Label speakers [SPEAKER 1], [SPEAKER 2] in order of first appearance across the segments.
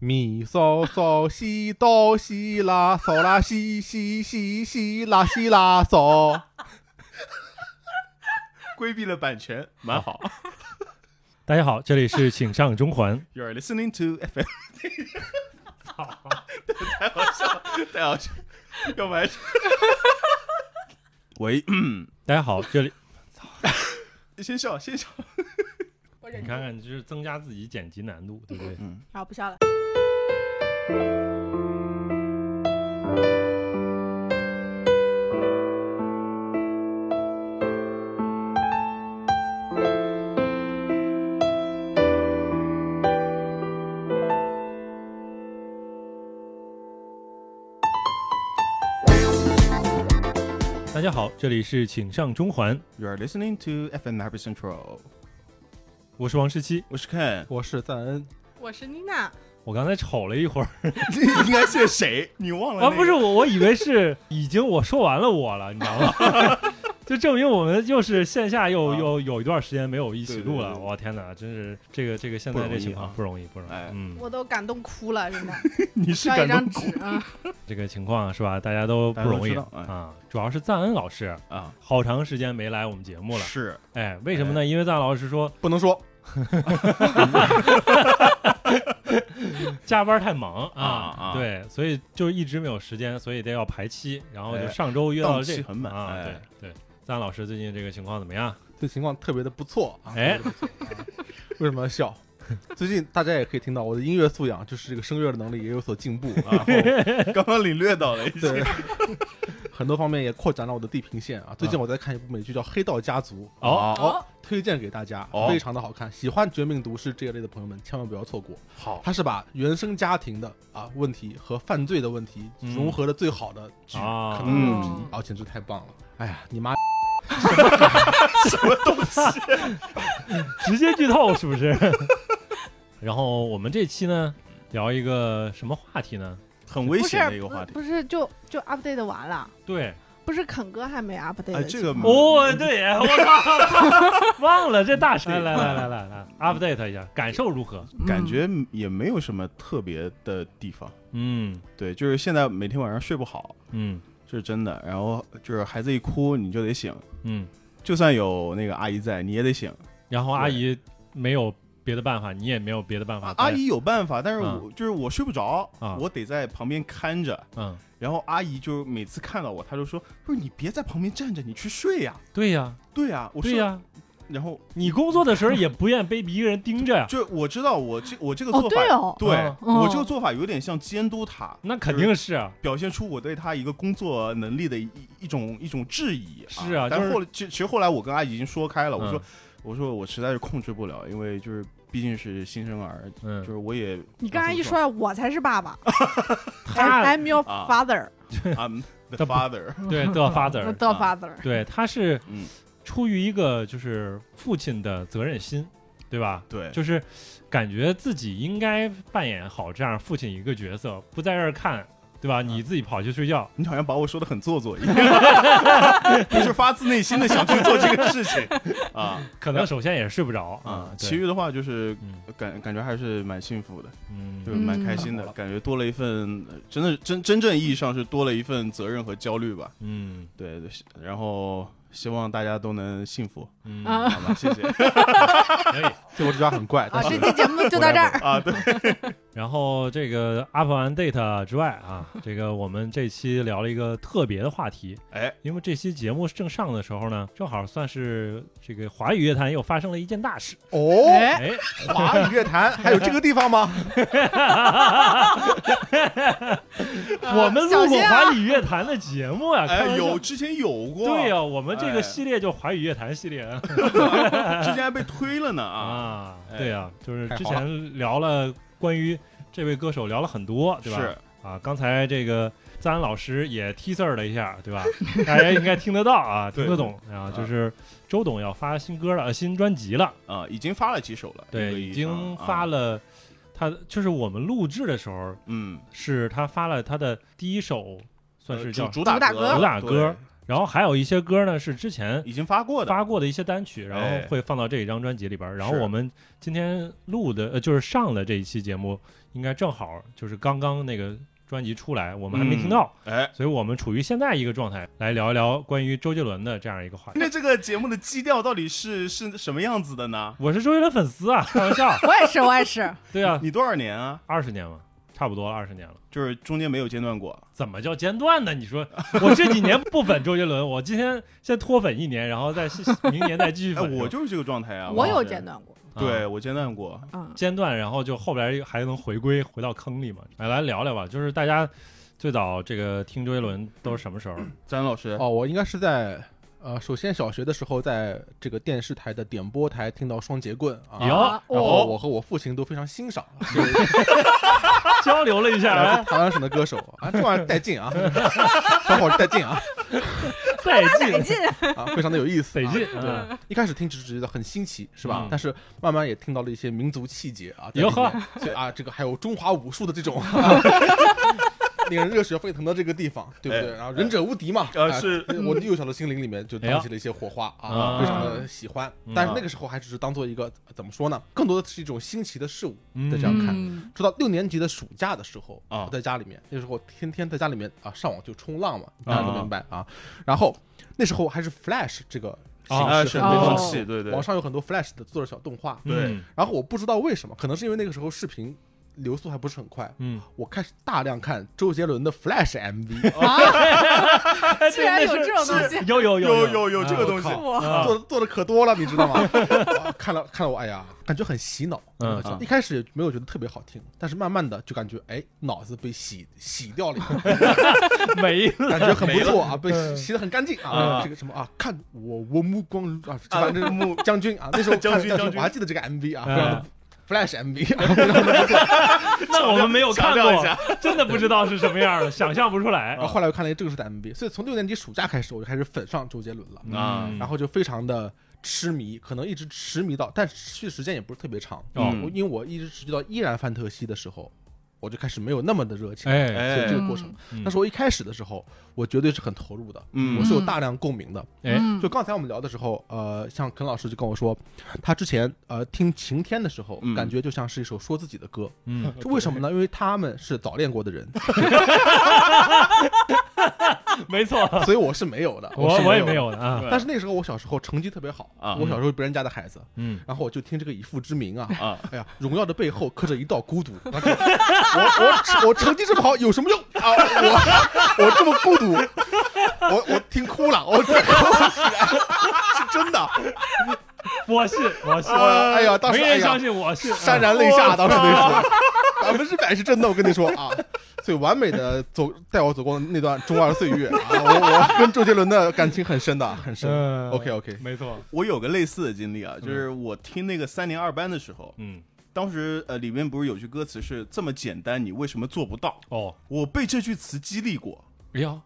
[SPEAKER 1] 咪嗦嗦西哆西啦嗦啦西西西西啦西啦嗦，
[SPEAKER 2] 规避了版权，蛮 好。
[SPEAKER 3] 大家好，这里是请上 中环，
[SPEAKER 2] You're listening to FM，太好笑了，太好笑了，要完事。喂，
[SPEAKER 3] 大家 好，这里
[SPEAKER 2] 先笑，先笑。
[SPEAKER 4] 我
[SPEAKER 3] 你
[SPEAKER 4] 忍住
[SPEAKER 3] 看
[SPEAKER 4] 了，
[SPEAKER 3] 看，就是增加自己剪辑难度，对不对？
[SPEAKER 2] 嗯，
[SPEAKER 4] 啊好，不笑了。
[SPEAKER 3] 大家好，这里是请上中环，
[SPEAKER 2] You're listening to FM Happy Central，
[SPEAKER 3] 我是王十七。
[SPEAKER 2] 我是 Ken，
[SPEAKER 1] 我是赞恩，
[SPEAKER 4] 我是妮娜，
[SPEAKER 3] 我刚才瞅了 一会儿，
[SPEAKER 2] 应该是谁？你忘了、
[SPEAKER 3] 啊，不是，我，我以为是 已经我说完了我了，你知道吗？ 就证明我们又是线下又
[SPEAKER 2] 啊
[SPEAKER 3] 又有一段时间没有一起录
[SPEAKER 2] 对
[SPEAKER 3] 了，
[SPEAKER 2] 对对
[SPEAKER 3] 我天哪，真是这个这个现
[SPEAKER 2] 不
[SPEAKER 3] 在
[SPEAKER 2] 容
[SPEAKER 3] 这
[SPEAKER 2] 易
[SPEAKER 3] 情
[SPEAKER 2] 啊
[SPEAKER 3] 况不容易不容易
[SPEAKER 2] 哎，
[SPEAKER 3] 嗯，
[SPEAKER 4] 我都感动哭了，真的。
[SPEAKER 2] 你
[SPEAKER 4] 需
[SPEAKER 2] 是
[SPEAKER 4] 要
[SPEAKER 2] 感
[SPEAKER 4] 一
[SPEAKER 2] 动
[SPEAKER 4] 张 纸啊，
[SPEAKER 3] 这个情况是吧？大家都不
[SPEAKER 2] 大家都
[SPEAKER 3] 容易
[SPEAKER 2] 知道哎
[SPEAKER 3] 啊，主要是赞恩老师
[SPEAKER 2] 啊？
[SPEAKER 3] 好长时间没来我们节目了，
[SPEAKER 2] 是，
[SPEAKER 3] 哎，为什么呢？因为赞恩老师说
[SPEAKER 1] 不能说
[SPEAKER 3] 加班太忙啊，
[SPEAKER 2] 啊啊
[SPEAKER 3] 对，所以就一直没有时间，所以得要排期，然后就
[SPEAKER 2] 哎
[SPEAKER 3] 上周约到了这
[SPEAKER 2] 档期很满
[SPEAKER 3] 啊，
[SPEAKER 2] 哎
[SPEAKER 3] 对对。赞老师最近这个情况怎么样？
[SPEAKER 1] 这情况特别的不错啊。
[SPEAKER 3] 哎
[SPEAKER 1] 特别的不错啊为什么要笑？最近大家也可以听到我的音乐素养，就是这个声乐的能力也有所进步 啊。
[SPEAKER 2] 刚刚领略到了一些
[SPEAKER 1] 对，很多方面也扩展了我的地平线啊。最近我在看一部美剧叫《黑道家族》，
[SPEAKER 3] 哦，
[SPEAKER 2] 哦，
[SPEAKER 1] 推荐给大家，
[SPEAKER 2] 哦
[SPEAKER 1] 非常的好看。喜欢《绝命毒师》这一类的朋友们，千万不要错过。
[SPEAKER 2] 好，
[SPEAKER 1] 它是把原生家庭的啊问题和犯罪的问题
[SPEAKER 3] 嗯
[SPEAKER 1] 融合的最好的剧，
[SPEAKER 3] 啊
[SPEAKER 1] 可能
[SPEAKER 2] 嗯
[SPEAKER 4] 哦
[SPEAKER 1] 啊，简直太棒了！哎呀，你妈！
[SPEAKER 3] 直接剧透是不是？ 然后我们这期呢，聊一个什么话题呢？
[SPEAKER 2] 很危
[SPEAKER 4] 不是
[SPEAKER 2] 险的一个话题。
[SPEAKER 4] 不是就就 update 完了，
[SPEAKER 3] 对，
[SPEAKER 4] 不是肯哥还没 update
[SPEAKER 2] 哎
[SPEAKER 4] 的
[SPEAKER 2] 这
[SPEAKER 4] 情
[SPEAKER 2] 个
[SPEAKER 4] 况。
[SPEAKER 3] 哦，对，我操，忘了 这大神，
[SPEAKER 2] 哎
[SPEAKER 3] 来来来来来来，update 一下，感受如何？
[SPEAKER 2] 感觉也没有什么特别的地方。
[SPEAKER 3] 嗯
[SPEAKER 2] 对，就是现在每天晚上睡不好，
[SPEAKER 3] 嗯
[SPEAKER 2] 这是真的。然后就是孩子一哭你就得醒，
[SPEAKER 3] 嗯，
[SPEAKER 2] 就算有那个阿姨在，你也得醒。
[SPEAKER 3] 然后阿姨没有别的办法，你也没有别的办法，
[SPEAKER 2] 阿
[SPEAKER 3] 咱
[SPEAKER 2] 姨有办法，但是
[SPEAKER 3] 啊嗯
[SPEAKER 2] 我就是我睡不着
[SPEAKER 3] 啊，
[SPEAKER 2] 我得在旁边看着。
[SPEAKER 3] 嗯，
[SPEAKER 2] 然后阿姨就每次看到我，她就说：“不是你别在旁边站着，你去睡呀。
[SPEAKER 3] 对呀”
[SPEAKER 2] 对呀，我说
[SPEAKER 3] 对。呀、
[SPEAKER 2] 然后
[SPEAKER 3] 你工作的时候也不愿被一个人盯着 呀、
[SPEAKER 2] 就我知道我这我这个
[SPEAKER 4] 哦
[SPEAKER 2] 做
[SPEAKER 4] 对
[SPEAKER 2] 法
[SPEAKER 4] 哦，
[SPEAKER 2] 对
[SPEAKER 3] 嗯
[SPEAKER 2] 我这个做法有点像监督她，
[SPEAKER 3] 那肯定是啊，
[SPEAKER 2] 表现出我对他一个工作能力的一一种一种质疑。
[SPEAKER 3] 是啊
[SPEAKER 2] 但
[SPEAKER 3] 就是是
[SPEAKER 2] 后来其其实后来我跟阿姨已经说开了，我说
[SPEAKER 3] 嗯
[SPEAKER 2] 我说我实在是控制不了，因为就是毕竟是新生儿，就
[SPEAKER 3] 嗯，
[SPEAKER 2] 是我也
[SPEAKER 4] 你刚才一说，我才是 爸爸
[SPEAKER 3] 他
[SPEAKER 4] ，I'm your
[SPEAKER 2] 啊
[SPEAKER 4] father，
[SPEAKER 2] I'm the
[SPEAKER 3] 他不
[SPEAKER 2] father，
[SPEAKER 3] 对的 father，
[SPEAKER 4] 我
[SPEAKER 2] 啊
[SPEAKER 4] 的 father。
[SPEAKER 3] 对，他是
[SPEAKER 2] 嗯
[SPEAKER 3] 出于一个就是父亲的责任心，对吧？
[SPEAKER 2] 对，
[SPEAKER 3] 就是感觉自己应该扮演好这样父亲一个角色，不在这儿看，对
[SPEAKER 2] 啊
[SPEAKER 3] 吧？你自己跑去睡觉，
[SPEAKER 2] 你好像把我说的很做 作一样，就是发自内心的想去做这个事 情啊
[SPEAKER 3] 可能首先也睡不着嗯
[SPEAKER 2] 啊。
[SPEAKER 3] 对
[SPEAKER 2] 其余的话就是
[SPEAKER 3] 嗯
[SPEAKER 2] 感感觉还是蛮幸福的，就是
[SPEAKER 3] 嗯，
[SPEAKER 2] 蛮开心的，感觉多了一份，呃真的真真正意义上是多了一份责任和焦虑吧。
[SPEAKER 3] 嗯
[SPEAKER 2] 对对，是然后希望大家都能幸福，
[SPEAKER 3] 嗯，
[SPEAKER 4] 啊
[SPEAKER 2] 好吧？谢 谢
[SPEAKER 3] 可以。
[SPEAKER 1] 这我这家很怪，
[SPEAKER 4] 啊，
[SPEAKER 1] 但是
[SPEAKER 4] 这期节目就到这 儿。
[SPEAKER 2] 啊，对，
[SPEAKER 3] 然后这个 up on date 之外啊，这个我们这期聊了一个特别的话题，
[SPEAKER 2] 哎，
[SPEAKER 3] 因为这期节目正上的时候呢，正好算是这个华语乐坛又发生了一件大事，
[SPEAKER 1] 哦，
[SPEAKER 3] 哎，
[SPEAKER 1] 华语乐坛还有这个地方吗？
[SPEAKER 3] 我们
[SPEAKER 4] 小
[SPEAKER 3] 录过
[SPEAKER 4] 心啊
[SPEAKER 3] 华语乐坛的节目啊呀、开
[SPEAKER 2] 哎，
[SPEAKER 3] 玩笑
[SPEAKER 2] 有之前有过，
[SPEAKER 3] 对呀、我们这
[SPEAKER 2] 哎
[SPEAKER 3] 个系列就华语乐坛系列啊，
[SPEAKER 2] 之前还被推了呢啊，哎
[SPEAKER 3] 对呀、就是
[SPEAKER 1] 太
[SPEAKER 3] 之
[SPEAKER 1] 好了
[SPEAKER 3] 前聊了关于这位歌手聊了很多，对吧？
[SPEAKER 2] 是
[SPEAKER 3] 啊，刚才这个赞恩老师也踢字儿了一下，对吧？ 大家应该听得到啊，
[SPEAKER 2] 对
[SPEAKER 3] 听得懂啊，就是周董要发新歌了，呃新专辑了，
[SPEAKER 2] 啊，已经发了几首了，一个
[SPEAKER 3] 对，
[SPEAKER 2] 以
[SPEAKER 3] 已经
[SPEAKER 2] 上啊
[SPEAKER 3] 发，了。他就是我们录制的时候，
[SPEAKER 2] 嗯，
[SPEAKER 3] 是他发了他的第一首，算
[SPEAKER 2] 呃
[SPEAKER 3] 是
[SPEAKER 2] 主
[SPEAKER 3] 叫，
[SPEAKER 2] 主
[SPEAKER 4] 主打
[SPEAKER 2] 歌，
[SPEAKER 4] 歌
[SPEAKER 3] 主打
[SPEAKER 2] 对
[SPEAKER 3] 歌然后还有一些歌呢是之前
[SPEAKER 2] 已经发过的，
[SPEAKER 3] 发过的一些单曲，然
[SPEAKER 2] 哎
[SPEAKER 3] 后会放到这一张专辑里边儿。然后
[SPEAKER 2] 是
[SPEAKER 3] 我们今天录的，呃，就是上了这一期节目，应该正好就是刚刚那个专辑出来，我们还没
[SPEAKER 2] 嗯
[SPEAKER 3] 听到，
[SPEAKER 2] 哎，
[SPEAKER 3] 所以我们处于现在一个状态来聊一聊关于周杰伦的这样一个话题
[SPEAKER 2] 那。这个节目的基调到底是是什么样子的呢？
[SPEAKER 3] 我是周杰伦粉丝啊，开玩笑，
[SPEAKER 4] 我也是，我也是，
[SPEAKER 3] 对啊，
[SPEAKER 2] 你多少年啊？
[SPEAKER 3] 二十年嘛，差不多了，二十年了。
[SPEAKER 2] 就是中间没有间断过，
[SPEAKER 3] 怎么叫间断呢？你说我这几年不粉周杰伦，我今天先脱粉一年，然后再明年再继续
[SPEAKER 2] 哎，
[SPEAKER 3] 粉。
[SPEAKER 2] 我就是这个状态啊。
[SPEAKER 4] 我有
[SPEAKER 2] 间
[SPEAKER 4] 间，断过，
[SPEAKER 3] 啊
[SPEAKER 2] 对我间断过，
[SPEAKER 4] 嗯，
[SPEAKER 3] 间断，然后就后边还能回归回到坑里嘛？来来聊聊吧，就是大家最早这个听周杰伦都是什么时候？
[SPEAKER 2] 詹老师，
[SPEAKER 5] 哦，我应该是在呃，首先小学的时候，在这个电视台的点播台听到双截棍啊，
[SPEAKER 3] 哟
[SPEAKER 4] 啊
[SPEAKER 5] 然
[SPEAKER 4] 哦
[SPEAKER 5] 后我和我父亲都非常欣赏，啊这个
[SPEAKER 3] 交流了一 下，
[SPEAKER 5] 来
[SPEAKER 3] 哎
[SPEAKER 5] 自台湾省的歌手啊，这玩意儿带劲啊， 小伙儿带劲啊，
[SPEAKER 3] 哎再
[SPEAKER 4] 改
[SPEAKER 3] 见，
[SPEAKER 4] 进，
[SPEAKER 5] 啊，非常的有意思、
[SPEAKER 3] 得
[SPEAKER 5] 啊。
[SPEAKER 3] 劲，
[SPEAKER 5] 对
[SPEAKER 3] 嗯
[SPEAKER 5] 一开始听只是觉得很新奇，是吧？
[SPEAKER 3] 嗯
[SPEAKER 5] 但是慢慢也听到了一些民族气节啊，在
[SPEAKER 3] 哟
[SPEAKER 5] 里
[SPEAKER 3] 呵
[SPEAKER 5] 面，所以啊，这个还有中华武术的这 种 啊令人热血沸腾的这个地方，对不对？
[SPEAKER 2] 哎
[SPEAKER 5] 然后仁者无敌嘛，
[SPEAKER 2] 呃
[SPEAKER 5] 啊
[SPEAKER 2] 是
[SPEAKER 5] 我幼小的心灵里面就
[SPEAKER 3] 哎哎呀
[SPEAKER 5] 荡起了一些火花
[SPEAKER 3] 啊
[SPEAKER 5] 啊，非常的喜欢
[SPEAKER 3] 嗯。
[SPEAKER 5] 但是那个时候还只是当做一个怎么说呢，更多的是一种新奇的事物
[SPEAKER 3] 嗯
[SPEAKER 5] 在这样看。
[SPEAKER 4] 嗯，
[SPEAKER 5] 直到六年级的暑假的时候
[SPEAKER 2] 啊
[SPEAKER 5] 我在家里面，那时候天天在家里面啊上网就冲浪嘛，大
[SPEAKER 2] 啊
[SPEAKER 5] 家都明白啊。然后那时候还是 Flash 这个
[SPEAKER 3] 啊
[SPEAKER 5] 形
[SPEAKER 2] 啊，
[SPEAKER 5] 式
[SPEAKER 2] 是
[SPEAKER 5] 很
[SPEAKER 2] 没
[SPEAKER 5] 流
[SPEAKER 2] 放
[SPEAKER 5] 行，
[SPEAKER 2] 弃，对对
[SPEAKER 5] 哦
[SPEAKER 2] 嗯
[SPEAKER 5] 网，上有很多 Flash 的做的小动画。
[SPEAKER 3] 嗯
[SPEAKER 2] 对，
[SPEAKER 5] 然后我不知道为什么，可能是因为那个时候视频流速还不是很快，
[SPEAKER 3] 嗯，
[SPEAKER 5] 我开始大量看周杰伦的 Flash MV，
[SPEAKER 2] 啊
[SPEAKER 4] 居然有这种东 西，
[SPEAKER 3] 有有
[SPEAKER 2] 有
[SPEAKER 3] 有
[SPEAKER 2] 有有这个东西，
[SPEAKER 5] 靠
[SPEAKER 4] 我
[SPEAKER 3] 啊
[SPEAKER 5] 做的做的可多了，你知道吗？啊看了看了我，哎呀，感觉很洗脑。
[SPEAKER 3] 嗯
[SPEAKER 5] 一开始也没有觉得特别好听，但是慢慢的就感觉，哎，脑子被洗洗掉了一块。
[SPEAKER 3] 没了
[SPEAKER 5] 感觉很不
[SPEAKER 2] 没
[SPEAKER 5] 错啊，被
[SPEAKER 3] 嗯
[SPEAKER 5] 洗洗的很干净
[SPEAKER 2] 啊
[SPEAKER 5] 啊。这个什么啊，看我我目光如啊，
[SPEAKER 2] 啊
[SPEAKER 5] 反正目将军啊，那时候
[SPEAKER 2] 将
[SPEAKER 5] 看
[SPEAKER 2] 军
[SPEAKER 5] 那时候
[SPEAKER 2] 将军
[SPEAKER 5] 我还记得这个 MV 啊，非常
[SPEAKER 3] 哎
[SPEAKER 5] 的 Flash MV 啊，非常的不错。
[SPEAKER 3] 那我们没有看
[SPEAKER 2] 强调一
[SPEAKER 3] 过，
[SPEAKER 2] 下 啊
[SPEAKER 3] 真的不知道是什么样的，想象不出来
[SPEAKER 5] 然后。后来我看了一个正式的 MV，所以从六年级暑假开始，我就开始粉上周杰伦了，
[SPEAKER 2] 啊
[SPEAKER 3] 嗯
[SPEAKER 5] 然后就非常的。痴迷，可能一直痴迷到，但持续时间也不是特别长。
[SPEAKER 3] 哦
[SPEAKER 5] 我因为我一直持续到依然范特西的时候，我就开始没有那么的热情。
[SPEAKER 3] 哎，
[SPEAKER 5] 所以
[SPEAKER 2] 哎
[SPEAKER 5] 这，个过程，
[SPEAKER 3] 嗯
[SPEAKER 5] 但是我一开始的时候，我绝对是很投入的，
[SPEAKER 2] 嗯
[SPEAKER 5] 我是有大量共鸣的。
[SPEAKER 3] 哎
[SPEAKER 4] 嗯
[SPEAKER 5] 就刚才我们聊的时候，呃，像肯老师就跟我说，他之前呃听《晴天》的时候
[SPEAKER 2] 嗯，哦
[SPEAKER 5] 感觉就像是一首说自己的歌，
[SPEAKER 3] 嗯，
[SPEAKER 5] 这为什么呢？因为他们是早恋过的 人，
[SPEAKER 3] 没错，
[SPEAKER 5] 所以我是没有的，
[SPEAKER 3] 我
[SPEAKER 5] 是
[SPEAKER 3] 我也没
[SPEAKER 5] 没的。
[SPEAKER 3] 有的啊，
[SPEAKER 5] 但是那时候我小时候成绩特别好
[SPEAKER 2] 啊
[SPEAKER 5] 我小时候别人家的孩子，
[SPEAKER 3] 嗯，
[SPEAKER 5] 然后我就听这个以父之名 啊，
[SPEAKER 2] 啊，
[SPEAKER 5] 哎呀，荣耀的背后刻着一道孤独。我我我成绩这么好有什么用啊？我我这么孤独，我我听哭了，我听哭了， 是真的。
[SPEAKER 3] 我是我是，
[SPEAKER 2] 呃
[SPEAKER 5] 我哎呀，当时
[SPEAKER 3] 呃没
[SPEAKER 5] 哎
[SPEAKER 3] 人
[SPEAKER 5] 呀
[SPEAKER 3] 相。信我是啊
[SPEAKER 5] 潸然泪下，当时那是百分之百是真的，我跟你说 啊，最完美的走带我走过那段中二岁月啊，我我跟周杰伦的感情很深的，很深。
[SPEAKER 3] 嗯
[SPEAKER 5] OK OK，
[SPEAKER 3] 没错，
[SPEAKER 2] 我有个类似的经历啊，就是我听那个三年二班的时候，
[SPEAKER 3] 嗯，
[SPEAKER 2] 当时呃里面不是有句歌词是这么简单，你为什么做不到？
[SPEAKER 3] 哦，
[SPEAKER 2] 我被这句词激励过，
[SPEAKER 3] 哎呀，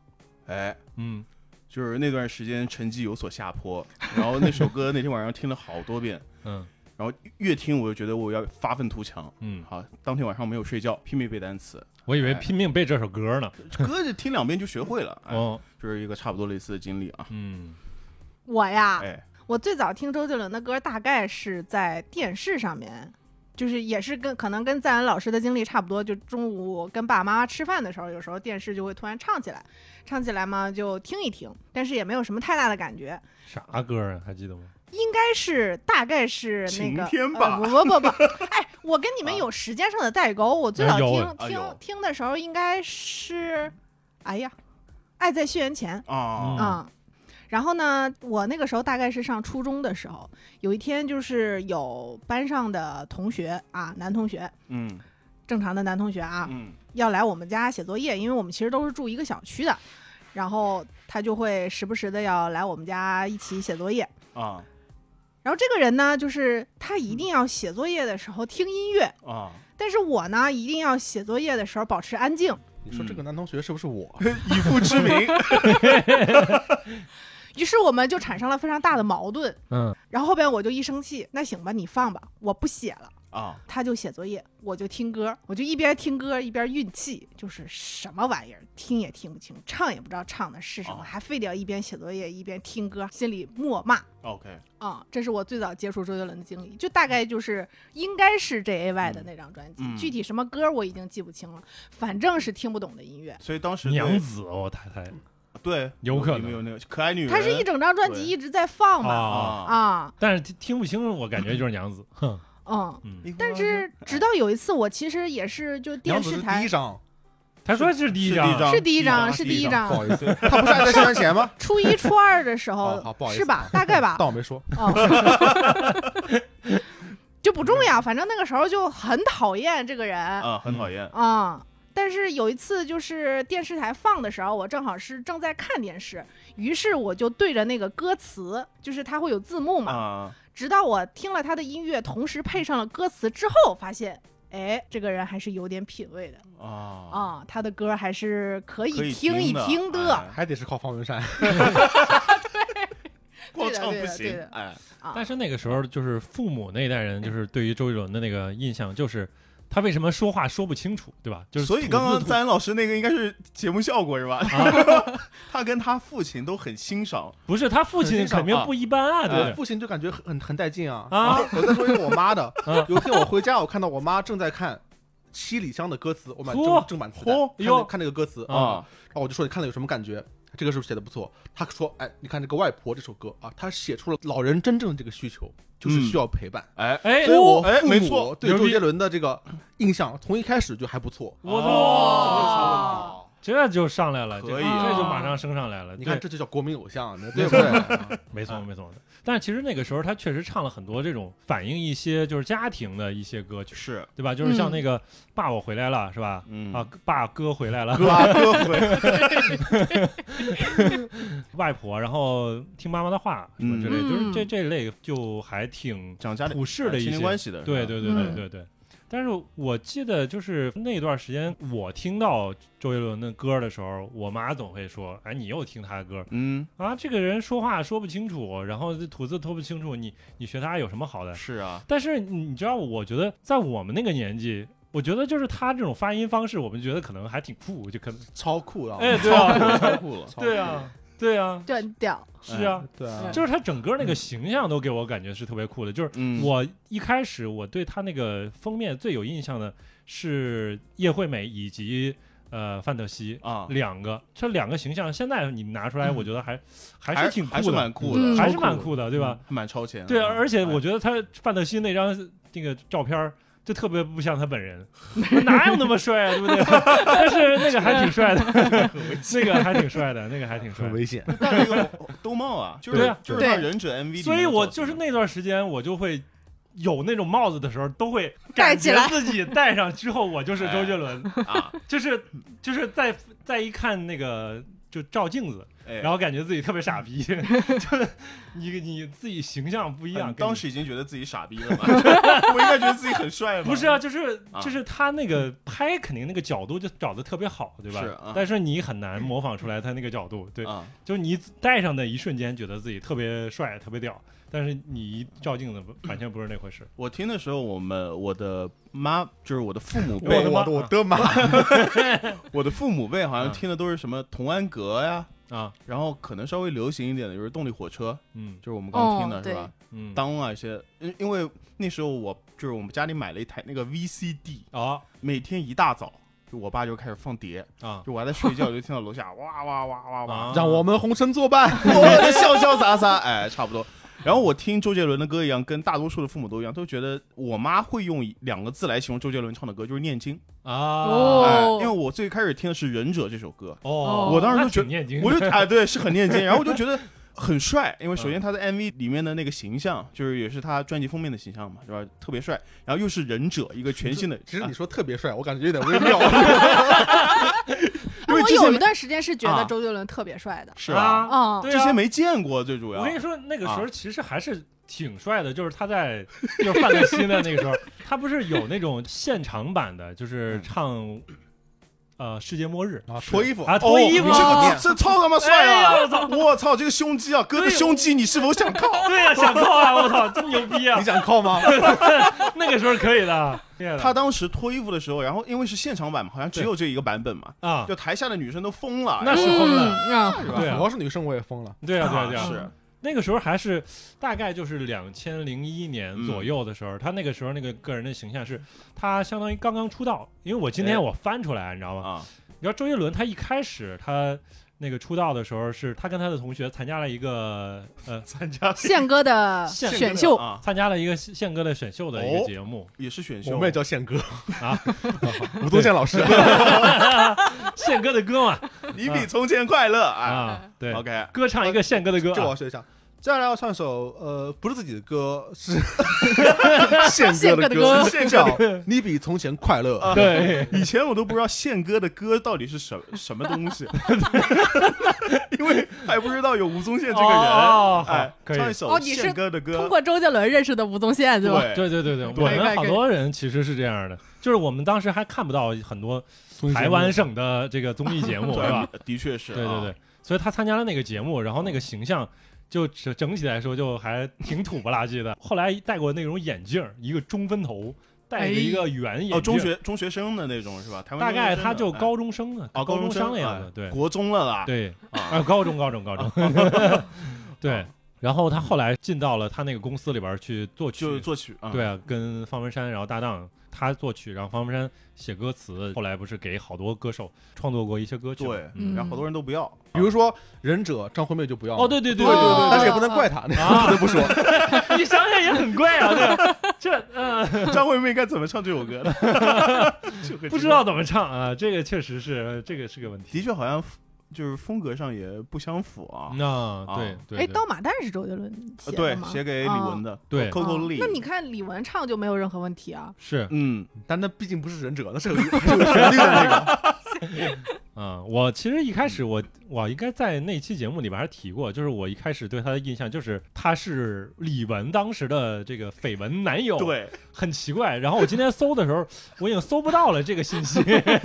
[SPEAKER 2] 哎，
[SPEAKER 3] 嗯，
[SPEAKER 2] 就是那段时间成绩有所下坡，然后那首歌那天晚上听了好多遍，
[SPEAKER 3] 嗯
[SPEAKER 2] 然后越听我就觉得我要发愤图强，
[SPEAKER 3] 嗯，
[SPEAKER 2] 好，当天晚上没有睡觉，拼命背单词，
[SPEAKER 3] 我以为
[SPEAKER 2] 哎
[SPEAKER 3] 拼命背这首歌呢，
[SPEAKER 2] 歌就听两遍就学会了，哎，
[SPEAKER 3] 哦，
[SPEAKER 2] 就是一个差不多类似的经历啊，
[SPEAKER 3] 嗯，
[SPEAKER 4] 我呀，
[SPEAKER 2] 哎，
[SPEAKER 4] 我最早听周杰伦的歌，大概是在电视上面，就是也是跟可能跟赞恩老师的经历差不多，就中午跟爸爸妈妈吃饭的时候，有时候电视就会突然唱起来，唱起来嘛就听一听，但是也没有什么太大的感觉。
[SPEAKER 3] 啥歌啊？还记得吗？
[SPEAKER 4] 应该是大概是那
[SPEAKER 2] 晴
[SPEAKER 4] 个
[SPEAKER 2] 天吧啊
[SPEAKER 4] 呃 不不不不，哎，我跟你们有时间上的代沟。我最早
[SPEAKER 3] 哎有
[SPEAKER 4] 听、
[SPEAKER 2] 哎
[SPEAKER 4] 听
[SPEAKER 2] 有
[SPEAKER 4] 听的时候应该是，哎呀，《爱在血缘前》
[SPEAKER 2] 啊，
[SPEAKER 3] 嗯
[SPEAKER 4] 啊、然后呢，我那个时候大概是上初中的时候，有一天就是有班上的同学啊，男同学，
[SPEAKER 2] 嗯
[SPEAKER 4] 正常的男同学啊，
[SPEAKER 2] 嗯
[SPEAKER 4] 要来我们家写作业，因为我们其实都是住一个小区的，然后他就会时不时的要来我们家一起写作业。
[SPEAKER 2] 啊
[SPEAKER 4] 然后这个人呢，就是他一定要写作业的时候听音乐，
[SPEAKER 2] 啊，
[SPEAKER 4] 但是我呢，一定要写作业的时候保持安静。
[SPEAKER 5] 你说这个男同学是不是我？
[SPEAKER 3] 嗯
[SPEAKER 2] 以父之名，
[SPEAKER 4] 于是我们就产生了非常大的矛盾。
[SPEAKER 3] 嗯，
[SPEAKER 4] 然后后边我就一生气，那行吧，你放吧，我不写了。
[SPEAKER 2] 啊，
[SPEAKER 4] 他就写作业，我就听歌，我就一边听歌一边运气，就是什么玩意儿，听也听不清，唱也不知道唱的是什么，
[SPEAKER 2] 哦
[SPEAKER 4] 还非得要一边写作业一边听歌，心里默骂。
[SPEAKER 2] OK，
[SPEAKER 4] 啊、这是我最早接触周杰伦的经历，就大概就是应该是 J A Y 的那张专辑，
[SPEAKER 2] 嗯
[SPEAKER 4] 具体什么歌我已经记不清了，反正是听不懂的音乐。
[SPEAKER 2] 所以当时
[SPEAKER 3] 娘
[SPEAKER 2] 对
[SPEAKER 3] 子，啊我太太
[SPEAKER 2] 对
[SPEAKER 3] 有可能
[SPEAKER 2] 没有那个可爱女人，
[SPEAKER 4] 它是一整张专辑
[SPEAKER 2] 对
[SPEAKER 4] 一直在放嘛，
[SPEAKER 3] 啊，
[SPEAKER 2] 啊，
[SPEAKER 4] 啊，
[SPEAKER 3] 但是听听不清，我感觉就是娘子。哼，
[SPEAKER 4] 嗯。
[SPEAKER 3] 嗯，
[SPEAKER 4] 但是直到有一次，我其实也是就电
[SPEAKER 1] 杨子
[SPEAKER 4] 视
[SPEAKER 1] 是
[SPEAKER 4] 台
[SPEAKER 1] 第一张，
[SPEAKER 3] 他说是第一
[SPEAKER 2] 是第一张
[SPEAKER 4] 是第一
[SPEAKER 2] 啊
[SPEAKER 4] 张，
[SPEAKER 2] 是
[SPEAKER 4] 是
[SPEAKER 2] 第一
[SPEAKER 4] 第一
[SPEAKER 1] 不
[SPEAKER 4] 张，
[SPEAKER 1] 好意 思，他不是还在宣传前吗？
[SPEAKER 4] 初一初二的时
[SPEAKER 1] 哦好
[SPEAKER 4] 候
[SPEAKER 1] 不好意思
[SPEAKER 4] 是吧？大概
[SPEAKER 3] 啊
[SPEAKER 4] 吧，
[SPEAKER 1] 当我没说。
[SPEAKER 4] 哦， 就不重要，反正那个时候就很讨厌这个人啊、
[SPEAKER 2] 啊，很讨厌，
[SPEAKER 4] 嗯但是有一次就是电视台放的时候，我正好是正在看电视，于是我就对着那个歌词，就是它会有字幕嘛，
[SPEAKER 2] 啊，
[SPEAKER 4] 直到我听了他的音乐，同时配上了歌词之后，发现。哎，这个人还是有点品味的
[SPEAKER 2] 啊
[SPEAKER 4] 啊、他的歌还是可
[SPEAKER 2] 可
[SPEAKER 4] 以
[SPEAKER 2] 以
[SPEAKER 4] 听一
[SPEAKER 2] 的
[SPEAKER 4] 听的。
[SPEAKER 2] 哎
[SPEAKER 1] 还得是靠方文
[SPEAKER 3] 啊
[SPEAKER 1] 山，
[SPEAKER 2] 光
[SPEAKER 4] 对的
[SPEAKER 2] 唱
[SPEAKER 4] 对
[SPEAKER 2] 不
[SPEAKER 4] 的对
[SPEAKER 2] 行
[SPEAKER 4] 的，
[SPEAKER 2] 哎，
[SPEAKER 3] 但是那个时候就是父母那一代人，就是对于周杰伦的那个印象就是。他为什么说话说不清楚，对吧？就是
[SPEAKER 2] 所以
[SPEAKER 3] 吐
[SPEAKER 2] 刚刚
[SPEAKER 3] 字吐
[SPEAKER 2] 赞恩老师那个应该是节目效果是吧？
[SPEAKER 3] 啊
[SPEAKER 2] 他跟他父亲都很欣赏，
[SPEAKER 3] 不是他父亲肯定不一般啊，
[SPEAKER 1] 我
[SPEAKER 3] 对不对
[SPEAKER 1] 的？父亲就感觉很很很带劲啊！
[SPEAKER 3] 啊，
[SPEAKER 1] 我再说一个我妈的
[SPEAKER 3] 啊，
[SPEAKER 1] 有一天我回家，我看到我妈正在看《七里香》的歌词，我买
[SPEAKER 3] 嚯
[SPEAKER 1] 正正版磁带
[SPEAKER 3] 嚯，
[SPEAKER 1] 看
[SPEAKER 3] 哟
[SPEAKER 1] 那看那个歌词
[SPEAKER 3] 啊
[SPEAKER 2] 啊，
[SPEAKER 1] 然哦后我就说你看了有什么感觉？这个是不是写的不错？他说，哎，你看这个外婆这首歌啊，他写出了老人真正这个需求，就是需要陪伴。
[SPEAKER 2] 哎，
[SPEAKER 3] 哎，
[SPEAKER 1] 所以我
[SPEAKER 2] 哎
[SPEAKER 1] 父母
[SPEAKER 2] 没错
[SPEAKER 1] 对
[SPEAKER 3] 牛逼嗯
[SPEAKER 1] 周杰伦的这个印象从一开始就还不错。
[SPEAKER 3] 我
[SPEAKER 4] 哦
[SPEAKER 3] 操，
[SPEAKER 2] 哦
[SPEAKER 3] 这就上来了，这
[SPEAKER 2] 可以
[SPEAKER 4] 啊
[SPEAKER 3] 这就马上升上来了。
[SPEAKER 1] 你看，
[SPEAKER 3] 对，啊
[SPEAKER 1] 这就叫国民偶 像，对不对？
[SPEAKER 3] 没
[SPEAKER 2] 啊
[SPEAKER 3] 错没错。但是其实那个时候他确实唱了很多这种反映一些就是家庭的一些歌曲，
[SPEAKER 2] 是，
[SPEAKER 3] 对吧？就是像那个“爸，我回来了”是吧？
[SPEAKER 2] 嗯
[SPEAKER 3] 啊，爸哥回来 了，
[SPEAKER 2] 哥啊 哥回，
[SPEAKER 3] 外婆，然后听妈妈的话什么之类，
[SPEAKER 4] 嗯
[SPEAKER 3] 就是这这类就还挺
[SPEAKER 2] 讲家里
[SPEAKER 3] 普世的啊一
[SPEAKER 2] 亲
[SPEAKER 3] 些
[SPEAKER 2] 啊情关系的，
[SPEAKER 3] 对
[SPEAKER 2] 是吧，
[SPEAKER 3] 对对对
[SPEAKER 4] 嗯
[SPEAKER 3] 对对。但是我记得就是那段时间，我听到周杰伦的歌的时候，我妈总会说：“哎，你又听他的歌
[SPEAKER 2] 嗯，
[SPEAKER 3] 啊？这个人说话说不清楚，然后这吐字吐不清楚，你你学他有什么好的
[SPEAKER 2] 是 啊？”，
[SPEAKER 3] 但是你你知道，我觉得在我们那个年纪，我觉得就是他这种发音方式，我们觉得可能还挺酷，就可能
[SPEAKER 1] 超酷啊！
[SPEAKER 3] 哎对啊
[SPEAKER 2] 酷超酷了，
[SPEAKER 1] 超酷，
[SPEAKER 3] 啊对啊
[SPEAKER 4] 这很屌，
[SPEAKER 3] 是啊，
[SPEAKER 1] 对啊，
[SPEAKER 3] 就是他整个那个形象都给我感觉是特别酷的，就是
[SPEAKER 2] 嗯，
[SPEAKER 3] 我一开始我对他那个封面最有印象的是叶惠美以及呃范特西
[SPEAKER 2] 啊，嗯
[SPEAKER 3] 两个，这两个形象现在你拿出来，我觉得还、还是挺
[SPEAKER 2] 还是
[SPEAKER 3] 酷
[SPEAKER 2] 蛮
[SPEAKER 3] 的，
[SPEAKER 2] 酷
[SPEAKER 4] 嗯
[SPEAKER 2] 的，嗯
[SPEAKER 3] 还是蛮酷的，对吧？
[SPEAKER 2] 蛮超前的，
[SPEAKER 3] 对，啊而且我
[SPEAKER 2] 哎
[SPEAKER 3] 觉得他范特西那张那个照片儿就特别不像他 本人，哪有那么帅啊，对不 对？但是那个还挺 帅的，那个还挺帅的，那个还挺帅
[SPEAKER 1] 很
[SPEAKER 3] 的。
[SPEAKER 1] 危险。
[SPEAKER 2] 但那个兜帽啊，就是
[SPEAKER 3] 对啊
[SPEAKER 2] 就是
[SPEAKER 4] 对
[SPEAKER 2] 让忍者 MV，里
[SPEAKER 3] 所以
[SPEAKER 2] 面
[SPEAKER 3] 我
[SPEAKER 2] 造
[SPEAKER 3] 就是
[SPEAKER 2] 型
[SPEAKER 3] 那段时间，我就会有那种帽子的时候，都会
[SPEAKER 4] 戴
[SPEAKER 3] 感
[SPEAKER 4] 起
[SPEAKER 3] 觉
[SPEAKER 4] 来
[SPEAKER 3] 自己戴上之后，我就是周杰伦，
[SPEAKER 2] 啊，
[SPEAKER 3] 就是就是再再一看那个就照镜子，
[SPEAKER 2] 哎
[SPEAKER 3] 然后感觉自己特别傻 逼，就是你你自己形象不一样
[SPEAKER 2] 嗯，
[SPEAKER 3] 跟你
[SPEAKER 2] 当时已经觉得自己傻逼了嘛，我应该觉得自己很帅吧？
[SPEAKER 3] 不是啊，就是
[SPEAKER 2] 啊
[SPEAKER 3] 就是他那个拍肯定那个角度就找的特别好，对吧？
[SPEAKER 2] 是啊
[SPEAKER 3] 但是你很难模仿出来他那个角度，对，
[SPEAKER 2] 啊，
[SPEAKER 3] 就是你戴上的一瞬间觉得自己特别帅、特别屌，但是你一照镜子，完全不是那回事。
[SPEAKER 2] 我听的时候，我们我的妈就是我的父母
[SPEAKER 3] 我
[SPEAKER 2] 辈
[SPEAKER 3] 的，妈
[SPEAKER 1] 我的妈！
[SPEAKER 2] 我的父母辈好像
[SPEAKER 3] 啊
[SPEAKER 2] 听的都是什么童安格呀，
[SPEAKER 3] 啊，
[SPEAKER 2] 然后可能稍微流行一点的就是动力火车，
[SPEAKER 3] 嗯
[SPEAKER 2] 就是我们刚听
[SPEAKER 4] 哦
[SPEAKER 2] 的是吧？
[SPEAKER 3] 嗯，
[SPEAKER 2] 当啊一些，因因为那时候我就是我们家里买了一台那个 VCD，
[SPEAKER 3] 啊
[SPEAKER 2] 每天一大早。就我爸就开始放碟，
[SPEAKER 3] 啊，
[SPEAKER 2] 就我还在睡觉，我就听到楼 下哇哇哇哇哇，
[SPEAKER 3] 啊
[SPEAKER 1] 让我们红尘作 伴。
[SPEAKER 2] 我潇潇洒洒，哎，差不多。然后我听周杰伦的歌一样，跟大多数的父母都一样，都觉得我妈会用两个字来形容周杰伦唱的歌，就是念经。
[SPEAKER 3] 啊
[SPEAKER 4] 哦
[SPEAKER 2] 哎，因为我最开始听的是《忍者》这首歌，
[SPEAKER 3] 哦，
[SPEAKER 2] 我当时就觉得
[SPEAKER 3] 得念经，
[SPEAKER 2] 我 就哎对，是很念经，然后我就觉得很帅，因为首
[SPEAKER 3] 嗯
[SPEAKER 2] 先他在 MV 里面的那个形象，就是也是他专辑封面的形象嘛，是吧？特别帅，然后又是忍者，一个全新的，
[SPEAKER 1] 其实
[SPEAKER 2] 啊
[SPEAKER 1] 你说特别帅，我感觉有 点微妙。
[SPEAKER 4] 哎
[SPEAKER 2] 因为
[SPEAKER 4] 我
[SPEAKER 2] 之
[SPEAKER 4] 有
[SPEAKER 2] 前
[SPEAKER 4] 一
[SPEAKER 2] 没
[SPEAKER 4] 段时间是觉
[SPEAKER 2] 啊
[SPEAKER 4] 得周杰伦特别帅的，
[SPEAKER 2] 是
[SPEAKER 3] 啊
[SPEAKER 2] 啊，
[SPEAKER 4] 嗯，
[SPEAKER 3] 对啊
[SPEAKER 2] 之前没见过，最主要
[SPEAKER 3] 我跟你说，那个时候其实还是挺帅的，就是他在就是范嗯特西的那个时候，他不是有那种现场版的，就是唱呃世界末日
[SPEAKER 1] 啊，脱衣服
[SPEAKER 3] 啊，脱衣服
[SPEAKER 2] 哦你这
[SPEAKER 3] 啊，
[SPEAKER 2] 个这超他妈帅
[SPEAKER 3] 哎呀
[SPEAKER 2] 啊
[SPEAKER 3] 我操！
[SPEAKER 2] 我操，这个胸肌啊，哥的
[SPEAKER 3] 对
[SPEAKER 2] 胸肌，你是否想靠？
[SPEAKER 3] 对呀，想靠啊，我操，真牛逼 啊
[SPEAKER 1] 你！想靠吗？
[SPEAKER 3] 那个时候可以的，
[SPEAKER 2] 他当时脱衣服的时候，然后因为是现场版嘛，好像只有这一个版本嘛，
[SPEAKER 3] 啊，
[SPEAKER 2] 就台下的女生都疯了。哎
[SPEAKER 3] 那是
[SPEAKER 2] 然后
[SPEAKER 3] 疯了，
[SPEAKER 4] 嗯啊，
[SPEAKER 3] 对啊
[SPEAKER 1] 我要是女生我也疯了。
[SPEAKER 3] 对啊，对啊，对啊，
[SPEAKER 2] 是
[SPEAKER 3] 那个时候还是大概就是两千零一年
[SPEAKER 2] 嗯
[SPEAKER 3] 左右的时候，他那个时候那个个人的形象是，他相当于刚刚出道。因为我今
[SPEAKER 2] 哎
[SPEAKER 3] 天我翻出来，你知道吗？
[SPEAKER 2] 啊，
[SPEAKER 3] 你知道周杰伦他一开始他那个出道的时候，是他跟他的同学参加了一个呃
[SPEAKER 2] 参加
[SPEAKER 4] 宪哥的
[SPEAKER 3] 宪哥
[SPEAKER 4] 选秀，
[SPEAKER 2] 啊，
[SPEAKER 3] 参加了一个宪哥的选秀的一
[SPEAKER 2] 哦
[SPEAKER 3] 个节目。
[SPEAKER 2] 也是选秀，
[SPEAKER 1] 我们也叫宪哥
[SPEAKER 3] 啊，
[SPEAKER 1] 吴宗宪老师，啊
[SPEAKER 3] 宪哥的 歌嘛，
[SPEAKER 2] 你比从前快乐啊。
[SPEAKER 3] 啊，对，
[SPEAKER 2] OK，
[SPEAKER 3] 歌唱一个宪哥的歌
[SPEAKER 1] 这我
[SPEAKER 3] 啊，
[SPEAKER 1] 要学一下。接下来要唱一首呃，不是自己的歌，是宪
[SPEAKER 4] 宪
[SPEAKER 1] 哥
[SPEAKER 4] 哥
[SPEAKER 1] 的
[SPEAKER 4] 的
[SPEAKER 1] 歌，
[SPEAKER 4] 歌
[SPEAKER 1] 是叫《你比从前快乐》。
[SPEAKER 2] 啊
[SPEAKER 3] 对，
[SPEAKER 2] 以前我都不知道宪哥的歌到底是什什么东 西， 因为还不知道有吴宗宪这个人。
[SPEAKER 3] 哦，
[SPEAKER 2] 哎
[SPEAKER 3] 好，，可以
[SPEAKER 2] 唱一首
[SPEAKER 4] 哦你是
[SPEAKER 2] 宪哥的歌
[SPEAKER 4] 通，过周杰伦认识的吴宗宪，对吧？
[SPEAKER 2] 啊对，
[SPEAKER 3] 对对对对，我
[SPEAKER 2] 对
[SPEAKER 3] 们好多人其实是这样的，就是我们当时还看不到很多台湾省的这个综艺节目，
[SPEAKER 2] 嗯对
[SPEAKER 3] 对吧？？
[SPEAKER 2] 的确是，啊哦
[SPEAKER 3] 对对对，，所以他参加了那个节目，然后那个形象就整整体来说就还挺土不拉几
[SPEAKER 2] 嗯
[SPEAKER 3] 的。后来戴过那种眼镜儿，一个中分头，戴着一个圆眼镜儿，
[SPEAKER 2] 哦，中学中学生的那种是吧？台湾
[SPEAKER 3] 大概
[SPEAKER 2] 中学生的
[SPEAKER 3] 他就
[SPEAKER 2] 哎
[SPEAKER 3] 高中生啊，
[SPEAKER 2] 哦，
[SPEAKER 3] 高
[SPEAKER 2] 中
[SPEAKER 3] 生的
[SPEAKER 2] 哎
[SPEAKER 3] 样子，对
[SPEAKER 2] 国中了啦，
[SPEAKER 3] 对
[SPEAKER 2] 啊
[SPEAKER 3] 啊，高中高中高中， 对。然后他后来进到了他那个公司里边儿去作曲，
[SPEAKER 2] 就是作曲啊，
[SPEAKER 3] 对啊，跟方文山然后搭档，他作曲，然后方文山写歌词，后来不是给好多歌手创作过一些歌曲吗？
[SPEAKER 2] 对，
[SPEAKER 4] 嗯
[SPEAKER 2] 然后好多人都不要，
[SPEAKER 1] 比如说忍者张惠妹就不
[SPEAKER 2] 啊
[SPEAKER 1] 要了
[SPEAKER 3] 哦，对对对
[SPEAKER 4] 对
[SPEAKER 3] 对
[SPEAKER 1] 但是也不能怪她，
[SPEAKER 3] 啊
[SPEAKER 1] 不得不说，
[SPEAKER 3] 对， 你想想也很怪啊， 对，这嗯、呃、
[SPEAKER 2] 张惠妹该怎么唱这首歌呢？ 就会
[SPEAKER 3] 不知道怎么唱啊，这个确实是这个是个问
[SPEAKER 2] 这
[SPEAKER 3] 题。
[SPEAKER 2] 样，的确好像就是风格上也不相符啊。
[SPEAKER 3] 那对
[SPEAKER 2] 啊
[SPEAKER 3] 对，
[SPEAKER 4] 哎，
[SPEAKER 3] 对
[SPEAKER 4] 刀马旦是周杰伦写
[SPEAKER 2] 呃
[SPEAKER 4] 的
[SPEAKER 2] 对，
[SPEAKER 4] 吗？
[SPEAKER 2] 写给李玟的，
[SPEAKER 3] 对
[SPEAKER 4] 哦
[SPEAKER 2] Coco Lee。
[SPEAKER 4] 那你看李玟唱就没有任何问题啊。
[SPEAKER 3] 是
[SPEAKER 2] 嗯，
[SPEAKER 1] 但那毕竟不是忍者，那是有有旋律的那个。
[SPEAKER 3] 嗯，我其实一开始我我应该在那期节目里边还提过，就是我一开始对他的印象就是他是李玟当时的这个绯闻男友，，
[SPEAKER 2] 对，
[SPEAKER 3] 很奇怪。然后我今天搜的时候，我已经搜不到了这个信 息。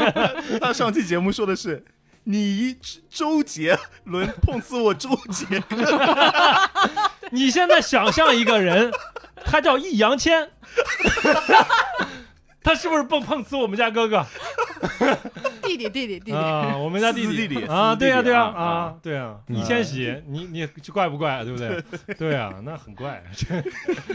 [SPEAKER 2] 他上期节目说的是。你周杰伦 碰死我周杰，
[SPEAKER 3] 你现在想象一个人，他叫易烊千， 他是不是碰碰瓷我们家哥哥
[SPEAKER 4] 弟弟，弟弟，弟弟，
[SPEAKER 3] 啊？我们家弟
[SPEAKER 2] 私弟弟
[SPEAKER 3] 啊，
[SPEAKER 2] 私弟弟
[SPEAKER 3] 对呀、对呀、
[SPEAKER 2] 啊
[SPEAKER 3] 啊，对呀、
[SPEAKER 1] 嗯
[SPEAKER 3] 易千玺，你你怪不怪？对不对？对啊，那很怪。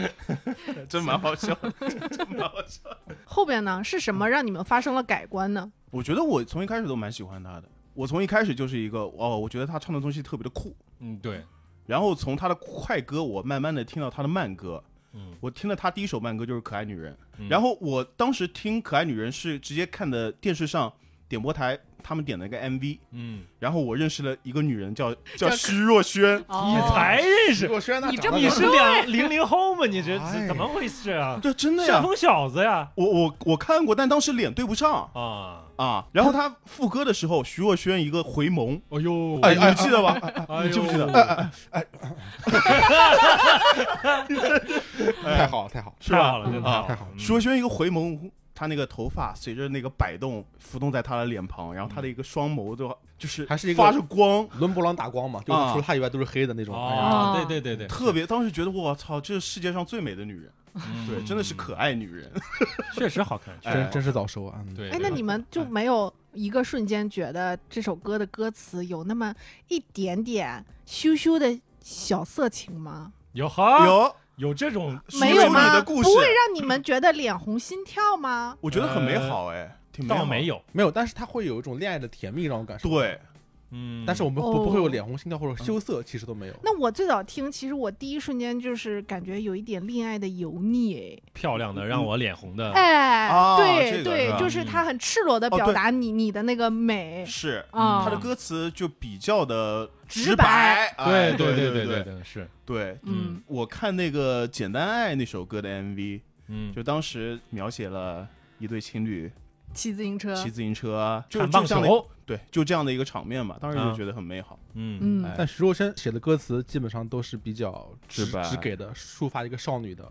[SPEAKER 2] 真蛮好笑的，真蛮好笑。
[SPEAKER 4] 后边呢是什么让你们发生了改观呢？
[SPEAKER 2] 我觉得我从一开始都蛮喜欢他的，我从一开始就是一个哦，我觉得他唱的东西特别的酷，
[SPEAKER 3] 嗯，对，
[SPEAKER 2] 然后从他的快歌，我慢慢的听到他的慢歌。
[SPEAKER 3] 嗯
[SPEAKER 2] 我听了他第一首慢歌就是《可爱女人》
[SPEAKER 3] 嗯
[SPEAKER 2] 然后我当时听《可爱女人》是直接看的电视上点播台他们点的一个 MV，
[SPEAKER 3] 嗯，
[SPEAKER 2] 然后我认识了一个女人叫叫
[SPEAKER 4] 叫
[SPEAKER 2] 徐若瑄，
[SPEAKER 4] 哦
[SPEAKER 3] 你才认识，
[SPEAKER 1] 我虽然她
[SPEAKER 4] 你
[SPEAKER 1] 长得
[SPEAKER 4] 这
[SPEAKER 3] 你
[SPEAKER 1] 可
[SPEAKER 3] 是两零零后吗？你这
[SPEAKER 1] 哎
[SPEAKER 3] 怎么回事啊？
[SPEAKER 2] 对，真的
[SPEAKER 3] 旋
[SPEAKER 2] 呀，
[SPEAKER 3] 风小子呀！
[SPEAKER 2] 我我我看过，但当时脸对不上
[SPEAKER 3] 啊，
[SPEAKER 2] 啊。然后他副歌的时候，徐若瑄一个回眸，
[SPEAKER 3] 哎呦，
[SPEAKER 2] 哎，你记得吧？
[SPEAKER 3] 哎
[SPEAKER 2] 你记不记得
[SPEAKER 3] 呦
[SPEAKER 1] 太好了太好了，
[SPEAKER 2] 是
[SPEAKER 3] 太好
[SPEAKER 2] 吧？
[SPEAKER 3] 了，真的
[SPEAKER 2] 啊
[SPEAKER 3] 太好了。嗯
[SPEAKER 2] 徐若瑄一个回眸，她那个头发随着那个摆动浮动在她的脸庞，然后她的一个双眸就就是
[SPEAKER 1] 还是一个
[SPEAKER 2] 发着光，
[SPEAKER 1] 伦勃朗打光嘛，就是
[SPEAKER 2] 啊
[SPEAKER 1] 除了她以外都是黑的那种。哎呀
[SPEAKER 3] 哦，对对对对，
[SPEAKER 2] 特别当时觉得我操，这是世界上最美的女人，对，真的是可爱女人。
[SPEAKER 3] 嗯确实好看，确
[SPEAKER 2] 哎
[SPEAKER 3] 实
[SPEAKER 1] 真真是早熟啊！嗯，
[SPEAKER 3] 对。
[SPEAKER 4] 哎，那你们就没有一个瞬间觉得这首歌的歌词有那么一点点羞羞的小色情吗？
[SPEAKER 3] 有 哈
[SPEAKER 2] 有，
[SPEAKER 3] 有这种
[SPEAKER 2] 是
[SPEAKER 4] 没
[SPEAKER 2] 有
[SPEAKER 4] 有
[SPEAKER 2] 你
[SPEAKER 4] 吗？
[SPEAKER 2] 的
[SPEAKER 4] 不
[SPEAKER 2] 故事
[SPEAKER 4] 会让你们觉得脸红心跳吗？
[SPEAKER 2] 我觉得很美好哎，挺美好
[SPEAKER 3] 呃倒没有，
[SPEAKER 1] 没有，但是她会有一种恋爱的甜蜜让我感受。
[SPEAKER 2] 对，
[SPEAKER 3] 嗯
[SPEAKER 1] 但是我们
[SPEAKER 4] 哦
[SPEAKER 1] 不不会有脸红心跳或者羞涩，其实都没有。
[SPEAKER 4] 那我最早听，其实我第一瞬间就是感觉有一点恋爱的油腻，
[SPEAKER 3] 漂亮的让我脸红的，
[SPEAKER 4] 哎，
[SPEAKER 2] 啊这
[SPEAKER 4] 对、
[SPEAKER 2] 个是吧嗯
[SPEAKER 4] 对，就是他很赤裸的
[SPEAKER 2] 哦
[SPEAKER 4] 表
[SPEAKER 2] 对
[SPEAKER 4] 达你、你的那个美
[SPEAKER 2] 是
[SPEAKER 4] 啊。
[SPEAKER 2] 她的歌词就比较的
[SPEAKER 4] 直
[SPEAKER 2] 白
[SPEAKER 4] 白，
[SPEAKER 2] 哎
[SPEAKER 3] 对
[SPEAKER 2] 对
[SPEAKER 3] 对
[SPEAKER 2] 对
[SPEAKER 3] 对，是，
[SPEAKER 2] 对。
[SPEAKER 4] 嗯，
[SPEAKER 2] 我看那个《简单爱》那首歌的 MV，
[SPEAKER 3] 嗯，
[SPEAKER 2] 就当时描写了一对情侣
[SPEAKER 4] 骑自行车，
[SPEAKER 2] 骑自行车，就
[SPEAKER 3] 看
[SPEAKER 2] 就
[SPEAKER 3] 棒
[SPEAKER 2] 这样的
[SPEAKER 3] 球，
[SPEAKER 2] 对，就这样的一个场面嘛，当时就
[SPEAKER 3] 啊
[SPEAKER 2] 觉得很美好。
[SPEAKER 3] 嗯
[SPEAKER 4] 嗯
[SPEAKER 2] 哎，
[SPEAKER 1] 但徐若瑄写的歌词基本上都是比较
[SPEAKER 2] 直白
[SPEAKER 1] 只给的抒发一个少女的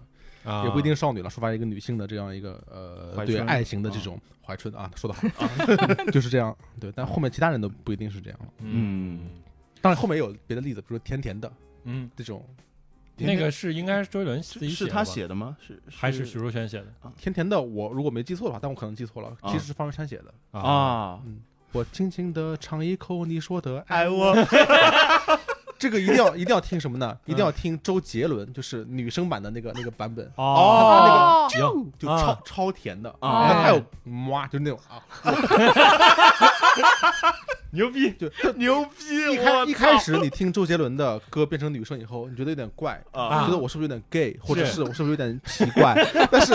[SPEAKER 3] 啊
[SPEAKER 5] 也不一定少女了，抒发一个女性的这样一个呃
[SPEAKER 2] 怀
[SPEAKER 5] 对
[SPEAKER 2] 春
[SPEAKER 5] 爱情的这种怀春啊， 说的好，就是这样。对，但后面其他人都不一定是这样。
[SPEAKER 2] 嗯，
[SPEAKER 5] 当然后面也有别的例子，比如说甜甜的
[SPEAKER 3] 嗯，
[SPEAKER 5] 这种，嗯
[SPEAKER 3] 那个是应该是周杰伦自己
[SPEAKER 2] 是是
[SPEAKER 3] 的
[SPEAKER 2] 他
[SPEAKER 3] 吧
[SPEAKER 2] 写的吗？是
[SPEAKER 3] 还是许茹萱写的
[SPEAKER 5] 甜甜的我如果没记错的话，但我可能记错了，
[SPEAKER 2] 啊
[SPEAKER 5] 其实是方文山写的。
[SPEAKER 2] 啊？
[SPEAKER 5] 嗯，我轻轻的尝一口你说的爱，
[SPEAKER 2] 哎我
[SPEAKER 5] 这个一定要一定要听什么 呢？一定
[SPEAKER 2] 嗯
[SPEAKER 5] 要听周杰伦，就是女生版的那个那个版本，
[SPEAKER 2] 哦
[SPEAKER 4] 哦，
[SPEAKER 3] 有
[SPEAKER 5] 就
[SPEAKER 3] 啊
[SPEAKER 5] 超超甜的
[SPEAKER 2] 啊
[SPEAKER 5] 然后还有哇，就是那种啊，
[SPEAKER 3] 牛逼，
[SPEAKER 5] 就就
[SPEAKER 2] 牛逼！
[SPEAKER 5] 一
[SPEAKER 2] 哎
[SPEAKER 5] 开
[SPEAKER 2] 我操
[SPEAKER 5] 一开始你听周杰伦的歌变成女生以后，你觉得有点怪，
[SPEAKER 2] 啊
[SPEAKER 5] 你觉得我是不是有点 gay，或者
[SPEAKER 3] 是
[SPEAKER 5] 是我是不是有点奇怪？ 但是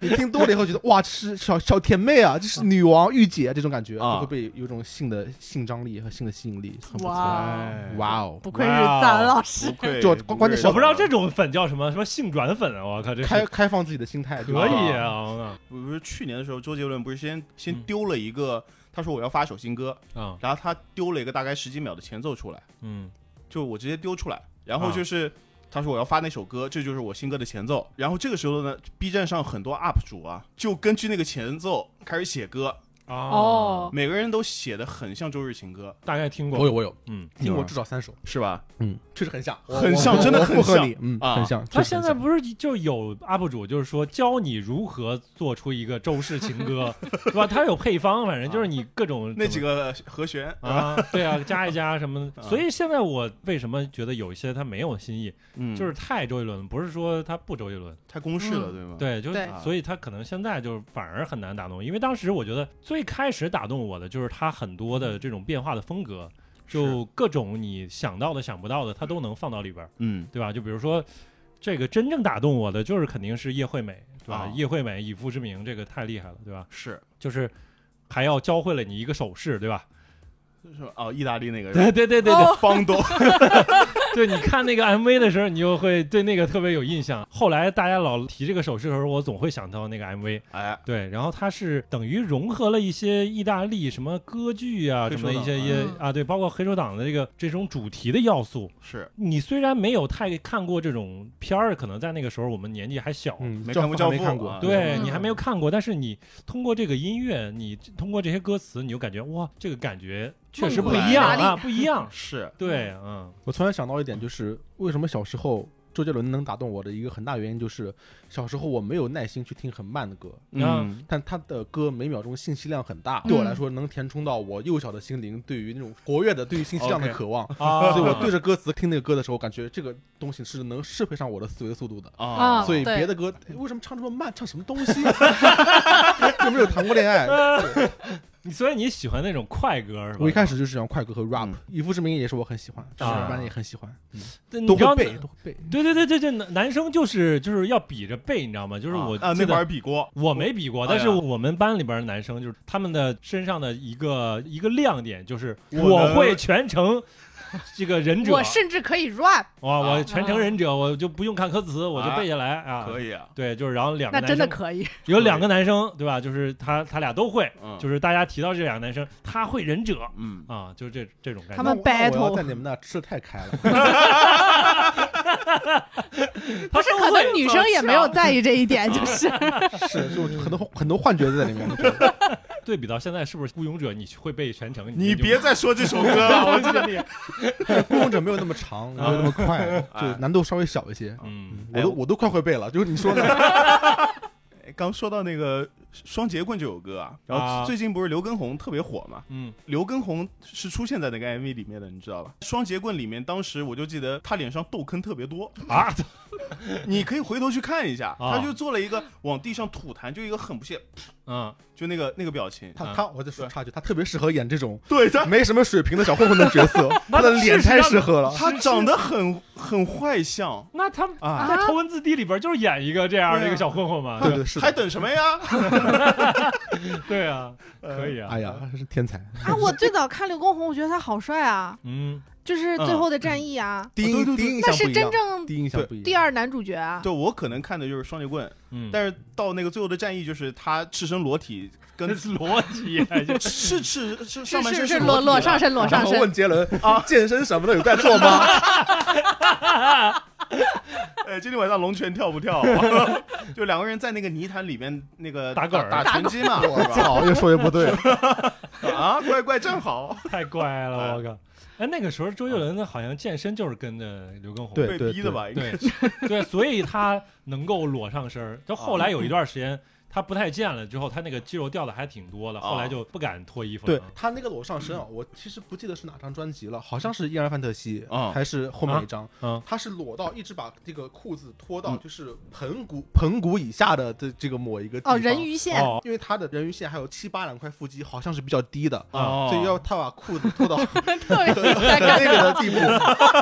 [SPEAKER 5] 你听多了以后，觉得哇，这是小小甜妹啊，这是女王御姐这种感觉，
[SPEAKER 2] 啊
[SPEAKER 5] 就会被有一种性的性张力和性的吸引力。很不错
[SPEAKER 4] 哇，
[SPEAKER 5] 哇哦！
[SPEAKER 4] 不愧是咱老师
[SPEAKER 2] 哎不，愧
[SPEAKER 5] 就
[SPEAKER 2] 不
[SPEAKER 5] 关
[SPEAKER 2] 愧
[SPEAKER 5] 关键是
[SPEAKER 3] 我不知道这种粉叫什么，什么性转粉啊！我靠，这是
[SPEAKER 5] 开开放自己的心态，对吧
[SPEAKER 3] 可以啊！
[SPEAKER 2] 不不是去年的时候，周杰伦不是先先
[SPEAKER 3] 嗯
[SPEAKER 2] 丢了一个，他说我要发首新歌，
[SPEAKER 3] 啊，
[SPEAKER 2] 然后他丢了一个大概十几秒的前奏出来，
[SPEAKER 3] 嗯
[SPEAKER 2] 就我直接丢出来，然后就是。他说我要发那首歌，这就是我新歌的前奏。然后这个时候呢，B 站上很多 UP 主啊，就根据那个前奏开始写歌，
[SPEAKER 3] 啊，
[SPEAKER 4] 哦，
[SPEAKER 2] 每个人都写的很像《周日情歌
[SPEAKER 3] 大概听
[SPEAKER 5] 我
[SPEAKER 3] 过，
[SPEAKER 5] 有我有
[SPEAKER 3] 嗯，
[SPEAKER 5] 听过至少三首，》，
[SPEAKER 2] 是吧？
[SPEAKER 5] 嗯，确实很像，我
[SPEAKER 2] 很像
[SPEAKER 5] 我
[SPEAKER 2] 真的
[SPEAKER 5] 我
[SPEAKER 2] 很
[SPEAKER 5] 附和
[SPEAKER 2] 像
[SPEAKER 5] 你，嗯，
[SPEAKER 2] 啊
[SPEAKER 5] 很像。
[SPEAKER 3] 他
[SPEAKER 5] 确实
[SPEAKER 3] 现
[SPEAKER 5] 很
[SPEAKER 3] 在
[SPEAKER 5] 像
[SPEAKER 3] 不是就有 UP 主就是说教你如何做出一个周氏情歌，对吧？他有配方，反正就是你各种
[SPEAKER 2] 那几
[SPEAKER 3] 个
[SPEAKER 2] 个和弦，
[SPEAKER 3] 啊，对啊，加一加什么的。所以现在我为什么觉得有一些他没有新意，
[SPEAKER 2] 嗯，啊
[SPEAKER 3] 就是太周杰伦，不是说他不周杰伦，
[SPEAKER 2] 太公式了，
[SPEAKER 4] 嗯
[SPEAKER 2] 对吗？
[SPEAKER 3] 对，就是
[SPEAKER 4] 对
[SPEAKER 3] 所以他可能现在就是反而很难打动，因为当时我觉得最开始打动我的就是他很多的这种变化的风格，就各种你想到的、想不到的，他都能放到里边儿，
[SPEAKER 2] 嗯，
[SPEAKER 3] 对吧？就比如说这个真正打动我的，就是肯定是叶惠美，对吧？
[SPEAKER 2] 啊
[SPEAKER 3] 叶惠美以父之名，这个太厉害了，对吧？
[SPEAKER 2] 是
[SPEAKER 3] 就是还要教会了你一个手势，对吧？
[SPEAKER 2] 是吧哦，意大利那个
[SPEAKER 3] 对
[SPEAKER 2] 人
[SPEAKER 3] 对对对对
[SPEAKER 4] 哦
[SPEAKER 2] 方东，
[SPEAKER 3] 对，你看那个 MV 的时候，你就会对那个特别有印象。后来大家老提这个手势的时候，我总会想到那个 MV。
[SPEAKER 2] 哎，
[SPEAKER 3] 对，然后它是等于融合了一些意大利什么歌剧啊，
[SPEAKER 2] 黑
[SPEAKER 3] 什么
[SPEAKER 2] 手
[SPEAKER 3] 一些
[SPEAKER 2] 党
[SPEAKER 3] 一些
[SPEAKER 4] 嗯
[SPEAKER 3] 啊，对，包括黑手党的这个这种主题的要素。
[SPEAKER 2] 是
[SPEAKER 3] 你虽然没有太看过这种片儿，可能在那个时候我们年纪还小，
[SPEAKER 5] 嗯，
[SPEAKER 2] 没
[SPEAKER 5] 教
[SPEAKER 2] 看过
[SPEAKER 5] 还没
[SPEAKER 2] 教父
[SPEAKER 5] 看
[SPEAKER 2] 啊
[SPEAKER 5] 过，
[SPEAKER 3] 对
[SPEAKER 4] 嗯
[SPEAKER 3] 你还没有看过，但是你通过这个音乐，你通过这些歌词，你就感觉哇，这个感觉确实
[SPEAKER 2] 梦
[SPEAKER 3] 不
[SPEAKER 2] 回来
[SPEAKER 3] 一样
[SPEAKER 4] 了
[SPEAKER 3] 啊，不一样。
[SPEAKER 2] 是，
[SPEAKER 3] 对，嗯，
[SPEAKER 5] 我突然想到一点，就是为什么小时候周杰伦能打动我的一个很大原因，就是小时候我没有耐心去听很慢的歌，
[SPEAKER 2] 嗯，
[SPEAKER 5] 但他的歌每秒钟信息量很大，
[SPEAKER 4] 嗯
[SPEAKER 5] 对我来说能填充到我幼小的心灵对于那种活跃的、对于信息量的
[SPEAKER 2] OK
[SPEAKER 5] 渴望。
[SPEAKER 3] 啊
[SPEAKER 5] 所以我对着歌词听那个歌的时候，感觉这个东西是能适配上我的思维速度的。
[SPEAKER 2] 啊
[SPEAKER 4] 啊
[SPEAKER 5] 所以
[SPEAKER 4] 对
[SPEAKER 5] 别的歌哎为什么唱这么慢，唱什么东西？ 有没有谈过恋 爱？
[SPEAKER 3] 你所以你喜欢那种快歌是吧？
[SPEAKER 5] 我一开始就是喜欢快歌和 rap，
[SPEAKER 2] 嗯
[SPEAKER 5] 《以父之名》也是我很喜欢，《
[SPEAKER 3] 啊
[SPEAKER 5] 班班》也很喜欢，都
[SPEAKER 3] 对你知道
[SPEAKER 5] 会背，都会背。
[SPEAKER 3] 对对对对对，男男生就是就是要比着背，你知道吗？就是我
[SPEAKER 2] 啊
[SPEAKER 3] 记
[SPEAKER 2] 那
[SPEAKER 3] 得
[SPEAKER 2] 玩比锅，
[SPEAKER 3] 我没比过，
[SPEAKER 2] 哎
[SPEAKER 3] 但是
[SPEAKER 2] 呀
[SPEAKER 3] 我们班里边的男生就是他们的身上的一个一个亮点就是
[SPEAKER 2] 我
[SPEAKER 3] 我
[SPEAKER 2] 能
[SPEAKER 3] 会全程这个忍者，
[SPEAKER 4] 我甚至可以 rap，
[SPEAKER 3] 哇，我
[SPEAKER 2] 啊
[SPEAKER 3] 全程忍者，我就不用看歌词，我就背下来啊。
[SPEAKER 2] 可以啊，
[SPEAKER 3] 对，就是然后两个
[SPEAKER 4] 那
[SPEAKER 3] 男
[SPEAKER 4] 真的
[SPEAKER 3] 生
[SPEAKER 4] 可以。
[SPEAKER 3] 有两个男生对吧？就是他他俩都会，
[SPEAKER 2] 嗯，
[SPEAKER 3] 就是是大家提到这两个男生，他会忍者
[SPEAKER 2] 嗯，
[SPEAKER 3] 啊，就是这这种感
[SPEAKER 4] 他
[SPEAKER 3] 觉。
[SPEAKER 4] 们
[SPEAKER 5] 那我那我要
[SPEAKER 4] battle
[SPEAKER 5] 在你们那吃的太开了。
[SPEAKER 3] 不
[SPEAKER 4] 是，可能女生也没有在意这一 点，就是
[SPEAKER 5] 是，就很多很多幻觉在里面。
[SPEAKER 3] 对比到现在，是不是孤勇者你会背全程？
[SPEAKER 2] 你
[SPEAKER 3] 就
[SPEAKER 2] 别 再说这首歌了，我真的，
[SPEAKER 5] 孤勇者没有那么长，没有那么快，
[SPEAKER 3] 哎
[SPEAKER 5] 就难度稍微小一些。
[SPEAKER 3] 嗯，
[SPEAKER 5] 我都我都快会背了，就是你 说的
[SPEAKER 2] 哎刚说到那个双截棍这首歌啊，然
[SPEAKER 3] 啊
[SPEAKER 2] 后最近不是刘畊宏特别火嘛，
[SPEAKER 3] 嗯
[SPEAKER 2] 刘畊宏是出现在那个 MV 里面的，你知道吧？双截棍里面，当时我就记得他脸上痘坑特别 多，
[SPEAKER 3] 啊，
[SPEAKER 2] 你可以回头去看一下，他
[SPEAKER 3] 啊
[SPEAKER 2] 就做了一个往地上吐痰，就一个很不屑，
[SPEAKER 3] 嗯，
[SPEAKER 2] 就那个那个表 情。
[SPEAKER 5] 他他，我再说插一句，他特别适合演这种
[SPEAKER 2] 对他，
[SPEAKER 5] 没什么水平的小混混的角 色，他的脸太适合了。
[SPEAKER 2] 他长得很很坏相，
[SPEAKER 3] 那他们
[SPEAKER 2] 啊
[SPEAKER 3] 在《头文字 D》里边就是演一个这样的一个小混混嘛，
[SPEAKER 5] 对啊对是
[SPEAKER 2] 还
[SPEAKER 5] 的，
[SPEAKER 2] 等什么呀？
[SPEAKER 3] 对啊， 可以啊
[SPEAKER 5] 哎，呀，他是天才。
[SPEAKER 4] 啊，我最早看刘畊宏，我觉得他好帅啊，
[SPEAKER 3] 嗯，
[SPEAKER 4] 就是最后的战役啊，
[SPEAKER 5] 第一
[SPEAKER 2] 对对对
[SPEAKER 5] 第一印
[SPEAKER 4] 那
[SPEAKER 5] 象不
[SPEAKER 4] 是
[SPEAKER 5] 一
[SPEAKER 4] 真
[SPEAKER 5] 样，
[SPEAKER 4] 正
[SPEAKER 5] 第一印象不一
[SPEAKER 4] 第
[SPEAKER 5] 样。
[SPEAKER 4] 二男主角啊。
[SPEAKER 2] 呃对我可能看的就是双截棍，
[SPEAKER 3] 嗯
[SPEAKER 2] 但是到那个最后的战役，就是他赤身裸体跟
[SPEAKER 3] 这是逻辑， 就是
[SPEAKER 2] 是是上
[SPEAKER 4] 是
[SPEAKER 2] 半
[SPEAKER 4] 是
[SPEAKER 2] 身
[SPEAKER 4] 是
[SPEAKER 2] 裸
[SPEAKER 4] 裸
[SPEAKER 2] 体
[SPEAKER 4] 裸
[SPEAKER 2] 的
[SPEAKER 4] 上身裸
[SPEAKER 5] 然
[SPEAKER 4] 上
[SPEAKER 5] 后
[SPEAKER 4] 身，
[SPEAKER 5] 问杰伦啊，健身什么的有在做吗？
[SPEAKER 2] 呃，今天晚上龙泉跳不跳？ 就两个人在那个泥潭里边那个
[SPEAKER 3] 打滚儿
[SPEAKER 2] 打打拳击嘛，
[SPEAKER 5] 我
[SPEAKER 2] 是吧？
[SPEAKER 5] 操，越说越不对。
[SPEAKER 2] 啊，乖乖站好，
[SPEAKER 3] 太怪了，我靠！哎，那个时候周杰伦好像健身就是跟着刘畊宏，
[SPEAKER 5] 对
[SPEAKER 2] 被逼的吧？应该
[SPEAKER 3] 对对，所以他能够裸上身儿。就后来有一段时间他不太健了，之后他那个肌肉掉的还挺多的，后来就不敢脱衣服了。
[SPEAKER 5] 哦对他那个裸上身啊，我其实不记得是哪张专辑了，好像是《依然范特西》
[SPEAKER 2] 嗯
[SPEAKER 5] 还是后面一张。
[SPEAKER 3] 嗯
[SPEAKER 5] 他是裸到一直把这个裤子脱到
[SPEAKER 2] 嗯
[SPEAKER 5] 就是盆骨盆骨以下的这这个某一个地
[SPEAKER 4] 哦，
[SPEAKER 5] 方
[SPEAKER 4] 人。鱼线，
[SPEAKER 3] 哦，
[SPEAKER 5] 因为他的人鱼线还有七八两块腹肌，好像是比较低的，
[SPEAKER 3] 啊
[SPEAKER 2] 哦
[SPEAKER 5] 所以要他把裤子 脱到
[SPEAKER 4] 特别 在
[SPEAKER 5] 那
[SPEAKER 4] 干
[SPEAKER 5] 个的地步。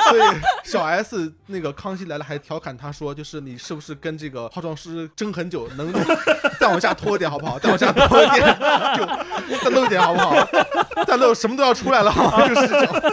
[SPEAKER 5] 所以小 S 那个《康熙来了》还调侃他说，就是你是不是跟这个化妆师争很久，能 再往下拖点好不好？再往下拖点，就再露点好不好？再露什么都要出来了，好吗就是这种。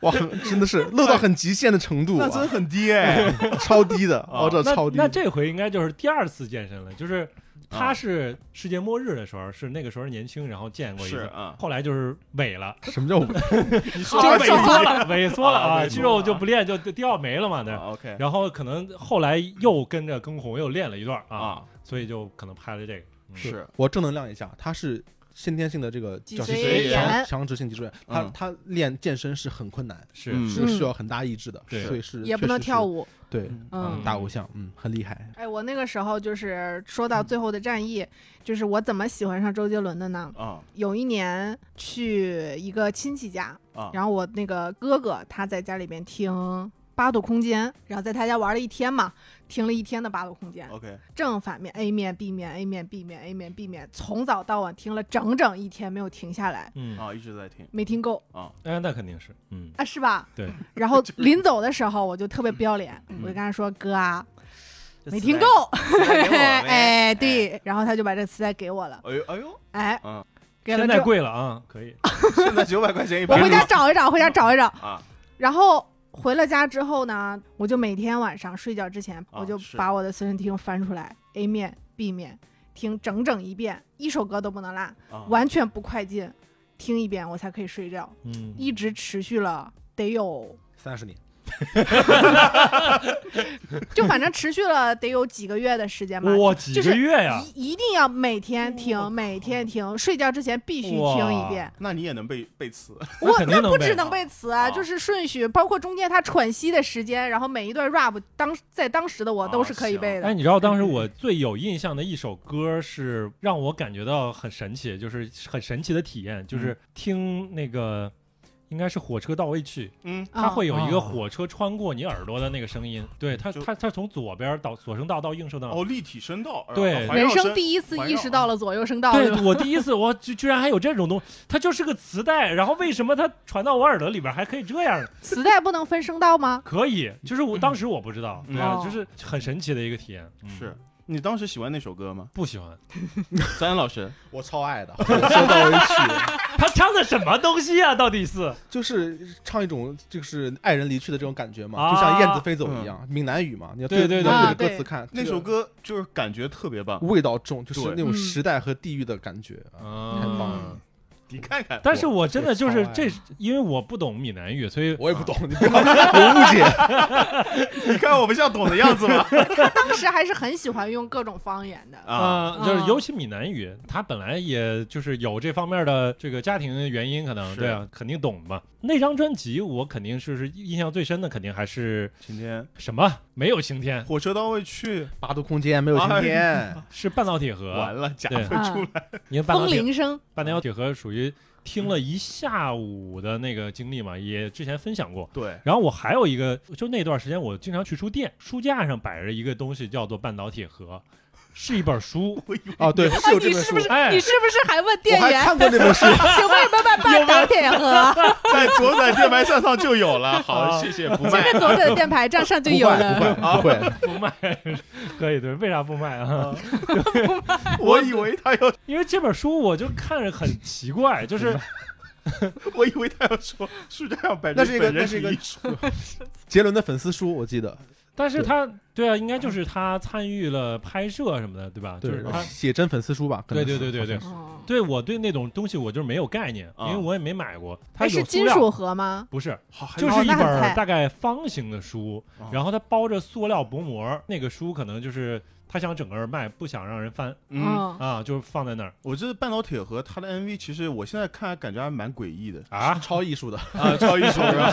[SPEAKER 5] 哇，很真的是露到很极限的程度、
[SPEAKER 2] 那
[SPEAKER 5] 啊，
[SPEAKER 2] 真很低 哎，
[SPEAKER 5] 超低的，
[SPEAKER 2] 啊
[SPEAKER 5] 哦，这超低
[SPEAKER 3] 那。那这回应该就是第二次健身了，就是他是世界末日的时候，是那个时候年轻，然后健过一
[SPEAKER 2] 是
[SPEAKER 3] 次，
[SPEAKER 2] 啊，
[SPEAKER 3] 后来就是萎了，
[SPEAKER 5] 什么叫我？
[SPEAKER 3] 就
[SPEAKER 4] 好
[SPEAKER 3] 是
[SPEAKER 4] 手
[SPEAKER 3] 萎缩了，萎缩了
[SPEAKER 2] 啊萎缩
[SPEAKER 3] 啊，
[SPEAKER 2] 了
[SPEAKER 3] 肌肉就不练就掉没了嘛，那。
[SPEAKER 2] 啊 OK
[SPEAKER 3] 然后可能后来又跟着更红又练了一段啊，
[SPEAKER 2] 啊，
[SPEAKER 3] 所以就可能拍了这个。嗯
[SPEAKER 2] 是
[SPEAKER 5] 我正能量一下，他是先天性的这个
[SPEAKER 4] 脊
[SPEAKER 5] 叫
[SPEAKER 4] 髓
[SPEAKER 2] 炎
[SPEAKER 5] 强强直性脊髓炎，他
[SPEAKER 2] 嗯
[SPEAKER 5] 他练健身是很困难，
[SPEAKER 3] 是
[SPEAKER 2] 嗯
[SPEAKER 5] 是需要很大意志的，
[SPEAKER 3] 对
[SPEAKER 5] 所以是
[SPEAKER 4] 也不能跳
[SPEAKER 5] 舞，
[SPEAKER 4] 舞，
[SPEAKER 5] 对，
[SPEAKER 4] 嗯。
[SPEAKER 5] 打偶像，嗯，很厉害。
[SPEAKER 4] 哎，我那个时候就是说到最后的战役，就是我怎么喜欢上周杰伦的呢？
[SPEAKER 2] 啊
[SPEAKER 4] 有一年去一个亲戚家，
[SPEAKER 2] 啊
[SPEAKER 4] 然后我那个哥哥他在家里面听八度空间，然后在他家玩了一天嘛，听了一天的八度空间，
[SPEAKER 2] ，OK
[SPEAKER 4] 正反面 A 面 B 面 A 面 B 面 A 面 B 面，从早到晚听了整整一天，没有停下来，
[SPEAKER 3] 嗯，
[SPEAKER 2] 啊，一直在听
[SPEAKER 4] 没听够
[SPEAKER 2] 啊，
[SPEAKER 3] 哎，那肯定是，嗯，
[SPEAKER 4] 啊，是吧？
[SPEAKER 3] 对。
[SPEAKER 4] 然后临走的时候，我就特别不要脸，
[SPEAKER 2] 嗯
[SPEAKER 4] 我就跟他说：“哥啊， 没听够。”
[SPEAKER 2] 这磁带给我呗，
[SPEAKER 4] 哎，对，然后他就把这磁带给我了，
[SPEAKER 2] 哎呦哎呦，
[SPEAKER 4] 哎，
[SPEAKER 2] 嗯
[SPEAKER 4] 给了
[SPEAKER 3] 现
[SPEAKER 4] 之
[SPEAKER 3] 在
[SPEAKER 4] 后，
[SPEAKER 3] 贵了啊，可以。
[SPEAKER 2] 现在九百块钱一
[SPEAKER 4] 我
[SPEAKER 2] 盘
[SPEAKER 4] 回家找一找，回家找一找，
[SPEAKER 2] 啊，
[SPEAKER 4] 然后。回了家之后呢，我就每天晚上睡觉之前，
[SPEAKER 2] 啊
[SPEAKER 4] 我就是把我的随身听翻出来，A 面、B 面听整整一遍，一首歌都不能落，
[SPEAKER 2] 啊
[SPEAKER 4] 完全不快进，听一遍我才可以睡觉，
[SPEAKER 3] 嗯，
[SPEAKER 4] 一直持续了得有，
[SPEAKER 5] 三十年，
[SPEAKER 4] 就反正持续了得有几个月的时间吧，
[SPEAKER 3] 哇，几
[SPEAKER 4] 就是
[SPEAKER 3] 个月呀，
[SPEAKER 4] 一一定要每天
[SPEAKER 2] 我
[SPEAKER 4] 听，每天听，睡觉之前必须
[SPEAKER 3] 哇
[SPEAKER 4] 听一遍。
[SPEAKER 2] 那你也能背背词
[SPEAKER 3] 那
[SPEAKER 4] 我
[SPEAKER 3] 肯定
[SPEAKER 4] 那
[SPEAKER 3] 能
[SPEAKER 4] 不
[SPEAKER 3] 背
[SPEAKER 4] 只能背词
[SPEAKER 2] 啊
[SPEAKER 4] 啊，就是顺序，包括中间他喘息的时间，然后每一段 rap，当在当时的我都
[SPEAKER 2] 啊
[SPEAKER 4] 是可以
[SPEAKER 2] 行
[SPEAKER 4] 背的。
[SPEAKER 3] 哎，你知道当时我最有印象的一首歌是让我感觉到很神奇，就是很神奇的体
[SPEAKER 2] 嗯
[SPEAKER 3] 验，就是听那个应该是火车到位去，
[SPEAKER 2] 嗯
[SPEAKER 4] 啊
[SPEAKER 3] 它会有一个
[SPEAKER 5] 哦
[SPEAKER 3] 火车穿过你耳朵的那个声音，对它
[SPEAKER 2] 哦就
[SPEAKER 3] 它它从左边到左声道到右
[SPEAKER 5] 嗯
[SPEAKER 3] 声道。
[SPEAKER 2] 哦，立体声道，
[SPEAKER 3] 对
[SPEAKER 2] 然后环
[SPEAKER 4] 人
[SPEAKER 2] 绕
[SPEAKER 4] 生第一次
[SPEAKER 2] 环
[SPEAKER 4] 意
[SPEAKER 2] 绕
[SPEAKER 4] 识到了左右声道，
[SPEAKER 3] 对
[SPEAKER 4] 是吧
[SPEAKER 3] 我第一次，我居居然还有这种东西，它就是个磁带，然后为什么它传到我耳朵里边还可以这样？
[SPEAKER 4] 磁带不能分声道吗？
[SPEAKER 3] 可以，就是我当时我不知道，对啊，
[SPEAKER 4] 哦
[SPEAKER 3] 就是很神奇的一个体验。嗯？
[SPEAKER 2] 嗯是你当时喜欢那首歌吗
[SPEAKER 3] 不喜欢
[SPEAKER 2] 三安老师
[SPEAKER 5] 我超爱的，从到尾曲，
[SPEAKER 3] 他唱的什么东西啊？到底是
[SPEAKER 5] 就是唱一种就是爱人离去的这种感觉嘛，
[SPEAKER 3] 啊
[SPEAKER 5] 就像燕子飞走一样，闽南语嘛，你要
[SPEAKER 3] 对对
[SPEAKER 5] 嗯对
[SPEAKER 4] 对
[SPEAKER 5] 着
[SPEAKER 4] 对
[SPEAKER 5] 歌词看
[SPEAKER 2] 那首。歌，就是感觉特别棒
[SPEAKER 5] 这。个味道重，就是
[SPEAKER 2] 对
[SPEAKER 5] 那种
[SPEAKER 4] 嗯
[SPEAKER 5] 时代和地域的感觉，
[SPEAKER 3] 啊
[SPEAKER 5] 太
[SPEAKER 2] 嗯
[SPEAKER 5] 棒
[SPEAKER 4] 哦
[SPEAKER 5] 了！
[SPEAKER 2] 你看看，
[SPEAKER 3] 但是我真的就是
[SPEAKER 5] 我
[SPEAKER 3] 这，因为我不懂闽南语，所以
[SPEAKER 5] 我也不 懂，你不要有误解。
[SPEAKER 2] 你看我们像懂的样 子吗？
[SPEAKER 4] 当时还是很喜欢用各种方言的。
[SPEAKER 5] 嗯
[SPEAKER 2] 啊，
[SPEAKER 3] 啊，就是尤其闽南语，他本来也就是有这方面的这个家庭原因，可能
[SPEAKER 2] 是
[SPEAKER 3] 对啊，肯定懂嘛。那张专辑我肯定是是印象最深的，肯定还是
[SPEAKER 2] 晴天
[SPEAKER 3] 什么没有晴天，
[SPEAKER 2] 火车到位去，
[SPEAKER 5] 八度空间没有晴天，
[SPEAKER 3] 是半岛铁
[SPEAKER 2] 完
[SPEAKER 3] 盒。
[SPEAKER 2] 了假
[SPEAKER 3] 对
[SPEAKER 2] 分出
[SPEAKER 4] 嗯
[SPEAKER 2] 来，
[SPEAKER 3] 因为半岛
[SPEAKER 4] 啊风
[SPEAKER 3] 铁
[SPEAKER 4] 铃声，
[SPEAKER 3] 半岛铁盒属于听了一下午的那个经历嘛，也之前分享过。
[SPEAKER 2] 对，。
[SPEAKER 3] 然后我还有一个，就那段时间我经常去书店，书架上摆着一个东西叫做《半岛铁盒》，是一本书
[SPEAKER 2] 我以为
[SPEAKER 5] 哦， 对，是
[SPEAKER 4] 哎，
[SPEAKER 5] 有这
[SPEAKER 4] 你
[SPEAKER 5] 本
[SPEAKER 4] 是
[SPEAKER 5] 书
[SPEAKER 4] 不，是
[SPEAKER 3] 哎
[SPEAKER 4] 你是不是还问
[SPEAKER 5] 我
[SPEAKER 4] 店
[SPEAKER 5] 还
[SPEAKER 4] 员？
[SPEAKER 5] 看过那本书。
[SPEAKER 4] 请问卖卖卖打铁盒？
[SPEAKER 2] 在左转电白站上就有了。好，
[SPEAKER 3] 啊
[SPEAKER 2] 谢 谢，不
[SPEAKER 4] 前
[SPEAKER 2] 卖
[SPEAKER 4] 面左转的电牌站上就有
[SPEAKER 5] 不
[SPEAKER 4] 了。
[SPEAKER 5] 会，不会，
[SPEAKER 3] 不卖，可以对，为啥不卖啊？
[SPEAKER 2] 我以为他要，
[SPEAKER 3] 因为这本书我就看着很奇怪，就是
[SPEAKER 2] 我以为他要说书架上摆着
[SPEAKER 5] 那是一个
[SPEAKER 2] 本人
[SPEAKER 5] 那是一个
[SPEAKER 2] 体艺术
[SPEAKER 3] 啊
[SPEAKER 5] 杰伦的粉丝书，我记得
[SPEAKER 3] 但是
[SPEAKER 5] 对
[SPEAKER 3] 他对啊，应该就是他参与了拍摄什么的，对吧？就是
[SPEAKER 5] 然后
[SPEAKER 3] 他
[SPEAKER 5] 写真粉丝书吧？可能
[SPEAKER 3] 对对
[SPEAKER 5] 是
[SPEAKER 3] 对对
[SPEAKER 5] 好像是
[SPEAKER 4] 哦，
[SPEAKER 3] 对我对那种东西我就是没有概念，
[SPEAKER 2] 啊哦
[SPEAKER 3] 因为我也没买过。它
[SPEAKER 4] 哎，是
[SPEAKER 3] 有塑
[SPEAKER 4] 金
[SPEAKER 3] 料
[SPEAKER 4] 属盒吗？
[SPEAKER 3] 不是，
[SPEAKER 2] 好，还
[SPEAKER 3] 就
[SPEAKER 2] 有
[SPEAKER 3] 是一
[SPEAKER 4] 那
[SPEAKER 3] 本
[SPEAKER 4] 很菜
[SPEAKER 3] 儿大概方形的书
[SPEAKER 2] 啊，
[SPEAKER 3] 然后它包着塑料薄膜。那个书可能就是他想整个卖，不想让人翻
[SPEAKER 2] 嗯，
[SPEAKER 4] 嗯，
[SPEAKER 3] 啊，就是放在那儿
[SPEAKER 2] 我这半岛铁盒它的 MV 其实我现在看感觉还蛮诡异的
[SPEAKER 3] 啊。
[SPEAKER 5] 超艺术的，
[SPEAKER 2] 啊，超艺术是吧？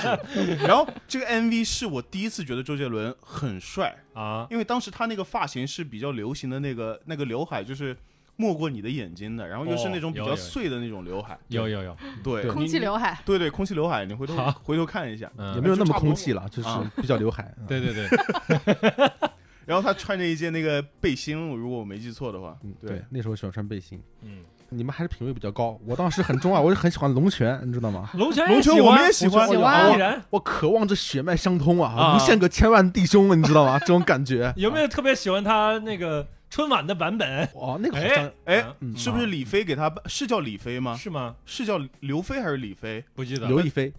[SPEAKER 2] 然后这个 MV 是我第一次觉得周杰伦很帅，
[SPEAKER 3] 啊，
[SPEAKER 2] 因为当时他那个发型是比较流行的那个那个刘海，就是没过你的眼睛的，然后又是那种比
[SPEAKER 3] 哦有
[SPEAKER 2] 较
[SPEAKER 3] 有
[SPEAKER 2] 碎的那种刘海，
[SPEAKER 3] 有有有，
[SPEAKER 5] 对
[SPEAKER 2] 对，你
[SPEAKER 4] 空气，刘海
[SPEAKER 2] 你对对，空气刘海，你回头
[SPEAKER 3] 好
[SPEAKER 2] 回头看一下。
[SPEAKER 3] 嗯，
[SPEAKER 5] 也没有那么
[SPEAKER 2] 就差不多
[SPEAKER 5] 空气了，就是
[SPEAKER 2] 啊
[SPEAKER 5] 比较刘海。嗯
[SPEAKER 3] 对对对，
[SPEAKER 2] 然后他穿着一件那个背心，如果我没记错的话，
[SPEAKER 5] 嗯，
[SPEAKER 2] 对
[SPEAKER 5] 对，那时候喜欢穿背心。
[SPEAKER 3] 嗯，
[SPEAKER 5] 你们还是品味比较高，我当时很中二，我就很喜欢龙泉，你知道吗？
[SPEAKER 3] 龙泉啊
[SPEAKER 2] 龙泉
[SPEAKER 3] 也
[SPEAKER 2] 我们也喜
[SPEAKER 3] 喜
[SPEAKER 2] 欢
[SPEAKER 4] 喜
[SPEAKER 3] 欢
[SPEAKER 4] 欢啊
[SPEAKER 3] 当然。
[SPEAKER 5] 我渴望着血脉相通啊，
[SPEAKER 3] 啊
[SPEAKER 5] 无限个千万弟兄，你知道吗？这种感 觉。
[SPEAKER 3] 有没有特别喜欢他那个春晚的版本？
[SPEAKER 5] 哦，那个好像
[SPEAKER 3] 哎
[SPEAKER 2] 哎
[SPEAKER 5] 嗯
[SPEAKER 2] 是不是李飞给他是叫李飞
[SPEAKER 3] 啊
[SPEAKER 2] 吗？
[SPEAKER 3] 是吗？
[SPEAKER 2] 是叫刘飞还是李飞？
[SPEAKER 3] 不记得
[SPEAKER 5] 刘
[SPEAKER 3] 了。
[SPEAKER 5] 亦菲，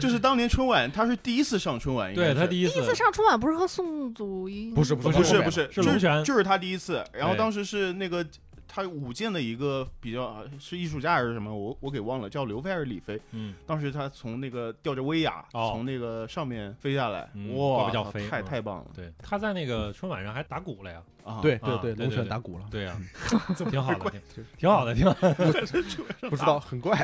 [SPEAKER 2] 就是当年春晚，他是第一次上春晚，应该
[SPEAKER 3] 对
[SPEAKER 2] 是
[SPEAKER 3] 他第一
[SPEAKER 4] 第一次上春晚不是和宋祖英？
[SPEAKER 5] 不是不
[SPEAKER 3] 不
[SPEAKER 2] 不
[SPEAKER 3] 是
[SPEAKER 2] 是
[SPEAKER 5] 后
[SPEAKER 2] 不
[SPEAKER 5] 面
[SPEAKER 2] 是，
[SPEAKER 3] 是
[SPEAKER 2] 就
[SPEAKER 3] 龙泉哎
[SPEAKER 2] 就是他第一次。然后
[SPEAKER 3] 对
[SPEAKER 2] 当时是那个他舞剑的一个比较是艺术家还是什么，我我给忘了，叫刘飞还是李飞。
[SPEAKER 3] 嗯，
[SPEAKER 2] 当时他从那个吊着威亚、
[SPEAKER 3] 哦
[SPEAKER 2] 从那个上面飞下来，
[SPEAKER 3] 嗯怪
[SPEAKER 2] 哇，
[SPEAKER 3] 不叫飞
[SPEAKER 2] 太
[SPEAKER 3] 嗯
[SPEAKER 2] 太棒了
[SPEAKER 3] 对，他在那个春晚上还打鼓了呀。
[SPEAKER 2] 啊！
[SPEAKER 5] 对
[SPEAKER 3] 啊
[SPEAKER 5] 对对，
[SPEAKER 3] 对对
[SPEAKER 5] 龙泉
[SPEAKER 3] 对
[SPEAKER 5] 打鼓 了，
[SPEAKER 3] 对呀，啊挺 好的，挺
[SPEAKER 5] 就是
[SPEAKER 3] 挺好的，挺好的。
[SPEAKER 5] 不知道很怪，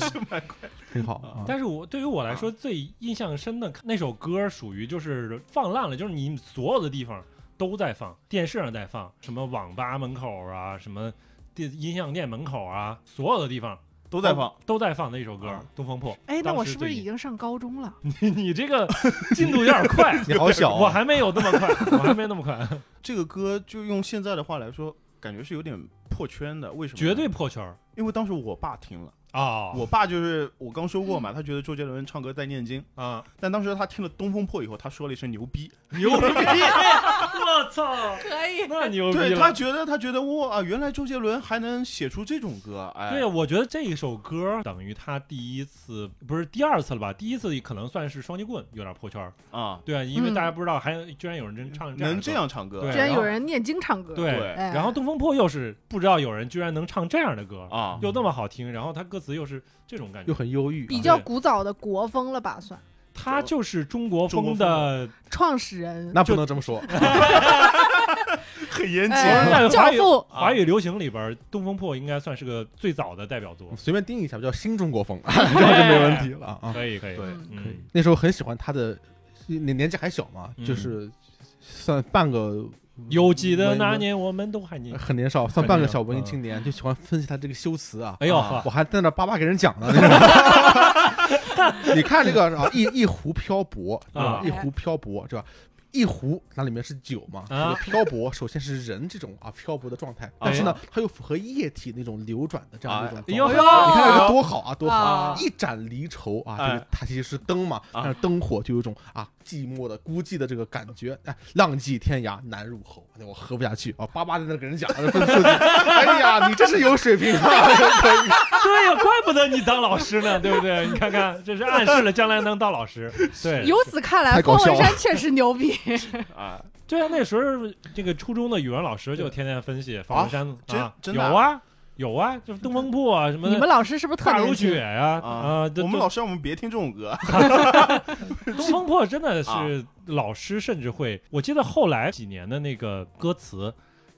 [SPEAKER 5] 很好啊。，
[SPEAKER 3] 但是我对于我来说，最印象深的那首歌属于就是放烂了，就是你所有的地方都在放，电视上在放，什么网吧门口啊，什么电音像店门口啊，所有的地方
[SPEAKER 2] 都
[SPEAKER 3] 哦
[SPEAKER 2] 在放，
[SPEAKER 3] 都在放的一首歌《
[SPEAKER 2] 啊
[SPEAKER 3] 东风破》。
[SPEAKER 4] 哎，那
[SPEAKER 3] 当
[SPEAKER 4] 我
[SPEAKER 3] 时嗯
[SPEAKER 4] 是不是
[SPEAKER 3] 对
[SPEAKER 4] 已经上高中了？
[SPEAKER 3] 你你这个进度有点快
[SPEAKER 5] 你好小
[SPEAKER 3] 我
[SPEAKER 5] 啊，
[SPEAKER 3] 还没有那么快，我还没那么快，
[SPEAKER 2] 这个歌就用现在的话来说，感觉是有点破圈的。为什么？
[SPEAKER 3] 绝对，破圈儿
[SPEAKER 2] 因为当时我爸听了，
[SPEAKER 3] 啊！
[SPEAKER 2] 我爸就是我刚说过 嘛，他觉得周杰伦唱歌在念经，
[SPEAKER 3] 啊，
[SPEAKER 2] 但当时他听了《东风破》以后，他说了一声牛逼，
[SPEAKER 3] 牛逼！我操，
[SPEAKER 4] 可以，
[SPEAKER 3] 那牛逼
[SPEAKER 2] 对
[SPEAKER 3] 了
[SPEAKER 2] 他！觉得他觉得哇、啊原来周杰伦还能写出这种歌，哎，
[SPEAKER 3] 对，啊我觉得这一首歌等于他第一次，不是第二次了吧？第一次可能算是双截棍有点破圈儿，
[SPEAKER 2] 啊，
[SPEAKER 3] 对啊，因为
[SPEAKER 4] 嗯
[SPEAKER 3] 大家不知道还有居然有人真唱
[SPEAKER 2] 能这
[SPEAKER 3] 这样
[SPEAKER 2] 样唱歌，
[SPEAKER 3] 对
[SPEAKER 4] 居然
[SPEAKER 3] 然
[SPEAKER 4] 有
[SPEAKER 3] 后
[SPEAKER 4] 人念经唱歌，
[SPEAKER 3] 的歌对。
[SPEAKER 2] 对
[SPEAKER 4] 哎
[SPEAKER 3] 然后《东风破》又是不知道有人居然能唱这样的歌，
[SPEAKER 2] 啊，
[SPEAKER 3] 又那么好听，然后他歌词又是这种感
[SPEAKER 5] 又
[SPEAKER 3] 觉，
[SPEAKER 5] 很忧郁啊，
[SPEAKER 4] 比较古早的国风了吧，算
[SPEAKER 3] 他就是中国
[SPEAKER 2] 中国
[SPEAKER 3] 风的
[SPEAKER 4] 创始人，
[SPEAKER 5] 那不能这么 说，
[SPEAKER 2] 很严谨
[SPEAKER 4] 哎，
[SPEAKER 3] 那
[SPEAKER 4] 教
[SPEAKER 3] 华语
[SPEAKER 4] 父，
[SPEAKER 2] 啊
[SPEAKER 3] 华语流行里边，《东风破》应该算是个最早的代表作
[SPEAKER 5] 你，随便定义一下叫新中国 风，这样就没问题了啊。
[SPEAKER 3] 可以可以，
[SPEAKER 2] 对
[SPEAKER 4] 嗯
[SPEAKER 3] 嗯
[SPEAKER 5] 那时候很喜欢他的，年年纪还小嘛，就是算半个
[SPEAKER 3] 有记得那
[SPEAKER 5] 文
[SPEAKER 3] 年嗯我们都还年
[SPEAKER 5] 艺，
[SPEAKER 2] 哎
[SPEAKER 5] 很年少，算半个小文艺青年，就喜欢分析他这个修辞啊。
[SPEAKER 3] 哎呦
[SPEAKER 2] 啊
[SPEAKER 3] 呵，
[SPEAKER 5] 我还在那叭叭给人讲呢。那 种 你看这个啊，一一壶漂泊
[SPEAKER 3] 啊
[SPEAKER 5] 一壶漂泊，对吧？一壶那里面是酒嘛，这
[SPEAKER 3] 啊
[SPEAKER 5] 个漂泊首先是人这种啊漂泊的状态，但是呢，它又符合液体那种流转的这样的一种
[SPEAKER 3] 哎
[SPEAKER 5] 状
[SPEAKER 3] 呦
[SPEAKER 5] 态。
[SPEAKER 3] 呵，
[SPEAKER 5] 你看这个多好啊，多好！
[SPEAKER 4] 啊
[SPEAKER 5] 一盏离愁啊，
[SPEAKER 2] 哎
[SPEAKER 5] 这个它其实是灯嘛，
[SPEAKER 2] 啊
[SPEAKER 5] 但是灯火就有一种啊寂寞的、孤寂的这个感觉。哎，浪迹天涯难入喉，哎我喝不下去啊！叭叭在那给人讲，分数据 哎呀，你真是有水平啊！
[SPEAKER 3] 对呀，怪不得你当老师呢，对不对？你看看，这是暗示了将来能当 老师。对，
[SPEAKER 4] 由此看来，
[SPEAKER 5] 太搞
[SPEAKER 4] 方
[SPEAKER 5] 笑
[SPEAKER 4] 文
[SPEAKER 5] 了
[SPEAKER 4] 山确实牛逼，
[SPEAKER 2] 啊，
[SPEAKER 3] 对啊，那时候这个初中的语文老师就天天分析方文山
[SPEAKER 2] 真
[SPEAKER 3] 啊，
[SPEAKER 2] 真
[SPEAKER 3] 有
[SPEAKER 2] 的啊
[SPEAKER 3] 啊有啊，就是东风破啊什么
[SPEAKER 4] 你们
[SPEAKER 3] 的。
[SPEAKER 4] 老师是不是特
[SPEAKER 3] 大
[SPEAKER 4] 年
[SPEAKER 3] 如
[SPEAKER 4] 轻
[SPEAKER 3] 雪？呀
[SPEAKER 2] 啊
[SPEAKER 3] 啊！
[SPEAKER 2] 我们老
[SPEAKER 3] 师
[SPEAKER 2] 师让我们别听这种 歌，
[SPEAKER 3] 东风破真的是
[SPEAKER 2] 啊
[SPEAKER 3] 老师，甚至会，我记得后来几年的那个歌词，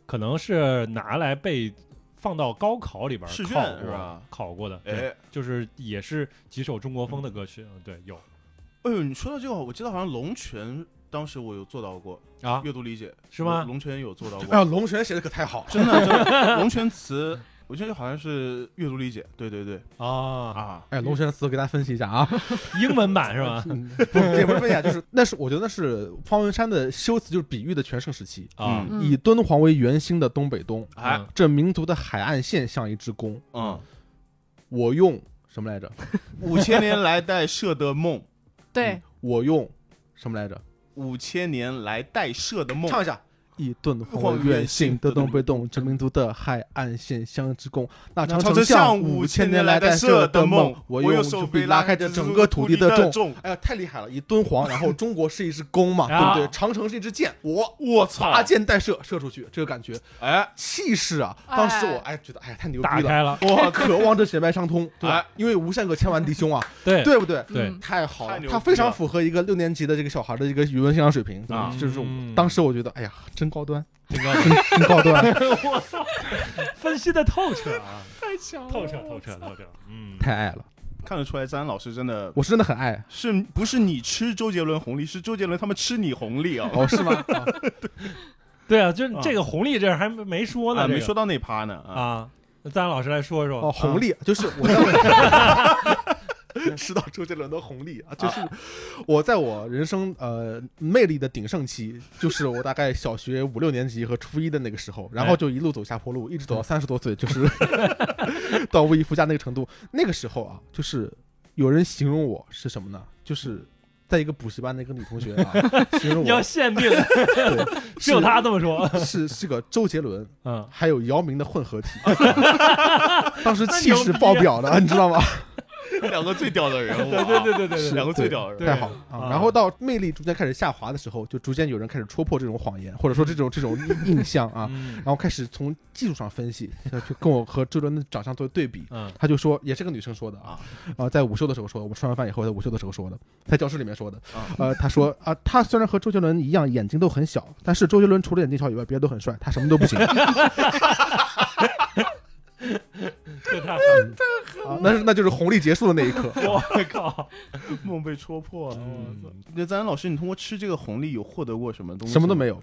[SPEAKER 3] 可能是拿来被放到高考里边
[SPEAKER 2] 试卷
[SPEAKER 3] 考
[SPEAKER 2] 是
[SPEAKER 3] 过
[SPEAKER 2] 吧
[SPEAKER 3] 考过的。对
[SPEAKER 2] 哎，
[SPEAKER 3] 就是也是几首中国风的歌曲，嗯，对，有
[SPEAKER 2] 哎呦，你说到这个，我记得好像龙泉当时我有做到过
[SPEAKER 3] 啊，
[SPEAKER 2] 阅读理解，
[SPEAKER 3] 是吗？
[SPEAKER 2] 龙泉有做 到
[SPEAKER 5] 哎
[SPEAKER 2] 过，
[SPEAKER 5] 呀，龙泉写的可太好了，
[SPEAKER 2] 真的，真的，龙泉词，我记得好像是阅读理解，对对对
[SPEAKER 3] 啊，
[SPEAKER 2] 啊，
[SPEAKER 5] 哎，龙泉的词给大家分析一下啊，
[SPEAKER 3] 英文版 是吧？
[SPEAKER 5] 嗯不是也不是分析啊，就是那是我觉得那是方文山的修辞，就是比喻的全盛时期，
[SPEAKER 3] 啊，
[SPEAKER 4] 嗯
[SPEAKER 5] 以敦煌为圆心的东北东，
[SPEAKER 3] 嗯
[SPEAKER 2] 哎，
[SPEAKER 5] 这民族的海岸线像一支弓，
[SPEAKER 2] 嗯，
[SPEAKER 5] 我用什么来着？
[SPEAKER 2] 五千年来代射的梦，
[SPEAKER 4] 对，
[SPEAKER 5] 我用什么来着？
[SPEAKER 2] 五千年来代射的梦，
[SPEAKER 5] 唱一下。
[SPEAKER 6] 一顿
[SPEAKER 2] 晃
[SPEAKER 6] 晃
[SPEAKER 2] 远
[SPEAKER 6] 远
[SPEAKER 2] 行
[SPEAKER 6] 行，得动被动，殖民族的海岸线相之共。
[SPEAKER 5] 啊
[SPEAKER 6] 那
[SPEAKER 2] 那
[SPEAKER 6] 长
[SPEAKER 2] 长
[SPEAKER 6] 城
[SPEAKER 2] 城像
[SPEAKER 6] 五
[SPEAKER 2] 五
[SPEAKER 6] 千
[SPEAKER 2] 千
[SPEAKER 6] 年
[SPEAKER 2] 年
[SPEAKER 6] 来
[SPEAKER 2] 来
[SPEAKER 6] 在
[SPEAKER 2] 在
[SPEAKER 6] 射
[SPEAKER 2] 射
[SPEAKER 6] 的
[SPEAKER 2] 的
[SPEAKER 6] 梦
[SPEAKER 2] 梦，
[SPEAKER 6] 我
[SPEAKER 2] 我
[SPEAKER 6] 用
[SPEAKER 2] 用
[SPEAKER 6] 手
[SPEAKER 2] 手
[SPEAKER 6] 臂
[SPEAKER 2] 臂
[SPEAKER 6] 拉
[SPEAKER 2] 拉
[SPEAKER 6] 开
[SPEAKER 2] 开
[SPEAKER 6] 这
[SPEAKER 2] 这
[SPEAKER 6] 整
[SPEAKER 2] 整
[SPEAKER 6] 个
[SPEAKER 2] 个
[SPEAKER 6] 土
[SPEAKER 2] 土
[SPEAKER 6] 地
[SPEAKER 2] 地
[SPEAKER 6] 的
[SPEAKER 2] 的
[SPEAKER 6] 重
[SPEAKER 2] 重。
[SPEAKER 5] 哎呀，太厉害了！以敦煌，然后中国是一支弓嘛，
[SPEAKER 3] 啊
[SPEAKER 5] 对不对？长城是一支箭，我
[SPEAKER 2] 我操
[SPEAKER 5] 拔！箭带射，射出去，这个感觉
[SPEAKER 2] 哎，
[SPEAKER 5] 气势啊！
[SPEAKER 4] 哎
[SPEAKER 5] 当时我哎觉得哎呀太牛
[SPEAKER 3] 打
[SPEAKER 5] 逼了，
[SPEAKER 3] 开了，
[SPEAKER 5] 我渴望这血脉相通，对吧
[SPEAKER 2] 哎？
[SPEAKER 5] 因为无限个千万弟兄啊，
[SPEAKER 3] 对
[SPEAKER 5] 对不对？
[SPEAKER 3] 对
[SPEAKER 4] 嗯
[SPEAKER 5] 太好
[SPEAKER 2] 太
[SPEAKER 5] 了
[SPEAKER 2] 牛，逼
[SPEAKER 5] 它
[SPEAKER 2] 了
[SPEAKER 5] 非常符合一个六年级的这个小孩的一个语文欣赏水平
[SPEAKER 2] 啊
[SPEAKER 5] 嗯就是
[SPEAKER 3] 嗯
[SPEAKER 5] 当时我觉得，哎呀，真高端，
[SPEAKER 3] 这个
[SPEAKER 5] 真高端，
[SPEAKER 3] 我操，分析的透彻啊，太强透彻透彻透彻，嗯，
[SPEAKER 5] 太爱了，
[SPEAKER 2] 看得出来，张老师真的
[SPEAKER 5] 我是真的很爱
[SPEAKER 2] 是不是你吃周杰伦红利，是周杰伦他们吃你红利啊？
[SPEAKER 5] 哦，是吗？啊
[SPEAKER 3] 对啊，就是
[SPEAKER 2] 啊
[SPEAKER 3] 这个红利这儿还没没说呢，
[SPEAKER 2] 啊，
[SPEAKER 3] 这个
[SPEAKER 2] 没说到那趴呢啊！
[SPEAKER 3] 啊，那赞老师来说说啊
[SPEAKER 5] 哦，红利就是我 在吃到周杰伦的红利啊，就是我在我人生呃魅力的鼎盛期，就是我大概小学五六年级和初一的那个时候，然后就一路走下坡路，一直走到三十多岁，就是 到文艺复家那个程度。那个时候啊，就是有人形容我是什么呢？就是。在一个补习班的一个女同学啊，形 容
[SPEAKER 3] 你要
[SPEAKER 5] 我
[SPEAKER 3] 限定，
[SPEAKER 5] 对
[SPEAKER 3] 只有他这么说，
[SPEAKER 5] 是是是个周杰伦，
[SPEAKER 3] 嗯，
[SPEAKER 5] 还有姚明的混 合体，当时气势爆表 的，你知道吗？
[SPEAKER 2] 两个最屌的 人物
[SPEAKER 3] 对
[SPEAKER 2] 啊，
[SPEAKER 3] 对 对对对对，
[SPEAKER 2] 两个最屌的人。
[SPEAKER 5] 太好了啊！
[SPEAKER 3] 啊
[SPEAKER 5] 然后到魅力逐渐开始下滑的时候，就逐渐有人开始戳破这种谎言，或者说这种这种印象啊，
[SPEAKER 3] 嗯
[SPEAKER 5] 然后开始从技术上分析，就跟我和周杰伦的长相做对比。
[SPEAKER 3] 嗯
[SPEAKER 5] 他就说，也是个女生说的啊，啊，在午休的时候说的，我们吃完饭以后在午休的时候说的，在教室里面说的
[SPEAKER 2] 啊。
[SPEAKER 5] 呃，他说啊，他虽然和周杰伦一样眼睛都很小，但是周杰伦除了眼睛小以外，别的都很帅，他什么都不行。
[SPEAKER 3] 就他，
[SPEAKER 5] 啊那是那就是红利结束的那一刻。
[SPEAKER 3] 我靠，
[SPEAKER 2] 梦被戳破了。我操
[SPEAKER 3] 嗯！
[SPEAKER 2] 那咱老师，你通过吃这个红利有获得过什么东西？
[SPEAKER 5] 什么都没有，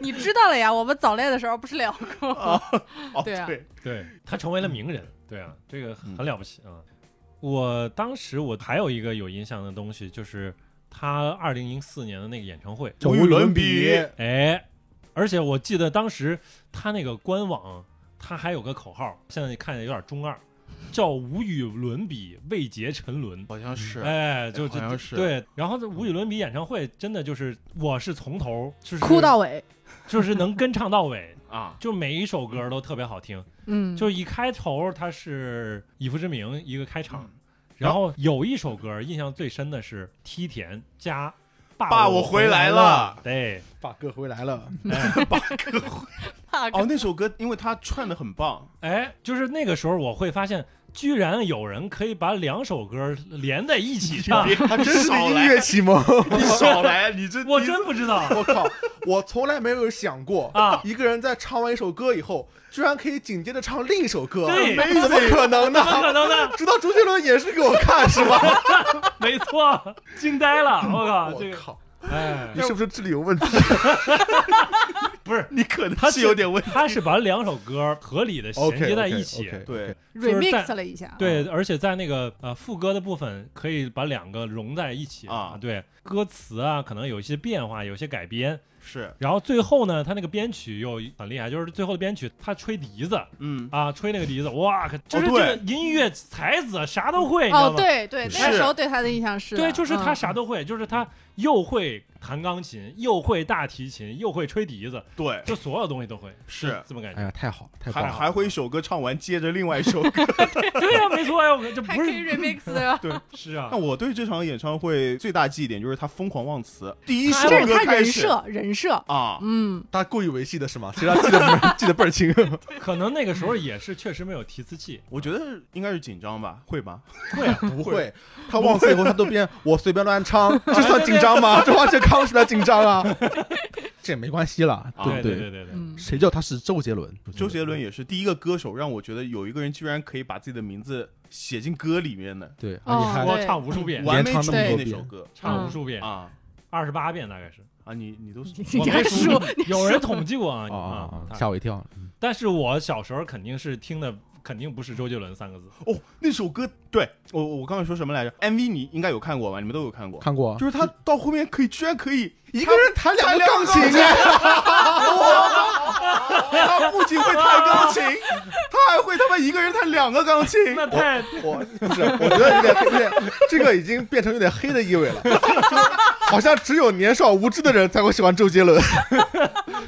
[SPEAKER 4] 你知道了呀？我们早恋的时候不是聊过？
[SPEAKER 2] 哦。
[SPEAKER 4] 对啊
[SPEAKER 2] 对，
[SPEAKER 3] 对他成为了名人，对啊，这个很了不起啊。我当时我还有一个有印象的东西，就是他二零零四年的那个演唱会，
[SPEAKER 2] 无与伦比
[SPEAKER 3] 哎，而且我记得当时他那个官网，他还有个口号，现在看着有点中二，叫“无与伦比，未竭沉沦
[SPEAKER 2] 好像”。是
[SPEAKER 3] 哎，就
[SPEAKER 2] 好
[SPEAKER 3] 就
[SPEAKER 2] 像是
[SPEAKER 3] 对，然后这无与伦比演唱会真的就是，我是从头就是
[SPEAKER 4] 哭到尾，
[SPEAKER 3] 就是能跟唱到尾，
[SPEAKER 2] 啊，
[SPEAKER 3] 就每一首歌都特别好听。
[SPEAKER 4] 嗯，
[SPEAKER 3] 就一开头它是以父之名一个开场
[SPEAKER 2] 嗯，
[SPEAKER 3] 然后有一首歌印象最深的是梯田加爸
[SPEAKER 2] 爸
[SPEAKER 3] 我
[SPEAKER 2] 我回来
[SPEAKER 3] 来
[SPEAKER 2] 了，
[SPEAKER 3] 对，
[SPEAKER 5] 爸哥回来了，
[SPEAKER 2] 八个回
[SPEAKER 4] 怕
[SPEAKER 2] 哎哦，那首歌因为他串的很棒，
[SPEAKER 3] 哎，就是那个时候我会发现，居然有人可以把两首歌连在一起唱，
[SPEAKER 2] 他
[SPEAKER 5] 真是
[SPEAKER 2] 少
[SPEAKER 5] 音
[SPEAKER 2] 来，
[SPEAKER 5] 乐启蒙。
[SPEAKER 2] 你少来，你这
[SPEAKER 3] 我真不知道
[SPEAKER 5] 我靠，我从来没有想过
[SPEAKER 3] 啊
[SPEAKER 5] 一个人在唱完一首歌以后，居然可以紧接着唱另一首歌，
[SPEAKER 3] 对
[SPEAKER 5] 怎么可能呢
[SPEAKER 3] 怎？么可能呢？
[SPEAKER 5] 直到周杰伦也是给我看是吧？
[SPEAKER 3] 没错，惊呆了，我靠，这
[SPEAKER 5] 我
[SPEAKER 3] 个
[SPEAKER 5] 靠，
[SPEAKER 3] 哎
[SPEAKER 5] 你，是不是智力有问题？
[SPEAKER 3] 不是，
[SPEAKER 2] 你可能
[SPEAKER 3] 他
[SPEAKER 2] 是有点 问题。
[SPEAKER 3] 他是把两首歌合理的衔
[SPEAKER 5] OK，
[SPEAKER 3] 接在一起。
[SPEAKER 2] 对，
[SPEAKER 3] 就是
[SPEAKER 4] remix
[SPEAKER 3] 在
[SPEAKER 4] 了一
[SPEAKER 2] 啊
[SPEAKER 4] 下，
[SPEAKER 3] 对，而且在那个呃副歌的部分，可以把两个融在一起
[SPEAKER 2] 啊
[SPEAKER 3] 对，歌词啊可能有一些变化，有一些改编。
[SPEAKER 2] 是，
[SPEAKER 3] 然后最后呢，他那个编曲又很厉害，就是最后的编曲他吹笛子，
[SPEAKER 2] 嗯，
[SPEAKER 3] 啊，吹 那个笛子，哇，可就是这
[SPEAKER 2] 哦对
[SPEAKER 3] 个音乐才子啥都会，你知道
[SPEAKER 4] 哦，
[SPEAKER 3] 吗？
[SPEAKER 4] 对对，那
[SPEAKER 2] 是
[SPEAKER 4] 时候对他的印象是
[SPEAKER 2] 啊
[SPEAKER 4] 的，
[SPEAKER 3] 对，就是他
[SPEAKER 4] 嗯
[SPEAKER 3] 啥都会，就是他又会弹钢琴，又会大提琴，又会吹笛子，
[SPEAKER 2] 对，
[SPEAKER 3] 就所有东西都会，
[SPEAKER 2] 是
[SPEAKER 3] 这么感
[SPEAKER 5] 哎
[SPEAKER 3] 觉。
[SPEAKER 5] 呀，太好了，太棒
[SPEAKER 2] 还
[SPEAKER 5] 了！
[SPEAKER 2] 还会一首歌唱完，接着另外一首歌。
[SPEAKER 3] 对呀，没错呀，我这
[SPEAKER 4] 还
[SPEAKER 3] 不
[SPEAKER 4] 可
[SPEAKER 3] 是
[SPEAKER 4] 以 remix 对 吧
[SPEAKER 2] 对，
[SPEAKER 3] 是啊
[SPEAKER 2] 那，我对这场演唱会最大记忆点就是他疯狂忘词，第一首
[SPEAKER 4] 这是
[SPEAKER 2] 歌
[SPEAKER 4] 他
[SPEAKER 2] 开
[SPEAKER 4] 人
[SPEAKER 2] 始
[SPEAKER 4] 设人设，
[SPEAKER 2] 啊，
[SPEAKER 4] 嗯，
[SPEAKER 5] 他故意维系的是吗？谁让记得记得倍儿清？
[SPEAKER 3] 可能那个时候也是确实没有提词器，
[SPEAKER 2] 我觉得应该是紧张吧，会吧？
[SPEAKER 5] 不会，他忘词以后他都变我随便乱唱，这算紧张吗？这完全康是在紧张啊！这也没关系啦，
[SPEAKER 2] 啊
[SPEAKER 5] 对不
[SPEAKER 3] 对对对对，
[SPEAKER 4] 嗯
[SPEAKER 5] 谁叫他是周杰伦？
[SPEAKER 2] 周杰伦也是第一个歌手，让我觉得有一个人居然可以把自己的名字写进歌里面的，
[SPEAKER 5] 对，
[SPEAKER 4] 哦
[SPEAKER 5] 而且还
[SPEAKER 4] 对嗯
[SPEAKER 3] 我唱无数遍，
[SPEAKER 2] 完美
[SPEAKER 5] 连唱
[SPEAKER 2] 主
[SPEAKER 5] 那么
[SPEAKER 2] 义
[SPEAKER 5] 多
[SPEAKER 2] 那
[SPEAKER 5] 遍
[SPEAKER 2] 首歌
[SPEAKER 3] 唱无数遍，
[SPEAKER 2] 啊
[SPEAKER 3] 二十八遍大概是。
[SPEAKER 2] 啊，你你都
[SPEAKER 3] 我
[SPEAKER 4] 你还
[SPEAKER 3] 没数
[SPEAKER 4] 说，
[SPEAKER 3] 有人统计过啊
[SPEAKER 5] 啊啊啊！
[SPEAKER 3] 啊！
[SPEAKER 5] 吓我一跳！
[SPEAKER 3] 但是我小时候肯定是听的，肯定不是周杰伦三个字。
[SPEAKER 2] 哦，那首歌对我我刚才说什么来着？MV 你应该有看过吧？你们都有看过，
[SPEAKER 5] 看过啊
[SPEAKER 2] 就是他到后面可以居然可以
[SPEAKER 5] 一个人弹两个钢琴，哎 啊
[SPEAKER 2] 他不仅会弹钢琴，他还会他妈一个人弹两个钢琴。
[SPEAKER 3] 那太
[SPEAKER 5] 啊 我不是，我觉得有点有点，这个已经变成有点黑的意味了。
[SPEAKER 1] 好像只有年少无知的人才会喜欢周杰 伦，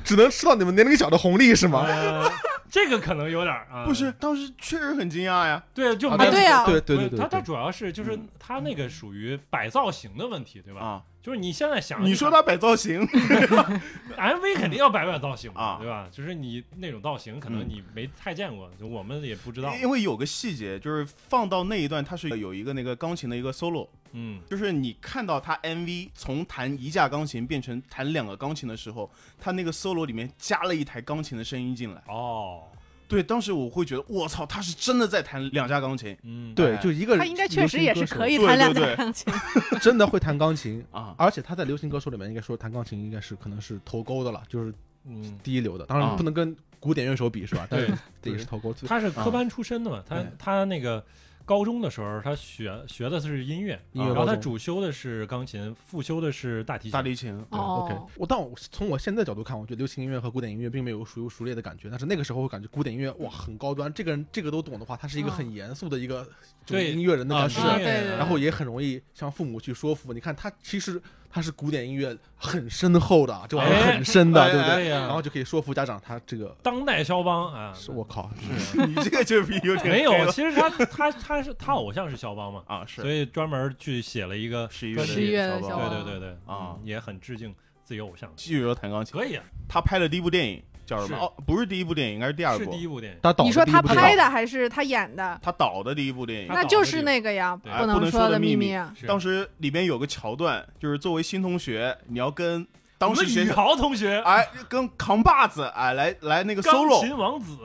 [SPEAKER 1] 只能吃到你们年龄小的红利是吗？
[SPEAKER 3] 呃这个可能有点儿啊，
[SPEAKER 2] 不是，当时确实很惊讶呀。
[SPEAKER 3] 对，就
[SPEAKER 1] 啊
[SPEAKER 3] 没有
[SPEAKER 4] 对啊
[SPEAKER 5] 对对对
[SPEAKER 3] 不
[SPEAKER 5] 对，
[SPEAKER 3] 是他他
[SPEAKER 5] 对
[SPEAKER 3] 主要是就是
[SPEAKER 2] 嗯
[SPEAKER 3] 他那个属于摆造型的问题，对吧？
[SPEAKER 2] 啊，
[SPEAKER 3] 就是你现在想一想，
[SPEAKER 2] 你说他摆造型，
[SPEAKER 3] MV 肯定要摆摆造型嘛
[SPEAKER 2] 啊
[SPEAKER 3] 对吧？就是你那种造型，可能你没太见过，就我们也不知道。
[SPEAKER 2] 因为有个细节就是放到那一段，它是有一个那个钢琴的一个 solo，
[SPEAKER 3] 嗯，
[SPEAKER 2] 就是你看到他 MV 从弹一架钢琴变成弹两个钢琴的时候，他那个 solo 里面加了一台钢琴的声音进来。
[SPEAKER 3] 哦，
[SPEAKER 2] 对，当时我会觉得，我操，他是真的在弹两架钢琴
[SPEAKER 3] 嗯，
[SPEAKER 5] 对，
[SPEAKER 2] 哎
[SPEAKER 5] 就一个
[SPEAKER 4] 他
[SPEAKER 5] 人，
[SPEAKER 4] 应该确实也是可以
[SPEAKER 2] 对对
[SPEAKER 4] 弹两架
[SPEAKER 2] 对
[SPEAKER 4] 钢 琴，
[SPEAKER 5] 真的会弹钢琴，
[SPEAKER 2] 啊。
[SPEAKER 5] 而且他在流行歌手里面应该说弹钢琴应该是可能是头钩的了，就是
[SPEAKER 3] 嗯，
[SPEAKER 5] 第一流的，当
[SPEAKER 2] 啊
[SPEAKER 5] 然不能跟古典乐手比是吧？但
[SPEAKER 3] 对
[SPEAKER 5] 是这也是头钩。
[SPEAKER 3] 他是
[SPEAKER 2] 啊
[SPEAKER 3] 科班出身的嘛，他
[SPEAKER 5] 对
[SPEAKER 3] 他那个高中的时候，他学学的是音乐，啊
[SPEAKER 5] 音乐
[SPEAKER 3] 然后
[SPEAKER 5] 高
[SPEAKER 3] 他
[SPEAKER 5] 中
[SPEAKER 3] 主修的是钢琴，副修的是大提琴。
[SPEAKER 2] 大提琴，
[SPEAKER 5] 对
[SPEAKER 4] 哦
[SPEAKER 5] OK，我但我从我现在角度看，我觉得流行音乐和古典音乐并没有孰优孰劣的感觉，但是那个时候我感觉古典音乐哇很高端，这个人这个都懂的话，他是一个
[SPEAKER 4] 嗯
[SPEAKER 5] 很严肃的一个就是
[SPEAKER 3] 对
[SPEAKER 5] 音乐人的
[SPEAKER 3] 啊，
[SPEAKER 5] 感
[SPEAKER 3] 是
[SPEAKER 5] 觉，
[SPEAKER 4] 啊对对对
[SPEAKER 5] 然后也很容易向父母去说服。你看他其实他是古典音乐很深厚的，啊这玩意
[SPEAKER 3] 哎
[SPEAKER 5] 儿很深的，
[SPEAKER 2] 哎
[SPEAKER 5] 对不
[SPEAKER 3] 对
[SPEAKER 5] 对？
[SPEAKER 3] 呀
[SPEAKER 5] 然后就可以说服家长，他这个
[SPEAKER 3] 当代肖邦啊，
[SPEAKER 5] 是我靠，
[SPEAKER 2] 你这个就比有点
[SPEAKER 3] 没
[SPEAKER 2] 黑
[SPEAKER 3] 有，
[SPEAKER 2] 了
[SPEAKER 3] 其实他他他是他偶像是肖邦嘛，
[SPEAKER 2] 啊，是
[SPEAKER 3] 所以专门去写了一个
[SPEAKER 2] 十一月
[SPEAKER 3] 专辑
[SPEAKER 4] 十一月的
[SPEAKER 2] 小
[SPEAKER 4] 小
[SPEAKER 2] 宝
[SPEAKER 3] 对
[SPEAKER 4] 宝
[SPEAKER 3] 对对对
[SPEAKER 2] 啊
[SPEAKER 3] 嗯也很致敬自己偶像，
[SPEAKER 2] 继续说弹钢琴。
[SPEAKER 3] 可以啊，
[SPEAKER 2] 他拍的第一部电影叫什么？
[SPEAKER 3] 是
[SPEAKER 2] 哦，不是第一部电影，应该是第二
[SPEAKER 3] 是第
[SPEAKER 2] 部
[SPEAKER 3] 一。部电影。
[SPEAKER 5] 他导
[SPEAKER 4] 你
[SPEAKER 5] 的
[SPEAKER 4] 说
[SPEAKER 5] 第一
[SPEAKER 4] 他
[SPEAKER 5] 部电
[SPEAKER 4] 拍
[SPEAKER 5] 影
[SPEAKER 4] 的还是他演的？
[SPEAKER 2] 他导的第一部电影
[SPEAKER 3] 他。导
[SPEAKER 4] 那
[SPEAKER 3] 的
[SPEAKER 4] 就是那个呀，
[SPEAKER 3] 对
[SPEAKER 2] 哎不
[SPEAKER 4] 能
[SPEAKER 2] 能
[SPEAKER 4] 说
[SPEAKER 2] 说的秘
[SPEAKER 4] 秘
[SPEAKER 2] 密
[SPEAKER 4] 啊！
[SPEAKER 3] 是
[SPEAKER 2] 当时里边有个桥段，就是作为新同学，你要跟当
[SPEAKER 3] 我
[SPEAKER 2] 时
[SPEAKER 3] 们
[SPEAKER 2] 学
[SPEAKER 3] 宇
[SPEAKER 2] 校
[SPEAKER 3] 豪同学，
[SPEAKER 2] 哎跟扛把子哎来来那个
[SPEAKER 3] 钢
[SPEAKER 2] solo
[SPEAKER 3] 琴王子，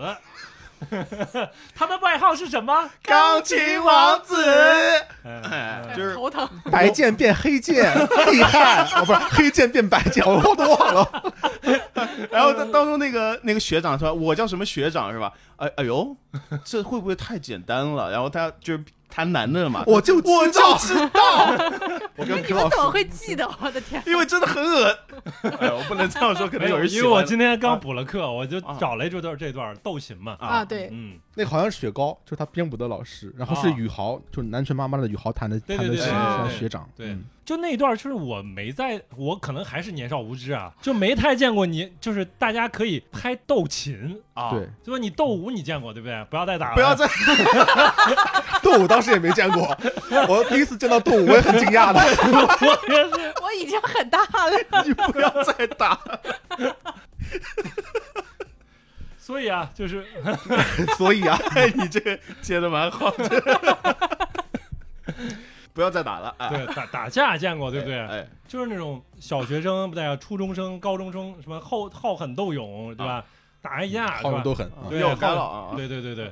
[SPEAKER 3] 他的外号是什么？
[SPEAKER 2] 钢琴王子，
[SPEAKER 3] 哎，
[SPEAKER 2] 就是
[SPEAKER 4] 头疼，
[SPEAKER 5] 白剑变黑剑，厉害！哦，不是黑剑变白剑，我都忘了。
[SPEAKER 2] 然后当当中那个那个学长说，我叫什么学长是吧？哎哎呦，这会不会太简单了？然后他就是谈男的嘛，
[SPEAKER 5] 我就我就知道，我跟
[SPEAKER 4] 你
[SPEAKER 5] 柯
[SPEAKER 4] 们
[SPEAKER 5] 老师
[SPEAKER 4] 怎么会记得？我的天！
[SPEAKER 2] 因为真的很恶，哎我不能这样说，可能
[SPEAKER 3] 没有
[SPEAKER 2] 人喜
[SPEAKER 3] 哎因为我
[SPEAKER 2] 欢
[SPEAKER 3] 今天刚补了课，我就
[SPEAKER 2] 啊
[SPEAKER 3] 找了这段这段斗琴嘛。
[SPEAKER 4] 啊，对，
[SPEAKER 3] 嗯，
[SPEAKER 5] 那个好像是雪糕，就是他编舞的老师，然后是宇豪，就是南拳妈妈的宇豪弹的
[SPEAKER 3] 对
[SPEAKER 5] 弹的
[SPEAKER 3] 对
[SPEAKER 5] 琴，
[SPEAKER 3] 对
[SPEAKER 5] 算
[SPEAKER 3] 对对
[SPEAKER 5] 学长。
[SPEAKER 3] 对
[SPEAKER 5] 嗯
[SPEAKER 3] 就那一段，就是我没在，我可能还是年少无知啊， 就没太见过你，就是大家可以拍斗琴，
[SPEAKER 2] 啊，
[SPEAKER 5] 对，
[SPEAKER 3] 对吧？你斗舞你见过对不对？不要再打了，
[SPEAKER 2] 不要再
[SPEAKER 1] 动物当时也没见过，我第一次见到动物，我也很惊讶的。
[SPEAKER 4] 我已经很大了。
[SPEAKER 2] 你不要再打。
[SPEAKER 3] 所以啊，就是
[SPEAKER 1] 所以啊，
[SPEAKER 2] 哎， 你这个接的蛮好的，不要再打了，哎，
[SPEAKER 3] 对打打架见过对不对？
[SPEAKER 2] 哎，
[SPEAKER 3] 就是那种小学生不对啊，初中生、高中生什么好好狠斗勇对
[SPEAKER 2] 啊
[SPEAKER 3] 吧？打一
[SPEAKER 2] 嗯
[SPEAKER 3] 架
[SPEAKER 5] 好
[SPEAKER 3] 对
[SPEAKER 5] 人
[SPEAKER 3] 吧？
[SPEAKER 5] 都狠。
[SPEAKER 3] 对
[SPEAKER 2] 要干了啊！
[SPEAKER 3] 对对对对，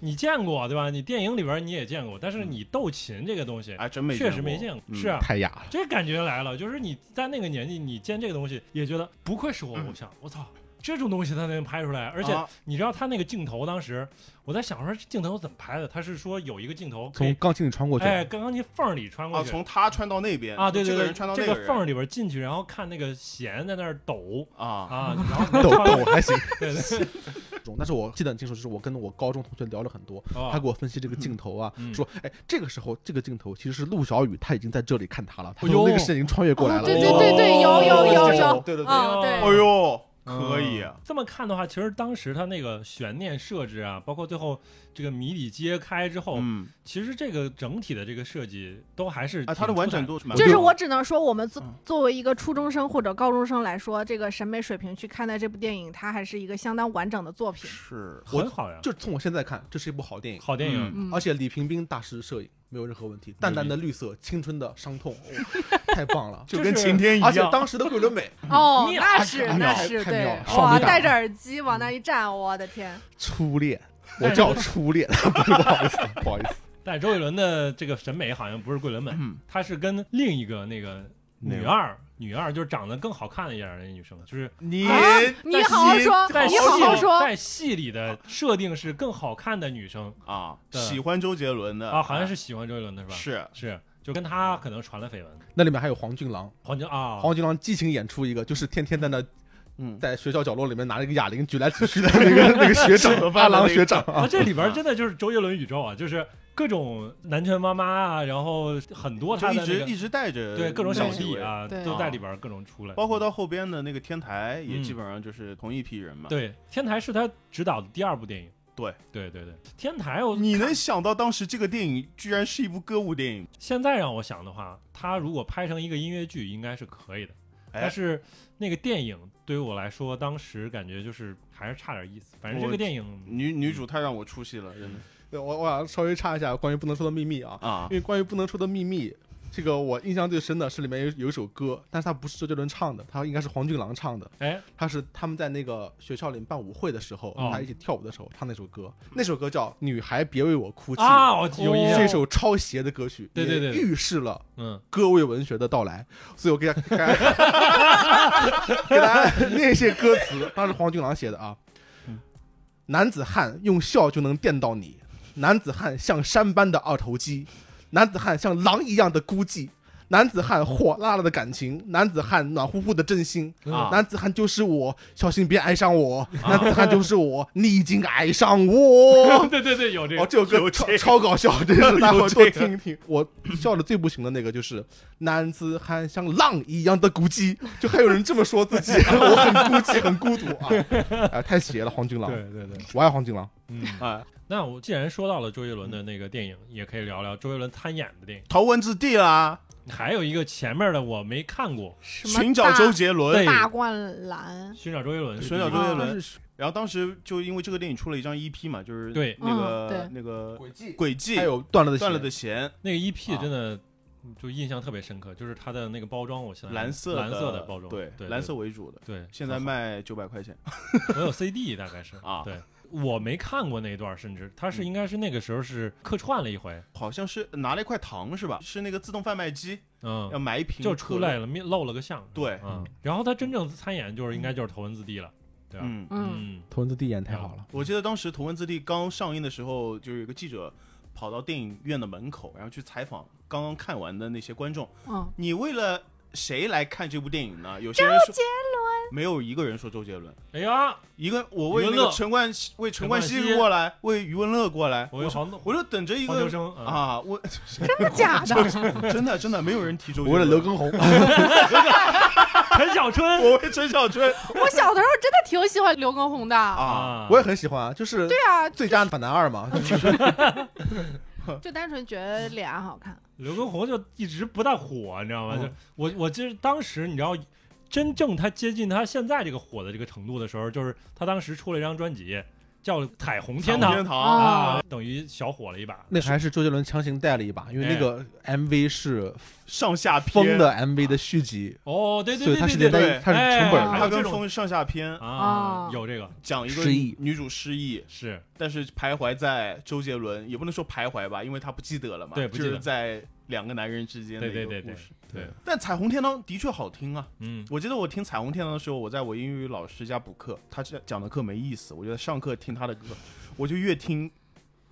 [SPEAKER 3] 你见过对吧？你电影里边你也见过，但
[SPEAKER 2] 嗯
[SPEAKER 3] 是你斗琴这个东西
[SPEAKER 2] 哎，真没
[SPEAKER 3] 确实没
[SPEAKER 2] 见
[SPEAKER 3] 见
[SPEAKER 2] 过嗯
[SPEAKER 3] 过，，是啊，
[SPEAKER 5] 太哑了，
[SPEAKER 3] 这感觉来了，就是你在那个年纪，你见这个东西也觉得不愧是我偶像，我操。这种东西他能拍出来，而且
[SPEAKER 2] 嗯啊
[SPEAKER 3] 你知道他那个镜头，当时我在想说这镜头怎么拍的？他是说有一个镜头可
[SPEAKER 5] 从
[SPEAKER 3] 以，
[SPEAKER 5] 钢琴里穿过去。
[SPEAKER 3] 哎，刚刚那缝儿里穿
[SPEAKER 2] 嗯啊，
[SPEAKER 3] 过去，
[SPEAKER 2] 从他穿到那边
[SPEAKER 3] 啊，对对
[SPEAKER 2] 这个
[SPEAKER 3] 对，
[SPEAKER 2] 人穿到
[SPEAKER 3] 这
[SPEAKER 2] 那
[SPEAKER 3] 个
[SPEAKER 2] 人
[SPEAKER 3] 缝儿里边进去，然后看那个弦在那儿抖
[SPEAKER 2] 啊，
[SPEAKER 3] 啊，然 后
[SPEAKER 5] 抖抖还行，
[SPEAKER 3] 对对对，
[SPEAKER 5] 但是我记得很清楚，就是我跟我高中同学聊了很多，
[SPEAKER 3] 哦
[SPEAKER 5] 他给我分析这个镜头啊，
[SPEAKER 3] 嗯
[SPEAKER 5] 说，哎，这个时候这个镜头其实是陆小雨他已经在这里看他了，他
[SPEAKER 3] 哎呦
[SPEAKER 5] 从那个视线已经穿越过来了。
[SPEAKER 4] 对对对对，有有有有，
[SPEAKER 5] 对对对，
[SPEAKER 4] 啊，
[SPEAKER 3] 哎
[SPEAKER 4] 对
[SPEAKER 2] 哎，呦，
[SPEAKER 5] 嗯
[SPEAKER 2] 可以啊，
[SPEAKER 3] 这么看的话，其实当时他那个悬念设置啊，包括最后这个谜底揭开之后，
[SPEAKER 2] 嗯，
[SPEAKER 3] 其实这个整体的这个设计都还是
[SPEAKER 2] 啊，他的
[SPEAKER 3] 挺
[SPEAKER 2] 完
[SPEAKER 3] 出彩
[SPEAKER 2] 整度蛮
[SPEAKER 4] 这是
[SPEAKER 2] 高的
[SPEAKER 4] 我只能说，我们作
[SPEAKER 2] 嗯
[SPEAKER 4] 作为一个初中生或者高中生来说，这个审美水平去看待这部电影，它还是一个相当完整的作品。
[SPEAKER 2] 是
[SPEAKER 5] 我
[SPEAKER 3] 很好呀，
[SPEAKER 5] 就是从我现在看，这是一部好电影，
[SPEAKER 3] 好电影，
[SPEAKER 4] 嗯
[SPEAKER 5] 而，且李平斌大师摄影没有任何问题，淡淡的绿色，青春的伤 痛，哦太棒了。
[SPEAKER 3] 就
[SPEAKER 2] 就是跟晴天一
[SPEAKER 5] 而且
[SPEAKER 2] 样，
[SPEAKER 5] 当时的桂纶镁，
[SPEAKER 4] 哦，
[SPEAKER 3] 妙
[SPEAKER 4] 那是
[SPEAKER 5] 太
[SPEAKER 4] 那
[SPEAKER 5] 妙
[SPEAKER 4] 是
[SPEAKER 5] 太
[SPEAKER 4] 对
[SPEAKER 5] 妙，了
[SPEAKER 4] 哇，
[SPEAKER 5] 少女感
[SPEAKER 4] 戴着耳机往那一站，我的天，
[SPEAKER 5] 初恋，我叫初 恋，不是不好意思，不好意 思，
[SPEAKER 3] 但周杰伦的这个审美好像不是桂纶镁，
[SPEAKER 2] 嗯
[SPEAKER 3] 他是跟另一个那个
[SPEAKER 2] 哪
[SPEAKER 5] 啊
[SPEAKER 3] 女
[SPEAKER 2] 个
[SPEAKER 3] 二，女二就是长得更好看一点的那女生，就是
[SPEAKER 2] 你
[SPEAKER 4] 啊你好好说，
[SPEAKER 3] 在
[SPEAKER 4] 你
[SPEAKER 3] 戏
[SPEAKER 4] 好好
[SPEAKER 3] 里
[SPEAKER 4] 说，
[SPEAKER 3] 在戏里的设定是更好看的女生
[SPEAKER 2] 啊，
[SPEAKER 3] 对
[SPEAKER 2] 喜欢周杰伦的
[SPEAKER 3] 啊，好像是喜欢周杰伦的是吧？
[SPEAKER 2] 是
[SPEAKER 3] 是，就跟他可能传了绯闻，
[SPEAKER 5] 那里面还有黄俊郎，
[SPEAKER 3] 黄金啊，
[SPEAKER 5] 黄俊郎激情演出一个，就是天天在那
[SPEAKER 2] 嗯，
[SPEAKER 5] 在学校角落里面拿着一个哑铃举来举去的那 个那个学长阿郎学 长啊
[SPEAKER 3] 啊，，这里边真的就是周杰伦宇宙啊，就是各种南拳妈妈啊，然后很多
[SPEAKER 2] 就
[SPEAKER 3] 他
[SPEAKER 2] 一
[SPEAKER 3] 的、那
[SPEAKER 2] 直
[SPEAKER 3] 个、
[SPEAKER 2] 一直带着
[SPEAKER 3] 对各种小弟
[SPEAKER 2] 啊，
[SPEAKER 3] 啊，
[SPEAKER 4] 对
[SPEAKER 3] 都在里边各种出来，
[SPEAKER 2] 包括到后边的那个天台也
[SPEAKER 3] 嗯
[SPEAKER 2] 基本上就是同一批人嘛。，
[SPEAKER 3] 对《天台》是他执导的第二部电影。
[SPEAKER 2] 对
[SPEAKER 3] 对对对，《天台》我
[SPEAKER 2] 你能想到当时这个电影居然是一部歌舞电影？
[SPEAKER 3] 现在让我想的话，他如果拍成一个音乐剧，应该是可以的。
[SPEAKER 2] 哎
[SPEAKER 3] 但是那个电影对于我来说，当时感觉就是还是差点意思。反正这
[SPEAKER 2] 我嗯
[SPEAKER 3] 个电影，
[SPEAKER 2] 女女主太让我出戏了，真的
[SPEAKER 5] 对我我想稍微插一下关于不能说的秘密啊，
[SPEAKER 2] 啊
[SPEAKER 5] 因为关于不能说的秘密，这个我印象最深的是里面有有一首歌，但是它不是周杰伦唱的，它应该是黄俊郎唱的，
[SPEAKER 3] 哎，
[SPEAKER 5] 他是他们在那个学校里办舞会的时候，
[SPEAKER 3] 哦
[SPEAKER 5] 大家一起跳舞的时候唱那首歌，那首歌叫《女孩别为我哭泣》，
[SPEAKER 3] 啊，我有印
[SPEAKER 5] 是一
[SPEAKER 3] 象，
[SPEAKER 5] 首超邪的歌曲，
[SPEAKER 3] 对对对
[SPEAKER 5] 也预示了。
[SPEAKER 3] 嗯，
[SPEAKER 5] 歌位文学的到来，所以我给大家给大家给大家念一些歌词，当时黄俊郎写的啊
[SPEAKER 2] 嗯。
[SPEAKER 5] 男子汉用笑就能电到你，男子汉像山般的二头肌，男子汉像狼一样的孤寂，男子汉火辣辣的感情，男子汉暖乎乎的真心，
[SPEAKER 2] 啊！
[SPEAKER 5] 男子汉就是我，小心别爱上我，男子汉就是我，你已经爱上我。
[SPEAKER 3] 对对对，有这
[SPEAKER 5] 哦
[SPEAKER 3] 个，，
[SPEAKER 5] 这首歌
[SPEAKER 2] 有
[SPEAKER 5] 超
[SPEAKER 2] 这个
[SPEAKER 5] 超搞笑，真是大伙 多
[SPEAKER 2] 有这个
[SPEAKER 5] 听一听。我笑的最不行的那个就是男子汉像浪一样的孤寂，就还有人这么说 自己，我很孤寂，很孤独啊！哎，太邪了，黄俊郎，
[SPEAKER 3] 对对对，
[SPEAKER 5] 我爱黄俊郎。
[SPEAKER 3] 嗯。
[SPEAKER 2] 哎，
[SPEAKER 3] 那我既然说到了周杰伦的
[SPEAKER 2] 嗯
[SPEAKER 3] 那个电影，也可以聊聊周杰伦参演的电
[SPEAKER 2] 头文字 D 啦，
[SPEAKER 3] 影。还有一个前面的我没看过，
[SPEAKER 4] 什么
[SPEAKER 2] 寻找
[SPEAKER 4] 大
[SPEAKER 2] 周杰伦
[SPEAKER 3] 对，
[SPEAKER 4] 大灌
[SPEAKER 3] 《
[SPEAKER 4] 篮
[SPEAKER 3] 寻找周杰伦》是第
[SPEAKER 2] 寻
[SPEAKER 3] 一个。
[SPEAKER 2] 找周杰伦
[SPEAKER 4] 哦。
[SPEAKER 2] 然后当时就因为这个电影出了一张 EP 嘛，就是
[SPEAKER 3] 对
[SPEAKER 2] 那个
[SPEAKER 4] 嗯
[SPEAKER 2] 那个
[SPEAKER 5] 轨迹，
[SPEAKER 2] 轨迹
[SPEAKER 5] 还有断了的
[SPEAKER 2] 断了
[SPEAKER 5] 弦
[SPEAKER 2] 的弦，
[SPEAKER 3] 那个 EP
[SPEAKER 2] 啊
[SPEAKER 3] 真的就印象特别深刻，就是它的那个包装，我现在
[SPEAKER 2] 蓝色
[SPEAKER 3] 蓝色的包装，
[SPEAKER 2] 对
[SPEAKER 3] 对
[SPEAKER 2] 蓝色为主的，
[SPEAKER 3] 对，对
[SPEAKER 2] 现在卖九百块钱
[SPEAKER 3] 我有 CD 大概是
[SPEAKER 2] 啊嗯
[SPEAKER 3] 对。我没看过那一段，甚至它是应该是那个时候是客串了一回，
[SPEAKER 2] 好像是拿了一块糖是吧？是那个自动贩卖机要
[SPEAKER 3] 嗯，
[SPEAKER 2] 买一瓶可乐，
[SPEAKER 3] 就出来了，面露了个相，
[SPEAKER 2] 对
[SPEAKER 3] 嗯，然后他真正参演就是应该就是头文字 D 了，对啊吧？
[SPEAKER 2] 嗯，
[SPEAKER 4] 嗯，
[SPEAKER 5] 头文字 D 演
[SPEAKER 3] 太好
[SPEAKER 5] 了，
[SPEAKER 2] 我记得当时《头文字 D》刚上映的时候，就有一个记者跑到电影院的门口，然后去采访刚刚看完的那些观众。
[SPEAKER 4] 嗯，
[SPEAKER 2] 你为了谁来看这部电影呢？有些人说没有一个人说周杰伦，
[SPEAKER 3] 哎呀，
[SPEAKER 2] 一个我为
[SPEAKER 3] 余文
[SPEAKER 2] 那个
[SPEAKER 3] 乐
[SPEAKER 2] 陈冠希为陈
[SPEAKER 3] 陈
[SPEAKER 2] 冠
[SPEAKER 3] 冠
[SPEAKER 2] 希
[SPEAKER 3] 希
[SPEAKER 2] 过来，为余文乐过来，
[SPEAKER 3] 我
[SPEAKER 2] 我
[SPEAKER 3] 有
[SPEAKER 2] 说
[SPEAKER 3] 黄
[SPEAKER 2] 我就等着一
[SPEAKER 3] 黄秋
[SPEAKER 2] 个
[SPEAKER 3] 生，嗯
[SPEAKER 2] 啊，我
[SPEAKER 4] 真的假的？
[SPEAKER 2] 真的真的没有人提周杰
[SPEAKER 5] 我为了
[SPEAKER 2] 伦，
[SPEAKER 5] 刘畊宏，
[SPEAKER 2] 啊
[SPEAKER 3] 陈小春
[SPEAKER 2] 我为陈小春
[SPEAKER 4] 我小的时候真的挺喜欢刘畊宏的。
[SPEAKER 2] 啊，
[SPEAKER 5] 我也很喜欢啊，就是
[SPEAKER 4] 对啊，
[SPEAKER 5] 最佳反男二 嘛，就是
[SPEAKER 4] 就单纯觉得脸好看。
[SPEAKER 3] 刘畊宏就一直不大火，你知道吗？
[SPEAKER 5] 嗯
[SPEAKER 3] 就我我记得当时你知道，真正他接近他现在这个火的这个程度的时候，就是他当时出了一张专辑叫《彩虹天堂》
[SPEAKER 2] 天堂
[SPEAKER 4] 啊
[SPEAKER 3] 啊，等于小火了一把。
[SPEAKER 5] 那还是周杰伦强行带了一把，因为那个
[SPEAKER 2] 哎
[SPEAKER 5] MV 是
[SPEAKER 2] 上下篇
[SPEAKER 5] 风的 MV 的续集，
[SPEAKER 3] 哦，对
[SPEAKER 5] 所
[SPEAKER 3] 对
[SPEAKER 5] 以它
[SPEAKER 3] 对
[SPEAKER 5] 是
[SPEAKER 3] 对
[SPEAKER 5] 连
[SPEAKER 3] 对
[SPEAKER 5] 带它是成本
[SPEAKER 4] 哎
[SPEAKER 5] 的。
[SPEAKER 2] 他跟风上下篇
[SPEAKER 3] 啊
[SPEAKER 4] 啊，
[SPEAKER 3] 有这个
[SPEAKER 2] 讲一个
[SPEAKER 5] 失忆
[SPEAKER 2] 女主失忆，
[SPEAKER 3] 是
[SPEAKER 2] 但是徘徊在周杰伦，也不能说徘徊吧，因为他不记得了嘛，
[SPEAKER 3] 对不
[SPEAKER 2] 就
[SPEAKER 3] 记得
[SPEAKER 2] 是在两个男人之间的
[SPEAKER 3] 对
[SPEAKER 2] 一个
[SPEAKER 3] 对
[SPEAKER 2] 故事。
[SPEAKER 3] 对对对，
[SPEAKER 2] 但《彩虹天堂》的确好听啊！
[SPEAKER 3] 嗯
[SPEAKER 2] 我记得我听《彩虹天堂》的时候，我在我英语老师家补课，他这讲的课没意思，我就在上课听他的歌，我就越听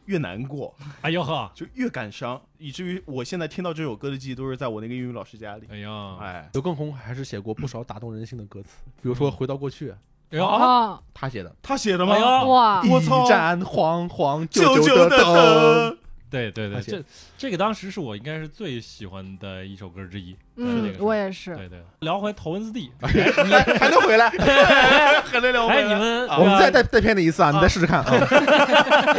[SPEAKER 2] 越难过，
[SPEAKER 3] 哎呦呵，
[SPEAKER 2] 就越感伤，以至于我现在听到这首歌的记忆都是在我那个英语老师家里。
[SPEAKER 3] 哎呀，哎
[SPEAKER 2] 哎，
[SPEAKER 5] 刘畊宏还是写过不少打动人心的歌词，比如说《回到过去》，
[SPEAKER 3] 呦啊
[SPEAKER 4] 啊，
[SPEAKER 5] 他写的。
[SPEAKER 2] 他写的
[SPEAKER 3] 哎
[SPEAKER 2] 吗？
[SPEAKER 3] 呦
[SPEAKER 4] 哇，
[SPEAKER 2] 我操
[SPEAKER 5] 一盏黄黄
[SPEAKER 2] 久
[SPEAKER 5] 久
[SPEAKER 2] 久
[SPEAKER 5] 的
[SPEAKER 2] 的
[SPEAKER 5] 灯，
[SPEAKER 2] 灯，
[SPEAKER 3] 对对对，
[SPEAKER 5] 而且
[SPEAKER 3] 这这个当时是我应该是最喜欢的一首歌之一。是这
[SPEAKER 4] 嗯
[SPEAKER 3] 个，是
[SPEAKER 4] 我也是。
[SPEAKER 3] 对对，聊回头文字 D，
[SPEAKER 5] 啊还能哎回来？
[SPEAKER 2] 还能聊
[SPEAKER 3] 哎，
[SPEAKER 2] 回
[SPEAKER 3] 你
[SPEAKER 2] 来。
[SPEAKER 3] 们
[SPEAKER 5] 我们再带带偏你一次啊，你再试试看啊，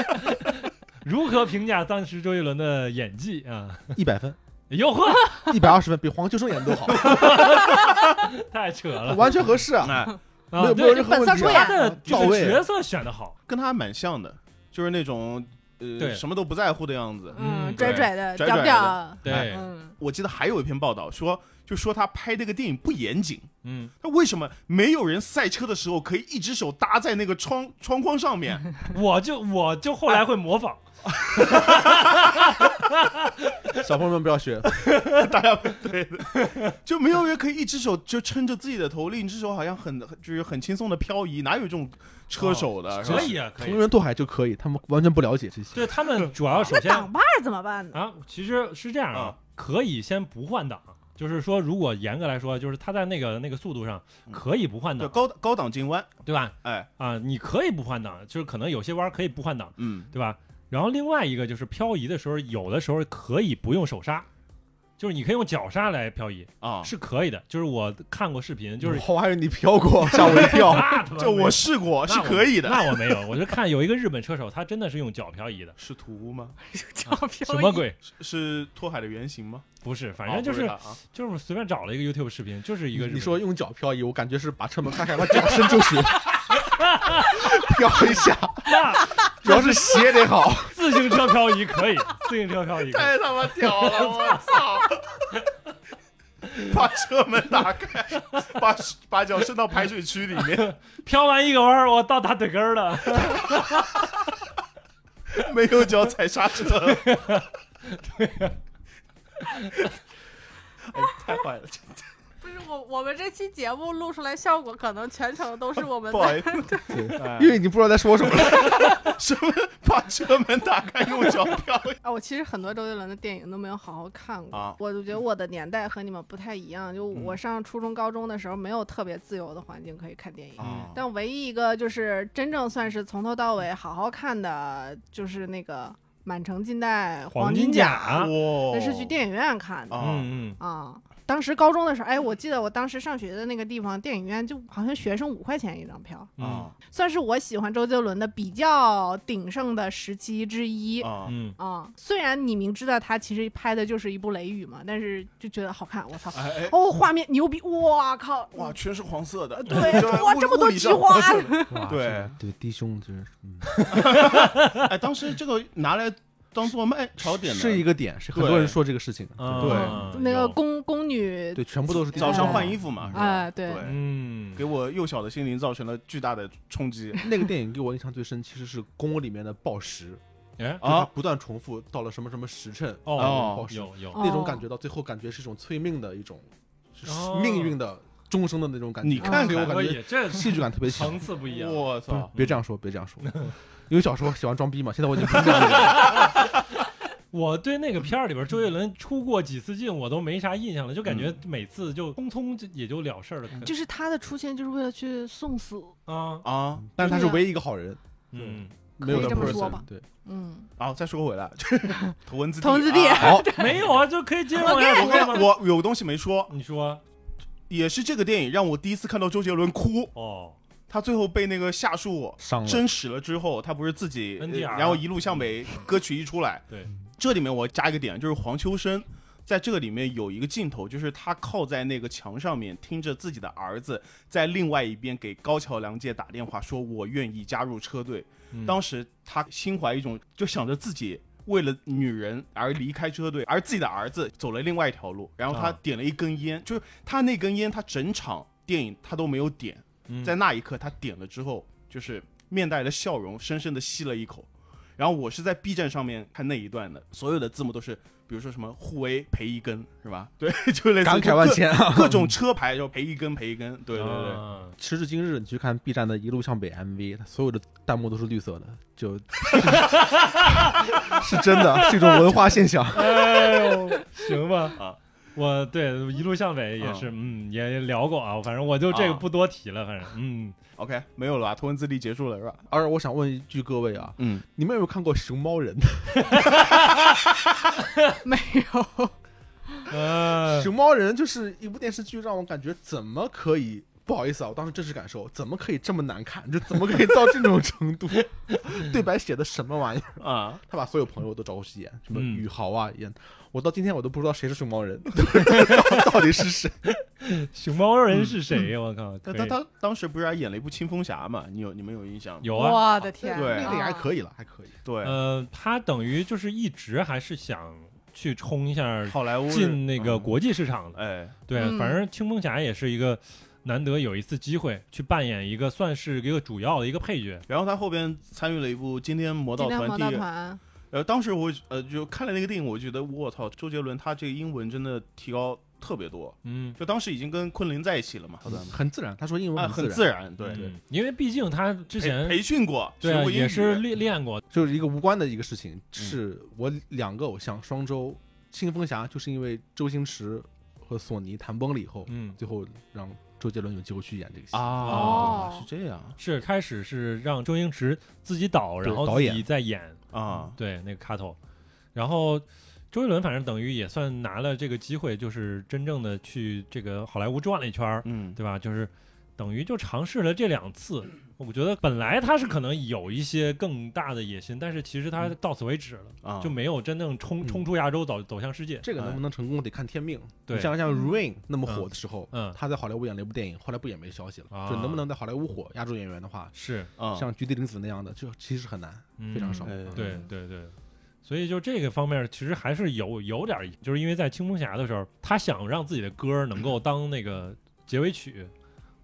[SPEAKER 3] 如何评价当时周杰伦的演技啊？
[SPEAKER 5] 一百分，
[SPEAKER 3] 哟 呵，
[SPEAKER 5] 一百二十分，比黄秋生演的都好，
[SPEAKER 3] 太扯了！
[SPEAKER 5] 完全合适啊，
[SPEAKER 2] 哎，
[SPEAKER 5] 没
[SPEAKER 3] 啊
[SPEAKER 5] 有没
[SPEAKER 3] 对
[SPEAKER 5] 有任何问
[SPEAKER 4] 本色
[SPEAKER 5] 题
[SPEAKER 4] 出
[SPEAKER 3] 他
[SPEAKER 5] 啊
[SPEAKER 4] 演，
[SPEAKER 3] 的
[SPEAKER 5] 到
[SPEAKER 3] 就是
[SPEAKER 5] 位
[SPEAKER 3] 角色选的好，
[SPEAKER 2] 跟他蛮像的，就是那种呃
[SPEAKER 3] 对
[SPEAKER 2] 什么都不在乎的样子。
[SPEAKER 3] 嗯
[SPEAKER 4] 嗯，拽
[SPEAKER 2] 对
[SPEAKER 4] 拽的，
[SPEAKER 2] 拽
[SPEAKER 4] 屌
[SPEAKER 2] 拽
[SPEAKER 4] 屌。
[SPEAKER 3] 对，
[SPEAKER 4] 嗯，
[SPEAKER 2] 我记得还有一篇报道说，就说他拍这个电影不严谨。
[SPEAKER 3] 嗯，
[SPEAKER 2] 那为什么没有人赛车的时候可以一只手搭在那个窗窗框上 面？
[SPEAKER 3] 我就我就后来会模仿，
[SPEAKER 5] 小朋友们不要学，
[SPEAKER 2] 大家对的，就没有人可以一只手就撑着自己的头，另一只手好像很就是很轻松的漂移，哪有这种车手的？是吧
[SPEAKER 3] 可以啊，可
[SPEAKER 5] 藤
[SPEAKER 3] 以。
[SPEAKER 5] 原拓海就可以，他们完全不了解这些。
[SPEAKER 3] 对他们主要首
[SPEAKER 4] 那
[SPEAKER 3] 先
[SPEAKER 4] 挡把儿怎么办呢？
[SPEAKER 3] 啊，其实是这样啊
[SPEAKER 2] 啊，
[SPEAKER 3] 可以先不换挡，就是说，如果严格来说，就是他在那个那个速度上
[SPEAKER 2] 嗯
[SPEAKER 3] 可以不换
[SPEAKER 2] 对
[SPEAKER 3] 挡，
[SPEAKER 2] 高高档进弯，
[SPEAKER 3] 对吧？
[SPEAKER 2] 哎，
[SPEAKER 3] 啊，你可以不换挡，就是可能有些弯儿可以不换挡，
[SPEAKER 2] 嗯，
[SPEAKER 3] 对吧？然后另外一个就是漂移的时候，有的时候可以不用手刹，就是你可以用脚刹来漂移，
[SPEAKER 2] 啊，
[SPEAKER 3] 是可以的。就是我看过视频，就是
[SPEAKER 1] 我还以为你飘过，吓我一跳。
[SPEAKER 3] 那他妈
[SPEAKER 2] 这
[SPEAKER 3] 没有
[SPEAKER 2] 我试过，
[SPEAKER 3] 那
[SPEAKER 2] 是
[SPEAKER 3] 我
[SPEAKER 2] 可以的。
[SPEAKER 3] 那我没有，我就看有一个日本车手，他真的是用脚漂移的，
[SPEAKER 2] 是图吗？
[SPEAKER 4] 照片
[SPEAKER 3] 啊什么？鬼？
[SPEAKER 2] 是是拓海的原型吗？
[SPEAKER 3] 不是，反
[SPEAKER 2] 啊
[SPEAKER 3] 正就
[SPEAKER 2] 不
[SPEAKER 3] 是
[SPEAKER 2] 它啊
[SPEAKER 3] 就是随便找了一个 YouTube 视频，就是一个日本
[SPEAKER 1] 你说用脚漂移，我感觉是把车门开开，把脚伸出 去，飘一下。
[SPEAKER 3] 那
[SPEAKER 1] 主要是鞋得 好，
[SPEAKER 3] 自行车漂移可以，自行车漂移可以。
[SPEAKER 1] 他妈屌 了！我操！
[SPEAKER 2] 把车门打开，把把脚伸到排水区里面，
[SPEAKER 3] 飘完一个弯儿，我到大腿根儿了。
[SPEAKER 2] 没有脚踩刹车。 哎对呀，太坏了，
[SPEAKER 4] 不是我，我们这期节目录出来效果，可能全程都是我们
[SPEAKER 2] 不好意 思，哎
[SPEAKER 1] 因为你不知道在说什么了。
[SPEAKER 2] 什么把车门打开用脚漂移？
[SPEAKER 4] 啊，我其实很多周杰伦的电影都没有好好看过，
[SPEAKER 2] 啊嗯
[SPEAKER 4] 我就觉得我的年代和你们不太一样，就我上初中、高中的时候没有特别自由的环境可以看电影。
[SPEAKER 3] 嗯
[SPEAKER 2] 啊
[SPEAKER 4] 但唯一一个就是真正算是从头到尾好好看的，就是那个《满城尽带黄
[SPEAKER 3] 金
[SPEAKER 4] 甲》，
[SPEAKER 3] 甲，
[SPEAKER 2] 哇
[SPEAKER 4] 那是去电影院看的
[SPEAKER 2] 啊
[SPEAKER 3] 嗯嗯，
[SPEAKER 4] 啊。当时高中的时候，哎，我记得我当时上学的那个地方，电影院就好像学生五块钱一张票，
[SPEAKER 3] 嗯
[SPEAKER 2] 啊
[SPEAKER 4] 算是我喜欢周杰伦的比较鼎盛的时期之一。
[SPEAKER 2] 啊！
[SPEAKER 3] 嗯，
[SPEAKER 4] 啊、虽然你明知道他其实拍的就是一部《雷雨》嘛，但是就觉得好看，我操！
[SPEAKER 2] 哎哎
[SPEAKER 4] 哦，画面牛逼，哇靠！
[SPEAKER 2] 哇，全是黄色的，
[SPEAKER 4] 对
[SPEAKER 2] 就
[SPEAKER 4] 哇
[SPEAKER 2] 物
[SPEAKER 4] 这么多
[SPEAKER 2] 物理上
[SPEAKER 4] 菊花
[SPEAKER 2] 黄色的
[SPEAKER 7] 哇
[SPEAKER 2] 对
[SPEAKER 7] 是对，低胸就是，嗯，
[SPEAKER 2] 哎，当时这个拿来当做卖潮点的，
[SPEAKER 5] 是一
[SPEAKER 2] 个
[SPEAKER 5] 个点，是很多人说这个事情的。
[SPEAKER 3] 啊
[SPEAKER 4] 嗯那个
[SPEAKER 3] 有
[SPEAKER 4] 宫宫女，
[SPEAKER 5] 对，全部都是
[SPEAKER 2] 早上换衣
[SPEAKER 5] 服。
[SPEAKER 2] 服嘛，是吧
[SPEAKER 4] 哎对
[SPEAKER 2] 对，
[SPEAKER 3] 嗯，
[SPEAKER 2] 给我幼小的心灵造成了巨大的 冲击。
[SPEAKER 5] 那个电影给我印象最深，其实是宫里面的报时就
[SPEAKER 3] 哎
[SPEAKER 5] 是它
[SPEAKER 2] 啊
[SPEAKER 5] 不断重复到了什么什么时辰，
[SPEAKER 3] 哦
[SPEAKER 2] 哦
[SPEAKER 5] 报时
[SPEAKER 3] 有有
[SPEAKER 5] 那种
[SPEAKER 4] 哦
[SPEAKER 5] 感觉到最后感觉是一种催命的一种，是
[SPEAKER 3] 哦
[SPEAKER 5] 命运的终生的那种感觉。
[SPEAKER 2] 你看
[SPEAKER 5] 所以
[SPEAKER 2] 看
[SPEAKER 5] 我感
[SPEAKER 3] 可
[SPEAKER 5] 觉
[SPEAKER 3] 以，这
[SPEAKER 5] 戏剧感特别强
[SPEAKER 3] 层。次不一样。
[SPEAKER 2] 我
[SPEAKER 5] 哎不是
[SPEAKER 2] 操！
[SPEAKER 5] 别这样说，别这样说，因为小时候喜欢装逼嘛，现在我已经不是这样的人了。
[SPEAKER 3] 我对那个片儿里边周杰伦出过几次镜，我都没啥印象了，就感
[SPEAKER 2] 嗯
[SPEAKER 3] 觉每次就匆匆就也就了事儿了。可
[SPEAKER 4] 就是他的出现就是为了去送死，
[SPEAKER 3] 啊，
[SPEAKER 2] 啊，
[SPEAKER 5] 但是他是唯一一个好人，
[SPEAKER 3] 嗯，
[SPEAKER 5] 没有
[SPEAKER 4] 可以
[SPEAKER 5] the
[SPEAKER 4] 这么说
[SPEAKER 5] person
[SPEAKER 4] 吧。
[SPEAKER 5] 对，
[SPEAKER 4] 嗯，
[SPEAKER 2] 然后再说回来，就是头 文字 D，
[SPEAKER 4] 头文字 D
[SPEAKER 2] 啊
[SPEAKER 5] 好，
[SPEAKER 3] 没有啊，就可以接着
[SPEAKER 4] 我
[SPEAKER 3] 往下
[SPEAKER 2] 我
[SPEAKER 3] 说
[SPEAKER 2] 跟
[SPEAKER 3] 吗？
[SPEAKER 2] 我有个东西没说，
[SPEAKER 3] 你说
[SPEAKER 2] 也是这个电影让我第一次看到周杰伦哭。
[SPEAKER 3] 哦，
[SPEAKER 2] 他最后被那个夏树
[SPEAKER 5] 伤了。
[SPEAKER 2] 真实了之后，他不是自己，呃
[SPEAKER 3] NDR
[SPEAKER 2] 然后一路向北，歌曲一出来，
[SPEAKER 3] 嗯对，
[SPEAKER 2] 这里面我加一个点，就是黄秋生。在这个里面有一个镜头，就是他靠在那个墙上面，听着自己的儿子在另外一边给高桥良介打电话，说我愿意加入车队。
[SPEAKER 3] 嗯
[SPEAKER 2] 当时他心怀一种，就想着自己为了女人而离开车队，而自己的儿子走了另外一条路。然后他
[SPEAKER 3] 啊
[SPEAKER 2] 点了一根烟，就是他那根烟，他整场电影他都没有点，
[SPEAKER 3] 嗯
[SPEAKER 2] 在那一刻他点了之后，就是面带着笑容，深深的吸了一口。然后我是在 B 站上面看那一段的，所有的字幕都是，比如说什么互为赔一根，是吧？ 对，就类似
[SPEAKER 5] 感
[SPEAKER 2] 于
[SPEAKER 5] 慨万
[SPEAKER 2] 各
[SPEAKER 5] 千啊！
[SPEAKER 2] 各种车牌就赔一根赔一根，对对对。
[SPEAKER 3] 啊
[SPEAKER 5] 时至今日，你去看 B 站的《一路向北》MV，它所有的弹幕都是绿色的， 就是真的，是一种文化现象。
[SPEAKER 3] 哎呦，行吧
[SPEAKER 2] 啊。
[SPEAKER 3] 我对一路向北也是，嗯，也也聊过啊，反正我就这
[SPEAKER 2] 啊
[SPEAKER 3] 个不多提了，反正， 嗯，
[SPEAKER 2] OK，没有了吧？图文字 D 结束了是吧？
[SPEAKER 5] 而我想问一句各位啊，
[SPEAKER 2] 嗯，
[SPEAKER 5] 你们有没有看过《熊猫人》？
[SPEAKER 4] 没有，嗯
[SPEAKER 3] 呃，
[SPEAKER 5] 熊猫人》就是一部电视剧，让我感觉怎么可以？不好意思啊，我当时真实感受，怎么可以这么难看？就怎么可以到这种程 度？对白写的什么玩意儿？
[SPEAKER 2] 啊，
[SPEAKER 5] 他把所有朋友都找过去演，什么
[SPEAKER 3] 嗯
[SPEAKER 5] 宇豪啊演，我到今天我都不知道谁是熊猫人，到底是谁？
[SPEAKER 3] 熊猫人是谁呀？我靠，
[SPEAKER 2] 但
[SPEAKER 3] 可
[SPEAKER 2] 嗯他
[SPEAKER 3] 以
[SPEAKER 2] 他当时不是还演了一部《青风侠》嘛？你有你们有印象吗？
[SPEAKER 3] 有啊，
[SPEAKER 4] 我的天，
[SPEAKER 2] 对
[SPEAKER 5] 那
[SPEAKER 4] 啊
[SPEAKER 5] 个还可以了，还可以。
[SPEAKER 2] 对，
[SPEAKER 3] 呃，他等于就是一直还是想去冲一下
[SPEAKER 2] 好莱坞
[SPEAKER 3] 进那个国际市场的。
[SPEAKER 2] 哎，
[SPEAKER 3] 对，
[SPEAKER 4] 嗯
[SPEAKER 3] 反正青蜂侠也是一个难得有一次机会去扮演一个算是一个主要的一个配角。
[SPEAKER 2] 然后他后边参与了一部《今天魔
[SPEAKER 4] 今
[SPEAKER 2] 盗
[SPEAKER 4] 天
[SPEAKER 2] 团
[SPEAKER 4] 黄
[SPEAKER 2] 第
[SPEAKER 4] 道
[SPEAKER 2] 一》，
[SPEAKER 4] 团，
[SPEAKER 2] 呃，当时我呃就看了那个电影，我觉得我操，周杰伦他这个英文真的提高特别多。
[SPEAKER 3] 嗯，
[SPEAKER 2] 就当时已经跟昆凌在一起了嘛，好像
[SPEAKER 5] 很自然，他说英
[SPEAKER 2] 啊，
[SPEAKER 5] 文
[SPEAKER 2] 很
[SPEAKER 5] 自然，
[SPEAKER 2] 自然，对，
[SPEAKER 3] 嗯，因为毕竟他之前
[SPEAKER 2] 培培训过，学过
[SPEAKER 3] 对啊
[SPEAKER 2] 英语
[SPEAKER 3] 也是练练过，
[SPEAKER 5] 就是一个无关的一个事情。是我两个偶像双周，青蜂侠就是因为周星驰和和索尼谈崩了以后，
[SPEAKER 3] 嗯，
[SPEAKER 5] 最后让周杰伦有机会去演这个戏。
[SPEAKER 2] 啊
[SPEAKER 4] 哦
[SPEAKER 2] 是这样
[SPEAKER 3] 是开始是让周星驰自己导，然后
[SPEAKER 5] 导
[SPEAKER 3] 自
[SPEAKER 5] 演
[SPEAKER 3] 己再演，
[SPEAKER 2] 啊，
[SPEAKER 3] 对那个卡头，然后周杰伦反正等于也算拿了这个机会，就是真正的去这个好莱坞转了一圈儿，
[SPEAKER 2] 嗯，
[SPEAKER 3] 对吧？就是等于就尝试了这两次。我觉得本来他是可能有一些更大的野心，但是其实他到此为止了，
[SPEAKER 2] 啊，
[SPEAKER 3] 就没有真正冲
[SPEAKER 5] 嗯
[SPEAKER 3] 冲出亚洲走走向世界。
[SPEAKER 5] 这个能不能成功得看天命。
[SPEAKER 3] 对
[SPEAKER 5] 你像
[SPEAKER 4] 嗯
[SPEAKER 5] 像 Rain 那么火的时候，
[SPEAKER 3] 嗯，
[SPEAKER 5] 他在好莱坞演了一部电影，后来不也没消息了？
[SPEAKER 3] 啊
[SPEAKER 5] 就能不能在好莱坞火亚洲演员的话，
[SPEAKER 3] 是，
[SPEAKER 2] 啊
[SPEAKER 5] 像菊地凛子那样的，就其实很难，非常少。
[SPEAKER 2] 嗯哎
[SPEAKER 3] 对对对，所以就这个方面，其实还是有有点儿，就是因为在青蜂侠的时候，他想让自己的歌儿能够当那个结尾曲，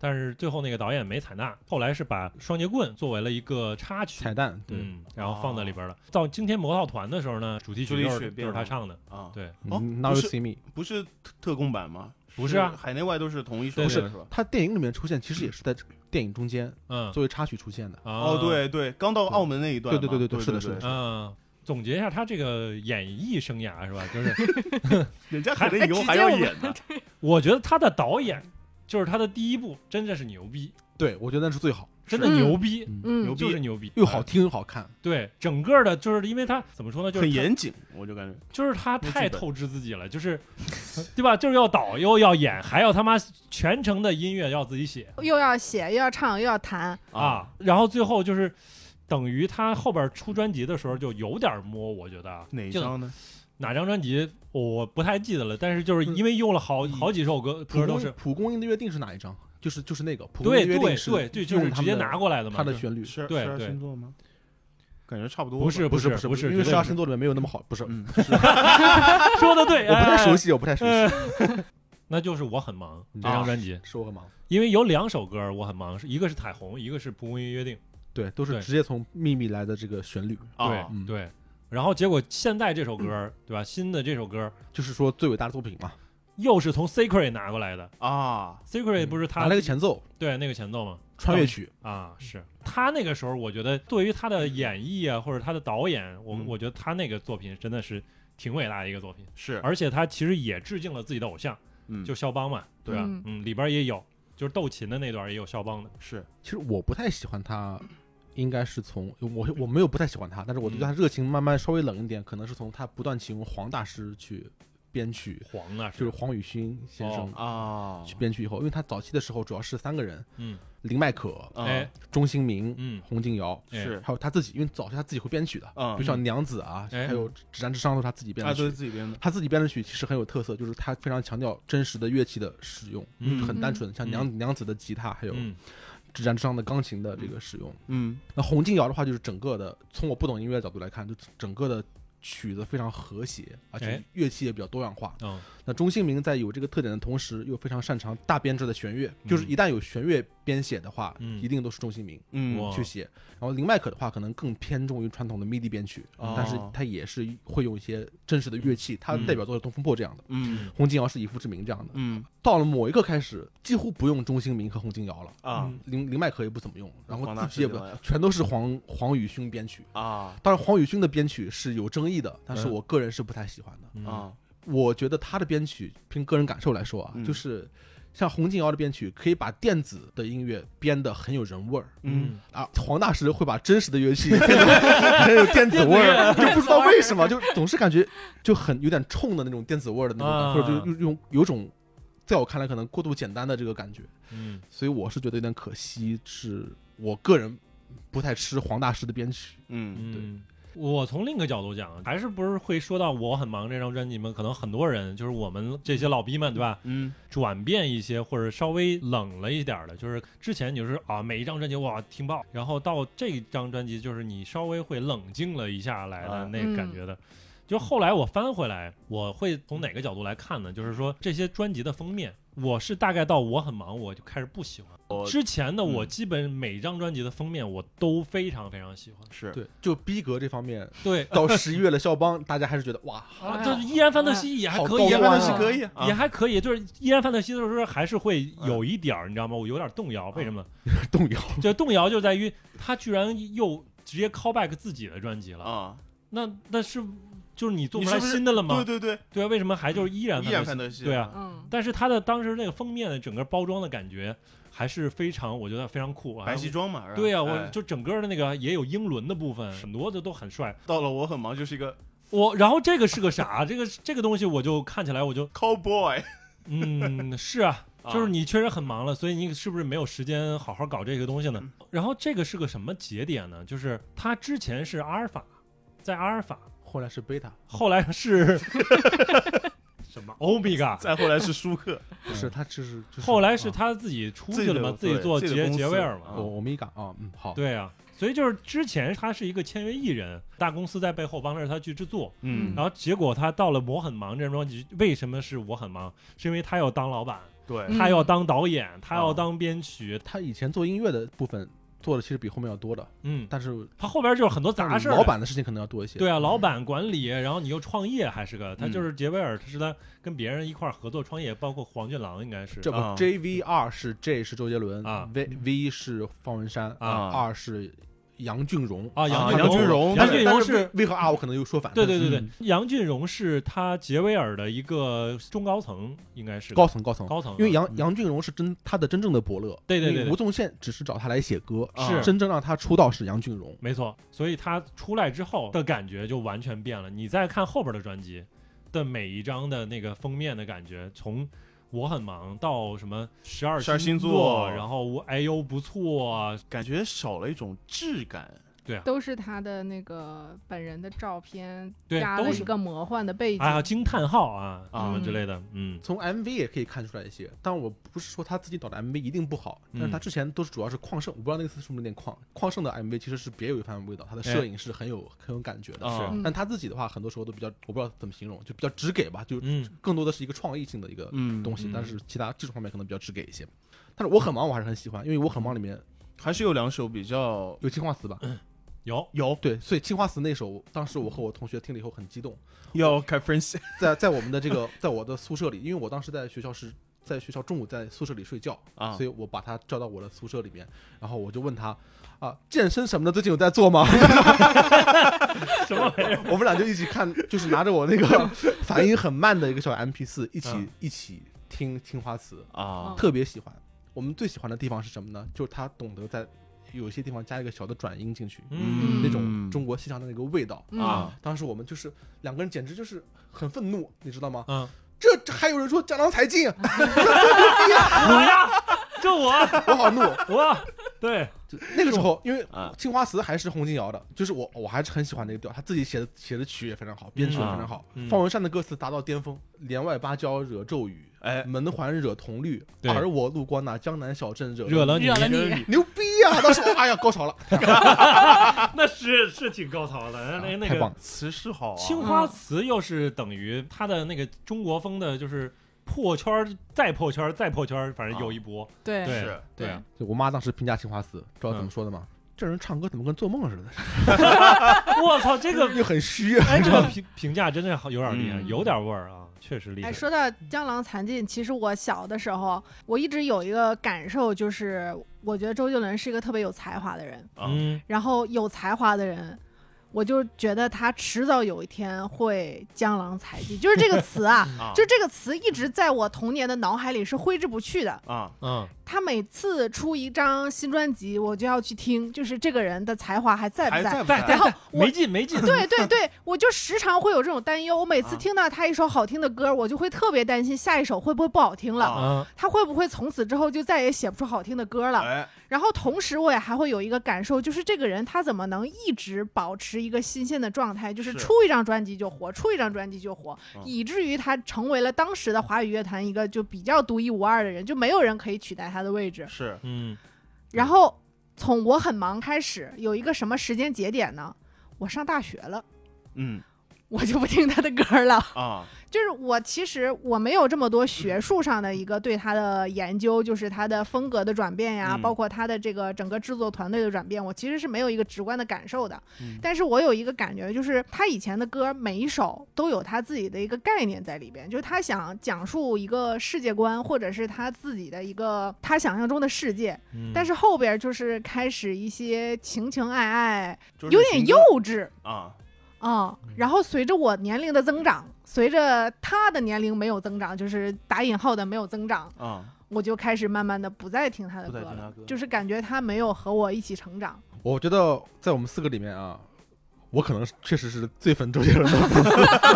[SPEAKER 3] 但是最后那个导演没采纳，后来是把双截棍作为了一个插曲，
[SPEAKER 5] 彩蛋，对，
[SPEAKER 3] 嗯，然后放在里边了。到惊天魔盗团的时候呢，主题
[SPEAKER 2] 主
[SPEAKER 3] 曲
[SPEAKER 2] 题
[SPEAKER 3] 就是
[SPEAKER 2] 曲
[SPEAKER 3] 就
[SPEAKER 2] 变
[SPEAKER 3] 是他
[SPEAKER 2] 了
[SPEAKER 3] 唱的，
[SPEAKER 2] 啊，
[SPEAKER 3] 对，
[SPEAKER 2] 哦
[SPEAKER 5] 嗯，Now
[SPEAKER 2] 不
[SPEAKER 5] You
[SPEAKER 2] 是
[SPEAKER 5] See Me，
[SPEAKER 2] 不是特特供版吗？
[SPEAKER 3] 不是啊
[SPEAKER 2] 海内外都是同一首
[SPEAKER 3] 对
[SPEAKER 2] 歌
[SPEAKER 3] 对
[SPEAKER 2] 是吧？
[SPEAKER 5] 他电影里面出现，其实也是在电影中间
[SPEAKER 3] 嗯，
[SPEAKER 5] 作为插曲出现的。
[SPEAKER 2] 哦，，
[SPEAKER 3] 哦
[SPEAKER 2] 对对，刚到澳门那一段嘛，
[SPEAKER 5] 对对对对
[SPEAKER 2] 对，
[SPEAKER 5] 是的
[SPEAKER 2] 对
[SPEAKER 5] 是的
[SPEAKER 2] 对
[SPEAKER 3] 嗯。总结一下他这个演艺生涯是吧？就是
[SPEAKER 2] 人家可能以后还要演呢，
[SPEAKER 3] 我觉得他的导演，就是他的第一部，真的是牛逼，
[SPEAKER 5] 对，我觉得那是最好，
[SPEAKER 3] 真的
[SPEAKER 4] 嗯
[SPEAKER 3] 牛逼，
[SPEAKER 4] 嗯
[SPEAKER 2] 牛逼
[SPEAKER 3] 就是牛逼，啊
[SPEAKER 5] 又好听又好看。
[SPEAKER 3] 对，整个的就是因为他怎么说呢，就是
[SPEAKER 2] 很
[SPEAKER 3] 他，
[SPEAKER 2] 严谨，我就感觉
[SPEAKER 3] 就是他
[SPEAKER 2] 本
[SPEAKER 3] 太透支自己了，就是 对吧？就是要导又要演，还要他妈全程的音乐要自己写
[SPEAKER 4] 又要写又要唱又要弹，
[SPEAKER 3] 啊，然后最后就是。等于他后边出专辑的时候就有点摸，我觉得啊
[SPEAKER 2] 哪一
[SPEAKER 3] 就
[SPEAKER 2] 张呢？
[SPEAKER 3] 哪张专辑我不太记得了，但是就是
[SPEAKER 5] 嗯
[SPEAKER 3] 因为用了好好几首歌
[SPEAKER 5] 蒲
[SPEAKER 3] 歌都
[SPEAKER 5] 公
[SPEAKER 3] 是
[SPEAKER 5] 蒲公英的约定是哪一张？就是就是那个蒲公
[SPEAKER 3] 对
[SPEAKER 5] 英的
[SPEAKER 3] 对
[SPEAKER 5] 约定是
[SPEAKER 3] 对对，就是
[SPEAKER 5] 用他
[SPEAKER 3] 直
[SPEAKER 5] 们
[SPEAKER 3] 接
[SPEAKER 5] 的
[SPEAKER 3] 拿过来的嘛，
[SPEAKER 5] 它的
[SPEAKER 3] 就
[SPEAKER 5] 旋律。
[SPEAKER 2] 十
[SPEAKER 3] 对
[SPEAKER 2] 十二
[SPEAKER 3] 对
[SPEAKER 2] 星座吗？感觉差不多吧，
[SPEAKER 3] 不是
[SPEAKER 5] 不
[SPEAKER 3] 是
[SPEAKER 5] 不是
[SPEAKER 3] 不是，
[SPEAKER 5] 因为
[SPEAKER 3] 绝
[SPEAKER 5] 十
[SPEAKER 3] 对
[SPEAKER 5] 二
[SPEAKER 3] 不
[SPEAKER 5] 星座里面没有那么好，不是，
[SPEAKER 2] 嗯，
[SPEAKER 3] 是 说的 对，哎
[SPEAKER 5] 我不太熟
[SPEAKER 3] 悉。
[SPEAKER 5] 悉，我不太熟悉，
[SPEAKER 3] 哎那就是我很忙这张专辑，
[SPEAKER 5] 是我个忙。
[SPEAKER 3] 啊因为有两首歌我很忙，是一个是彩虹，一个是蒲公英约定。
[SPEAKER 5] 对，都
[SPEAKER 3] 对
[SPEAKER 5] 是直接从秘密来的这个旋律，
[SPEAKER 3] 对、
[SPEAKER 2] 啊
[SPEAKER 5] 嗯
[SPEAKER 3] 对，然后结果现在这首歌、对吧？新的这首歌
[SPEAKER 5] 就是说最伟大的作品嘛。
[SPEAKER 3] 又是从 Secret 拿过来的
[SPEAKER 2] 啊，
[SPEAKER 3] ，Secret 不是
[SPEAKER 5] 嗯
[SPEAKER 3] 他、
[SPEAKER 5] 拿了个前奏，
[SPEAKER 3] 对那个前奏吗？
[SPEAKER 5] 穿越曲，
[SPEAKER 2] 嗯
[SPEAKER 3] 啊，是他那个时候，我觉得对于他的演绎啊，或者他的导演，我、
[SPEAKER 2] 嗯
[SPEAKER 3] 我觉得他那个作品真的是挺伟大的一个作品，
[SPEAKER 2] 是，
[SPEAKER 3] 而且他其实也致敬了自己的偶像，
[SPEAKER 2] 嗯，
[SPEAKER 3] 就肖邦嘛，对吧？
[SPEAKER 4] 嗯
[SPEAKER 3] 嗯，里边也有，就是斗琴的那段也有肖邦的，
[SPEAKER 2] 是
[SPEAKER 5] 其实我不太喜欢他，应该是从我我没有不太喜欢他，但是我对他热情慢慢稍微冷一点，可能是从他不断请用黄大师去编曲，
[SPEAKER 3] 黄的
[SPEAKER 5] 就是黄宇勋先生
[SPEAKER 3] 哦
[SPEAKER 2] 啊，
[SPEAKER 5] 去编曲以后，因为他早期的时候主要是三个人，
[SPEAKER 3] 嗯，
[SPEAKER 5] 林迈可、
[SPEAKER 2] 啊
[SPEAKER 3] 哎，
[SPEAKER 5] 钟兴民、
[SPEAKER 3] 嗯
[SPEAKER 5] 洪敬尧，
[SPEAKER 3] 哎
[SPEAKER 2] 是
[SPEAKER 5] 还有他自己，因为早期他自己会编曲的，
[SPEAKER 2] 嗯
[SPEAKER 5] 比如像娘子啊，
[SPEAKER 3] 哎
[SPEAKER 5] 还有指战之殇都是他自己编
[SPEAKER 2] 啊，
[SPEAKER 5] 的
[SPEAKER 2] 都是
[SPEAKER 5] 曲。
[SPEAKER 2] 自己编的，
[SPEAKER 5] 他自己编的曲其实很有特色，就是他非常强调真实的乐器的使用，
[SPEAKER 3] 嗯
[SPEAKER 5] 很单纯，像娘娘子的吉他，还有
[SPEAKER 3] 嗯
[SPEAKER 5] 指战之殇的钢琴的这个使用。
[SPEAKER 2] 嗯
[SPEAKER 5] 那洪敬尧的话，就是整个的，从我不懂音乐的角度来看，就整个的曲子非常和谐，而
[SPEAKER 3] 哎
[SPEAKER 5] 且乐器也比较多样化。
[SPEAKER 3] 嗯
[SPEAKER 5] 那钟兴民在有这个特点的同时，又非常擅长大编制的弦乐，就是
[SPEAKER 3] 嗯
[SPEAKER 5] 一旦有弦乐编写的话，
[SPEAKER 3] 嗯
[SPEAKER 5] 一定都是钟兴民
[SPEAKER 2] 嗯
[SPEAKER 3] 哇
[SPEAKER 5] 去写。然后林迈可的话，可能更偏重于传统的 MIDI 编曲，
[SPEAKER 2] 哦
[SPEAKER 5] 但是他也是会用一些真实的乐器，他
[SPEAKER 3] 嗯
[SPEAKER 5] 代表作是《东风破》这样的，
[SPEAKER 2] 嗯
[SPEAKER 5] 洪敬尧是《以父之名》这样的。
[SPEAKER 2] 嗯
[SPEAKER 5] 到了某一个开始，几乎不用钟兴民和洪敬尧了。
[SPEAKER 2] 啊
[SPEAKER 3] 嗯
[SPEAKER 5] 林林迈可也不怎么用，然后
[SPEAKER 2] 黄大
[SPEAKER 5] 自
[SPEAKER 2] 师
[SPEAKER 5] 己也不
[SPEAKER 2] 就来了
[SPEAKER 5] 全都是黄黄宇勋编曲。
[SPEAKER 2] 啊
[SPEAKER 5] 当然，黄宇勋的编曲是有争议的，但是
[SPEAKER 3] 嗯
[SPEAKER 5] 我个人是不太喜欢的。
[SPEAKER 3] 嗯
[SPEAKER 2] 啊
[SPEAKER 5] 我觉得他的编曲，凭个人感受来说啊，
[SPEAKER 2] 嗯
[SPEAKER 5] 就是像洪敬尧的编曲，可以把电子的音乐编得很有人味儿
[SPEAKER 2] 嗯
[SPEAKER 5] 啊，黄大师会把真实的乐器编得很有电子味儿，就不知道为什么，就总是感觉就很有点冲的那种电子味儿的那种感
[SPEAKER 3] 啊
[SPEAKER 5] 觉，或者就用有种在我看来可能过度简单的这个感觉，
[SPEAKER 3] 嗯
[SPEAKER 5] 所以我是觉得有点可惜，是我个人不太吃黄大师的编曲。
[SPEAKER 2] 嗯
[SPEAKER 3] 嗯，我从另一个角度讲，还是不是会说到我很忙这张专辑吗？可能很多人就是我们这些老逼们，对吧？
[SPEAKER 2] 嗯
[SPEAKER 3] 转变一些或者稍微冷了一点儿的，就是之前你就是啊，每一张专辑哇听爆，然后到这张专辑就是你稍微会冷静了一下来的
[SPEAKER 2] 啊
[SPEAKER 3] 那个感觉的。就后来我翻回来，我会从哪个角度来看呢？就是说这些专辑的封面，我是大概到我很忙，我就开始不喜欢。
[SPEAKER 2] 我
[SPEAKER 3] 之前的
[SPEAKER 2] 嗯
[SPEAKER 3] 我基本每张专辑的封面我都非常非常喜欢，
[SPEAKER 2] 是
[SPEAKER 5] 对，就逼格这方面，
[SPEAKER 3] 对，
[SPEAKER 5] 到十一月了，肖邦大家还是觉得哇，
[SPEAKER 3] 啊，
[SPEAKER 4] 哎
[SPEAKER 3] 就是依然范特西也还
[SPEAKER 5] 好
[SPEAKER 3] 可
[SPEAKER 5] 高
[SPEAKER 3] 以，
[SPEAKER 5] 端
[SPEAKER 3] 范特
[SPEAKER 5] 啊
[SPEAKER 3] 西
[SPEAKER 2] 是可以啊
[SPEAKER 3] 也还可以，就是依然范特西的时候还是会有一点儿，你知道吗？我有点动摇，为什么？
[SPEAKER 5] 动摇。
[SPEAKER 3] 这动摇就在于他居然又直接 call back 自己的专辑了，
[SPEAKER 2] 啊
[SPEAKER 3] 那那是就是你做
[SPEAKER 2] 你
[SPEAKER 3] 出
[SPEAKER 2] 是
[SPEAKER 3] 来
[SPEAKER 2] 不是
[SPEAKER 3] 新的了吗？
[SPEAKER 2] 对对对，
[SPEAKER 3] 对啊，为什么还就是依然
[SPEAKER 2] 依然
[SPEAKER 3] 范
[SPEAKER 2] 范
[SPEAKER 3] 德
[SPEAKER 2] 德
[SPEAKER 3] 西
[SPEAKER 2] 西，
[SPEAKER 3] 对啊，
[SPEAKER 4] 嗯，
[SPEAKER 3] 但是它的当时那个封面的整个包装的感觉还是非常，我觉得非常酷啊。
[SPEAKER 2] 白西装嘛，是吧
[SPEAKER 3] 对啊，
[SPEAKER 2] 哎
[SPEAKER 3] 我就整个的那个也有英伦的部分，很多的都很帅。
[SPEAKER 2] 到了我很忙就是一个
[SPEAKER 3] 我然后这个是个啥？这个这个东西我就看起来我就
[SPEAKER 2] cowboy，
[SPEAKER 3] 嗯是啊，
[SPEAKER 2] 啊
[SPEAKER 3] 就是你确实很忙了，所以你是不是没有时间好好搞这个东西呢？
[SPEAKER 2] 嗯
[SPEAKER 3] 然后这个是个什么节点呢？就是它之前是阿尔法，在阿尔法，
[SPEAKER 5] 后来是贝塔，
[SPEAKER 3] 后来是 什么欧米伽，
[SPEAKER 2] 再后来是舒克，
[SPEAKER 5] 不是他只是就是
[SPEAKER 3] 后来是他自己出去了嘛，
[SPEAKER 2] 啊自
[SPEAKER 3] 自
[SPEAKER 2] 己
[SPEAKER 3] 己
[SPEAKER 2] 的
[SPEAKER 3] 做
[SPEAKER 2] 对自己的
[SPEAKER 3] 杰
[SPEAKER 2] 公司
[SPEAKER 3] 杰威尔
[SPEAKER 2] 啊
[SPEAKER 3] 嘛。
[SPEAKER 5] 我我没敢啊，嗯好，
[SPEAKER 3] 对啊，所以就是之前他是一个签约艺人，大公司在背后帮着他去制作，
[SPEAKER 2] 嗯，
[SPEAKER 3] 然后结果他到了《我很忙》这张专辑，为什么是我很忙？是因为他要当老板，
[SPEAKER 2] 对
[SPEAKER 4] 嗯
[SPEAKER 3] 他要当导演，他
[SPEAKER 2] 啊
[SPEAKER 3] 要当编曲，
[SPEAKER 5] 他以前做音乐的部分做的其实比后面要多的，
[SPEAKER 3] 嗯，
[SPEAKER 5] 但是
[SPEAKER 3] 他后边就是很多
[SPEAKER 5] 但
[SPEAKER 3] 杂
[SPEAKER 5] 是
[SPEAKER 3] 事儿。
[SPEAKER 5] 老板的事情可能要多一些。
[SPEAKER 3] 对啊，老板管理，然后你又创业，还是个他就是杰威尔，他是他跟别人一块儿合作创业，包括黄俊郎应该是
[SPEAKER 5] 这不
[SPEAKER 2] 啊
[SPEAKER 5] J V R 是 J 是周杰伦
[SPEAKER 3] 啊
[SPEAKER 5] ，V V 是方文山
[SPEAKER 2] 啊
[SPEAKER 5] ，R 是杨俊荣
[SPEAKER 3] 啊
[SPEAKER 2] 啊
[SPEAKER 3] 杨
[SPEAKER 2] 俊荣
[SPEAKER 3] 杨
[SPEAKER 5] 但
[SPEAKER 3] 俊
[SPEAKER 5] 是
[SPEAKER 3] 荣
[SPEAKER 5] 但
[SPEAKER 3] 是
[SPEAKER 5] 是 V 和 R 我可能又说反，
[SPEAKER 3] 对对对对
[SPEAKER 5] 嗯，
[SPEAKER 3] 杨俊荣是他杰威尔的一个中高层，应该是
[SPEAKER 5] 高层高层，
[SPEAKER 3] 高层啊，
[SPEAKER 5] 因为杨杨俊荣是真他的真正的伯乐，
[SPEAKER 3] 对对
[SPEAKER 5] 因为
[SPEAKER 3] 对对
[SPEAKER 5] 吴宗宪只是找他来写歌，
[SPEAKER 3] 是
[SPEAKER 5] 真正让他出道是杨俊荣。
[SPEAKER 3] 没错，所以他出来之后的感觉就完全变了。你再看后边的专辑的每一张的那个封面的感觉，从我很忙到什么十二
[SPEAKER 2] 12星座
[SPEAKER 3] 座，然后我哎呦不错啊，
[SPEAKER 2] 感觉少了一种质感，
[SPEAKER 4] 都是他的那个本人的照片，
[SPEAKER 3] 对
[SPEAKER 4] 加
[SPEAKER 3] 都
[SPEAKER 4] 了
[SPEAKER 3] 是
[SPEAKER 4] 一个魔幻的背景，
[SPEAKER 3] 啊惊叹号啊
[SPEAKER 2] 啊
[SPEAKER 3] 什么之类的，嗯
[SPEAKER 5] 从 MV 也可以看出来一些，但我不是说他自己导的 MV 一定不好，
[SPEAKER 3] 嗯
[SPEAKER 5] 但是他之前都是主要是旷盛，我不知道那次是不是有点旷，旷盛的 MV 其实是别有一番味道，他
[SPEAKER 3] 哎
[SPEAKER 5] 的摄影是很有、很有感觉的。
[SPEAKER 3] 哦
[SPEAKER 2] 啊
[SPEAKER 4] 嗯
[SPEAKER 5] 但他自己的话，很多时候都比较，我不知道怎么形容，就比较直给吧，就
[SPEAKER 3] 嗯
[SPEAKER 5] 更多的是一个创意性的一个
[SPEAKER 2] 嗯，
[SPEAKER 5] 呃东西，
[SPEAKER 3] 嗯
[SPEAKER 5] 但是其他技术方面可能比较直给一些。但是我很忙，我还是很喜欢，因为我很忙里面
[SPEAKER 2] 还是有两首比较
[SPEAKER 5] 有青花瓷吧，
[SPEAKER 3] 有
[SPEAKER 2] 有
[SPEAKER 5] 对，所以《青花瓷》那首，当时我和我同学听了以后很激动，
[SPEAKER 2] 要开分析，
[SPEAKER 5] 在在我们的这个，在我的宿舍里，因为我当时在学校是在学校中午在宿舍里睡觉
[SPEAKER 2] 啊
[SPEAKER 5] 所以我把他叫到我的宿舍里面，然后我就问他啊，健身什么的最近有在做吗？
[SPEAKER 3] 什么玩意儿？
[SPEAKER 5] 我们俩就一起看，就是拿着我那 个反应很慢的一个小 MP 四，一起、
[SPEAKER 3] 嗯
[SPEAKER 5] 一起听《青花瓷
[SPEAKER 2] 啊》，
[SPEAKER 5] 特别喜欢。我们最喜欢的地方是什么呢？就是他懂得在有一些地方加一个小的转音进去，
[SPEAKER 3] 嗯
[SPEAKER 5] 那种中国西洋的那个味道。
[SPEAKER 4] 嗯
[SPEAKER 2] 啊，
[SPEAKER 5] 当时我们就是两个人，简直就是很愤怒，你知道吗？
[SPEAKER 3] 嗯，
[SPEAKER 5] 这这还有人说江郎才尽，
[SPEAKER 3] 我呀，就我
[SPEAKER 5] 我好怒！
[SPEAKER 3] 我对
[SPEAKER 5] 就那个时候，因为
[SPEAKER 2] 啊
[SPEAKER 5] 青花瓷还是洪金瑶的，就是我我还是很喜欢那个调，他自己写的写的曲也非常好，编曲也非常好。
[SPEAKER 3] 嗯
[SPEAKER 5] 方文山的歌词达到巅峰，帘外芭蕉惹骤雨，
[SPEAKER 2] 哎，
[SPEAKER 5] 门环惹铜绿，
[SPEAKER 3] 对
[SPEAKER 5] 而我路过那江南小镇惹
[SPEAKER 3] 惹了你，
[SPEAKER 4] 惹了你
[SPEAKER 3] 惹
[SPEAKER 5] 牛逼呀、当时我哎呀高潮了，
[SPEAKER 3] 那是是挺高潮的，那那
[SPEAKER 5] 太
[SPEAKER 3] 个
[SPEAKER 5] 棒了！
[SPEAKER 2] 哎词是好啊，
[SPEAKER 3] 青花瓷又是等于它的那个中国风的，就是破圈儿再破圈儿再破圈儿，反正有一波。
[SPEAKER 4] 对
[SPEAKER 3] 对
[SPEAKER 2] 是，
[SPEAKER 3] 对啊，嗯
[SPEAKER 5] 就我妈当时评价青花瓷，知道怎么说的吗？这人唱歌怎么跟做梦似的？
[SPEAKER 3] 我操， 这个
[SPEAKER 5] 又很虚，
[SPEAKER 3] 哎，这个评评价真的好有点厉害，
[SPEAKER 4] 嗯
[SPEAKER 3] 有点味儿啊，确实厉害
[SPEAKER 4] 哎，。说到江郎才尽，其实我小的时候，我一直有一个感受，就是我觉得周杰伦是一个特别有才华的人。
[SPEAKER 3] 嗯，
[SPEAKER 4] 然后有才华的人，我就觉得他迟早有一天会江郎才尽，就是这个词 啊
[SPEAKER 3] 嗯
[SPEAKER 2] 啊
[SPEAKER 4] 就这个词一直在我童年的脑海里是挥之不去的。
[SPEAKER 2] 啊，
[SPEAKER 3] 嗯，
[SPEAKER 4] 他每次出一张新专辑，我就要去听，就是这个人的才华还在
[SPEAKER 2] 还
[SPEAKER 4] 不在？
[SPEAKER 2] 在不在
[SPEAKER 4] 然后我
[SPEAKER 3] 没。劲没劲。
[SPEAKER 4] 对对对，我就时常会有这种担忧。我每次
[SPEAKER 2] 啊
[SPEAKER 4] 听到他一首好听的歌，我就会特别担心下一首会不会不好听了，
[SPEAKER 2] 啊
[SPEAKER 3] 嗯
[SPEAKER 4] 他会不会从此之后就再也写不出好听的歌了。
[SPEAKER 2] 哎，
[SPEAKER 4] 然后同时我也还会有一个感受，就是这个人他怎么能一直保持一个新鲜的状态，就是
[SPEAKER 2] 是
[SPEAKER 4] 出一张专辑就火，出一张专辑就火，
[SPEAKER 2] 嗯
[SPEAKER 4] 以至于他成为了当时的华语乐坛一个就比较独一无二的人，就没有人可以取代他的位置。
[SPEAKER 2] 是
[SPEAKER 3] 嗯，
[SPEAKER 4] 然后从我很忙开始，有一个什么时间节点呢？我上大学了。
[SPEAKER 2] 嗯
[SPEAKER 4] 我就不听他的歌了，
[SPEAKER 2] 啊
[SPEAKER 4] 就是我其实我没有这么多学术上的一个对他的研究，就是他的风格的转变呀，
[SPEAKER 2] 嗯
[SPEAKER 4] 包括他的这个整个制作团队的转变，我其实是没有一个直观的感受的。
[SPEAKER 2] 嗯
[SPEAKER 4] 但是我有一个感觉，就是他以前的歌每一首都有他自己的一个概念在里边，就是他想讲述一个世界观，或者是他自己的一个他想象中的世界。
[SPEAKER 3] 嗯
[SPEAKER 4] 但是后边就是开始一些情情爱爱，
[SPEAKER 2] 就是
[SPEAKER 4] 有
[SPEAKER 2] 行
[SPEAKER 4] 点幼
[SPEAKER 2] 动
[SPEAKER 4] 稚。
[SPEAKER 2] 啊，
[SPEAKER 4] 嗯，然后随着我年龄的增长，随着他的年龄没有增长，就是打引号的没有增长，
[SPEAKER 2] 啊，
[SPEAKER 4] 我就开始慢慢的不再听他的
[SPEAKER 2] 不
[SPEAKER 4] 歌
[SPEAKER 2] 再听
[SPEAKER 4] 了，
[SPEAKER 2] 他歌，
[SPEAKER 4] 就是感觉他没有和我一起成长。
[SPEAKER 5] 我觉得在我们四个里面啊，我可能是确实是最粉周杰 伦的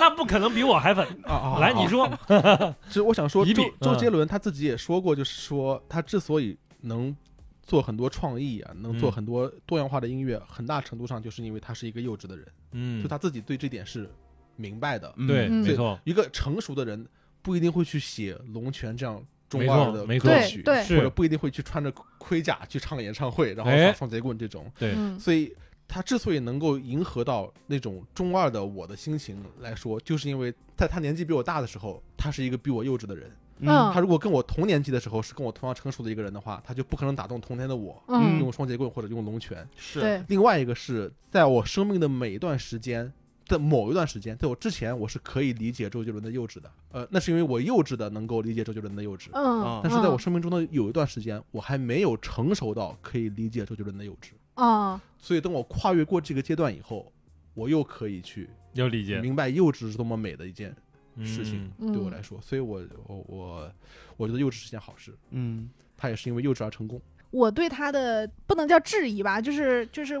[SPEAKER 3] 那不可能比我还粉。
[SPEAKER 5] 啊啊
[SPEAKER 3] 来，你，
[SPEAKER 5] 啊
[SPEAKER 3] 说，
[SPEAKER 5] 其实我想说，
[SPEAKER 3] 比
[SPEAKER 5] 周
[SPEAKER 3] 比
[SPEAKER 5] 周
[SPEAKER 3] 嗯
[SPEAKER 5] 杰伦他自己也说过，就是说他之所以能做很多创意啊，能做
[SPEAKER 3] 嗯
[SPEAKER 5] 很多多样化的音乐，很大程度上就是因为他是一个幼稚的人，
[SPEAKER 3] 嗯
[SPEAKER 5] 就，他自己对这点是明白的。
[SPEAKER 2] 嗯
[SPEAKER 3] 对，
[SPEAKER 4] 嗯
[SPEAKER 3] 没错，
[SPEAKER 5] 一个成熟的人不一定会去写《龙泉》这样中
[SPEAKER 3] 没
[SPEAKER 5] 二
[SPEAKER 3] 错
[SPEAKER 5] 的
[SPEAKER 3] 没错
[SPEAKER 5] 歌
[SPEAKER 4] 对
[SPEAKER 5] 曲，
[SPEAKER 4] 对，
[SPEAKER 5] 或者
[SPEAKER 3] 是，
[SPEAKER 5] 不一定会去穿着盔甲去唱演唱会，然后
[SPEAKER 3] 哎
[SPEAKER 5] 耍双截棍这种。
[SPEAKER 3] 对
[SPEAKER 4] 嗯
[SPEAKER 5] 所以他之所以能够迎合到那种中二的我的心情来说，就是因为在他年纪比我大的时候，他是一个比我幼稚的人。
[SPEAKER 4] 嗯
[SPEAKER 5] 他如果跟我同年纪的时候是跟我同样成熟的一个人的话，他就不可能打动同天的我，
[SPEAKER 4] 嗯
[SPEAKER 5] 用双截棍或者用龙拳。
[SPEAKER 2] 是，
[SPEAKER 4] 对，
[SPEAKER 5] 另外一个是在我生命的每一段时间。在某一段时间，在我之前，我是可以理解周杰伦的幼稚的，呃，那是因为我幼稚的能够理解周杰伦的幼稚，
[SPEAKER 4] 嗯，
[SPEAKER 5] 但是在我
[SPEAKER 4] 嗯
[SPEAKER 5] 生命中的有一段时间，我还没有成熟到可以理解周杰伦的幼稚。
[SPEAKER 4] 嗯
[SPEAKER 5] 所以等我跨越过这个阶段以后，我又可以去
[SPEAKER 3] 有理解
[SPEAKER 5] 明白幼稚是多么美的一件事
[SPEAKER 3] 事
[SPEAKER 5] 情
[SPEAKER 3] 情。，
[SPEAKER 4] 嗯
[SPEAKER 5] 对我来说，所以我我我我觉得幼稚是件好事，
[SPEAKER 2] 嗯
[SPEAKER 5] 他也是因为幼稚而成功。
[SPEAKER 4] 我对他的不能叫质疑吧，就是就是，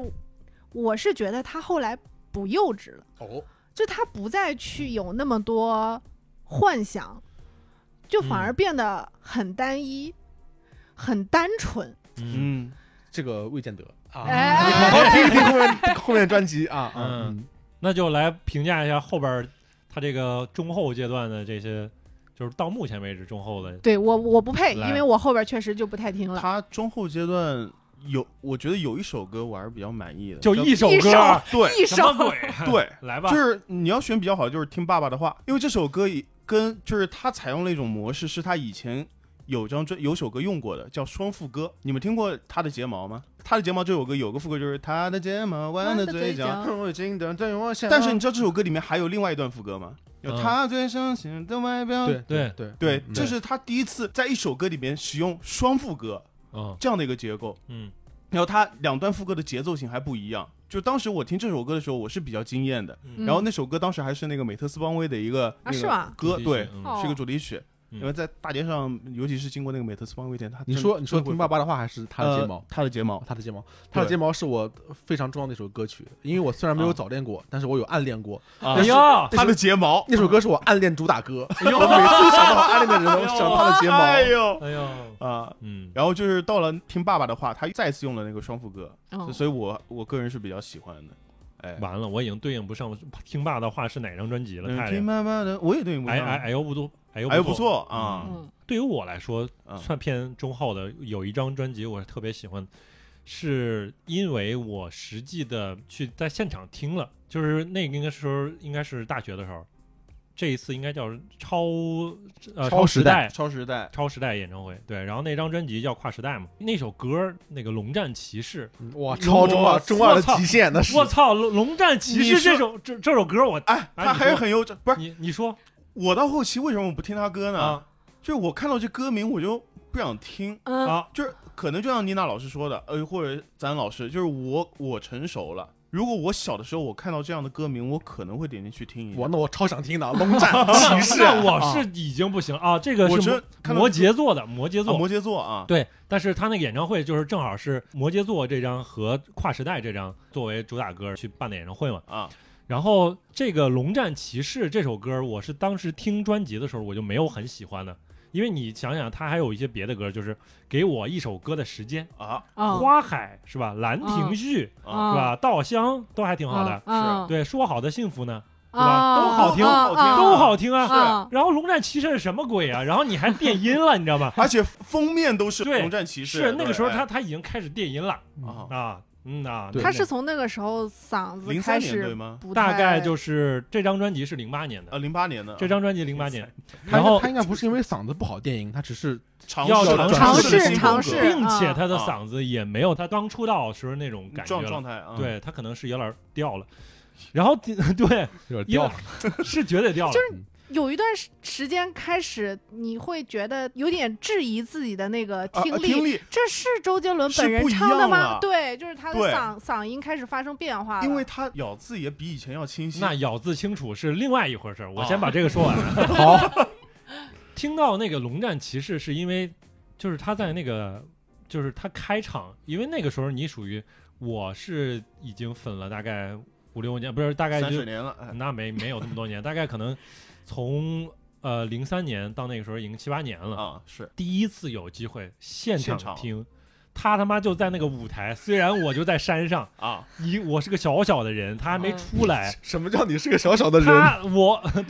[SPEAKER 4] 我是觉得他后来不幼稚了，
[SPEAKER 5] 哦，
[SPEAKER 4] 就他不再去有那么多幻想，就反而
[SPEAKER 3] 嗯
[SPEAKER 4] 变得很单一、很单纯。
[SPEAKER 3] 嗯
[SPEAKER 2] 嗯，
[SPEAKER 5] 这个未见得啊，
[SPEAKER 4] 哎
[SPEAKER 5] 你好好听一听后面后面专辑啊啊，
[SPEAKER 3] 嗯，那就来评价一下后边儿他这个中后阶段的这些，就是到目前为止中后的，
[SPEAKER 4] 对我我不配，
[SPEAKER 3] 来
[SPEAKER 4] 因为我后边确实就不太听了。
[SPEAKER 2] 他中后阶段有，我觉得有一首歌我还是比较满意的，
[SPEAKER 3] 就
[SPEAKER 2] 叫
[SPEAKER 3] 一首
[SPEAKER 4] 一首
[SPEAKER 3] 歌儿，
[SPEAKER 2] 对
[SPEAKER 4] 一
[SPEAKER 3] 什
[SPEAKER 4] 首
[SPEAKER 3] 么鬼？
[SPEAKER 2] 对，
[SPEAKER 3] 来吧，
[SPEAKER 2] 就是你要选比较好，就是听爸爸的话，因为这首歌也跟就是他采用了一种模式，是他以前有张专有首歌用过的，叫双副歌。你们听过他的睫毛吗？他的睫毛这首歌有个副歌就是他的睫毛弯的嘴角，
[SPEAKER 8] 我已经等对我想
[SPEAKER 2] 但是你知道这首歌里面还有另外一段副歌吗？有
[SPEAKER 3] 嗯
[SPEAKER 2] 他最伤心的外表。
[SPEAKER 5] 对
[SPEAKER 3] 对
[SPEAKER 5] 对
[SPEAKER 2] 对
[SPEAKER 5] 嗯
[SPEAKER 2] 这是他第一次在一首歌里面使用双副歌
[SPEAKER 3] 嗯
[SPEAKER 2] 这样的一个结构。
[SPEAKER 3] 嗯
[SPEAKER 2] 然后它两段副歌的节奏型还不一样。就当时我听这首歌的时候，我是比较惊艳的。
[SPEAKER 4] 嗯啊
[SPEAKER 2] 然后那首歌当时还是那个美特斯邦威的一个那
[SPEAKER 4] 是
[SPEAKER 2] 个
[SPEAKER 4] 吧
[SPEAKER 2] 歌，
[SPEAKER 3] 主题曲
[SPEAKER 2] 对，
[SPEAKER 3] 嗯
[SPEAKER 4] 哦
[SPEAKER 2] 是一个主题曲。
[SPEAKER 3] 嗯
[SPEAKER 2] 因为在大街上，尤其是经过那个美特斯邦威店，他
[SPEAKER 5] 你说你说听爸爸的话还是他的睫毛？
[SPEAKER 2] 呃他的睫毛，
[SPEAKER 5] 他的睫毛，他的
[SPEAKER 2] 对
[SPEAKER 5] 睫毛是我非常重要的一首歌曲，因为我虽然没有
[SPEAKER 2] 啊
[SPEAKER 5] 早恋过，但是我有暗恋过。
[SPEAKER 2] 啊
[SPEAKER 3] 哎呀，
[SPEAKER 2] 他的睫 毛，
[SPEAKER 5] 那首歌是我暗恋主打 歌，
[SPEAKER 3] 哎呦
[SPEAKER 5] 我每次想到暗恋的人，我想到他的睫
[SPEAKER 2] 哎
[SPEAKER 5] 毛。
[SPEAKER 2] 呦
[SPEAKER 3] 哎呦，
[SPEAKER 2] 啊！
[SPEAKER 3] 嗯，
[SPEAKER 2] 然后就是到了听爸爸的话，他再次用了那个双副歌，
[SPEAKER 4] 嗯
[SPEAKER 2] 所以我我个人是比较喜欢的。哎，
[SPEAKER 3] 完了，我已经对应不上听爸的话是哪张专辑了，
[SPEAKER 2] 嗯
[SPEAKER 3] 太
[SPEAKER 2] 听爸爸的，我也对你不
[SPEAKER 3] 哎哎
[SPEAKER 2] 上，
[SPEAKER 3] 哎呦不多，哎呦
[SPEAKER 2] 哎
[SPEAKER 3] 不
[SPEAKER 2] 不错啊，
[SPEAKER 4] 嗯
[SPEAKER 3] 对于我来说，
[SPEAKER 2] 嗯
[SPEAKER 3] 算偏中后的。有一张专辑我是特别喜欢，是因为我实际的去在现场听了，就是那个应该是时候应该是大学的时候，这一次应该叫超呃
[SPEAKER 5] 超时
[SPEAKER 3] 时
[SPEAKER 5] 代
[SPEAKER 3] 代。
[SPEAKER 2] 超时代，
[SPEAKER 3] 超时代演唱会，对，然后那张专辑叫《跨时代》嘛，那首歌儿那个《龙战骑士
[SPEAKER 5] 哇，超中二，
[SPEAKER 3] 我
[SPEAKER 5] 中二的
[SPEAKER 3] 操
[SPEAKER 5] 极限，那》，是
[SPEAKER 3] 我操，《龙龙战骑士
[SPEAKER 2] 你》说
[SPEAKER 3] 这首这这首歌儿我，
[SPEAKER 2] 哎，
[SPEAKER 3] 哎
[SPEAKER 2] 他
[SPEAKER 3] 你
[SPEAKER 2] 还是
[SPEAKER 3] 说
[SPEAKER 2] 很优质，不是
[SPEAKER 3] 你你说
[SPEAKER 2] 我到后期为什么我不听他歌呢？
[SPEAKER 3] 啊
[SPEAKER 2] 就是我看到这歌名我就不想听，
[SPEAKER 4] 嗯
[SPEAKER 3] 啊，
[SPEAKER 2] 就是可能就像妮娜老师说的，呃，或者咱老师，就是我我成熟了。如果我小的时候我看到这样的歌名，我可能会点进去听一下
[SPEAKER 5] 我。那我超想听的《龙战骑 士》
[SPEAKER 3] 那我
[SPEAKER 5] 啊
[SPEAKER 3] 是已经不行啊，这个
[SPEAKER 2] 我
[SPEAKER 3] 是
[SPEAKER 2] 是
[SPEAKER 3] 摩
[SPEAKER 2] 看到
[SPEAKER 3] 摩羯座的摩羯
[SPEAKER 2] 啊
[SPEAKER 3] 座，
[SPEAKER 2] 摩羯座啊，
[SPEAKER 3] 对，但是他那个演唱会就是正好是摩羯座这张和跨时代这张作为主打歌去办的演唱会嘛。
[SPEAKER 2] 啊，
[SPEAKER 3] 然后这个《龙战骑士》这首歌，我是当时听专辑的时候我就没有很喜欢的，因为你想想，他还有一些别的歌，就是给我一首歌的时间，
[SPEAKER 2] 啊
[SPEAKER 4] 啊，
[SPEAKER 3] 花海》是吧？《兰
[SPEAKER 4] 哦
[SPEAKER 3] 亭序》
[SPEAKER 2] 啊，
[SPEAKER 3] 是吧？《稻香》都还挺
[SPEAKER 4] 挺
[SPEAKER 3] 好的。
[SPEAKER 4] 的，
[SPEAKER 3] 对，说好的幸福呢，
[SPEAKER 4] 对
[SPEAKER 3] 对吧都好听
[SPEAKER 2] 好
[SPEAKER 4] 哦
[SPEAKER 2] 听
[SPEAKER 3] 都好听啊。
[SPEAKER 4] 啊
[SPEAKER 3] 然后《龙战骑士》是什么鬼啊？然后你还变音了，你知道吗？
[SPEAKER 2] 啊而且封面都是
[SPEAKER 3] 对
[SPEAKER 2] 龙战 骑士，
[SPEAKER 3] 是那个时候
[SPEAKER 2] 对哎
[SPEAKER 3] 他他已经开始电音了。
[SPEAKER 2] 啊，
[SPEAKER 3] 啊，嗯啊，
[SPEAKER 5] 对
[SPEAKER 4] 他是从那个时候嗓子
[SPEAKER 2] 哎零
[SPEAKER 4] 开
[SPEAKER 2] 三年对
[SPEAKER 4] 始
[SPEAKER 2] 吗？
[SPEAKER 4] 不太，
[SPEAKER 3] 大概就是这张专辑是零八年
[SPEAKER 5] 呃
[SPEAKER 2] 啊，
[SPEAKER 3] 的，
[SPEAKER 2] 零八年的
[SPEAKER 3] 这张专辑零八年，
[SPEAKER 5] 他
[SPEAKER 3] 然后
[SPEAKER 5] 他应该不是因为嗓子不好电音，他只是
[SPEAKER 2] 尝
[SPEAKER 3] 要
[SPEAKER 2] 试
[SPEAKER 3] 尝
[SPEAKER 2] 尝
[SPEAKER 5] 试
[SPEAKER 2] 新风格
[SPEAKER 4] 尝试是
[SPEAKER 3] 并且他的
[SPEAKER 2] 啊
[SPEAKER 3] 嗓子也没有他刚出道时候那种感觉
[SPEAKER 2] 状状
[SPEAKER 3] 了，
[SPEAKER 2] 态
[SPEAKER 5] 嗯
[SPEAKER 2] 啊，，
[SPEAKER 3] 对他可能是有点掉了，然后 对
[SPEAKER 5] 有点
[SPEAKER 3] 因
[SPEAKER 5] 掉
[SPEAKER 3] 为
[SPEAKER 5] 了。
[SPEAKER 3] 是绝对掉了
[SPEAKER 4] 就，是有一段时时间开始，你会觉得有点质疑自己的那个听
[SPEAKER 2] 啊
[SPEAKER 4] 力。
[SPEAKER 2] 听力，
[SPEAKER 4] 这是周杰伦本人
[SPEAKER 2] 是不一
[SPEAKER 4] 唱的
[SPEAKER 2] 样
[SPEAKER 4] 吗？
[SPEAKER 2] 了
[SPEAKER 4] 对，就是他的
[SPEAKER 2] 对
[SPEAKER 4] 嗓嗓音开始发生变化了。
[SPEAKER 2] 因为他咬字也比以前要清晰。
[SPEAKER 3] 那咬字清楚是另外一回事儿，我
[SPEAKER 2] 啊
[SPEAKER 3] 先把这个说完。
[SPEAKER 5] 好，
[SPEAKER 3] 听到那个《龙战骑士》是因为，就是他在那个，就是他开场，因为那个时候你属于我是已经粉了大概五六年，不是大概
[SPEAKER 2] 三
[SPEAKER 3] 就
[SPEAKER 2] 十年了，哎
[SPEAKER 3] 那没没有那么多年，大概可能从呃零三年到那个时候已经七八年了，
[SPEAKER 2] 啊是
[SPEAKER 3] 第一次有机会现
[SPEAKER 2] 现场
[SPEAKER 3] 场听。他他妈就在那个舞台，虽然我就在山上，
[SPEAKER 2] 啊，
[SPEAKER 3] 你我是个小小的人，他还没
[SPEAKER 4] 嗯
[SPEAKER 3] 出来，
[SPEAKER 1] 什么叫你是个小小的人？
[SPEAKER 3] 他 我我的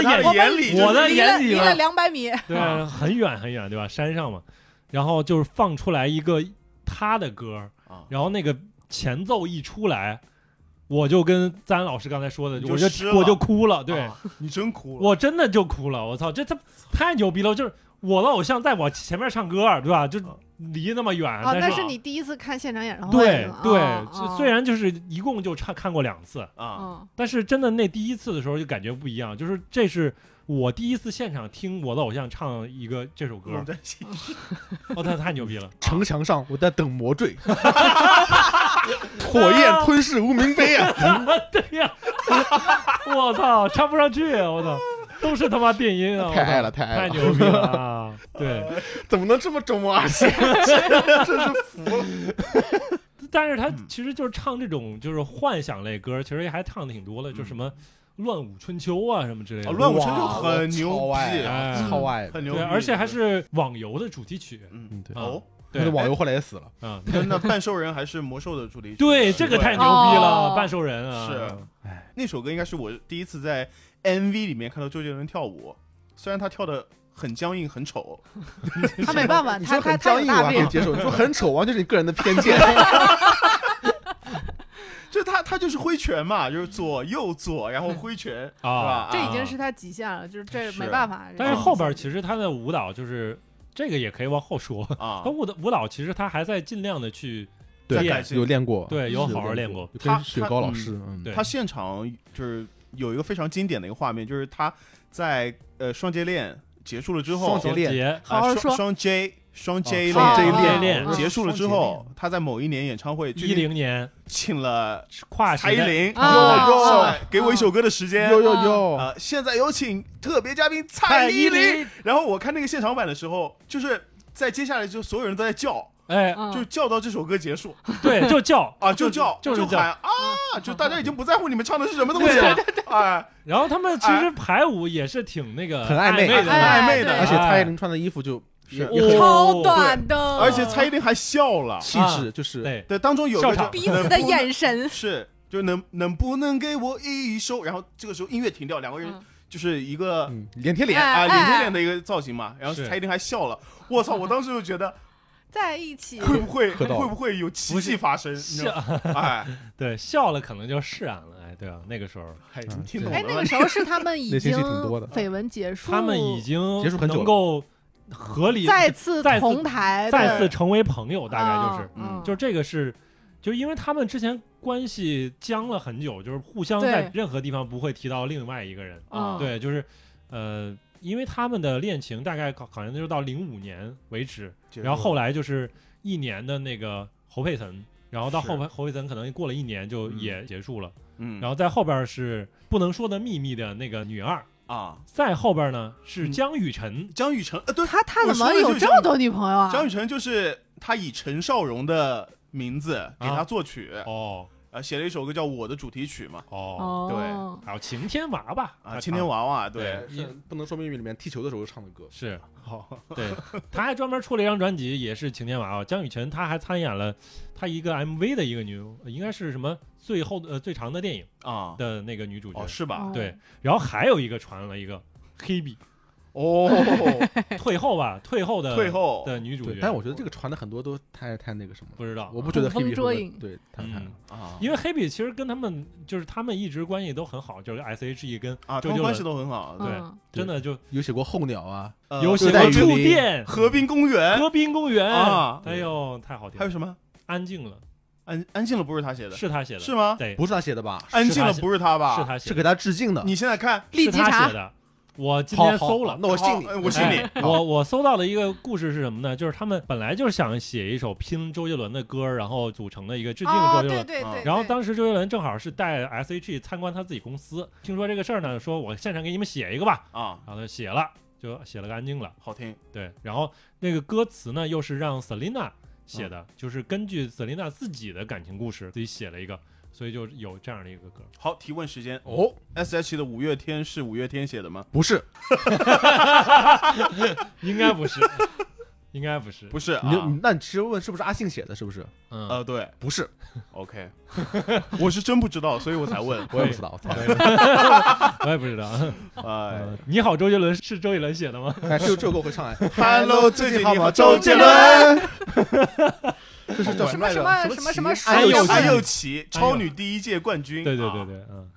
[SPEAKER 2] 你在他的
[SPEAKER 3] 眼
[SPEAKER 2] 眼里
[SPEAKER 3] 我的
[SPEAKER 4] 离了
[SPEAKER 3] 眼里
[SPEAKER 4] 离
[SPEAKER 3] 了
[SPEAKER 4] 了两百米，
[SPEAKER 3] 对啊，很远很远，对吧？山上嘛，然后就是放出来一个他的歌，
[SPEAKER 2] 啊，
[SPEAKER 3] 然后那个前奏一出来，我就跟赞恩老师刚才说的，
[SPEAKER 2] 你就
[SPEAKER 3] 我就
[SPEAKER 2] 湿了
[SPEAKER 3] 我就哭了，对、
[SPEAKER 2] 啊你真哭了，
[SPEAKER 3] 我真的就哭了，我操，这他太牛逼了！就是我的偶像在我前面唱歌，对吧？就
[SPEAKER 5] 嗯
[SPEAKER 2] 啊
[SPEAKER 3] 离那么远，
[SPEAKER 4] 哦，
[SPEAKER 3] 但
[SPEAKER 4] 那
[SPEAKER 3] 是啊
[SPEAKER 4] 是你第一次看现场演唱会
[SPEAKER 3] 对
[SPEAKER 4] 是吗
[SPEAKER 3] 对、
[SPEAKER 4] 哦
[SPEAKER 3] 就
[SPEAKER 4] 哦
[SPEAKER 3] 虽然就是一共就唱看过两次，
[SPEAKER 2] 啊，
[SPEAKER 4] 嗯
[SPEAKER 3] 但是真的那第一次的时候就感觉不一样，就是这是。我第一次现场听我的偶像唱一个这首 歌，
[SPEAKER 4] 嗯
[SPEAKER 2] 龙战骑
[SPEAKER 3] 哦，他太牛逼 了！
[SPEAKER 5] 城墙上我在等魔 坠，火焰吞噬无名碑啊！
[SPEAKER 3] 对呀、我操，插不上去，我操，都是他妈电音啊！我
[SPEAKER 5] 太
[SPEAKER 3] 操
[SPEAKER 5] 爱了，，太爱
[SPEAKER 3] 太
[SPEAKER 5] 了，
[SPEAKER 3] 牛逼了啊！对，
[SPEAKER 5] 怎么能这么周末二线？
[SPEAKER 3] 但是他
[SPEAKER 2] 嗯
[SPEAKER 3] 其实就是唱这种就是幻想类歌，其实还唱的挺多的，就什么《乱舞春秋》啊什么之类的。
[SPEAKER 2] 啊嗯乱舞
[SPEAKER 5] 我
[SPEAKER 2] 春秋很牛
[SPEAKER 5] 超爱
[SPEAKER 2] 逼，啊
[SPEAKER 3] 哎
[SPEAKER 5] 超爱的。
[SPEAKER 2] 很牛逼
[SPEAKER 3] 对，，而且还是网游的主题曲
[SPEAKER 2] 嗯
[SPEAKER 7] 嗯，对，
[SPEAKER 3] 啊
[SPEAKER 2] 哦，
[SPEAKER 5] 那
[SPEAKER 3] 对
[SPEAKER 5] 个网游后来也死了，
[SPEAKER 3] 啊！
[SPEAKER 2] 跟那半兽人还是魔兽的主题曲，
[SPEAKER 3] 对，这个太牛逼了，
[SPEAKER 4] 哦
[SPEAKER 3] 半兽人啊！
[SPEAKER 2] 是那首歌应该是我第一次在 MV 里面看到周杰伦跳舞，虽然他跳的很僵硬很丑，
[SPEAKER 4] 他没 办法，
[SPEAKER 5] 你
[SPEAKER 4] 他
[SPEAKER 5] 说
[SPEAKER 4] 他
[SPEAKER 5] 很
[SPEAKER 4] 他
[SPEAKER 5] 僵
[SPEAKER 4] 有
[SPEAKER 5] 硬，
[SPEAKER 4] 大
[SPEAKER 5] 我
[SPEAKER 2] 啊
[SPEAKER 5] 还可以
[SPEAKER 4] 病，
[SPEAKER 5] 接受；你说很丑，完全是你个人的偏 见。
[SPEAKER 2] 就他他就是挥拳嘛，就是左右左，然后挥 拳，是
[SPEAKER 3] 啊
[SPEAKER 2] 吧？
[SPEAKER 4] 这
[SPEAKER 2] 啊
[SPEAKER 4] 已经是他极限了，就是这
[SPEAKER 2] 是
[SPEAKER 4] 没办法。
[SPEAKER 3] 但是后边其实他的舞蹈就是这个也可以往后说，
[SPEAKER 2] 啊
[SPEAKER 3] 他，舞蹈舞蹈其实他还在尽量的去
[SPEAKER 2] 在
[SPEAKER 3] 练
[SPEAKER 2] 改进
[SPEAKER 7] 有练过，
[SPEAKER 3] 对，有好好练
[SPEAKER 7] 过，
[SPEAKER 3] 过。
[SPEAKER 2] 他
[SPEAKER 7] 跟雪糕老师，嗯，
[SPEAKER 3] 对
[SPEAKER 2] 他现场就是有一个非常经典的一个画面，就是他在呃双截链结束了之后，
[SPEAKER 5] 双截链
[SPEAKER 3] 杰
[SPEAKER 2] 啊
[SPEAKER 4] 好好
[SPEAKER 2] 双
[SPEAKER 4] 说
[SPEAKER 2] 双 J 哦双 J
[SPEAKER 5] 双
[SPEAKER 2] 链
[SPEAKER 5] J
[SPEAKER 3] 练
[SPEAKER 4] 练
[SPEAKER 2] 结束了之
[SPEAKER 5] 双
[SPEAKER 2] 后，他在某一年演唱会
[SPEAKER 3] 一
[SPEAKER 2] 就
[SPEAKER 3] 零年
[SPEAKER 2] 请了
[SPEAKER 3] 跨
[SPEAKER 2] 蔡
[SPEAKER 3] 时
[SPEAKER 2] 依
[SPEAKER 3] 代，
[SPEAKER 2] 林，
[SPEAKER 4] 啊
[SPEAKER 2] 说
[SPEAKER 4] 啊
[SPEAKER 2] 哎给我一首歌的时间，
[SPEAKER 5] 呦呦呦，
[SPEAKER 2] 呃，现在有请特别嘉宾
[SPEAKER 3] 哎
[SPEAKER 2] 蔡依林。，然后我看那个现场版的时候，就是在接下来就所有人都在叫，
[SPEAKER 3] 哎，
[SPEAKER 4] 嗯
[SPEAKER 2] 就叫到这首歌结束
[SPEAKER 3] 对，就叫。
[SPEAKER 2] 啊，就叫
[SPEAKER 3] 哦就是
[SPEAKER 2] 就
[SPEAKER 3] 叫
[SPEAKER 2] 喊啊，就大家已经不在乎你们唱的是什么东西
[SPEAKER 3] 对
[SPEAKER 2] 了，哎，
[SPEAKER 3] 然后他们其实排舞也是挺那哦个
[SPEAKER 5] 啊很
[SPEAKER 3] 暧
[SPEAKER 5] 暧昧
[SPEAKER 3] 的
[SPEAKER 2] 很
[SPEAKER 3] 嘛，
[SPEAKER 2] 暧昧
[SPEAKER 4] 哎对
[SPEAKER 2] 的，
[SPEAKER 5] 而且蔡依林穿的衣服就也
[SPEAKER 2] 是
[SPEAKER 5] 也很
[SPEAKER 4] 超短的，
[SPEAKER 2] 而且蔡依林还笑了，
[SPEAKER 5] 气质，就是
[SPEAKER 3] 啊对，
[SPEAKER 2] 对，当中有一
[SPEAKER 3] 笑
[SPEAKER 2] 个
[SPEAKER 3] 场
[SPEAKER 4] 彼此的眼 神，
[SPEAKER 2] 是。就能能不能给我一首？然后这个时候音乐停掉，两个人
[SPEAKER 4] 嗯
[SPEAKER 2] 就是一个
[SPEAKER 5] 嗯，连贴脸，
[SPEAKER 2] 啊
[SPEAKER 4] 哎
[SPEAKER 2] 脸贴
[SPEAKER 4] 哎
[SPEAKER 2] 脸的一个造型嘛。然后
[SPEAKER 3] 是
[SPEAKER 2] 蔡依林还笑了，我操！我当时就觉得
[SPEAKER 4] 在一起，
[SPEAKER 2] 会不会
[SPEAKER 5] 磕到了
[SPEAKER 2] 会不会有奇迹发生？你知道
[SPEAKER 3] 笑，
[SPEAKER 2] 吗哎，
[SPEAKER 3] 对，笑了可能就释然了，哎，对啊，那个时候
[SPEAKER 2] 哎，
[SPEAKER 5] 嗯
[SPEAKER 2] 你听懂
[SPEAKER 4] 哎，
[SPEAKER 2] 了
[SPEAKER 4] 那
[SPEAKER 2] 吗
[SPEAKER 4] 个？时候是 他们已
[SPEAKER 5] 内
[SPEAKER 4] 经
[SPEAKER 5] 心戏挺多的
[SPEAKER 4] 绯闻结束，
[SPEAKER 3] 他们已经
[SPEAKER 5] 结束很久了
[SPEAKER 3] 能够合理
[SPEAKER 4] 再啊次
[SPEAKER 3] 再次
[SPEAKER 4] 同台，
[SPEAKER 3] 再次成为朋友，
[SPEAKER 4] 对
[SPEAKER 3] 大概就是，
[SPEAKER 2] 嗯
[SPEAKER 3] 就这个是，就因为他们之前关系僵了很久，就是互相
[SPEAKER 4] 对
[SPEAKER 3] 在任何地方不会提到另外一个人，
[SPEAKER 4] 嗯
[SPEAKER 3] 对，就是，呃，因为他们的恋情大概好好像就是到零五年为止，然后后来就是一年的那个侯佩岑，然后到
[SPEAKER 2] 是
[SPEAKER 3] 后佩侯佩岑可能过了一年就
[SPEAKER 2] 嗯
[SPEAKER 3] 也结束了，
[SPEAKER 2] 嗯，
[SPEAKER 3] 然后在后边是不能说的秘密的那个女二，
[SPEAKER 2] 后啊，
[SPEAKER 3] 再后边呢是
[SPEAKER 2] 嗯
[SPEAKER 3] 江雨晨，
[SPEAKER 2] 江雨晨，呃，对，
[SPEAKER 4] 他他
[SPEAKER 2] 我
[SPEAKER 4] 怎么
[SPEAKER 2] 说的
[SPEAKER 4] 有
[SPEAKER 2] 就
[SPEAKER 4] 这么多女朋友啊？
[SPEAKER 2] 江雨晨就是他以陈少荣的名字给他作曲，
[SPEAKER 3] 哦
[SPEAKER 2] 呃，写了一首歌叫《我的主题曲》嘛，
[SPEAKER 3] 哦，
[SPEAKER 4] 哦，
[SPEAKER 3] 还有晴天娃娃
[SPEAKER 2] 啊，青天娃娃，对
[SPEAKER 3] 对，
[SPEAKER 5] 是不能说秘密里面踢球的时候唱的歌，
[SPEAKER 3] 是，
[SPEAKER 2] 好，
[SPEAKER 3] 对，他还专门出了一张专辑，也是晴天娃娃。江雨晨他还参演了他一个 MV 的一个女，应该是什么最后的呃最长的电影
[SPEAKER 2] 啊，
[SPEAKER 3] 的那个女主角，
[SPEAKER 2] 哦，是吧？
[SPEAKER 3] 对，然后还有一个传了一个黑笔
[SPEAKER 2] 哦，
[SPEAKER 3] 退后吧，退后 的
[SPEAKER 2] 退后
[SPEAKER 3] 的女主
[SPEAKER 5] 对
[SPEAKER 3] 角，，
[SPEAKER 5] 但是我觉得这个传的很多都太太那个什么了，
[SPEAKER 3] 不知道，
[SPEAKER 5] 我不觉得
[SPEAKER 4] 捕风
[SPEAKER 5] Hebe
[SPEAKER 4] 捉
[SPEAKER 5] 会
[SPEAKER 4] 影
[SPEAKER 5] 对太太
[SPEAKER 3] 啊嗯，
[SPEAKER 2] 啊，
[SPEAKER 3] 因为黑笔其实跟他们就是他们一直关系都很好，就是 S.H.E 跟
[SPEAKER 2] 啊，他
[SPEAKER 3] 周
[SPEAKER 2] 们
[SPEAKER 3] 杰
[SPEAKER 2] 关系
[SPEAKER 3] 伦
[SPEAKER 2] 都很好，
[SPEAKER 3] 对
[SPEAKER 4] 嗯
[SPEAKER 3] 真的就
[SPEAKER 5] 有写过候鸟啊，
[SPEAKER 2] 呃
[SPEAKER 3] 有写
[SPEAKER 5] 热带
[SPEAKER 3] 过
[SPEAKER 5] 雨
[SPEAKER 3] 触
[SPEAKER 5] 林
[SPEAKER 3] 电、
[SPEAKER 2] 河滨公园，
[SPEAKER 3] 河滨公园
[SPEAKER 2] 哎啊
[SPEAKER 3] 哎呦，太好听
[SPEAKER 2] 还有
[SPEAKER 3] 了，
[SPEAKER 2] 什么？
[SPEAKER 3] 安静了，
[SPEAKER 2] 安安静了不是他写的，
[SPEAKER 3] 是他写的，
[SPEAKER 2] 是吗？
[SPEAKER 3] 对，哎
[SPEAKER 5] 不是他写的吧？
[SPEAKER 2] 安静了
[SPEAKER 3] 是他写
[SPEAKER 2] 不是他吧？
[SPEAKER 3] 是他写
[SPEAKER 5] 是
[SPEAKER 3] 的
[SPEAKER 5] 给，他致敬的。
[SPEAKER 2] 你现在看
[SPEAKER 4] 利
[SPEAKER 3] 是
[SPEAKER 4] 基
[SPEAKER 3] 他
[SPEAKER 4] 茶
[SPEAKER 3] 写的，我今
[SPEAKER 5] 好
[SPEAKER 3] 天
[SPEAKER 5] 好
[SPEAKER 3] 搜
[SPEAKER 5] 好
[SPEAKER 3] 了，
[SPEAKER 5] 那我信你
[SPEAKER 2] 好，呃我信你。
[SPEAKER 3] 哎我我搜到的一个故事是什么呢？就是他们本来就是想写一首拼周杰伦的歌，然后组成的一个致敬周
[SPEAKER 4] 哦，
[SPEAKER 3] 杰伦。
[SPEAKER 4] 对对
[SPEAKER 2] 啊
[SPEAKER 4] 对，
[SPEAKER 3] 然后
[SPEAKER 4] 对
[SPEAKER 3] 当时周杰伦正好是带 S.H.E 参观他自己公司，听说这个事儿呢，说我现场给你们写一个吧，
[SPEAKER 2] 啊，
[SPEAKER 3] 然后他就写了，就写了个安静了。
[SPEAKER 2] 好听
[SPEAKER 3] 对，然后那个歌词呢，又是让 Selina 写的，就是根据 Selina 自己的感情故事自己写了一个，所以就有这样的一个歌。
[SPEAKER 2] 好，提问时间
[SPEAKER 5] 哦，
[SPEAKER 2] ，S H 的五月天是五月天写的吗？
[SPEAKER 5] 不是，
[SPEAKER 3] 应该不是， 应该不是，
[SPEAKER 2] 不是
[SPEAKER 5] 你就
[SPEAKER 2] 啊
[SPEAKER 5] 你，那你其实问是不是阿信写的？是不是？
[SPEAKER 3] 嗯，
[SPEAKER 2] 呃，对
[SPEAKER 5] 不是，
[SPEAKER 2] ，OK，我是真不知道，所以我 才问。
[SPEAKER 5] 我也不知道。我操
[SPEAKER 3] 我也不知道。
[SPEAKER 2] 哎
[SPEAKER 3] 呃你好，周杰伦是周杰伦写的吗？
[SPEAKER 5] 哎，这这歌我会唱 哎
[SPEAKER 2] ，Hello，最近好吗？周杰
[SPEAKER 5] 杰
[SPEAKER 2] 伦。
[SPEAKER 5] 伦，这是叫
[SPEAKER 4] 什么
[SPEAKER 5] 来
[SPEAKER 4] 什
[SPEAKER 5] 着
[SPEAKER 4] 么什么什么
[SPEAKER 5] 安
[SPEAKER 2] 安
[SPEAKER 5] 又
[SPEAKER 2] 又
[SPEAKER 5] 琪
[SPEAKER 2] 安又琪，超女第一届冠军。
[SPEAKER 3] 对对对
[SPEAKER 2] 啊，
[SPEAKER 3] 对，嗯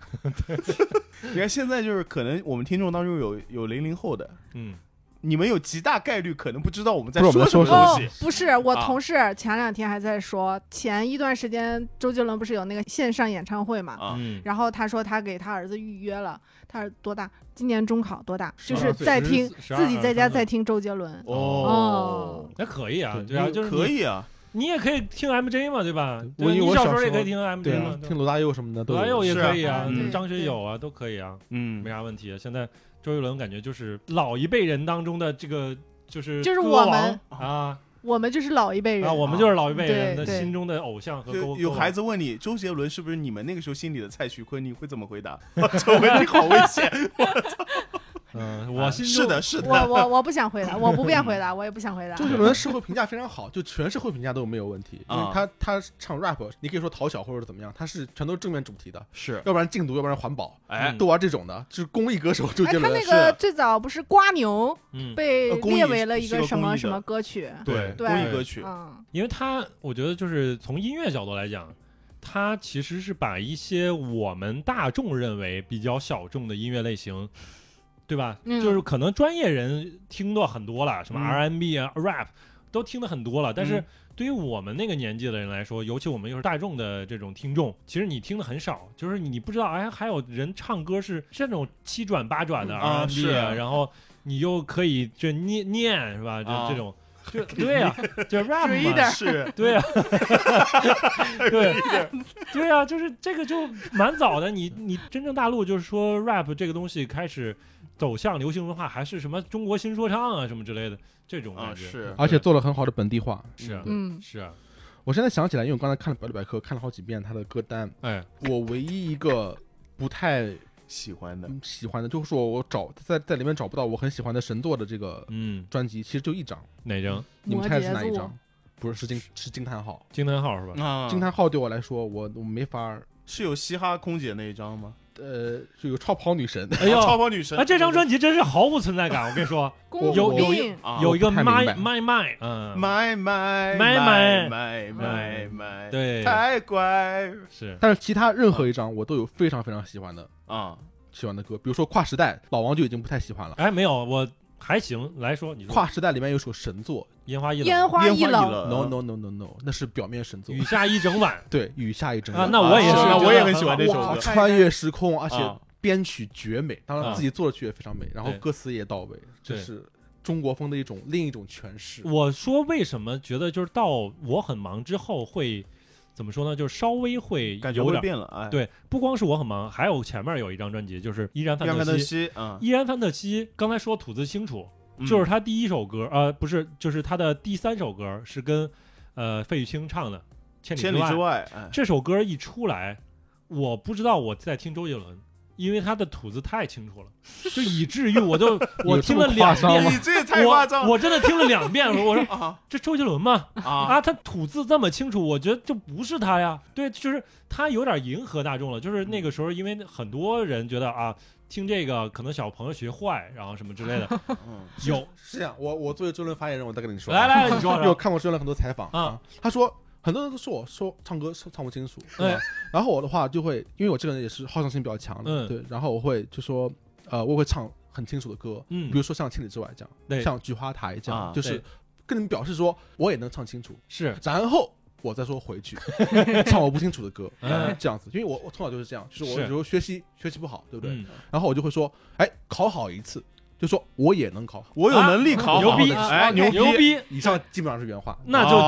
[SPEAKER 2] 你看现在就是可能我们听众当中有有零零后的，
[SPEAKER 3] 嗯，
[SPEAKER 2] 你们有极大概率可能不知道我们在
[SPEAKER 5] 不是我们在
[SPEAKER 2] 什么
[SPEAKER 5] 说
[SPEAKER 2] 东
[SPEAKER 4] 哦
[SPEAKER 2] 西。，
[SPEAKER 4] 不是，我
[SPEAKER 2] 啊
[SPEAKER 4] 同事前两天还在说，前一段时间周杰伦不是有那个线上演唱会嘛，
[SPEAKER 2] 啊
[SPEAKER 3] 嗯
[SPEAKER 4] 然后他说他给他儿子预约了，他儿子多大？今年中考多大？就
[SPEAKER 3] 12
[SPEAKER 4] 是
[SPEAKER 3] 岁
[SPEAKER 4] 在
[SPEAKER 3] 12
[SPEAKER 4] 听
[SPEAKER 3] 12
[SPEAKER 4] 自己在家
[SPEAKER 3] 13
[SPEAKER 4] 在听周杰伦。
[SPEAKER 2] 哦，
[SPEAKER 3] 那可以啊，
[SPEAKER 5] 对
[SPEAKER 3] 对啊，就是
[SPEAKER 2] 可
[SPEAKER 3] 以，
[SPEAKER 2] 以啊，
[SPEAKER 3] 你也可以听 MJ 嘛，对吧？
[SPEAKER 5] 我因
[SPEAKER 3] 对
[SPEAKER 5] 为
[SPEAKER 3] 你
[SPEAKER 5] 我
[SPEAKER 3] 小
[SPEAKER 5] 小
[SPEAKER 3] 时候
[SPEAKER 5] 时
[SPEAKER 3] 也可以
[SPEAKER 5] 候
[SPEAKER 3] 听 MJ
[SPEAKER 5] 对
[SPEAKER 3] 嘛
[SPEAKER 5] 啊，，听罗大佑什么的都
[SPEAKER 3] 罗大佑也
[SPEAKER 2] 是啊
[SPEAKER 3] 可以啊
[SPEAKER 2] 嗯，
[SPEAKER 3] 张学
[SPEAKER 4] 对
[SPEAKER 3] 友啊都可以啊，
[SPEAKER 2] 嗯
[SPEAKER 3] 没，啥问题。现在周杰伦感觉就是老一辈人当中的这个。就是
[SPEAKER 4] 就是
[SPEAKER 3] 歌
[SPEAKER 4] 我
[SPEAKER 3] 王
[SPEAKER 4] 们
[SPEAKER 3] 啊
[SPEAKER 4] 我们就是老一辈人
[SPEAKER 3] 啊，，我们就是老一辈
[SPEAKER 4] 对
[SPEAKER 3] 人的
[SPEAKER 4] 对
[SPEAKER 3] 心中的偶像和歌
[SPEAKER 2] 就有孩
[SPEAKER 3] 子
[SPEAKER 2] 子问你周杰伦是不是你们那个时候心里的蔡徐坤，你会怎么回答？ 这问题好危险。
[SPEAKER 3] 嗯，我心中
[SPEAKER 2] 是的，是
[SPEAKER 4] 我
[SPEAKER 2] 的，
[SPEAKER 4] 我我不想回答，我不便回答，我也不想回答。哎
[SPEAKER 5] 周杰伦社会评价非常好，就全社会评价都没有问题，因
[SPEAKER 2] 啊
[SPEAKER 5] 为他他唱 rap，你可以说讨巧或者怎么样，他是全都是正面主题的，
[SPEAKER 2] 是
[SPEAKER 5] 要不然禁毒，要不然环保，
[SPEAKER 2] 哎
[SPEAKER 3] 嗯
[SPEAKER 5] 都玩这种的，就是公益歌手周
[SPEAKER 4] 哎，
[SPEAKER 5] 杰
[SPEAKER 4] 他
[SPEAKER 5] 伦。
[SPEAKER 4] 那
[SPEAKER 5] 是
[SPEAKER 4] 个最早不是瓜牛
[SPEAKER 3] 嗯，
[SPEAKER 4] 被
[SPEAKER 2] 呃公益
[SPEAKER 4] 列为了一
[SPEAKER 2] 是个
[SPEAKER 4] 什
[SPEAKER 2] 公益
[SPEAKER 4] 么
[SPEAKER 2] 的
[SPEAKER 4] 什么歌曲？
[SPEAKER 2] 对
[SPEAKER 4] 对
[SPEAKER 2] 公益歌曲，
[SPEAKER 4] 嗯，
[SPEAKER 3] 因为他，我觉得就是从音乐角度来讲，他其实是把一些我们大众认为比较小众的音乐类型，对吧？
[SPEAKER 4] 嗯
[SPEAKER 3] 就是可能专业人听到很多了，什么
[SPEAKER 2] 嗯
[SPEAKER 3] R&B 啊、rap 都听的很多了，但是
[SPEAKER 2] 嗯。
[SPEAKER 3] 对于我们那个年纪的人来说，尤其我们又是大众的这种听众，其实你听的很少，就是你不知道，哎，还有人唱歌是是那种七转八转的
[SPEAKER 2] 嗯啊
[SPEAKER 3] R&B，、
[SPEAKER 2] 是
[SPEAKER 3] 然后你又可以这念念是吧？这、
[SPEAKER 2] 啊
[SPEAKER 3] 这种，就对呀、就 rap 嘛，
[SPEAKER 2] 是
[SPEAKER 3] 对呀、对对呀、就是这个就蛮早的。你你真正大陆就是说 rap 这个东西开始走向流行文化，还是什么中国新说唱啊什么之类的这种
[SPEAKER 2] 啊
[SPEAKER 3] 感觉。
[SPEAKER 2] 是，
[SPEAKER 5] 而且做了很好的本地化。
[SPEAKER 3] 是啊
[SPEAKER 5] 对
[SPEAKER 4] 嗯，
[SPEAKER 3] 是啊，
[SPEAKER 5] 我现在想起来，因为我刚才看了百度百科，看了好几遍他的歌单，
[SPEAKER 3] 哎，
[SPEAKER 5] 我唯一一个不太
[SPEAKER 2] 喜欢的，
[SPEAKER 5] 嗯喜欢的，就是说我找在在里面找不到我很喜欢的神作的这个
[SPEAKER 3] 嗯，
[SPEAKER 5] 专辑，其实就一张，
[SPEAKER 3] 哪张？
[SPEAKER 5] 你
[SPEAKER 4] 摩
[SPEAKER 5] 们猜是哪
[SPEAKER 4] 羯
[SPEAKER 5] 一
[SPEAKER 4] 座
[SPEAKER 5] 张？不是，是惊是惊叹号。
[SPEAKER 3] 惊叹号是吧？
[SPEAKER 2] 啊
[SPEAKER 5] 惊叹号对我来说，我我没法儿，
[SPEAKER 2] 是有嘻哈空姐那一张吗？
[SPEAKER 5] 呃，就有超跑女神，
[SPEAKER 3] 哎呦，
[SPEAKER 2] 超跑女神
[SPEAKER 3] 啊，这张专辑真是毫无存在感。我跟你说，
[SPEAKER 4] 公
[SPEAKER 5] 有
[SPEAKER 4] 主
[SPEAKER 3] 有一
[SPEAKER 4] 病。
[SPEAKER 2] 啊
[SPEAKER 3] 有一个
[SPEAKER 5] 我不太
[SPEAKER 3] my
[SPEAKER 5] 明白
[SPEAKER 3] my my，嗯，
[SPEAKER 2] 买买
[SPEAKER 3] 买买
[SPEAKER 2] 买买买，
[SPEAKER 3] 对，
[SPEAKER 2] 太乖
[SPEAKER 3] 是
[SPEAKER 5] 但是其他任何一张我都有非常非常喜欢的
[SPEAKER 2] 啊！
[SPEAKER 5] 喜欢的歌，比如说跨时代，老王就已经不太喜欢了。
[SPEAKER 3] 哎，没有，我还行。来说，你说
[SPEAKER 5] 跨时代里面有首神作
[SPEAKER 3] 烟花易冷，
[SPEAKER 4] 烟花
[SPEAKER 2] 烟
[SPEAKER 4] 易
[SPEAKER 2] 花
[SPEAKER 4] 冷，
[SPEAKER 5] ，no
[SPEAKER 2] 冷
[SPEAKER 5] no no no no，那是表面神作
[SPEAKER 3] 呃雨。下一整晚
[SPEAKER 5] 对，雨下一整
[SPEAKER 3] 啊
[SPEAKER 5] 晚，
[SPEAKER 3] 那我也
[SPEAKER 2] 啊
[SPEAKER 3] 是，
[SPEAKER 2] 那我也很喜
[SPEAKER 3] 好
[SPEAKER 2] 欢这首
[SPEAKER 5] 哇
[SPEAKER 2] 歌
[SPEAKER 5] 穿越时空，而且
[SPEAKER 2] 啊
[SPEAKER 5] 编曲绝美，当然自己作曲也非常美，然后
[SPEAKER 3] 啊对
[SPEAKER 5] 歌词也到位，这
[SPEAKER 3] 对
[SPEAKER 5] 是中国风的一种另一种诠释。
[SPEAKER 3] 我说为什么觉得就是到我很忙之后会怎么说呢？就是稍微会
[SPEAKER 2] 感觉
[SPEAKER 3] 有
[SPEAKER 2] 会
[SPEAKER 3] 点
[SPEAKER 2] 变了哎。
[SPEAKER 3] 对，不光是我很忙，还有前面有一张专辑就是《依然范
[SPEAKER 2] 变
[SPEAKER 3] 特
[SPEAKER 2] 范特
[SPEAKER 3] 西》。
[SPEAKER 2] 西啊，
[SPEAKER 3] 依然范特西，刚才说吐字清楚，
[SPEAKER 2] 嗯
[SPEAKER 3] 就是他第一首歌，呃，不是，就是他的第三首歌是跟呃费玉清唱的《千
[SPEAKER 2] 《
[SPEAKER 3] 里
[SPEAKER 2] 千里
[SPEAKER 3] 外
[SPEAKER 2] 之》。外》哎，
[SPEAKER 3] 这首歌一出来，我不知道我在听周杰伦，因为他的吐字太清楚了，就以至于我就我
[SPEAKER 5] 有这
[SPEAKER 3] 听
[SPEAKER 5] 么
[SPEAKER 3] 了两
[SPEAKER 5] 夸张吗
[SPEAKER 3] 遍，
[SPEAKER 2] 你这也太夸张
[SPEAKER 3] 我，
[SPEAKER 2] 了
[SPEAKER 3] 我真的听了两遍了，我说
[SPEAKER 2] 啊
[SPEAKER 3] 这周杰伦吗？
[SPEAKER 2] 啊！
[SPEAKER 3] 啊，他吐字这么清楚，我觉得就不是他呀。对，就是他有点迎合大众了。就是那个时候，因为很多人觉得啊，听这个可能小朋友学坏，然后什么之 类的。
[SPEAKER 2] 嗯
[SPEAKER 3] 有，
[SPEAKER 5] 是这样，我我作为周杰伦发言人，我再跟你说，啊
[SPEAKER 3] 来，来，你
[SPEAKER 5] 因
[SPEAKER 3] 说
[SPEAKER 5] 为我
[SPEAKER 3] 说。
[SPEAKER 5] 看过周杰伦很多采访
[SPEAKER 3] 啊
[SPEAKER 5] 啊，他说很多人都说我说唱歌唱不清楚，
[SPEAKER 3] 哎
[SPEAKER 5] 对吧然后我的话就会，因为我这个人也是好胜心比较强
[SPEAKER 3] 嗯
[SPEAKER 5] 的，对，然后我会就说，呃，我会唱很清楚的歌，
[SPEAKER 3] 嗯
[SPEAKER 5] 比如说像《千里之外》这
[SPEAKER 3] 对
[SPEAKER 5] 样，像《菊花台》这
[SPEAKER 2] 啊
[SPEAKER 5] 样，就
[SPEAKER 3] 对
[SPEAKER 5] 是跟你们表示说我也能唱清楚，
[SPEAKER 3] 是
[SPEAKER 5] 然后我再说回 去唱我不清楚的歌，
[SPEAKER 3] 嗯
[SPEAKER 5] 这样子，因为我我从小就是这样，就是我
[SPEAKER 3] 是
[SPEAKER 5] 有时候学习学习不好，对不对？
[SPEAKER 3] 嗯
[SPEAKER 5] 然后我就会说，哎，考好一次，就说我也能考好。
[SPEAKER 2] 我有能力考
[SPEAKER 3] 牛
[SPEAKER 2] 好
[SPEAKER 3] 逼，
[SPEAKER 2] 的，哎，
[SPEAKER 3] 啊牛
[SPEAKER 2] 啊牛逼！
[SPEAKER 3] 逼，
[SPEAKER 5] 以上基本上是原话，
[SPEAKER 3] 那就就牛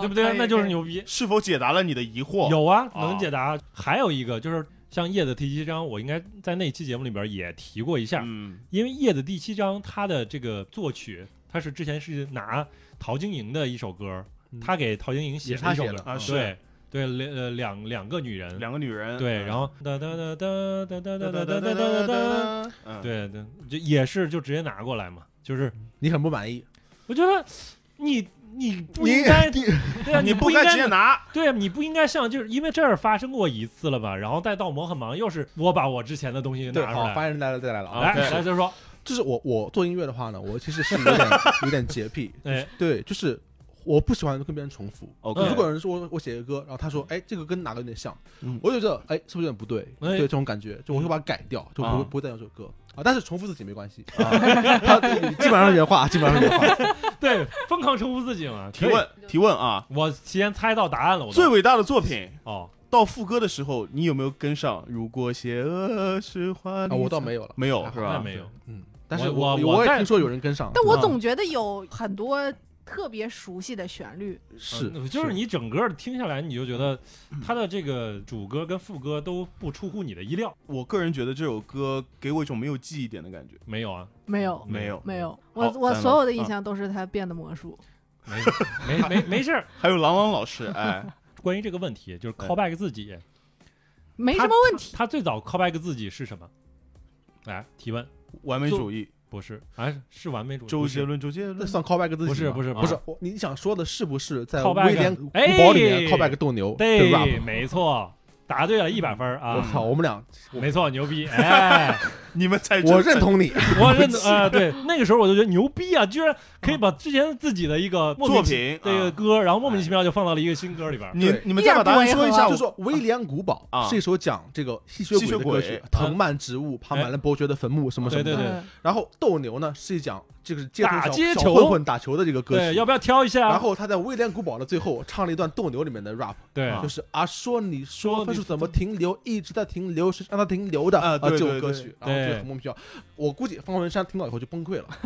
[SPEAKER 3] 逼，对不对
[SPEAKER 4] 可？以
[SPEAKER 3] 那就是
[SPEAKER 4] 可以
[SPEAKER 3] 牛逼。
[SPEAKER 2] 是否解答了你的疑惑？
[SPEAKER 3] 有啊，
[SPEAKER 2] 啊
[SPEAKER 3] 能解答。还有一个就是像叶的第七章，我应该在那期节目里边也提过一下，
[SPEAKER 2] 嗯，
[SPEAKER 3] 因为叶的第七章它的这个作曲，它是之前是拿陶晶莹的一首歌，
[SPEAKER 9] 嗯
[SPEAKER 3] 他给陶晶莹写
[SPEAKER 5] 也是他
[SPEAKER 3] 一首
[SPEAKER 5] 写
[SPEAKER 3] 歌
[SPEAKER 5] 的
[SPEAKER 2] 啊是
[SPEAKER 3] 对对，两呃两两个女人，
[SPEAKER 2] 两个女人，
[SPEAKER 3] 对，
[SPEAKER 2] 嗯
[SPEAKER 3] 然后哒哒哒哒哒哒哒
[SPEAKER 2] 哒哒哒
[SPEAKER 3] 哒哒哒
[SPEAKER 2] 哒哒
[SPEAKER 3] 哒哒，
[SPEAKER 2] 哒，嗯，
[SPEAKER 3] 对对，就也是就直接拿过来嘛，就是
[SPEAKER 5] 你很不满意，
[SPEAKER 3] 我觉得你你不
[SPEAKER 5] 你
[SPEAKER 3] 应该，对啊，
[SPEAKER 2] 你
[SPEAKER 3] 不
[SPEAKER 2] 不
[SPEAKER 3] 应
[SPEAKER 2] 该
[SPEAKER 3] 该
[SPEAKER 2] 直接拿，
[SPEAKER 3] 对啊，你不应该像就是因为这儿发生过一次了吧？然后再到魔很忙，又是我把我之前的东西
[SPEAKER 5] 对，
[SPEAKER 3] 拿出
[SPEAKER 5] 好，发
[SPEAKER 3] 来，
[SPEAKER 5] 言人来了，再来了啊！
[SPEAKER 3] 来
[SPEAKER 2] 对
[SPEAKER 3] 来就说，
[SPEAKER 5] 就是我我做音乐的话呢，我其实是有点有点洁癖，
[SPEAKER 3] 哎，
[SPEAKER 5] 对，就是我不喜欢跟别人重复。
[SPEAKER 2] OK
[SPEAKER 3] 嗯
[SPEAKER 5] 如果有人说我我写个歌，然后他说，哎，这个跟哪个有点像
[SPEAKER 2] 嗯，
[SPEAKER 5] 我就觉得，哎，是不是有点不对？
[SPEAKER 3] 哎
[SPEAKER 5] 对，这种感觉，就我会把它改掉，就不会
[SPEAKER 2] 啊
[SPEAKER 5] 不会再用这首歌啊。但是重复自己没关系，啊 他基本上是原话，基本上是原话。
[SPEAKER 3] 对，疯狂重复自己嘛。
[SPEAKER 2] 提
[SPEAKER 3] 可以，
[SPEAKER 2] 问提问啊，
[SPEAKER 3] 我提前猜到答案了，我都
[SPEAKER 2] 最伟大的作品
[SPEAKER 3] 哦，
[SPEAKER 2] 到副歌的时候，你有没有跟上？如果邪恶是花
[SPEAKER 5] 啊，我倒没有了，
[SPEAKER 2] 没有是
[SPEAKER 3] 那
[SPEAKER 2] 吧？
[SPEAKER 3] 没有，
[SPEAKER 5] 嗯，但是
[SPEAKER 3] 我
[SPEAKER 5] 我
[SPEAKER 3] 我
[SPEAKER 5] 也
[SPEAKER 3] 在
[SPEAKER 5] 听说有人跟上，嗯
[SPEAKER 4] 但我
[SPEAKER 3] 啊
[SPEAKER 4] 总觉得有很多特别熟悉的旋律，
[SPEAKER 5] 是
[SPEAKER 3] 嗯就是你整个听下来，你就觉得他的这个主歌跟副歌都不出乎你的意料。
[SPEAKER 2] 我个人觉得这首歌给我一种没有记忆点的感觉。
[SPEAKER 3] 没有啊，
[SPEAKER 4] 没有，
[SPEAKER 2] 没有，
[SPEAKER 4] 没有，
[SPEAKER 2] 好
[SPEAKER 4] 我我
[SPEAKER 2] 再来
[SPEAKER 4] 所有的印象都是他变的魔术。
[SPEAKER 3] 没没没没事儿。
[SPEAKER 2] 还有郎朗老师，哎，
[SPEAKER 3] 关于这个问题，就是
[SPEAKER 2] 哎
[SPEAKER 3] callback 自己，
[SPEAKER 4] 没
[SPEAKER 3] 他
[SPEAKER 4] 什么问题，
[SPEAKER 3] 他最早 callback 自己是什么？来提问，
[SPEAKER 2] 完美主义，
[SPEAKER 3] 不是，哎，是完美主义，
[SPEAKER 2] 周
[SPEAKER 3] 不是
[SPEAKER 2] 杰伦，周杰
[SPEAKER 5] 那
[SPEAKER 2] 伦，
[SPEAKER 5] 算 callback 自己吗
[SPEAKER 3] 不是不是
[SPEAKER 5] 不
[SPEAKER 3] 啊
[SPEAKER 5] 是，我你想说的是不是在
[SPEAKER 3] Callback
[SPEAKER 5] 威廉古堡里面
[SPEAKER 3] 哎
[SPEAKER 5] callback 斗牛
[SPEAKER 3] 对，
[SPEAKER 5] 吧？
[SPEAKER 3] 没错，答对了一百分儿
[SPEAKER 5] 我
[SPEAKER 3] 啊！
[SPEAKER 5] 操，我们俩，
[SPEAKER 3] 没错，牛逼！哎，
[SPEAKER 2] 你们才
[SPEAKER 5] 我认同你，
[SPEAKER 3] 我认得啊、对，那个时候我就觉得牛逼啊，居然可以把之前自己的一个莫名
[SPEAKER 2] 作
[SPEAKER 3] 其
[SPEAKER 2] 品
[SPEAKER 3] 这个
[SPEAKER 2] 啊，
[SPEAKER 3] 歌，然后莫名其妙就放到了一个新歌里边儿。
[SPEAKER 2] 你
[SPEAKER 5] 对
[SPEAKER 2] 你们再把答案说一下，
[SPEAKER 5] 就说《威廉古堡
[SPEAKER 2] 啊》
[SPEAKER 5] 是一首讲这个吸血鬼的歌
[SPEAKER 2] 吸血
[SPEAKER 5] 曲
[SPEAKER 2] 鬼，
[SPEAKER 5] 藤蔓植物爬满了伯爵的坟墓什么什么
[SPEAKER 3] 对
[SPEAKER 5] 的。
[SPEAKER 3] 对
[SPEAKER 4] 嗯
[SPEAKER 5] 然后斗牛呢是一讲这个是街头
[SPEAKER 3] 打
[SPEAKER 5] 小
[SPEAKER 3] 街
[SPEAKER 5] 小
[SPEAKER 3] 球
[SPEAKER 5] 混混打球的这个歌
[SPEAKER 3] 对，
[SPEAKER 5] 曲
[SPEAKER 3] 要。不要挑一下？啊
[SPEAKER 5] 然后他在《威廉古堡》的最后唱了一段斗牛里面的 rap，
[SPEAKER 3] 对，
[SPEAKER 2] 啊
[SPEAKER 5] 就是啊说你
[SPEAKER 3] 说
[SPEAKER 5] 说
[SPEAKER 3] 你
[SPEAKER 5] 分数怎么停留，一直在停留，是让它停留的
[SPEAKER 2] 啊对
[SPEAKER 5] 这首
[SPEAKER 2] 对
[SPEAKER 5] 歌
[SPEAKER 2] 对
[SPEAKER 5] 曲，然后
[SPEAKER 3] 对
[SPEAKER 5] 就很莫名其妙。我估计方文山听到以后就崩溃了。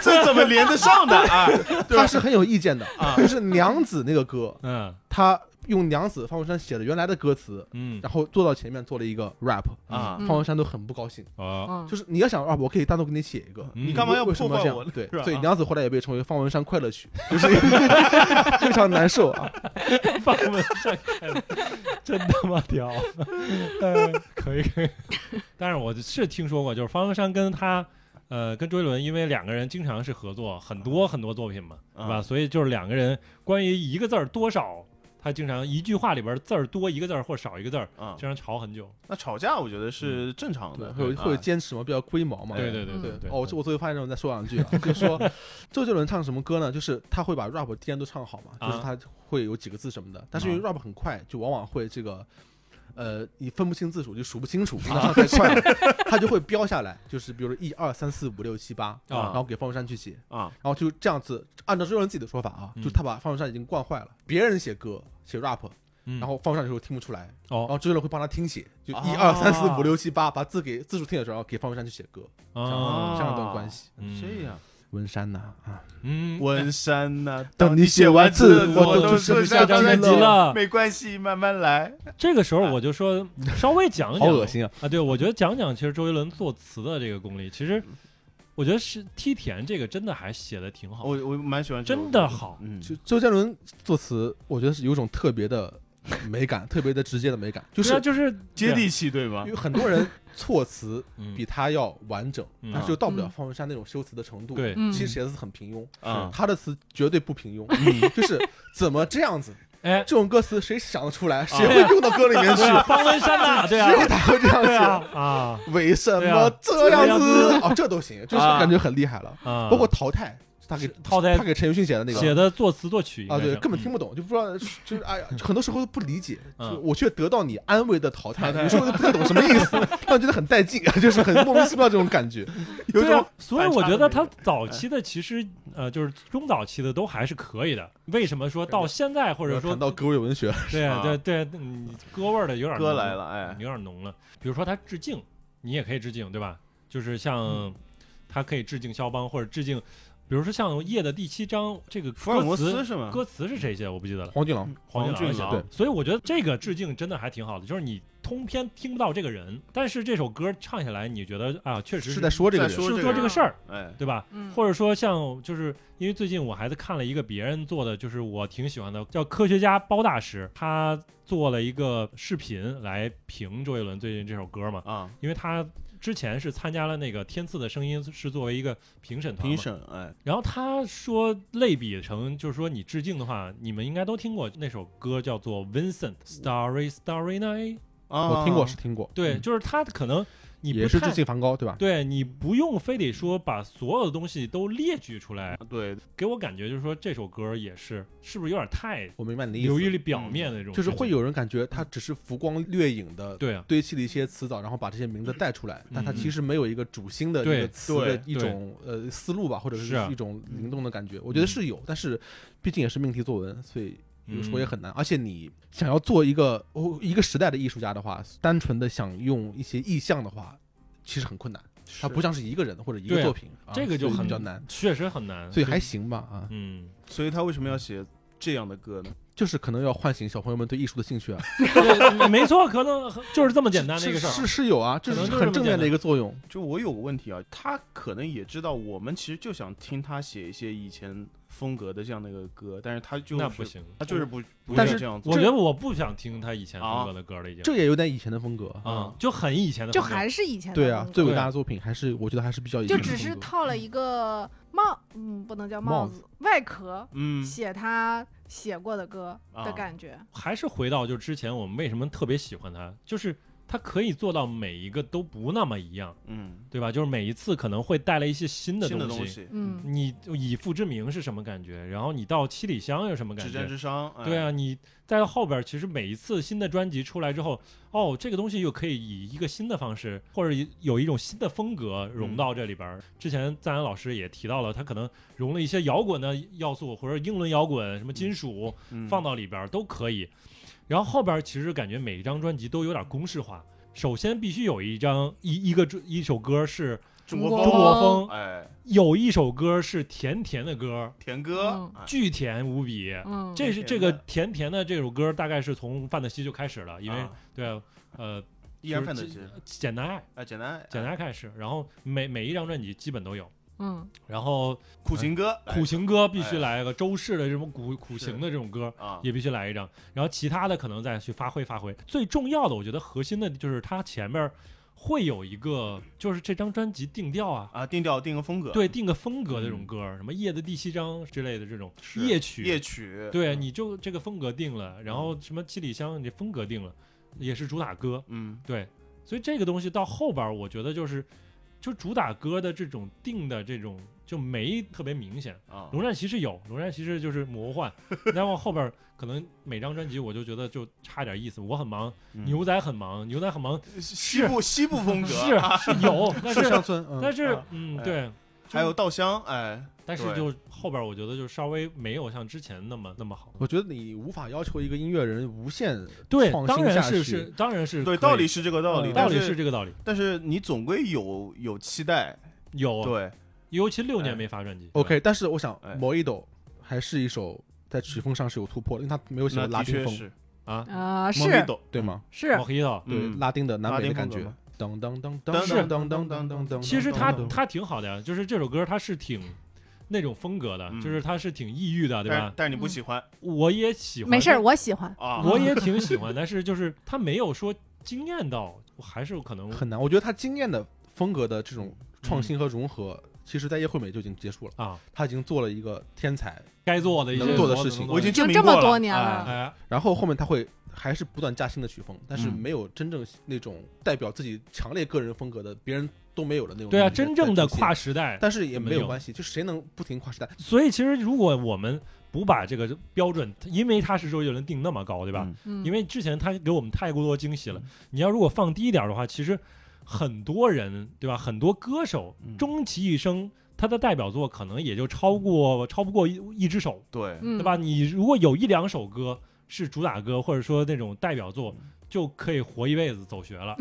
[SPEAKER 2] 这怎么连得上的啊？
[SPEAKER 5] 他是很有意见的
[SPEAKER 2] 啊
[SPEAKER 5] 就是《娘子》那个歌，
[SPEAKER 3] 嗯
[SPEAKER 5] 他用《娘子》方文山写的原来的歌词，
[SPEAKER 3] 嗯
[SPEAKER 5] 然后做到前面做了一个 rap，
[SPEAKER 2] 啊
[SPEAKER 4] 嗯
[SPEAKER 5] 方文山都很不高兴。
[SPEAKER 3] 哦，
[SPEAKER 4] 嗯，
[SPEAKER 5] 就是你要想 rap，我可以单独给你写一个。
[SPEAKER 3] 你
[SPEAKER 2] 你干嘛要
[SPEAKER 5] 为什
[SPEAKER 2] 破
[SPEAKER 5] 么
[SPEAKER 2] 坏
[SPEAKER 5] 这
[SPEAKER 2] 我
[SPEAKER 5] 样？对
[SPEAKER 2] 是吧，
[SPEAKER 5] 所以《娘子》后来也被称为方文山快乐曲，就是 非常难受啊。
[SPEAKER 3] 放我们上开了，真他妈屌！呃，可以 可以。但是我是听说过，就是方文山跟他，呃，跟周杰伦，因为两个人经常是合作很多很多作品嘛，
[SPEAKER 2] 啊
[SPEAKER 3] 是吧？所以就是两个人关于一个字儿多少，他经常一句话里边字儿多一个字儿或少一个字儿，
[SPEAKER 2] 啊
[SPEAKER 3] 经，常吵很久。
[SPEAKER 2] 那吵架我觉得是正常
[SPEAKER 5] 对，
[SPEAKER 2] 的，
[SPEAKER 5] 会有
[SPEAKER 2] 啊
[SPEAKER 5] 会有坚持嘛，比较龟毛嘛。
[SPEAKER 3] 对对对
[SPEAKER 4] 嗯
[SPEAKER 3] 对对。
[SPEAKER 5] 哦，我我作为发言人，我再说两句啊，就是说周杰伦唱什么歌呢？就是他会把 rap 既然都唱好嘛，
[SPEAKER 3] 啊
[SPEAKER 5] 就是他会有几个字什么的，但是因为 rap 很快，就往往会这个。呃，你分不清字数就数不清
[SPEAKER 3] 啊
[SPEAKER 5] 楚，那唱太快了，他就会标下来，就是比如说一二三四五六七八，然后给方文山去写，
[SPEAKER 2] 啊，
[SPEAKER 5] 然后就这样子，按照周杰伦自己的说法啊，
[SPEAKER 3] 嗯
[SPEAKER 5] 就他把方文山已经惯坏了，别人写歌写 rap，
[SPEAKER 3] 嗯
[SPEAKER 5] 然后方文山有时候听不出来，然
[SPEAKER 3] 哦
[SPEAKER 5] 后周杰伦会帮他听写，就
[SPEAKER 2] 啊
[SPEAKER 5] 一二三四五六七八，把字给字数听写出来，然后给方文山去写歌，
[SPEAKER 3] 啊
[SPEAKER 5] 这样一段关系。
[SPEAKER 3] 嗯
[SPEAKER 2] 哦这样。
[SPEAKER 5] 文山呐啊，
[SPEAKER 3] 嗯，
[SPEAKER 2] 文山呐，
[SPEAKER 5] 等你写完字
[SPEAKER 2] 我
[SPEAKER 5] 我
[SPEAKER 2] 都
[SPEAKER 5] 都
[SPEAKER 2] 是
[SPEAKER 5] 是
[SPEAKER 2] 下
[SPEAKER 5] 下张
[SPEAKER 2] 张专
[SPEAKER 5] 专
[SPEAKER 2] 辑
[SPEAKER 5] 辑
[SPEAKER 3] 了
[SPEAKER 2] 没关系，慢慢来。
[SPEAKER 3] 这个时候我就说稍微讲讲，
[SPEAKER 5] 哎好恶心啊！
[SPEAKER 3] 啊，对，我觉得讲讲其实周杰伦作词的这个功力，其实我觉得是梯田这个真的还写的挺
[SPEAKER 5] 哦
[SPEAKER 3] 好，
[SPEAKER 2] 我我蛮喜欢这首歌
[SPEAKER 3] 真的，好。
[SPEAKER 2] 嗯，
[SPEAKER 5] 就周杰伦作词，我觉得是有一种特别的美感，特别的直接的美感，就
[SPEAKER 3] 对啊
[SPEAKER 5] 是
[SPEAKER 3] 就是
[SPEAKER 2] 接，地气，对吗
[SPEAKER 5] 因为？很多人措辞
[SPEAKER 3] 嗯
[SPEAKER 5] 比他要完整，
[SPEAKER 3] 嗯
[SPEAKER 5] 但是又到不了
[SPEAKER 4] 嗯
[SPEAKER 5] 方文山那种修辞的程度。
[SPEAKER 3] 对，嗯
[SPEAKER 4] 嗯
[SPEAKER 5] 其实写的词很平庸，
[SPEAKER 2] 啊，
[SPEAKER 5] 他的词绝对不平庸，就是怎么这样子？
[SPEAKER 3] 哎，
[SPEAKER 5] 这种歌词谁想得出来？谁
[SPEAKER 3] 对
[SPEAKER 5] 会
[SPEAKER 3] 啊
[SPEAKER 5] 用到歌里面去
[SPEAKER 3] 对？啊，方文山呐，对啊
[SPEAKER 5] 只，有他会这样
[SPEAKER 3] 对
[SPEAKER 5] 写。
[SPEAKER 3] 啊，啊
[SPEAKER 5] 为什
[SPEAKER 3] 对啊
[SPEAKER 5] 么这样
[SPEAKER 3] 这
[SPEAKER 5] 子？哦，这都行，就是
[SPEAKER 2] 啊
[SPEAKER 5] 感觉很厉害了。
[SPEAKER 3] 啊，
[SPEAKER 5] 包括淘汰，他给
[SPEAKER 3] 是套在
[SPEAKER 5] 他给陈奕迅写的那个
[SPEAKER 3] 写的作词作曲应
[SPEAKER 5] 啊，
[SPEAKER 3] 该是
[SPEAKER 5] 对，根本听不懂，就不知道，就是哎呀，很多时候都不理解。
[SPEAKER 3] 嗯
[SPEAKER 5] 就我却得到你安慰的淘汰，
[SPEAKER 2] 淘汰
[SPEAKER 5] 有时候都不太懂什么意思， 让人觉得很带劲，啊就是很莫名其妙这种感 觉。
[SPEAKER 2] 有一
[SPEAKER 3] 对
[SPEAKER 2] 种
[SPEAKER 3] 啊，所以我觉得他
[SPEAKER 2] 反
[SPEAKER 5] 哎
[SPEAKER 3] 早期的其实呃，就是中早期的都还是可以的。为什么说到现在或者说
[SPEAKER 5] 谈到格位文学，
[SPEAKER 3] 对
[SPEAKER 2] 啊
[SPEAKER 3] 对对，嗯歌味儿的有点
[SPEAKER 2] 歌
[SPEAKER 3] 浓嗯
[SPEAKER 2] 来了，哎，
[SPEAKER 3] 有点浓了。比如说他致敬，你也可以致敬，对吧？就是
[SPEAKER 2] 嗯
[SPEAKER 3] 像他可以致敬肖邦，或者致敬，比如说像《夜》的第七章这个
[SPEAKER 2] 福尔摩
[SPEAKER 3] 歌
[SPEAKER 2] 斯
[SPEAKER 3] 词，
[SPEAKER 2] 是吗？嗯
[SPEAKER 3] 歌词是谁写的？我不记得了，
[SPEAKER 5] 黄俊郎
[SPEAKER 3] 黄俊
[SPEAKER 2] 俊
[SPEAKER 3] 郎
[SPEAKER 2] 郎
[SPEAKER 3] 写的。所以我觉得这个致敬真的还挺好的，就是你通篇听不到这个人，但是这首歌唱下来，你觉得啊，确实
[SPEAKER 5] 是在说这个
[SPEAKER 2] 在
[SPEAKER 5] 人，
[SPEAKER 2] 说
[SPEAKER 3] 是
[SPEAKER 2] 这
[SPEAKER 3] 说
[SPEAKER 2] 个
[SPEAKER 3] 这
[SPEAKER 4] 人
[SPEAKER 3] 个事儿，
[SPEAKER 2] 哎，
[SPEAKER 3] 对吧？
[SPEAKER 4] 嗯，
[SPEAKER 3] 或者说像就是因为最近我孩子看了一个别人做的，就是我挺喜欢的，叫科学家包大师，他做了一个视频来评周杰伦最近这首歌嘛，
[SPEAKER 2] 啊，
[SPEAKER 3] 因为他之前是参加了那个《天赐的声音》，是作为一个评审团嘛
[SPEAKER 2] 评，审，哎，
[SPEAKER 3] 然后他说类比成就是说你致敬的话，你们应该都听过那首歌叫做《Vincent Starry Starry Night》，
[SPEAKER 2] 啊，
[SPEAKER 5] 我听过是听过，
[SPEAKER 3] 对，就是他可能你不
[SPEAKER 5] 嗯也是
[SPEAKER 3] 太
[SPEAKER 5] 致敬梵高，对吧？
[SPEAKER 3] 对你不用非得说把所有的东西都列举出来，
[SPEAKER 2] 对，
[SPEAKER 3] 给我感觉就是说这首歌也是是不是有点太
[SPEAKER 5] 我明白你的
[SPEAKER 3] 流
[SPEAKER 5] 意
[SPEAKER 3] 于
[SPEAKER 5] 思，嗯
[SPEAKER 3] 了表面的那种
[SPEAKER 5] 就
[SPEAKER 3] 事情，嗯
[SPEAKER 5] 是会有人感觉他只是浮光掠影的
[SPEAKER 3] 对啊，
[SPEAKER 5] 堆砌了一些词藻，然后把这些名字带出来，但他其实没有一个主心的一
[SPEAKER 3] 对
[SPEAKER 5] 个词的
[SPEAKER 3] 对
[SPEAKER 5] 一种呃思路吧，或者
[SPEAKER 3] 是啊嗯
[SPEAKER 5] 是一种灵动的感觉。我觉得是有，但是毕竟也是命题作文，所以有时
[SPEAKER 3] 嗯
[SPEAKER 5] 候也很难。而且你想要做一个哦一个时代的艺术家的话，单纯的想用一些意象的话，其实很困难。它不像是一个人或者一
[SPEAKER 3] 对
[SPEAKER 5] 个
[SPEAKER 3] 啊
[SPEAKER 5] 作品，啊
[SPEAKER 3] 这个就
[SPEAKER 5] 所以
[SPEAKER 3] 很
[SPEAKER 5] 比较难，
[SPEAKER 3] 确实很难，
[SPEAKER 5] 所以还行吧啊。
[SPEAKER 3] 嗯，
[SPEAKER 2] 所以他为什么要写这样的歌呢？
[SPEAKER 5] 就是可能要唤醒小朋友们对艺术的兴趣啊，
[SPEAKER 3] 对没错，可能就是这么简单的
[SPEAKER 5] 是
[SPEAKER 3] 一个事
[SPEAKER 5] 是
[SPEAKER 3] 儿，
[SPEAKER 5] 是有啊，这
[SPEAKER 3] 可能
[SPEAKER 5] 是
[SPEAKER 3] 就是这
[SPEAKER 5] 很
[SPEAKER 3] 么
[SPEAKER 5] 正面的一个作用。
[SPEAKER 2] 就我有个问题啊，他可能也知道我们其实就想听他写一些以前风格的这样的一个歌，但是他就是
[SPEAKER 3] 那不，行，
[SPEAKER 2] 他就是不不
[SPEAKER 5] 但
[SPEAKER 2] 愿意
[SPEAKER 5] 啊是
[SPEAKER 2] 这样做
[SPEAKER 3] 我觉得我不想听他以前风格的歌了，已经
[SPEAKER 5] 这也有点以前的风格
[SPEAKER 3] 啊，就很以前的
[SPEAKER 4] 就
[SPEAKER 3] 风格，
[SPEAKER 4] 还是以前的
[SPEAKER 5] 对啊
[SPEAKER 4] 风，格
[SPEAKER 5] 最伟大的作品还是我觉得还是比较以
[SPEAKER 4] 就
[SPEAKER 5] 前的
[SPEAKER 4] 只是
[SPEAKER 5] 风格
[SPEAKER 4] 套了一个帽，嗯，不能叫帽
[SPEAKER 5] 帽
[SPEAKER 4] 子，外壳，
[SPEAKER 2] 嗯，
[SPEAKER 4] 写他写过的歌
[SPEAKER 2] 啊
[SPEAKER 4] 的感觉。
[SPEAKER 3] 还是回到就之前我们为什么特别喜欢他，就是他可以做到每一个都不那么一样，
[SPEAKER 2] 嗯，
[SPEAKER 3] 对吧？就是每一次可能会带来一些新的
[SPEAKER 2] 新的
[SPEAKER 3] 东
[SPEAKER 2] 东
[SPEAKER 3] 西。
[SPEAKER 2] 西，
[SPEAKER 4] 嗯，
[SPEAKER 3] 你以父之名是什么感觉？然后你到七里香有什么感
[SPEAKER 2] 指
[SPEAKER 3] 觉
[SPEAKER 2] 尖？之殇，哎
[SPEAKER 3] 对啊，，你在后边儿其实每一次新的专辑出来之后，哦，这个东西又可以以一个新的方式，或者以有一种新的风格
[SPEAKER 2] 嗯
[SPEAKER 3] 融到这里边儿。之前赞恩老师也提到了，他可能融了一些摇滚的要素，或者英伦摇滚、什么金属、
[SPEAKER 2] 嗯
[SPEAKER 3] 放到里边儿都可以。然后后边儿其实感觉每一张专辑都有点公式化，首先必须有一张一一个一首歌是
[SPEAKER 2] 中
[SPEAKER 4] 中
[SPEAKER 2] 国
[SPEAKER 4] 国
[SPEAKER 3] 中国风，
[SPEAKER 2] 哎，
[SPEAKER 3] 有一首歌是甜甜的歌，
[SPEAKER 2] 甜歌
[SPEAKER 4] 嗯，
[SPEAKER 2] 哎
[SPEAKER 3] 巨甜无比。
[SPEAKER 4] 嗯，
[SPEAKER 3] 这是
[SPEAKER 2] 甜
[SPEAKER 3] 这个
[SPEAKER 2] 的
[SPEAKER 3] 甜甜的这首歌，大概是从范特西就开始了，因为、
[SPEAKER 2] 啊，E
[SPEAKER 3] 对啊，呃，
[SPEAKER 2] 依然范
[SPEAKER 3] 就
[SPEAKER 2] 特
[SPEAKER 3] 是
[SPEAKER 2] 西，
[SPEAKER 3] 简单爱，
[SPEAKER 2] 哎，简单哎
[SPEAKER 3] 简单爱开始，然后每每一张专辑基本都有，
[SPEAKER 4] 嗯
[SPEAKER 3] 然后
[SPEAKER 2] 苦情歌，哎
[SPEAKER 3] 苦情歌必须来个，周氏的这种苦苦情的这种歌
[SPEAKER 2] 啊，
[SPEAKER 3] 也必须来一张，然后其他的可能再去发挥发挥。最重要的，我觉得核心的就是它前面会有一个，就是这张专辑定调啊。
[SPEAKER 2] 啊，定调定个风格，
[SPEAKER 3] 对，定个风格的这种歌，什么夜的第七章之类的这种
[SPEAKER 2] 嗯是
[SPEAKER 3] 夜曲，啊
[SPEAKER 2] 夜曲，
[SPEAKER 3] 对，你就这个风格定了，然后什么七里香，你风格定了，也是主打歌，
[SPEAKER 2] 嗯，
[SPEAKER 3] 对，所以这个东西到后边儿，我觉得就是就主打歌的这种定的这种就没特别明显。
[SPEAKER 2] 啊，
[SPEAKER 3] 龙战骑士有，龙战骑士就是魔幻， 再往后边儿可能每张专辑我就觉得就差点意思。我很忙，
[SPEAKER 2] 嗯
[SPEAKER 3] 牛仔很忙，牛仔很忙
[SPEAKER 2] 西部西部风格
[SPEAKER 3] 是是有，但
[SPEAKER 5] 是乡
[SPEAKER 3] 是
[SPEAKER 5] 村，嗯
[SPEAKER 3] 但是
[SPEAKER 2] 啊
[SPEAKER 3] 嗯
[SPEAKER 2] 哎
[SPEAKER 3] 对，
[SPEAKER 2] 还有稻香，哎，
[SPEAKER 3] 但是
[SPEAKER 2] 对
[SPEAKER 3] 就后边儿我觉得就稍微没有像之前那么那么好。
[SPEAKER 5] 我觉得你无法要求一个音乐人无限
[SPEAKER 3] 对，
[SPEAKER 5] 创
[SPEAKER 3] 当
[SPEAKER 5] 新
[SPEAKER 3] 然
[SPEAKER 5] 下
[SPEAKER 3] 是
[SPEAKER 5] 去
[SPEAKER 3] 是，当然是
[SPEAKER 2] 对，
[SPEAKER 3] 可
[SPEAKER 2] 道
[SPEAKER 3] 以嗯
[SPEAKER 2] 理是这个道理，
[SPEAKER 3] 道
[SPEAKER 2] 但
[SPEAKER 3] 理是
[SPEAKER 2] 是
[SPEAKER 3] 这个道理，
[SPEAKER 2] 但是你总归有有期待，
[SPEAKER 3] 有啊，
[SPEAKER 2] 对，
[SPEAKER 3] 尤其六年没发专辑。
[SPEAKER 5] OK，但是我想
[SPEAKER 2] 哎
[SPEAKER 5] 《魔一斗》还是一首在曲风上是有突破的，因为它没有
[SPEAKER 2] 那
[SPEAKER 5] 写拉
[SPEAKER 2] 的
[SPEAKER 5] 丁
[SPEAKER 2] 确
[SPEAKER 5] 风，
[SPEAKER 2] 是，
[SPEAKER 3] 啊，
[SPEAKER 4] 啊，
[SPEAKER 2] 莫名
[SPEAKER 4] 是
[SPEAKER 2] 懂，
[SPEAKER 5] 对吗？
[SPEAKER 4] 是
[SPEAKER 3] 莫，黑豆，
[SPEAKER 5] 对，
[SPEAKER 2] 嗯
[SPEAKER 5] 拉丁的南
[SPEAKER 2] 拉
[SPEAKER 5] 美的
[SPEAKER 2] 丁
[SPEAKER 5] 感
[SPEAKER 2] 风格
[SPEAKER 5] 觉
[SPEAKER 2] 嘛，
[SPEAKER 5] 噔噔噔噔
[SPEAKER 2] 是
[SPEAKER 5] 噔噔噔噔噔噔。
[SPEAKER 3] 其实他
[SPEAKER 5] 噔噔
[SPEAKER 3] 他挺好的呀，就是这首歌他是挺那种风格的，
[SPEAKER 2] 嗯哎
[SPEAKER 3] 就是他是挺抑郁的，对
[SPEAKER 2] 但是
[SPEAKER 3] 吧？
[SPEAKER 2] 但是你不喜欢
[SPEAKER 3] 我也喜欢，
[SPEAKER 4] 没事儿，，嗯我喜欢。
[SPEAKER 2] 啊，
[SPEAKER 3] 我也挺喜欢，但是就是他没有说惊艳到，我还是可能
[SPEAKER 2] 嗯
[SPEAKER 5] 很难，我觉得他惊艳的风格的这种创新和融合，其实在叶惠美就已经结束了，
[SPEAKER 3] 啊，
[SPEAKER 5] 她已经做了一个天才，
[SPEAKER 3] 该做的一些
[SPEAKER 5] 能做的事情
[SPEAKER 2] 我已经
[SPEAKER 3] 能
[SPEAKER 2] 证
[SPEAKER 4] 就
[SPEAKER 2] 明
[SPEAKER 4] 这
[SPEAKER 2] 过
[SPEAKER 4] 么
[SPEAKER 2] 了
[SPEAKER 4] 多年
[SPEAKER 3] 做的
[SPEAKER 4] 了，
[SPEAKER 3] 哎，
[SPEAKER 5] 然后后面她会还是不断加新的曲风，但是
[SPEAKER 3] 嗯
[SPEAKER 5] 没有真正那种代表自己强烈个人风格的，别人都没有的那种。
[SPEAKER 3] 对啊，真正的跨
[SPEAKER 5] 时，
[SPEAKER 3] 时代。
[SPEAKER 5] 但是也没
[SPEAKER 3] 没
[SPEAKER 5] 有
[SPEAKER 3] 有
[SPEAKER 5] 关系，就谁能不停跨时代？
[SPEAKER 3] 所以其实如果我们不把这个标准，因为他是周杰伦定那么高，对吧？
[SPEAKER 2] 嗯
[SPEAKER 4] 嗯，
[SPEAKER 3] 因为之前他给我们太过多惊喜了。你要如果放低一点的话，其实很多人对吧？很多歌手
[SPEAKER 2] 嗯
[SPEAKER 3] 终其一生，他的代表作可能也就超过超不过一一只手，
[SPEAKER 2] 对，
[SPEAKER 4] 嗯
[SPEAKER 3] 对吧？？你如果有一两首歌是主打歌，或者说那种代表作，
[SPEAKER 4] 嗯
[SPEAKER 3] 就可以活一辈子走学了。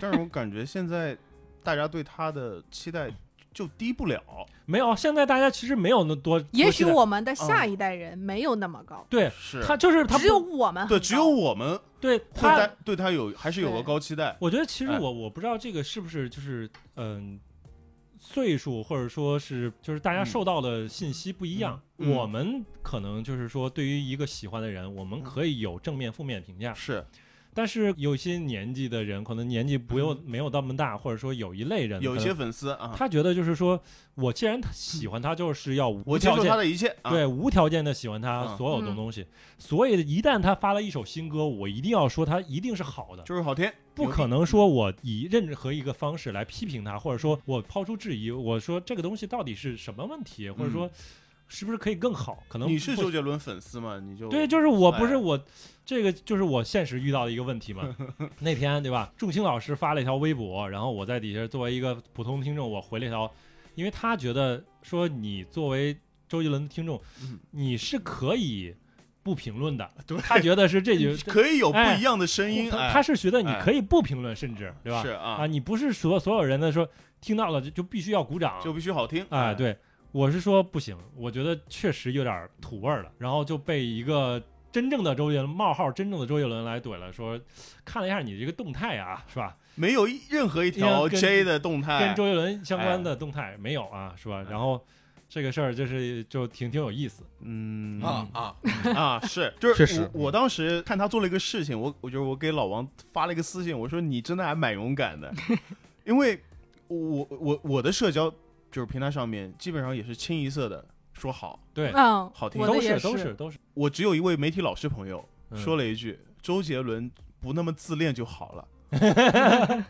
[SPEAKER 2] 但是我感觉现在大家对他的期待就低不了。
[SPEAKER 3] 没有，现在大家其实没有那多，
[SPEAKER 4] 也
[SPEAKER 3] 多期
[SPEAKER 4] 许
[SPEAKER 3] 待
[SPEAKER 4] 我们的下一代人没有那么高，
[SPEAKER 3] 对
[SPEAKER 2] 是
[SPEAKER 3] 他就是嗯他不
[SPEAKER 4] 只有我们很
[SPEAKER 2] 对，
[SPEAKER 4] 高
[SPEAKER 2] 只有我们
[SPEAKER 3] 对
[SPEAKER 2] 会
[SPEAKER 3] 他
[SPEAKER 2] 带对他有还是有个
[SPEAKER 4] 对
[SPEAKER 2] 高期待。
[SPEAKER 3] 我觉得其实
[SPEAKER 2] 哎
[SPEAKER 3] 我我不知道这个是不是就是嗯、岁数或者说是就是大家
[SPEAKER 2] 嗯
[SPEAKER 3] 受到的信息不一样，
[SPEAKER 2] 嗯嗯
[SPEAKER 3] 我们可能就是说对于一个喜欢的人，我
[SPEAKER 2] 嗯
[SPEAKER 3] 们可以有正面负面评价，
[SPEAKER 2] 是
[SPEAKER 3] 但是有些年纪的人可能年纪不用、没有那么大，或者说有一类人
[SPEAKER 2] 嗯有一些
[SPEAKER 3] 可能
[SPEAKER 2] 粉丝啊，
[SPEAKER 3] 他觉得就是说我既然喜欢他，就是要无
[SPEAKER 2] 我接
[SPEAKER 3] 条
[SPEAKER 2] 受
[SPEAKER 3] 件
[SPEAKER 2] 他的一切啊。
[SPEAKER 3] 对，无条件的喜欢他
[SPEAKER 2] 嗯
[SPEAKER 3] 所有的
[SPEAKER 4] 嗯
[SPEAKER 3] 东西，所以一旦他发了一首新歌，我一定要说他一定是好的，
[SPEAKER 2] 就是好听，
[SPEAKER 3] 不可
[SPEAKER 2] 嗯
[SPEAKER 3] 能说我以任何一个方式来批评他，或者说我抛出质疑，我说这个东西到底是什么问题，或者说是不是可以更好？可能
[SPEAKER 2] 嗯你是
[SPEAKER 3] 或
[SPEAKER 2] 周杰伦粉丝嘛？你就
[SPEAKER 3] 对，就是我
[SPEAKER 2] 哎
[SPEAKER 3] 不是我，这个就是我现实遇到的一个问题 嘛。那天对吧，仲卿老师发了一条微博，然后我在底下作为一个普通听众，我回了一条，因为他觉得说你作为周杰伦的听众，
[SPEAKER 2] 嗯
[SPEAKER 3] 你是可以不评论的，他觉得是 这句。
[SPEAKER 2] 可以有不
[SPEAKER 3] 哎
[SPEAKER 2] 一样的声音。
[SPEAKER 3] 他
[SPEAKER 2] 哎
[SPEAKER 3] 他是觉得你
[SPEAKER 2] 哎
[SPEAKER 3] 可以不评论，甚至对吧？
[SPEAKER 2] 是
[SPEAKER 3] 啊，
[SPEAKER 2] 啊，
[SPEAKER 3] 你不是所所有人的说听到了就就必须要鼓掌，
[SPEAKER 2] 就必须好听
[SPEAKER 3] 哎，。对，我是说不行，我觉得确实有点土味儿了，然后就被一个真正的周杰伦冒号真正的周杰伦来怼了，说看了一下你这个动态啊，是吧？
[SPEAKER 2] 没有一任何一条
[SPEAKER 3] 要跟
[SPEAKER 2] J 的动
[SPEAKER 3] 跟
[SPEAKER 2] 态，
[SPEAKER 3] 周杰伦相
[SPEAKER 2] 哎
[SPEAKER 3] 关的动态没有啊，是吧？然后这个事儿就是就挺挺有意思，
[SPEAKER 2] 嗯
[SPEAKER 1] 啊啊，
[SPEAKER 2] 啊， 是，就是
[SPEAKER 5] 确实
[SPEAKER 2] 我，我当时看他做了一个事情，我我觉得我给老王发了一个私信，我说你真的还蛮勇敢的，因为我我我的社交就是平台上面基本上也是清一色的说好，
[SPEAKER 3] 对，
[SPEAKER 4] 嗯，
[SPEAKER 2] 好听
[SPEAKER 4] 我
[SPEAKER 3] 都
[SPEAKER 4] 的也
[SPEAKER 3] 是都
[SPEAKER 4] 是
[SPEAKER 3] 都是
[SPEAKER 2] 我只有一位媒体老师朋友
[SPEAKER 3] 嗯
[SPEAKER 2] 说了一句，周杰伦不那么自恋就好了。
[SPEAKER 3] 嗯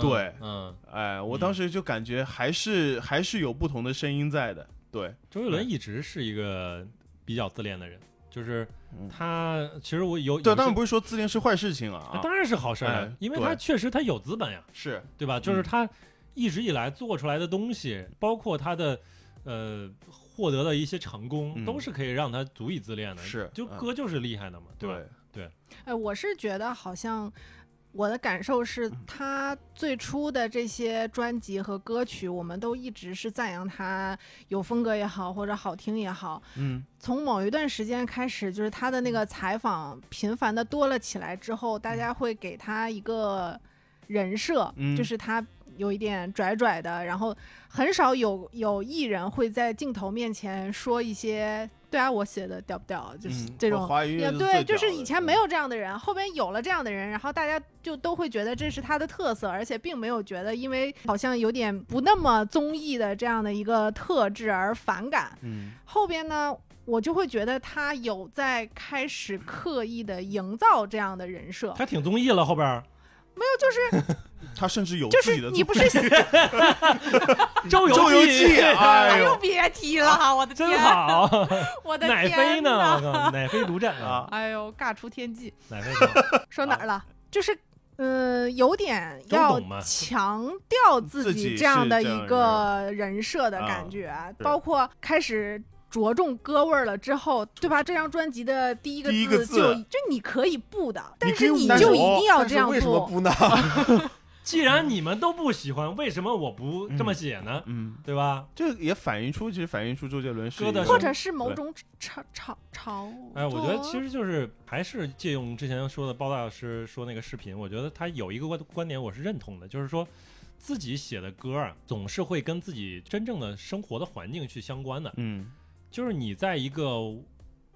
[SPEAKER 2] 对
[SPEAKER 3] 嗯，
[SPEAKER 2] 哎，我当时就感觉还是、还是有不同的声音在的，对，
[SPEAKER 3] 周杰伦一直是一个比较自恋的人，就是
[SPEAKER 2] 嗯
[SPEAKER 3] 他其实我有
[SPEAKER 2] 对，
[SPEAKER 3] 有
[SPEAKER 2] 当
[SPEAKER 3] 些
[SPEAKER 2] 然不是说自恋是坏事情啊，
[SPEAKER 3] 那
[SPEAKER 2] 啊
[SPEAKER 3] 当然是好事儿啊
[SPEAKER 2] 哎，
[SPEAKER 3] 因为他
[SPEAKER 2] 对
[SPEAKER 3] 确实他有资本呀，
[SPEAKER 2] 是
[SPEAKER 3] 对吧？就是
[SPEAKER 2] 嗯
[SPEAKER 3] 他一直以来做出来的东西，包括他的呃获得的一些成功，
[SPEAKER 2] 嗯
[SPEAKER 3] 都是可以让他足以自恋的。
[SPEAKER 2] 是
[SPEAKER 3] 就
[SPEAKER 2] 嗯
[SPEAKER 3] 歌就是厉害的嘛，吧？
[SPEAKER 2] 对，
[SPEAKER 4] 哎，我是觉得好像我的感受是
[SPEAKER 3] 嗯
[SPEAKER 4] 他最初的这些专辑和歌曲，我们都一直是赞扬他有风格也好，或者好听也好。
[SPEAKER 2] 嗯，
[SPEAKER 4] 从某一段时间开始，就是他的那个采访频繁的多了起来之后，大家会给他一个人设，
[SPEAKER 2] 嗯
[SPEAKER 4] 就是他。有一点拽拽的，然后很少有有艺人会在镜头面前说一些“对啊，我写的屌不屌”，就是
[SPEAKER 2] 嗯
[SPEAKER 4] 这种
[SPEAKER 2] 华语乐
[SPEAKER 4] 也
[SPEAKER 2] 是
[SPEAKER 4] 对，
[SPEAKER 2] 最
[SPEAKER 4] 就是
[SPEAKER 2] 屌的
[SPEAKER 4] 以前没有这样的人，后边有了这样的人，然后大家就都会觉得这是他的特色，而且并没有觉得因为好像有点不那么综艺的这样的一个特质而反感。
[SPEAKER 2] 嗯
[SPEAKER 4] 后边呢，我就会觉得他有在开始刻意的营造这样的人设，
[SPEAKER 3] 他挺综艺了，后边 儿嗯
[SPEAKER 2] 他甚至有
[SPEAKER 4] 就
[SPEAKER 2] 自己
[SPEAKER 4] 是
[SPEAKER 2] 的
[SPEAKER 4] 你
[SPEAKER 2] 作
[SPEAKER 4] 不是
[SPEAKER 3] 周
[SPEAKER 2] 周游记，哎
[SPEAKER 4] 又
[SPEAKER 2] 呦
[SPEAKER 4] 别提了，我的天
[SPEAKER 3] 啊真，好，
[SPEAKER 4] 我的
[SPEAKER 3] 奶飞
[SPEAKER 4] 天
[SPEAKER 3] 呢？
[SPEAKER 4] 呐
[SPEAKER 3] 我靠，奶飞独占啊，
[SPEAKER 2] 啊，
[SPEAKER 4] 哎呦，尬出天际。
[SPEAKER 3] 奶飞独占
[SPEAKER 4] 说哪儿了？就是。嗯，有点
[SPEAKER 3] 周
[SPEAKER 4] 要
[SPEAKER 3] 董嘛
[SPEAKER 4] 强调自
[SPEAKER 2] 自己
[SPEAKER 4] 己这样
[SPEAKER 2] 是
[SPEAKER 4] 的
[SPEAKER 2] 这样啊
[SPEAKER 4] 一
[SPEAKER 2] 一
[SPEAKER 4] 个人设的感觉，啊
[SPEAKER 2] 是
[SPEAKER 4] 包括开始着重歌味儿了之后，对吧？这张专辑的第一个
[SPEAKER 2] 第一个
[SPEAKER 4] 字
[SPEAKER 2] 字
[SPEAKER 4] 就就你可以不的，但
[SPEAKER 2] 可以
[SPEAKER 4] 是你
[SPEAKER 2] 但是
[SPEAKER 4] 就一
[SPEAKER 2] 我
[SPEAKER 4] 定要
[SPEAKER 5] 但
[SPEAKER 4] 这
[SPEAKER 5] 是
[SPEAKER 4] 样
[SPEAKER 5] 为什么
[SPEAKER 4] 做。
[SPEAKER 5] 不 呢？
[SPEAKER 3] 既然你们都不喜欢，为什么我不这么写呢？
[SPEAKER 2] 嗯，
[SPEAKER 3] 对吧？
[SPEAKER 2] 这也反映出，其实反映出周杰伦是一
[SPEAKER 3] 歌的
[SPEAKER 2] 个
[SPEAKER 4] 或者是某
[SPEAKER 2] 对
[SPEAKER 4] 种潮潮潮。
[SPEAKER 3] 哎，我觉得其
[SPEAKER 4] 实
[SPEAKER 3] 实就是还是借用之前说的包大老师说那个视频，我觉得他有一个观观点我是认同的，就是说自己写的歌啊，总是会跟自己真正的生活的环境去相关的。
[SPEAKER 2] 嗯
[SPEAKER 3] 就是你在一个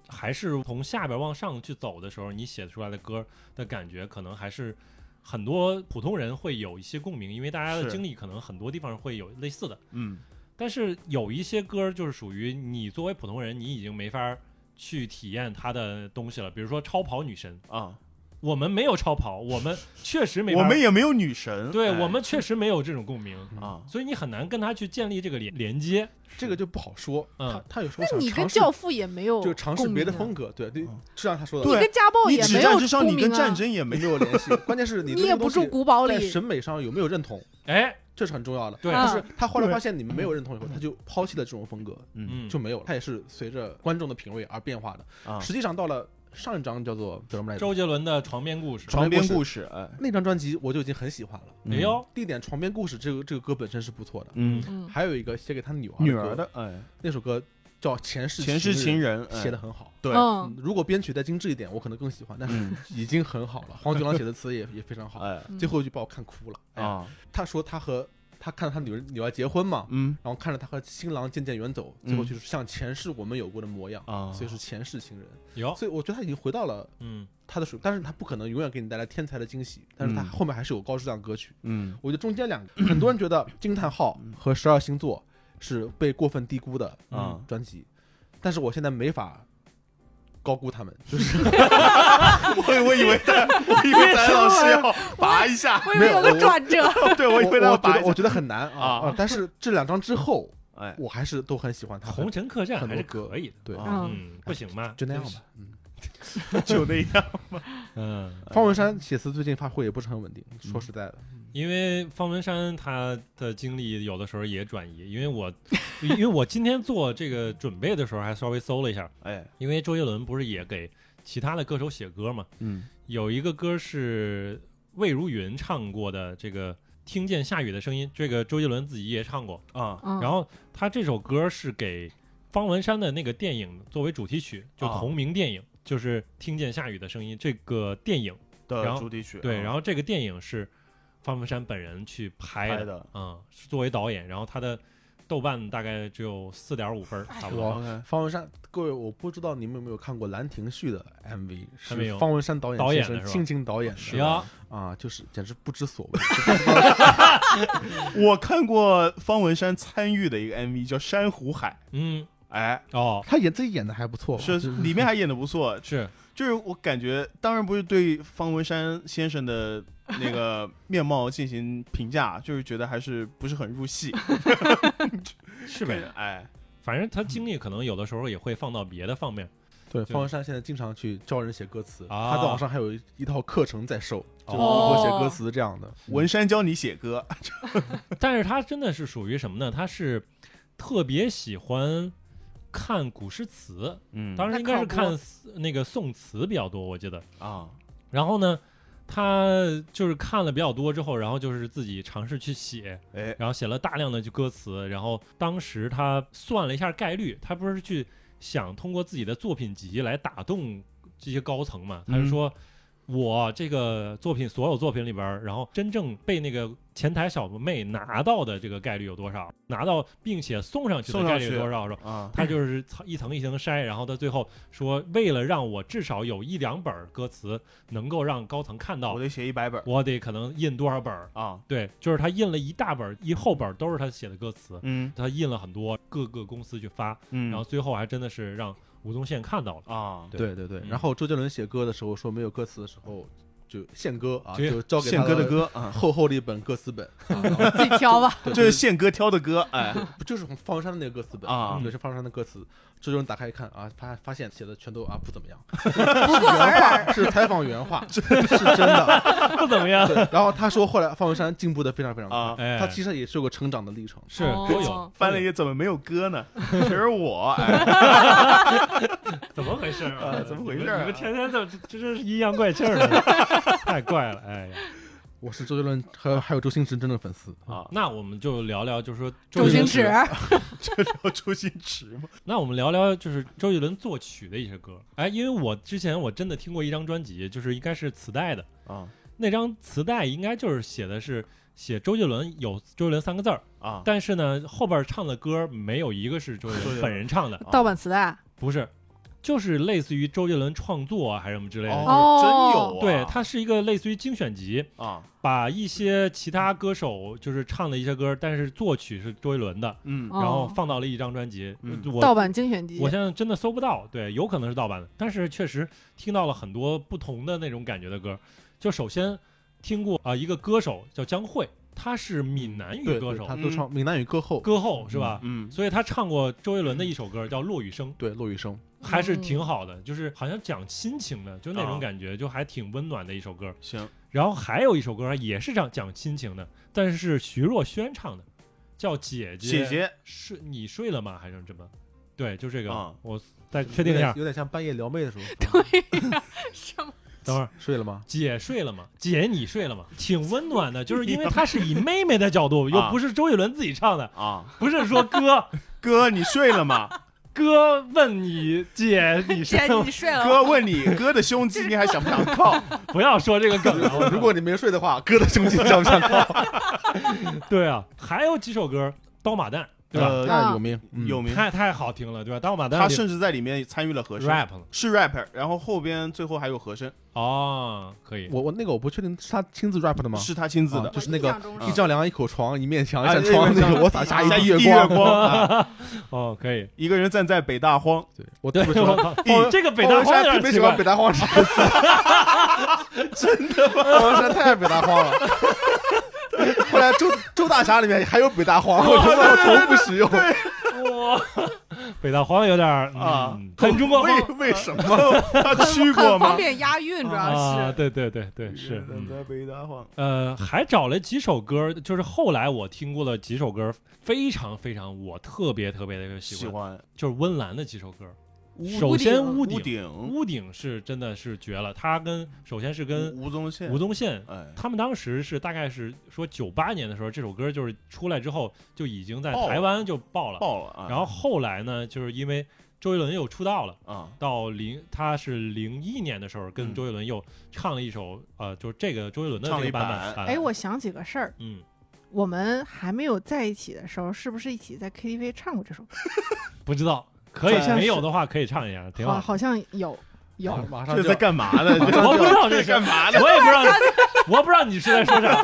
[SPEAKER 3] 还是从下边往上去走的时候，你写出来的歌的感觉，可能还是很多普通人会有一些共鸣，因为大家的
[SPEAKER 2] 是
[SPEAKER 3] 经历可能很多地方会有类似的。
[SPEAKER 2] 嗯
[SPEAKER 3] 但是有一些歌儿就是属于你作为普通人，你已经没法儿去体验它的东西了。比如说超跑女神，
[SPEAKER 2] 啊，
[SPEAKER 3] 我们没有超跑，我们确实没法
[SPEAKER 2] 我
[SPEAKER 3] 儿，
[SPEAKER 2] 们也没有女神，
[SPEAKER 3] 对、
[SPEAKER 2] 哎
[SPEAKER 3] 我们确实没有这种共鸣，
[SPEAKER 2] 啊，
[SPEAKER 3] 所以你很难跟他去建立这个连连接。
[SPEAKER 5] 这个就不好说。
[SPEAKER 3] 嗯
[SPEAKER 5] 他他有时候
[SPEAKER 4] 那
[SPEAKER 5] 想
[SPEAKER 4] 你跟
[SPEAKER 5] 尝试
[SPEAKER 4] 教，父也没有
[SPEAKER 5] 就尝试
[SPEAKER 4] 共
[SPEAKER 5] 别的
[SPEAKER 4] 鸣啊
[SPEAKER 5] 风格，对对
[SPEAKER 2] 嗯，
[SPEAKER 5] 就像他说的，
[SPEAKER 2] 对
[SPEAKER 4] 你跟家暴
[SPEAKER 2] 你
[SPEAKER 4] 也
[SPEAKER 2] 只
[SPEAKER 4] 没
[SPEAKER 2] 战
[SPEAKER 4] 有
[SPEAKER 2] 之上，
[SPEAKER 4] 共
[SPEAKER 2] 你
[SPEAKER 4] 鸣
[SPEAKER 2] 跟
[SPEAKER 4] 啊
[SPEAKER 2] 战，争也没
[SPEAKER 5] 没有联系。关键 是你
[SPEAKER 4] 你
[SPEAKER 5] 对这
[SPEAKER 4] 也
[SPEAKER 5] 个
[SPEAKER 4] 不
[SPEAKER 5] 东
[SPEAKER 4] 住
[SPEAKER 5] 西
[SPEAKER 4] 古堡
[SPEAKER 5] 在
[SPEAKER 4] 里，
[SPEAKER 5] 审美上有没有认同，
[SPEAKER 3] 哎，
[SPEAKER 5] 这是很重要的。
[SPEAKER 3] 对，
[SPEAKER 4] 啊
[SPEAKER 5] 但是他后来
[SPEAKER 3] 对
[SPEAKER 5] 发现你们没有认同以后，他就抛弃了这种风格，
[SPEAKER 2] 嗯
[SPEAKER 3] 嗯，
[SPEAKER 5] 就没有了。他也是随着观众的品味而变化的。
[SPEAKER 2] 啊，
[SPEAKER 5] 实际上到了上一张叫做叫什么来着？
[SPEAKER 3] 周杰伦的床边故事，
[SPEAKER 5] 床
[SPEAKER 2] 床
[SPEAKER 5] 边
[SPEAKER 2] 边
[SPEAKER 5] 故
[SPEAKER 2] 故事，哎，
[SPEAKER 5] 那张专辑我就已经很喜欢了。
[SPEAKER 3] 哎呦，
[SPEAKER 5] 地点床边故事这个这个歌本身是不错的，
[SPEAKER 2] 嗯，
[SPEAKER 4] 嗯，
[SPEAKER 5] 还有一个写给他女儿
[SPEAKER 2] 女
[SPEAKER 5] 的
[SPEAKER 2] 儿的，哎，
[SPEAKER 5] 歌那首歌叫《前世
[SPEAKER 2] 前世情
[SPEAKER 5] 人
[SPEAKER 2] 人，哎》，
[SPEAKER 5] 写的很好。
[SPEAKER 2] 对，
[SPEAKER 4] 嗯，
[SPEAKER 5] 如果编曲再精致一点，我可能更喜欢，但是
[SPEAKER 2] 嗯，
[SPEAKER 5] 已经很好了。黄九郎写的词也也非常好，
[SPEAKER 2] 哎
[SPEAKER 4] 嗯
[SPEAKER 5] 最后就把我看哭了。哎呀，
[SPEAKER 2] 啊，
[SPEAKER 5] 他说他和他看到他女儿女儿结婚嘛，
[SPEAKER 2] 嗯
[SPEAKER 5] 然后看着他和新郎渐渐远走，最后
[SPEAKER 2] 嗯
[SPEAKER 5] 就是像前世我们有过的模样，
[SPEAKER 2] 啊，
[SPEAKER 5] 所以是前世情人。
[SPEAKER 3] 有，
[SPEAKER 5] 所以我觉得他已经回到了
[SPEAKER 3] 嗯，
[SPEAKER 5] 他的水平，但是他不可能永远给你带来天才的惊喜，但是他
[SPEAKER 2] 嗯
[SPEAKER 5] 后面还是有高质量歌曲。
[SPEAKER 2] 嗯
[SPEAKER 5] 我觉得中间两个，很多人觉得惊叹号和十二星座是被过分低估的
[SPEAKER 2] 啊
[SPEAKER 5] 专辑，但是我现在没法高估他们，就是
[SPEAKER 2] 我我以为他，我以为咱老师要拔一下，
[SPEAKER 4] 我以为有
[SPEAKER 5] 没有我
[SPEAKER 4] 个转折，
[SPEAKER 2] 对我
[SPEAKER 5] 我
[SPEAKER 2] 以
[SPEAKER 5] 我
[SPEAKER 2] 为他要
[SPEAKER 5] 觉
[SPEAKER 2] 拔
[SPEAKER 5] 得
[SPEAKER 2] 一
[SPEAKER 5] 我
[SPEAKER 2] 下，
[SPEAKER 5] 觉得很难啊
[SPEAKER 2] 啊
[SPEAKER 5] 但是这两张之 后，
[SPEAKER 2] 哎，
[SPEAKER 5] 我还是都很喜欢他
[SPEAKER 3] 《
[SPEAKER 5] 们。
[SPEAKER 3] 红尘客栈》
[SPEAKER 5] 很
[SPEAKER 3] 还
[SPEAKER 5] 多
[SPEAKER 3] 是
[SPEAKER 5] 歌
[SPEAKER 3] 可以的，
[SPEAKER 5] 对，
[SPEAKER 2] 啊
[SPEAKER 3] 嗯，不行吧？
[SPEAKER 5] 就那样吧。嗯，
[SPEAKER 2] 就那样，
[SPEAKER 3] 嗯，
[SPEAKER 5] 方文山写词最近发挥也不是很稳定，说实在的，
[SPEAKER 3] 因为方文山他的精力有的时候也转移，因为我，因为我今天做这个准备的时候还稍微搜了一下，
[SPEAKER 2] 哎，
[SPEAKER 3] 因为周杰伦不是也给其他的歌手写歌嘛，
[SPEAKER 2] 嗯
[SPEAKER 3] 有一个歌是魏如云唱过的，这个听见下雨的声音，这个周杰伦自己也唱过。
[SPEAKER 2] 啊，
[SPEAKER 4] 嗯，
[SPEAKER 3] 然后他这首歌是给方文山的那个电影作为主题曲，就
[SPEAKER 2] 啊
[SPEAKER 3] 同名电影，就是《听见下雨的声音》这个电影。然
[SPEAKER 2] 的
[SPEAKER 3] 后
[SPEAKER 2] 主题曲，嗯
[SPEAKER 3] 对，然
[SPEAKER 2] 后
[SPEAKER 3] 后这个电影是方文山本人去拍
[SPEAKER 2] 拍
[SPEAKER 3] 的，
[SPEAKER 2] 的，
[SPEAKER 3] 嗯，是作为导演，然后他的豆瓣大概只有四点五分儿，差不
[SPEAKER 5] 哇
[SPEAKER 3] 多。
[SPEAKER 2] OK
[SPEAKER 5] 方文山，各位，我不知道你们有没有看过《兰亭序》的 MV，
[SPEAKER 3] 还没有
[SPEAKER 5] 是方文山导演
[SPEAKER 3] 导
[SPEAKER 5] 亲
[SPEAKER 3] 演
[SPEAKER 5] 身
[SPEAKER 3] 的是吧
[SPEAKER 5] 亲情导演的
[SPEAKER 3] 呀
[SPEAKER 5] 啊，就是简直不知所谓。
[SPEAKER 2] 我看过方文山参与的一个 MV 叫《珊瑚海》，
[SPEAKER 3] 嗯，
[SPEAKER 2] 哎，
[SPEAKER 3] 哦，
[SPEAKER 5] 他演自己演的还不错吧，啊
[SPEAKER 2] 是
[SPEAKER 5] 就是
[SPEAKER 2] 里面还演的不错，
[SPEAKER 3] 是
[SPEAKER 2] 就是我感觉，当然不是对方文山先生的那 个面貌进行评价，就是觉得还是不是很入戏。
[SPEAKER 3] 是呗，
[SPEAKER 2] 哎，
[SPEAKER 3] 反正他精力可能有的时候也会放到别的方面。
[SPEAKER 5] 对方文山现在经常去教人写歌词，
[SPEAKER 3] 啊
[SPEAKER 5] 他在网上还有一一套课程在售，就是如
[SPEAKER 4] 哦
[SPEAKER 5] 何写歌词这样的。
[SPEAKER 3] 嗯
[SPEAKER 2] 文山教你写歌，
[SPEAKER 3] 但是他真的是属于什么呢？他是特别喜欢看古诗词，
[SPEAKER 2] 嗯
[SPEAKER 3] 当
[SPEAKER 2] 然
[SPEAKER 3] 时应该是
[SPEAKER 4] 那
[SPEAKER 3] 看
[SPEAKER 4] 考
[SPEAKER 3] 词那个宋词比较多，我记得。
[SPEAKER 2] 啊，
[SPEAKER 3] 然后呢，他就是看了比较多之后，然后就是自己尝试去写，
[SPEAKER 2] 哎，
[SPEAKER 3] 然后写了大量的就歌词。然后当时他算了一下概率，他不是去想通过自己的作品集来打动这些高层嘛？他是
[SPEAKER 2] 嗯
[SPEAKER 3] 说。我这个作品，所有作品里边儿，然后真正被那个前台小妹拿到的这个概率有多少？拿到并且送上去的
[SPEAKER 2] 送上
[SPEAKER 3] 概率有
[SPEAKER 2] 去
[SPEAKER 3] 多少？是吧
[SPEAKER 2] 啊，
[SPEAKER 3] 他就是层一层一层筛，然后到最后说，为了让我至少有一两本儿歌词能够让高层看到
[SPEAKER 2] 我，得写一百本儿
[SPEAKER 3] 我得可能印多少本儿？
[SPEAKER 2] 啊，
[SPEAKER 3] 对，就是他印了一大本儿，一厚本儿都是他写的歌词，
[SPEAKER 2] 嗯
[SPEAKER 3] 他印了很多，各个公司去发，
[SPEAKER 2] 嗯
[SPEAKER 3] 然后最后还真的是让吴宗宪看到了。
[SPEAKER 2] 啊，
[SPEAKER 3] 对
[SPEAKER 5] 对对对
[SPEAKER 2] 嗯
[SPEAKER 5] 然后周杰伦写歌的时候说没有歌词的时候，就献歌啊，
[SPEAKER 3] 直接
[SPEAKER 5] 就交给
[SPEAKER 2] 宪
[SPEAKER 5] 他
[SPEAKER 2] 哥的 歌啊，
[SPEAKER 5] 厚厚的一本歌词本，啊然后
[SPEAKER 4] 自己挑吧，
[SPEAKER 5] 对
[SPEAKER 2] 这是宪哥挑的歌， 哎，
[SPEAKER 5] 不就是方文山的那个歌词本
[SPEAKER 2] 啊
[SPEAKER 5] 对，是方文山的歌词。周杰伦打开一看啊，发发现写的全都啊不怎么样，
[SPEAKER 4] 不过尔尔，
[SPEAKER 5] 是采访原话，是真的。
[SPEAKER 3] 不怎么样，
[SPEAKER 5] 对，然后他说后来方文山进步的非常非常
[SPEAKER 2] 啊
[SPEAKER 5] 快，
[SPEAKER 3] 哎，
[SPEAKER 5] 他其实也是有个成长的历程。
[SPEAKER 3] 是
[SPEAKER 4] 哦
[SPEAKER 3] 都有
[SPEAKER 2] 翻了一个怎么没有歌呢？其实我，哎，
[SPEAKER 3] 怎么回事儿啊
[SPEAKER 2] 啊怎么回事儿啊
[SPEAKER 3] 你们天天这这这真是阴阳怪气儿的，太怪了，哎呀。
[SPEAKER 5] 我是周杰伦还有还有周星驰真正粉丝，
[SPEAKER 2] 啊
[SPEAKER 3] 那我们就聊聊，就是说
[SPEAKER 4] 周
[SPEAKER 3] 杰
[SPEAKER 4] 星
[SPEAKER 3] 伦
[SPEAKER 4] 驰，
[SPEAKER 2] 要周星驰嘛，
[SPEAKER 3] 那我们聊聊就是周杰伦作曲的一些歌。哎，因为我之前我真的听过一张专辑，就是应该是磁带的，
[SPEAKER 2] 啊
[SPEAKER 3] 那张磁带应该就是写的是写周杰伦有周杰伦三个字儿，
[SPEAKER 2] 啊，
[SPEAKER 3] 但是呢后边唱的歌没有一个是周杰
[SPEAKER 2] 周杰
[SPEAKER 3] 伦
[SPEAKER 2] 伦
[SPEAKER 3] 本人唱的，
[SPEAKER 4] 盗版磁带，
[SPEAKER 3] 不是，就是类似于周杰伦创作啊，还是什么之类的。
[SPEAKER 4] 哦
[SPEAKER 2] 真有啊，
[SPEAKER 3] 对，它是一个类似于精选集，
[SPEAKER 2] 啊，
[SPEAKER 3] 把一些其他歌手就是唱的一些歌，但是作曲是周杰伦的，
[SPEAKER 2] 嗯
[SPEAKER 4] 哦
[SPEAKER 3] 然后放到了一张专辑。
[SPEAKER 2] 嗯
[SPEAKER 3] 我
[SPEAKER 4] 盗版精选集，
[SPEAKER 3] 我现在真的搜不到，对，有可能是盗版的，但是确实听到了很多不同的那种感觉的歌。就首先听过啊、一个歌手叫江蕙，她是闽南语
[SPEAKER 5] 对
[SPEAKER 3] 歌
[SPEAKER 5] 对
[SPEAKER 3] 手
[SPEAKER 5] 他，歌唱闽南语歌后，
[SPEAKER 3] 歌后是吧？
[SPEAKER 2] 嗯，
[SPEAKER 3] 所以她唱过周杰伦的一首歌叫《落雨声
[SPEAKER 5] 对骆雨生，》，
[SPEAKER 3] 还是挺好的，就是好像讲亲情的，就那种感觉，就还挺温暖的一首歌。
[SPEAKER 2] 行，
[SPEAKER 3] 然后还有一首歌也是讲讲亲情的，但是是徐若瑄唱的，叫《姐姐》。
[SPEAKER 2] 姐姐
[SPEAKER 3] 睡你睡了吗？还是什么？对，就这个，
[SPEAKER 2] 啊
[SPEAKER 3] 我再确定一下。
[SPEAKER 5] 有点像半夜撩妹的时候。
[SPEAKER 4] 什么
[SPEAKER 3] 等会儿，
[SPEAKER 5] 睡了吗？
[SPEAKER 3] 姐睡了吗？姐，你睡了吗？挺温暖的，就是因为它是以妹妹的角度，又不是周杰伦自己唱的，
[SPEAKER 2] 啊，
[SPEAKER 3] 不是说哥
[SPEAKER 2] 哥你睡了吗？
[SPEAKER 3] 哥问你姐你睡
[SPEAKER 4] 姐
[SPEAKER 3] 了吗
[SPEAKER 4] 你？睡了吗？
[SPEAKER 2] 哥问你哥的胸肌你还想不想靠？
[SPEAKER 3] 不要说这个梗了，我
[SPEAKER 5] 如果你没睡的话，哥的胸肌像不 像？
[SPEAKER 3] 对啊，还有几首歌，刀马旦，对吧？
[SPEAKER 2] 呃
[SPEAKER 5] 那有名，嗯
[SPEAKER 2] 有名，
[SPEAKER 3] 太太好听了，对吧？刀马旦
[SPEAKER 2] 他
[SPEAKER 3] 里
[SPEAKER 2] 甚至在里面参与了和声，
[SPEAKER 3] rap 了，
[SPEAKER 2] 是 rap，然后后边最后还有和声，
[SPEAKER 3] 哦，可以，
[SPEAKER 5] 我我那个我不确定是他亲自 rap 的吗？
[SPEAKER 2] 是他亲自
[SPEAKER 5] 啊
[SPEAKER 2] 的。
[SPEAKER 5] 就是那个
[SPEAKER 4] 我印象中
[SPEAKER 5] 一
[SPEAKER 4] 是
[SPEAKER 5] 丈量一口床，一面墙
[SPEAKER 2] 啊
[SPEAKER 5] 一扇
[SPEAKER 2] 对
[SPEAKER 5] 窗，
[SPEAKER 2] 对
[SPEAKER 5] 那
[SPEAKER 2] 对
[SPEAKER 5] 个我洒下
[SPEAKER 2] 下
[SPEAKER 5] 一
[SPEAKER 2] 一
[SPEAKER 5] 滴
[SPEAKER 2] 滴
[SPEAKER 5] 月光。
[SPEAKER 2] 光， 啊
[SPEAKER 3] 哦，可以。
[SPEAKER 2] 一个人站在北大 荒，
[SPEAKER 5] 对，我
[SPEAKER 3] 对，
[SPEAKER 5] 特别喜欢
[SPEAKER 3] 我 靠
[SPEAKER 5] 包
[SPEAKER 3] 这个北
[SPEAKER 5] 包
[SPEAKER 3] 大
[SPEAKER 5] 文
[SPEAKER 3] 荒
[SPEAKER 5] 山特
[SPEAKER 3] 有点
[SPEAKER 5] 别
[SPEAKER 3] 奇
[SPEAKER 5] 喜
[SPEAKER 3] 怪
[SPEAKER 5] 欢北，大荒这个词， 真的吗？包文山太北大荒 了。后来周周大侠里面还有北大 荒，我从来从不使用。
[SPEAKER 3] 哇，北大荒有点儿
[SPEAKER 2] 啊
[SPEAKER 3] 嗯很中国风
[SPEAKER 5] 为为什么？
[SPEAKER 2] 他去过
[SPEAKER 4] 很方
[SPEAKER 2] 吗？
[SPEAKER 4] 便押韵，主要
[SPEAKER 3] 啊，
[SPEAKER 4] 是。
[SPEAKER 3] 对对对对是。嗯
[SPEAKER 2] 在北大荒，
[SPEAKER 3] 呃，还找了几首歌，就是后来我听过的几首歌，非常非常我特别特别的喜欢，
[SPEAKER 2] 喜欢
[SPEAKER 3] 就是温岚的几首歌。
[SPEAKER 4] 屋
[SPEAKER 3] 首先
[SPEAKER 4] 屋
[SPEAKER 3] 屋
[SPEAKER 2] 屋
[SPEAKER 3] 顶，
[SPEAKER 2] 顶
[SPEAKER 3] 屋顶是真的是绝了，他跟首先是跟
[SPEAKER 2] 吴宗宪
[SPEAKER 3] 吴，宗宪。
[SPEAKER 2] 哎，
[SPEAKER 3] 他们当时是大概是说九八年的时候，这首歌就是出来之后就已经在
[SPEAKER 2] 爆了
[SPEAKER 3] 台湾就爆了，
[SPEAKER 2] 爆了啊！
[SPEAKER 3] 然后后来呢，就是因为周杰伦又出道了，
[SPEAKER 2] 啊，
[SPEAKER 3] 到零他是零一年的时候跟
[SPEAKER 2] 嗯
[SPEAKER 3] 周杰伦又唱了一首，呃，就是这个周杰伦的
[SPEAKER 2] 唱了
[SPEAKER 3] 这个
[SPEAKER 2] 一
[SPEAKER 3] 版
[SPEAKER 2] 版
[SPEAKER 3] 本。版
[SPEAKER 4] 哎，我想起个事儿，
[SPEAKER 3] 嗯，
[SPEAKER 4] 我们还没有在一起的时候，是不是一起在 KTV 唱过这首歌？
[SPEAKER 3] 不知道，可以
[SPEAKER 2] 好像
[SPEAKER 3] 没有
[SPEAKER 4] 是
[SPEAKER 3] 的话可以唱一下，挺
[SPEAKER 4] 好，
[SPEAKER 3] 好。
[SPEAKER 4] 好像有有。
[SPEAKER 5] 马上
[SPEAKER 2] 这
[SPEAKER 5] 就
[SPEAKER 2] 在干嘛呢？这
[SPEAKER 3] 我不知道这
[SPEAKER 2] 这
[SPEAKER 3] 是
[SPEAKER 2] 干，嘛呢？
[SPEAKER 3] 我也不知道， 我不知道你是在说啥。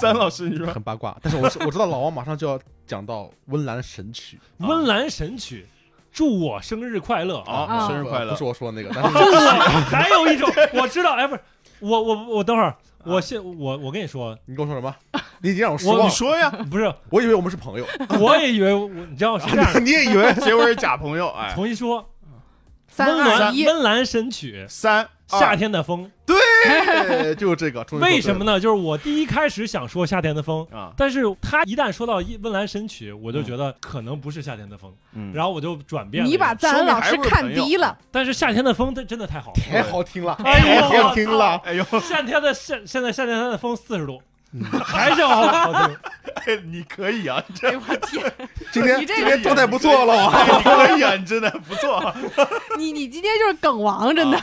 [SPEAKER 2] 詹老师，你说
[SPEAKER 5] 很八卦，但是我是我知道老王马上就要讲到温岚神曲
[SPEAKER 3] 温岚神曲，祝我生日快乐。
[SPEAKER 2] 啊，生日快乐
[SPEAKER 5] 不是！我说的那个，但
[SPEAKER 3] 祝
[SPEAKER 5] 是
[SPEAKER 3] 我 还有一首，我知道，哎，不是，我我我等会儿，我现我我跟你说，
[SPEAKER 5] 你跟我说什 么？你已经让我失
[SPEAKER 2] 你
[SPEAKER 5] 望了，
[SPEAKER 2] 说呀，
[SPEAKER 3] 不是，
[SPEAKER 5] 我以为我们是朋友，，
[SPEAKER 3] 我也以为我，你知道是这样 的
[SPEAKER 5] 你也以为
[SPEAKER 2] 结果是假朋友，哎，
[SPEAKER 3] 重新说。
[SPEAKER 4] 三
[SPEAKER 3] 温
[SPEAKER 4] 二
[SPEAKER 3] 岚
[SPEAKER 4] 一，
[SPEAKER 3] 温岚神曲
[SPEAKER 2] 三
[SPEAKER 3] 《
[SPEAKER 2] 二
[SPEAKER 3] 夏天的风
[SPEAKER 5] 哎就是这个，终》，于说对了
[SPEAKER 3] 为什么呢？就是我第一开始想说《夏天的风》，
[SPEAKER 2] 啊，
[SPEAKER 3] 但是他一旦说到一温岚神曲，我就觉得可能不是《夏天的风》，
[SPEAKER 2] 嗯
[SPEAKER 3] 然后我就转变了。
[SPEAKER 4] 你把，赞恩老师看 低了，
[SPEAKER 3] 但是《夏天的风》它真的太好 了。
[SPEAKER 5] 太好听了，
[SPEAKER 3] 哎呦
[SPEAKER 5] 太好听了，
[SPEAKER 2] 哎呦，
[SPEAKER 3] 夏天的夏，现在夏天的风四十度，还是好好听。
[SPEAKER 2] 哎你可以啊，你
[SPEAKER 4] 哎呦我天！
[SPEAKER 5] 今天
[SPEAKER 4] 你
[SPEAKER 5] 今
[SPEAKER 4] 这个
[SPEAKER 5] 天状态不错了，我
[SPEAKER 2] 可以啊，你真的不错啊。
[SPEAKER 4] 你你今天就是梗王，真的。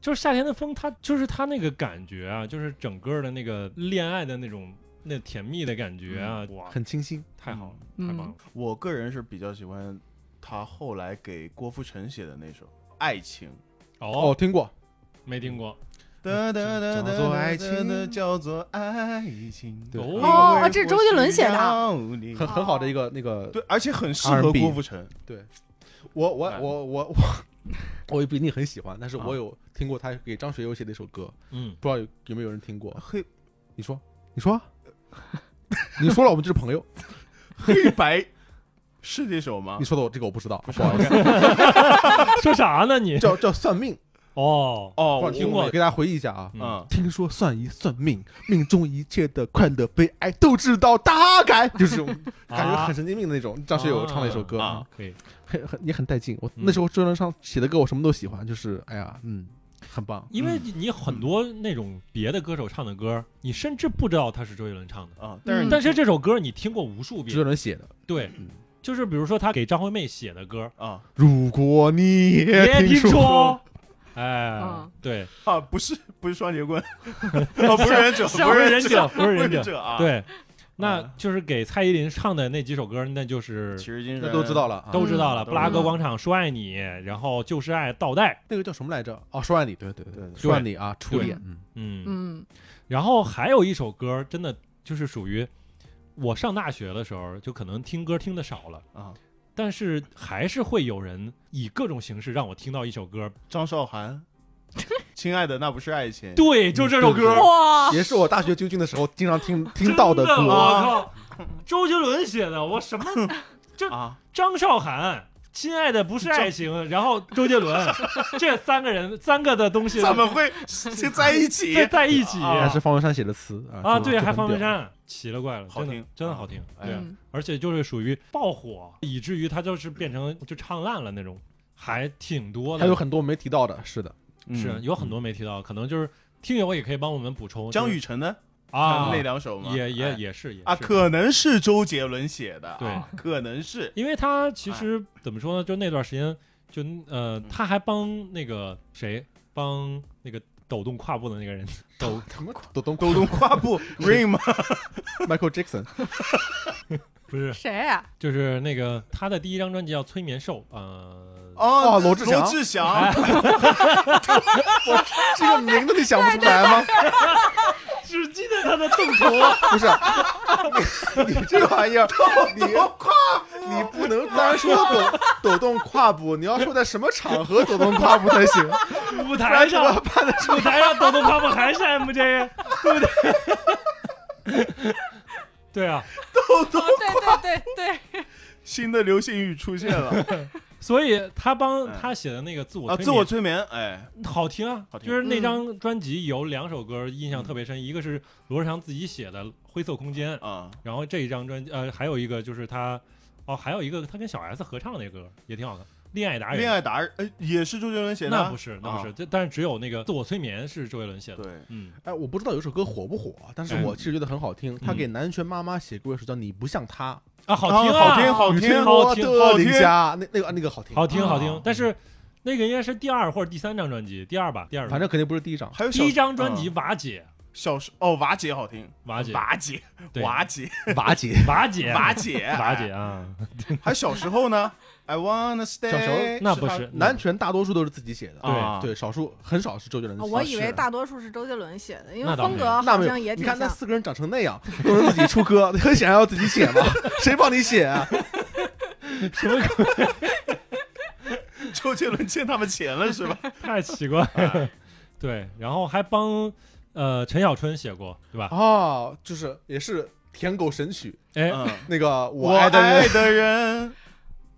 [SPEAKER 3] 就是《夏天的风》，它就是它那个感觉啊，就是整个的那个恋爱的那种那甜蜜的感觉啊，哇，
[SPEAKER 5] 很清新，
[SPEAKER 3] 太好了，
[SPEAKER 4] 嗯
[SPEAKER 3] 太棒了。
[SPEAKER 2] 我个人是比较喜欢他后来给郭富城写的那首《爱情》。
[SPEAKER 3] 哦，
[SPEAKER 5] 哦，听过，
[SPEAKER 3] 没听过，
[SPEAKER 2] 哒哒哒哒
[SPEAKER 5] 叫做爱情
[SPEAKER 2] 哒哒叫做爱情。
[SPEAKER 5] 对
[SPEAKER 3] 哦
[SPEAKER 4] 哦这是周杰伦写的啊
[SPEAKER 3] 嗯
[SPEAKER 2] 的
[SPEAKER 5] 很很好的一个那个，
[SPEAKER 2] 对，而且很适合
[SPEAKER 5] R&B
[SPEAKER 2] 郭富城。
[SPEAKER 5] 我我
[SPEAKER 2] 哎
[SPEAKER 5] 我我我。我也不一定很喜欢，但是
[SPEAKER 3] 啊
[SPEAKER 5] 我有听过他给张学友写的一首歌，
[SPEAKER 3] 嗯，
[SPEAKER 5] 不知道有有没有人听过？
[SPEAKER 2] 黑
[SPEAKER 5] 你说，你 说，你说了，我们就是朋友。
[SPEAKER 2] 黑白是这首
[SPEAKER 3] 啊
[SPEAKER 2] 吗
[SPEAKER 5] 你？说的我这个我不知道，
[SPEAKER 2] 不好看。
[SPEAKER 3] 说啥呢你？
[SPEAKER 5] 叫叫算命，
[SPEAKER 3] 哦，
[SPEAKER 2] 哦，
[SPEAKER 5] 不
[SPEAKER 2] 我
[SPEAKER 5] 知道你
[SPEAKER 3] 听过
[SPEAKER 5] 没给大家回忆一下啊。
[SPEAKER 2] 嗯，
[SPEAKER 5] 听说算一算命，命中一切的快乐悲哀都知道大 概，就是这种感觉很神经病的那
[SPEAKER 3] 啊
[SPEAKER 5] 种。张学友唱了一首歌，
[SPEAKER 2] 啊
[SPEAKER 3] 可以。
[SPEAKER 5] 很很也很带劲。我
[SPEAKER 3] 嗯
[SPEAKER 5] 那时候周杰伦上写的歌，我什么都喜欢，就是哎呀，嗯，很棒。
[SPEAKER 3] 因为你很多那种别的歌手唱的歌，你甚至不知道他是周杰伦唱的，
[SPEAKER 2] 啊，但是
[SPEAKER 4] 嗯
[SPEAKER 3] 但是这首歌你听过无数
[SPEAKER 5] 周杰
[SPEAKER 3] 遍。
[SPEAKER 5] 伦写的。
[SPEAKER 3] 对
[SPEAKER 5] 嗯，
[SPEAKER 3] 就是比如说他给张惠妹写的歌，
[SPEAKER 2] 啊
[SPEAKER 5] 如果你也
[SPEAKER 3] 别
[SPEAKER 5] 听
[SPEAKER 3] 说，哎
[SPEAKER 4] 嗯，
[SPEAKER 3] 对，
[SPEAKER 2] 啊，不是不是双截棍，啊，不是忍者，
[SPEAKER 3] 不是忍
[SPEAKER 2] 者，
[SPEAKER 3] 者，不是
[SPEAKER 2] 不是
[SPEAKER 3] 忍
[SPEAKER 2] 忍
[SPEAKER 3] 者，
[SPEAKER 2] 者啊。
[SPEAKER 3] 对。那就是给蔡依林唱的那几首歌，那就是
[SPEAKER 2] 其实今
[SPEAKER 5] 那都知道了啊。
[SPEAKER 3] 都知道
[SPEAKER 2] 嗯
[SPEAKER 3] 了，布拉格广场说爱你，然后就是爱倒带，
[SPEAKER 5] 那个叫什么来着？哦，说爱你，对对对，
[SPEAKER 2] 对
[SPEAKER 5] 说爱你啊，初
[SPEAKER 3] 对
[SPEAKER 5] 恋，
[SPEAKER 7] 嗯，
[SPEAKER 3] 嗯，
[SPEAKER 4] 嗯
[SPEAKER 3] 然后还有一首歌，真的就是属于我上大学的时候，就可能听歌听的少了，
[SPEAKER 2] 啊，
[SPEAKER 3] 但是还是会有人以各种形式让我听到一首歌，
[SPEAKER 2] 张韶涵， 亲爱的那不是爱情，
[SPEAKER 3] 对，就这首歌，
[SPEAKER 4] 哇，
[SPEAKER 5] 也是我大学军训的时候经常听听到
[SPEAKER 3] 啊真的
[SPEAKER 5] 歌。啊
[SPEAKER 3] 我靠，周杰伦写的，我什么
[SPEAKER 2] 啊，
[SPEAKER 3] 张韶涵。亲爱的不是爱情，然后周杰伦，这三个人三个的东西
[SPEAKER 2] 怎么会是在一起？
[SPEAKER 3] 在在一起
[SPEAKER 5] 还
[SPEAKER 2] 啊
[SPEAKER 5] 是方文山写的词啊
[SPEAKER 3] 啊，
[SPEAKER 5] 就
[SPEAKER 3] 对，
[SPEAKER 5] 就
[SPEAKER 3] 还
[SPEAKER 5] 很
[SPEAKER 3] 方文
[SPEAKER 5] 屌
[SPEAKER 3] 山，奇了怪了，
[SPEAKER 2] 好
[SPEAKER 3] 真的
[SPEAKER 2] 听
[SPEAKER 3] 真的
[SPEAKER 2] 啊
[SPEAKER 3] 好听，
[SPEAKER 2] 哎
[SPEAKER 3] 对
[SPEAKER 2] 呀，
[SPEAKER 4] 嗯
[SPEAKER 3] 而且就是属于爆火，以至于他就是变成就唱烂了那种，还挺多
[SPEAKER 5] 还有
[SPEAKER 3] 的，
[SPEAKER 5] 很多没提到的，是 的，
[SPEAKER 2] 嗯
[SPEAKER 3] 是有很多没提到，可能就是听友也可以帮我们补充，
[SPEAKER 2] 江
[SPEAKER 3] 就是
[SPEAKER 2] 雨晨呢？
[SPEAKER 3] 啊，
[SPEAKER 2] 那两首吗？
[SPEAKER 3] 也
[SPEAKER 2] 哎
[SPEAKER 3] 也也是也
[SPEAKER 2] 啊，
[SPEAKER 3] 是
[SPEAKER 2] 可能是周杰伦写的，
[SPEAKER 3] 对
[SPEAKER 2] 啊，可能是
[SPEAKER 3] 因为他其实怎么说呢，就那段时间就呃，他还帮那个谁帮那个抖动胯部的那个人抖
[SPEAKER 5] 抖动
[SPEAKER 2] 抖动跨 步 Rain 吗？
[SPEAKER 5] Michael Jackson
[SPEAKER 3] 不是
[SPEAKER 4] 谁 啊？
[SPEAKER 3] 就是那个他的第一张专辑叫《催眠兽》， 呃，
[SPEAKER 2] 哦
[SPEAKER 5] 哦罗志祥
[SPEAKER 2] 罗志祥，
[SPEAKER 3] 哎
[SPEAKER 5] 这个名字你想不出来吗？
[SPEAKER 3] 只记得他的动图，
[SPEAKER 5] 不是， 你你这个玩意儿，你跨步，你不能单说抖抖动跨步，你要说在什么场合抖动跨步才行，
[SPEAKER 3] 舞
[SPEAKER 5] 不
[SPEAKER 3] 台
[SPEAKER 5] 然怎
[SPEAKER 3] 上
[SPEAKER 5] 么办呢？
[SPEAKER 3] 舞台上抖动胯部还是 MJ，对不对？对啊，
[SPEAKER 4] 哦，对对对对，
[SPEAKER 2] 新的流行语出现 了
[SPEAKER 3] 所以他帮他写的那个自我
[SPEAKER 2] 嗯啊，
[SPEAKER 3] 催
[SPEAKER 2] 自
[SPEAKER 3] 眠
[SPEAKER 2] 我催眠，哎，
[SPEAKER 3] 好听啊，
[SPEAKER 2] 好听嗯
[SPEAKER 3] 就是那张专辑有两首歌印象特别深，一个是罗志祥自己写的《灰色空间》，
[SPEAKER 2] 啊，
[SPEAKER 3] 然后这一张专辑呃还有一个就是他哦还有一个他跟小 S 合唱那歌也挺好看，《恋爱达人》
[SPEAKER 2] 恋爱达人，哎，也是周杰伦写的啊，
[SPEAKER 3] 那不是那不是，
[SPEAKER 2] 啊，
[SPEAKER 3] 这但是只有那个自我催眠是周杰伦写的，
[SPEAKER 2] 对，
[SPEAKER 3] 嗯，
[SPEAKER 5] 哎，我不知道有首歌火不火，啊但是
[SPEAKER 3] 哎
[SPEAKER 5] 我其实觉得很好听。他给南拳妈妈写过一首叫《你不像他
[SPEAKER 3] 啊好听
[SPEAKER 2] 啊
[SPEAKER 3] 啊
[SPEAKER 2] 好听》，好
[SPEAKER 5] 雨
[SPEAKER 2] 听
[SPEAKER 5] 天
[SPEAKER 3] 好
[SPEAKER 5] 罗
[SPEAKER 3] 听
[SPEAKER 5] 的
[SPEAKER 2] 好
[SPEAKER 5] 邻
[SPEAKER 2] 听
[SPEAKER 5] 家，那那个那个好听，
[SPEAKER 3] 好听好听
[SPEAKER 2] 啊，
[SPEAKER 3] 但是那个应该是第二或者第三张专辑，第二吧，第二张，
[SPEAKER 5] 反正肯定不是第一 张。
[SPEAKER 2] 还有
[SPEAKER 3] 第
[SPEAKER 2] 小
[SPEAKER 3] 一张专辑
[SPEAKER 2] 嗯
[SPEAKER 3] 《瓦解
[SPEAKER 2] 小时哦，瓦姐好听，
[SPEAKER 3] 瓦解
[SPEAKER 2] 瓦姐，
[SPEAKER 3] 对
[SPEAKER 2] 瓦姐，
[SPEAKER 5] 瓦解，
[SPEAKER 3] 瓦解
[SPEAKER 2] 瓦姐，
[SPEAKER 3] 瓦解啊，
[SPEAKER 2] 还有小时候呢，I wanna stay，
[SPEAKER 5] 小时候
[SPEAKER 3] 那不
[SPEAKER 2] 他
[SPEAKER 3] 是
[SPEAKER 5] 南拳大多数都是自己写的，
[SPEAKER 3] 对
[SPEAKER 2] 啊
[SPEAKER 5] 对，少数很少是周杰伦的。
[SPEAKER 4] 哦啊
[SPEAKER 5] 啊
[SPEAKER 4] 我以为
[SPEAKER 5] 是
[SPEAKER 4] 大多数是周杰伦写的，因
[SPEAKER 3] 那
[SPEAKER 4] 为
[SPEAKER 3] 倒没
[SPEAKER 4] 风
[SPEAKER 3] 有
[SPEAKER 4] 格
[SPEAKER 5] 那
[SPEAKER 4] 啊好
[SPEAKER 5] 没
[SPEAKER 4] 像
[SPEAKER 5] 有，
[SPEAKER 4] 也
[SPEAKER 5] 你
[SPEAKER 4] 挺
[SPEAKER 5] 看那
[SPEAKER 4] 像。
[SPEAKER 5] 四个人长成那样，都能自己出歌， 很显然要自己写嘛，谁帮你写啊？
[SPEAKER 3] 什么歌
[SPEAKER 2] 周杰伦欠他们钱了是吧？
[SPEAKER 3] 太奇 怪
[SPEAKER 2] 啊
[SPEAKER 3] 了， 对，然后还帮呃陈小春写过，对吧？
[SPEAKER 2] 啊
[SPEAKER 5] 哦，就是也是舔狗神曲，
[SPEAKER 3] 哎，
[SPEAKER 2] 嗯，
[SPEAKER 5] 那个
[SPEAKER 2] 我
[SPEAKER 5] 爱的人，
[SPEAKER 2] 的人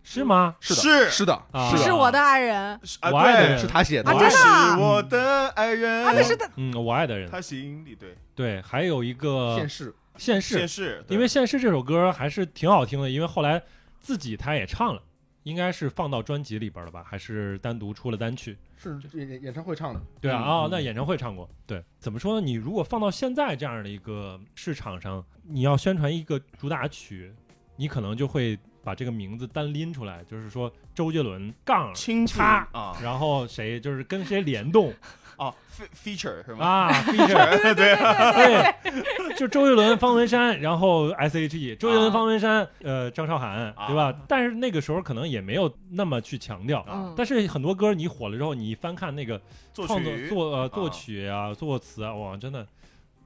[SPEAKER 3] 是吗？
[SPEAKER 5] 是
[SPEAKER 2] 是
[SPEAKER 5] 的，是的，
[SPEAKER 3] 啊
[SPEAKER 5] 是
[SPEAKER 4] 是
[SPEAKER 5] 的，
[SPEAKER 4] 我的爱人
[SPEAKER 2] 是啊，
[SPEAKER 3] 我爱的人
[SPEAKER 2] 对，
[SPEAKER 5] 是他写的
[SPEAKER 4] 啊，
[SPEAKER 2] 我
[SPEAKER 4] 真的啊
[SPEAKER 2] 是我的爱人，
[SPEAKER 4] 啊，那是他
[SPEAKER 3] 嗯，我爱的人，
[SPEAKER 2] 他心里对
[SPEAKER 3] 对，还有一个
[SPEAKER 5] 现世，
[SPEAKER 3] 现
[SPEAKER 2] 现
[SPEAKER 3] 世，
[SPEAKER 2] 世，对
[SPEAKER 3] 因为《现世》这首歌还是挺好听的，因为后来自己他也唱了，应该是放到专辑里边了吧，还是单独出了单曲？
[SPEAKER 5] 是演演唱会唱的，
[SPEAKER 3] 对啊，
[SPEAKER 2] 嗯
[SPEAKER 3] 哦，那演唱会唱过。对，怎么说呢？你如果放到现在这样的一个市场上，你要宣传一个主打曲，你可能就会把这个名字单拎出来，就是说周杰伦杠，
[SPEAKER 2] 清楚
[SPEAKER 3] 他
[SPEAKER 2] 啊
[SPEAKER 3] 然后谁就是跟谁 联动
[SPEAKER 2] 啊，fe-，feature 是吗？
[SPEAKER 3] 啊 f
[SPEAKER 2] 对对
[SPEAKER 3] e 对，就周杰伦、方文山，然后 S.H.E，周
[SPEAKER 2] 啊
[SPEAKER 3] 杰伦、方文山，呃，张韶涵，对吧？但是那个时候可能也没有那么去强调。
[SPEAKER 2] 啊
[SPEAKER 4] 嗯
[SPEAKER 3] 啊但是很多歌你火了之后，你一翻看那个
[SPEAKER 2] 作
[SPEAKER 3] 创作
[SPEAKER 2] 曲
[SPEAKER 3] 作呃
[SPEAKER 2] 啊
[SPEAKER 3] 作曲啊、作词啊，哇，真的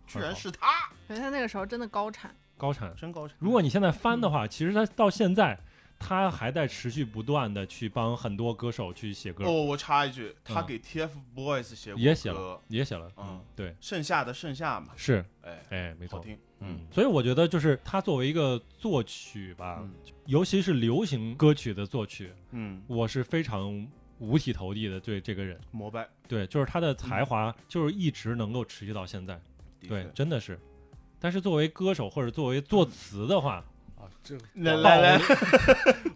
[SPEAKER 2] 居然是他，
[SPEAKER 4] 觉得他那个时候真的高产，
[SPEAKER 3] 高产。
[SPEAKER 2] 真高产。
[SPEAKER 3] 如果你现在翻
[SPEAKER 2] 嗯
[SPEAKER 3] 的话，其实他到现在，他还在持续不断的去帮很多歌手去写歌，
[SPEAKER 2] 哦，我插一句，他
[SPEAKER 3] 嗯
[SPEAKER 2] 给 TFBOYS 写过
[SPEAKER 3] 也写
[SPEAKER 2] 歌
[SPEAKER 3] 了，也写了，
[SPEAKER 2] 嗯，
[SPEAKER 3] 对，
[SPEAKER 2] 盛夏的盛夏嘛，
[SPEAKER 3] 是，
[SPEAKER 2] 哎，
[SPEAKER 3] 哎，没
[SPEAKER 2] 好
[SPEAKER 3] 错。
[SPEAKER 2] 听，嗯
[SPEAKER 3] 嗯，啊所以我觉得就是他作为一个作曲吧，
[SPEAKER 2] 嗯
[SPEAKER 3] 尤其是流行歌曲的作曲，
[SPEAKER 2] 嗯，
[SPEAKER 3] 我是非常五体投地的对这个人，
[SPEAKER 2] 膜拜，
[SPEAKER 3] 对，就是他的才华就是一直能够持续到现在，
[SPEAKER 2] 嗯的
[SPEAKER 3] 对
[SPEAKER 2] 确，
[SPEAKER 3] 真的是。但是作为歌手或者作为作词 的话，
[SPEAKER 5] 啊，这个
[SPEAKER 2] 来来来，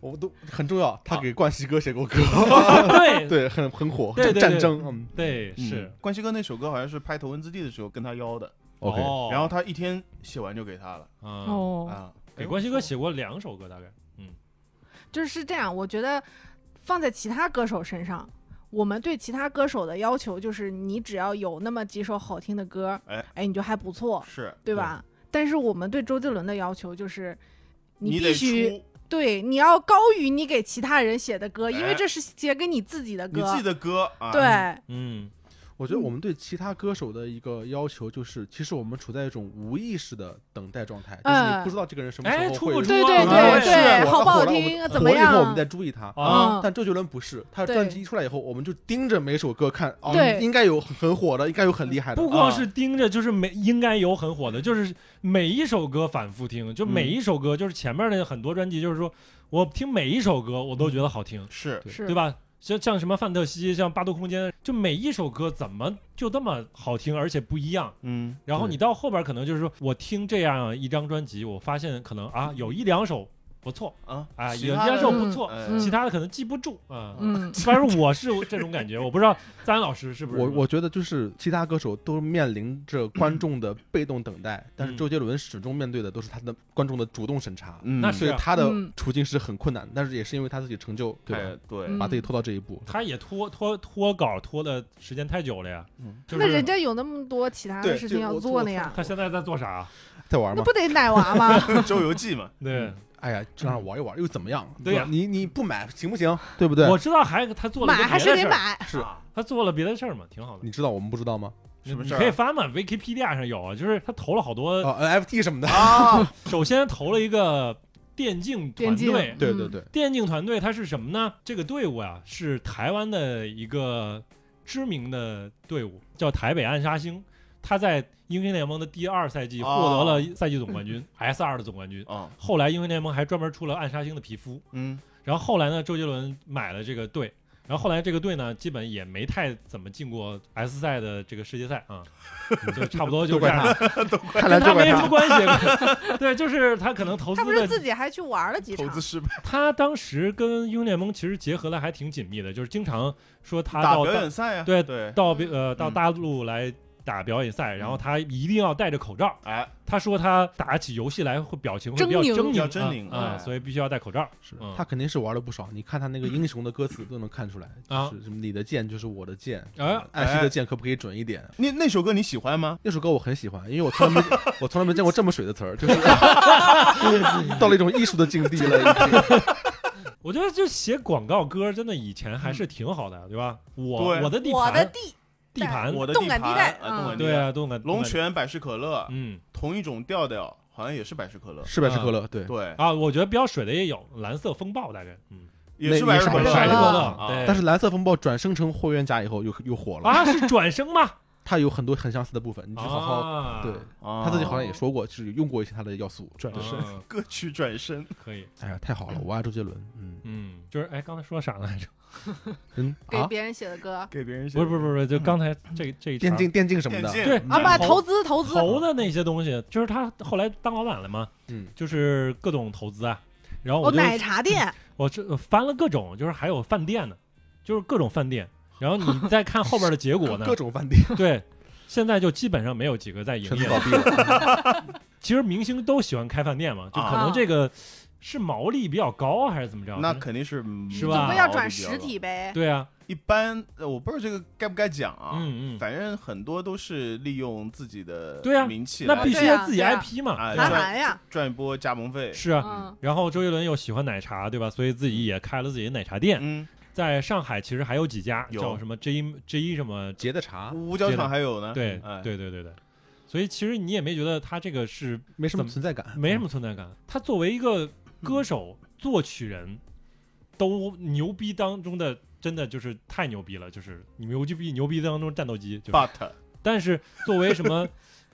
[SPEAKER 5] 我都很重要，他给冠希哥写过歌，
[SPEAKER 3] 啊 对
[SPEAKER 5] 对，很很火，
[SPEAKER 3] 对对
[SPEAKER 5] 战
[SPEAKER 3] 对
[SPEAKER 5] 争，嗯
[SPEAKER 3] 对
[SPEAKER 2] 嗯
[SPEAKER 3] 是，
[SPEAKER 2] 关西哥那首歌好像是拍《头文字 D》的时候跟他邀的，
[SPEAKER 5] ，OK，
[SPEAKER 3] 哦
[SPEAKER 2] 嗯然后他一天写完就给他了
[SPEAKER 3] 嗯，
[SPEAKER 4] 哦，
[SPEAKER 2] 啊。
[SPEAKER 3] 给关西哥写过两首歌大概，
[SPEAKER 4] 就是这样。我觉得放在其他歌手身上，我们对其他歌手的要求就是，你只要有那么几首好听的歌
[SPEAKER 2] 哎，
[SPEAKER 4] 哎，你就还不错，
[SPEAKER 2] 是
[SPEAKER 4] 对吧？但是我们对周杰伦的要求就是，
[SPEAKER 2] 你
[SPEAKER 4] 必
[SPEAKER 2] 得
[SPEAKER 4] 须
[SPEAKER 2] 出
[SPEAKER 4] 对你要高于你给其他人写的歌，因
[SPEAKER 2] 哎
[SPEAKER 4] 为这是写给你自己的
[SPEAKER 2] 你
[SPEAKER 4] 歌
[SPEAKER 2] 自己。的歌啊，
[SPEAKER 4] 对，
[SPEAKER 3] 嗯，
[SPEAKER 5] 我觉得我们对其他歌手的一个要求就是，其实我们处在一种无意识的等待状态，就是你
[SPEAKER 4] 嗯
[SPEAKER 5] 不知道这个人什么时
[SPEAKER 3] 哎，
[SPEAKER 5] 候
[SPEAKER 3] 出
[SPEAKER 5] 会
[SPEAKER 3] 不出
[SPEAKER 4] 对对
[SPEAKER 3] 啊
[SPEAKER 4] 对
[SPEAKER 5] 是
[SPEAKER 4] 对，
[SPEAKER 5] 火
[SPEAKER 4] 好不好
[SPEAKER 5] 火了我
[SPEAKER 4] 听，怎
[SPEAKER 5] 火
[SPEAKER 4] 么
[SPEAKER 5] 以后我
[SPEAKER 4] 样
[SPEAKER 5] 们？再注意他。
[SPEAKER 3] 啊，
[SPEAKER 4] 嗯
[SPEAKER 5] 但周杰伦不是，他的
[SPEAKER 4] 对
[SPEAKER 5] 专辑一出来以后，我们就盯着每首歌看，哦
[SPEAKER 4] 对，
[SPEAKER 5] 应该有很很火的，应该有很厉害的
[SPEAKER 3] 不。光是盯着，就是每应该有很火的，就是每一首歌反复听，就每一首歌，就是前面的很多专辑，就是说我听每一首歌我都觉得好听，
[SPEAKER 2] 是
[SPEAKER 4] 是
[SPEAKER 3] 对？吧？像像什么范特西，像八度空间，就每一首歌怎么就这么好听，而且不一样。
[SPEAKER 2] 嗯，
[SPEAKER 3] 然后你
[SPEAKER 7] 对
[SPEAKER 3] 到后边可能就是说我听这样一张专辑，我发现可能啊有一两首不错
[SPEAKER 2] 啊
[SPEAKER 3] 啊，
[SPEAKER 2] 其
[SPEAKER 3] 有一
[SPEAKER 2] 他
[SPEAKER 3] 两
[SPEAKER 2] 的
[SPEAKER 3] 首
[SPEAKER 4] 人
[SPEAKER 3] 不错，
[SPEAKER 2] 哎
[SPEAKER 4] 嗯
[SPEAKER 3] 其他的可能记不住啊。
[SPEAKER 4] 嗯，
[SPEAKER 3] 反正我是这种感觉，我不知道赞恩老师是不是
[SPEAKER 5] 我我觉得就是其他歌手都面临着 观众的被动等待，但
[SPEAKER 3] 嗯
[SPEAKER 5] 是周杰伦始终面对的都是他的观众的主动审查，
[SPEAKER 2] 嗯
[SPEAKER 3] 那是
[SPEAKER 5] 所以
[SPEAKER 3] 啊
[SPEAKER 5] 他的
[SPEAKER 4] 嗯
[SPEAKER 5] 处境是很困难，但是也是因为他自己成就，对
[SPEAKER 2] 哎
[SPEAKER 5] 吧？
[SPEAKER 2] 对，
[SPEAKER 4] 嗯
[SPEAKER 5] 把自己拖到这一步，
[SPEAKER 3] 他也拖拖拖稿拖的时间太久了呀。
[SPEAKER 5] 嗯
[SPEAKER 3] 就是、
[SPEAKER 4] 那人家有那么多其他的
[SPEAKER 5] 对
[SPEAKER 4] 事
[SPEAKER 5] 就
[SPEAKER 4] 情要
[SPEAKER 5] 我
[SPEAKER 4] 做
[SPEAKER 5] 我
[SPEAKER 4] 呢呀，
[SPEAKER 3] 他现在在做啥？
[SPEAKER 5] 在玩
[SPEAKER 4] 那
[SPEAKER 5] 嘛。
[SPEAKER 4] 不得奶娃吗？
[SPEAKER 2] 周游记嘛，
[SPEAKER 3] 对，
[SPEAKER 5] 哎呀，这样玩一玩又怎么样？
[SPEAKER 3] 对呀
[SPEAKER 5] 吧你你不买行不行？对不对？
[SPEAKER 3] 我知道还他 做了
[SPEAKER 4] 买
[SPEAKER 3] 一个
[SPEAKER 4] 还
[SPEAKER 3] 别
[SPEAKER 4] 是
[SPEAKER 3] 的
[SPEAKER 4] 得
[SPEAKER 3] 事儿，啊
[SPEAKER 4] 买。
[SPEAKER 5] 是
[SPEAKER 3] 他做了别的事儿嘛，挺好的。
[SPEAKER 5] 你知道我们不知道吗？
[SPEAKER 2] 什么
[SPEAKER 3] 你
[SPEAKER 2] 事儿啊
[SPEAKER 3] 可以翻嘛，Wikipedia 上有啊，就是他投了好多，
[SPEAKER 5] 哦，NFT 什么的。
[SPEAKER 2] 啊，
[SPEAKER 3] 首先投了一个电竞团
[SPEAKER 4] 电竞
[SPEAKER 3] 队。
[SPEAKER 5] 对
[SPEAKER 4] 嗯
[SPEAKER 5] 对对，
[SPEAKER 3] 电竞团队它是什么呢？这个队伍啊，是台湾的一个知名的队伍，叫台北暗杀星。他在英雄联盟的第二赛季获得
[SPEAKER 5] 啊
[SPEAKER 3] 了赛季总冠军、s 2的总冠军。
[SPEAKER 2] 啊，
[SPEAKER 3] 后来英雄联盟还专门出了暗杀星的皮肤，
[SPEAKER 2] 嗯，
[SPEAKER 3] 然后后来呢，周杰伦买了这个队，然后后来这个队呢，基本也没太怎么进过 S 赛的这个世 界赛啊，就差不多就
[SPEAKER 5] 都
[SPEAKER 3] 这
[SPEAKER 5] 怪
[SPEAKER 3] 样
[SPEAKER 5] 他
[SPEAKER 3] 了，
[SPEAKER 5] 看来
[SPEAKER 3] 跟
[SPEAKER 5] 就
[SPEAKER 3] 他
[SPEAKER 5] 怪
[SPEAKER 3] 没什
[SPEAKER 5] 他
[SPEAKER 3] 么。关系。 对，就是他可能投资
[SPEAKER 4] 他不是
[SPEAKER 3] 的，
[SPEAKER 4] 自己还去玩了几
[SPEAKER 2] 投
[SPEAKER 4] 场？
[SPEAKER 2] 资失败，
[SPEAKER 3] 他当时跟英雄联盟其实结合的还挺紧密的，就是经常说他
[SPEAKER 2] 打
[SPEAKER 3] 到
[SPEAKER 2] 表演赛啊，
[SPEAKER 3] 对
[SPEAKER 2] 对，
[SPEAKER 3] 到呃到
[SPEAKER 2] 嗯
[SPEAKER 3] 大陆来打表演赛，然后
[SPEAKER 2] 嗯
[SPEAKER 3] 他一定要戴着口罩。
[SPEAKER 2] 哎，
[SPEAKER 3] 他说他打起游戏来会表情会比较
[SPEAKER 4] 狰狞
[SPEAKER 3] 狰
[SPEAKER 2] 比较
[SPEAKER 3] 狞，
[SPEAKER 2] 狰狞
[SPEAKER 3] 啊
[SPEAKER 2] 哎
[SPEAKER 3] 啊，所以必须要戴口罩。
[SPEAKER 5] 是
[SPEAKER 3] 嗯
[SPEAKER 5] 他肯定是玩了不少，你看他那个英雄的歌词都能看出来，
[SPEAKER 3] 啊
[SPEAKER 5] 就是什么你的剑就是我的剑，
[SPEAKER 3] 哎
[SPEAKER 5] 艾希的剑可不可以准一点？
[SPEAKER 2] 那那首歌你喜欢吗？
[SPEAKER 5] 那首歌我很喜欢，因为我从来没 我从来没见过这么水的词儿，就是 到了一种艺术的境地了。已经
[SPEAKER 3] 我觉得就写广告歌，真的以前还是挺好的，对吧？我
[SPEAKER 2] 对
[SPEAKER 3] 我的地
[SPEAKER 4] 我的
[SPEAKER 3] 盘，
[SPEAKER 4] 地，
[SPEAKER 3] 地盘，
[SPEAKER 2] 我的
[SPEAKER 4] 动感地
[SPEAKER 2] 盘
[SPEAKER 4] 带
[SPEAKER 2] 啊
[SPEAKER 4] 嗯
[SPEAKER 2] 动感地
[SPEAKER 3] 对
[SPEAKER 2] 带，
[SPEAKER 3] 啊，动感
[SPEAKER 2] 龙，泉百事可乐
[SPEAKER 3] 动感，嗯
[SPEAKER 2] 同一种调调，好像也是百事可乐，
[SPEAKER 5] 是百事可乐，对。
[SPEAKER 2] 对，
[SPEAKER 3] 啊，我觉得比较水的也有蓝色风暴，大概 嗯，
[SPEAKER 2] 也是
[SPEAKER 5] 那
[SPEAKER 2] 百
[SPEAKER 5] 也
[SPEAKER 2] 事
[SPEAKER 5] 是
[SPEAKER 2] 可乐，
[SPEAKER 4] 百事可乐
[SPEAKER 2] 啊
[SPEAKER 3] 对
[SPEAKER 5] 但是蓝色风暴转生成霍元甲以后又又火了，
[SPEAKER 3] 啊，是转生吗？
[SPEAKER 5] 它有很多很相似的部分，你去好好
[SPEAKER 3] 啊，
[SPEAKER 5] 对。
[SPEAKER 2] 啊
[SPEAKER 5] 他自己好像也说过，就是用过一些他的要素。
[SPEAKER 2] 转身，
[SPEAKER 3] 生
[SPEAKER 2] 歌曲转身，
[SPEAKER 3] 可以，
[SPEAKER 5] 哎呀，太好了，我爱周杰伦。嗯
[SPEAKER 3] 嗯，就是哎，刚才说啥来着？
[SPEAKER 5] 嗯
[SPEAKER 4] 给
[SPEAKER 5] 啊，
[SPEAKER 4] 别人写的歌
[SPEAKER 2] 给别人写
[SPEAKER 3] 不是不是不是，就刚才这这一茬
[SPEAKER 5] 嗯电竞电竞什么
[SPEAKER 2] 电
[SPEAKER 5] 的，
[SPEAKER 2] 竞，
[SPEAKER 3] 对
[SPEAKER 4] 啊，
[SPEAKER 3] 把
[SPEAKER 4] 不，投资投资，
[SPEAKER 3] 投的那些东西，就是他后来当老板了嘛，
[SPEAKER 5] 嗯，
[SPEAKER 3] 就是各种投资啊，然后
[SPEAKER 4] 哦，
[SPEAKER 3] 我就
[SPEAKER 4] 奶茶店，
[SPEAKER 3] 我这翻了各种，就是还有饭店呢，就是各种饭店。然后你再看后边的结 果呢，
[SPEAKER 5] 各种饭店
[SPEAKER 3] 对，现在就基本上没有几个在营
[SPEAKER 5] 全都
[SPEAKER 3] 业
[SPEAKER 5] 倒
[SPEAKER 3] 了。
[SPEAKER 5] 闭了。
[SPEAKER 3] 其实明星都喜欢开饭店嘛，就可
[SPEAKER 4] 啊
[SPEAKER 3] 能这个是毛利比较高啊还是怎么着？
[SPEAKER 2] 那肯定是嗯
[SPEAKER 3] 是
[SPEAKER 4] 总
[SPEAKER 2] 啊
[SPEAKER 3] 吧
[SPEAKER 4] 归要转实体。呗。
[SPEAKER 3] 对啊，
[SPEAKER 2] 一般呃我不知道这个该不该讲啊，
[SPEAKER 3] 嗯嗯，
[SPEAKER 2] 反正很多都是利用自己的
[SPEAKER 3] 对啊
[SPEAKER 2] 名气
[SPEAKER 3] 那
[SPEAKER 2] 来
[SPEAKER 3] 必须
[SPEAKER 4] 对啊
[SPEAKER 3] 要自己
[SPEAKER 4] 对啊
[SPEAKER 3] IP 嘛。
[SPEAKER 2] 哎
[SPEAKER 4] 韩
[SPEAKER 2] 转
[SPEAKER 4] 寒呀，
[SPEAKER 2] 赚一波加盟费。
[SPEAKER 3] 是啊，
[SPEAKER 4] 嗯，
[SPEAKER 3] 然后周杰伦又喜欢奶茶，对吧？所以自己也开了自己的奶茶店，
[SPEAKER 2] 嗯，
[SPEAKER 3] 在上海其实还有几家
[SPEAKER 2] 有
[SPEAKER 3] 叫什么 J J 什么，
[SPEAKER 5] 结的茶
[SPEAKER 2] 五角场还有呢。
[SPEAKER 3] 啊对
[SPEAKER 2] 哎，
[SPEAKER 3] 对对对对。所以其实你也没觉得他这个是
[SPEAKER 5] 没什么
[SPEAKER 3] 怎么
[SPEAKER 5] 存在感，
[SPEAKER 3] 没什么存在感。他作为一个歌手、作曲人，都牛逼当中的，真的就是太牛逼了，就是你牛逼牛逼当中战斗机。就是、
[SPEAKER 2] ，but
[SPEAKER 3] 但是作为什么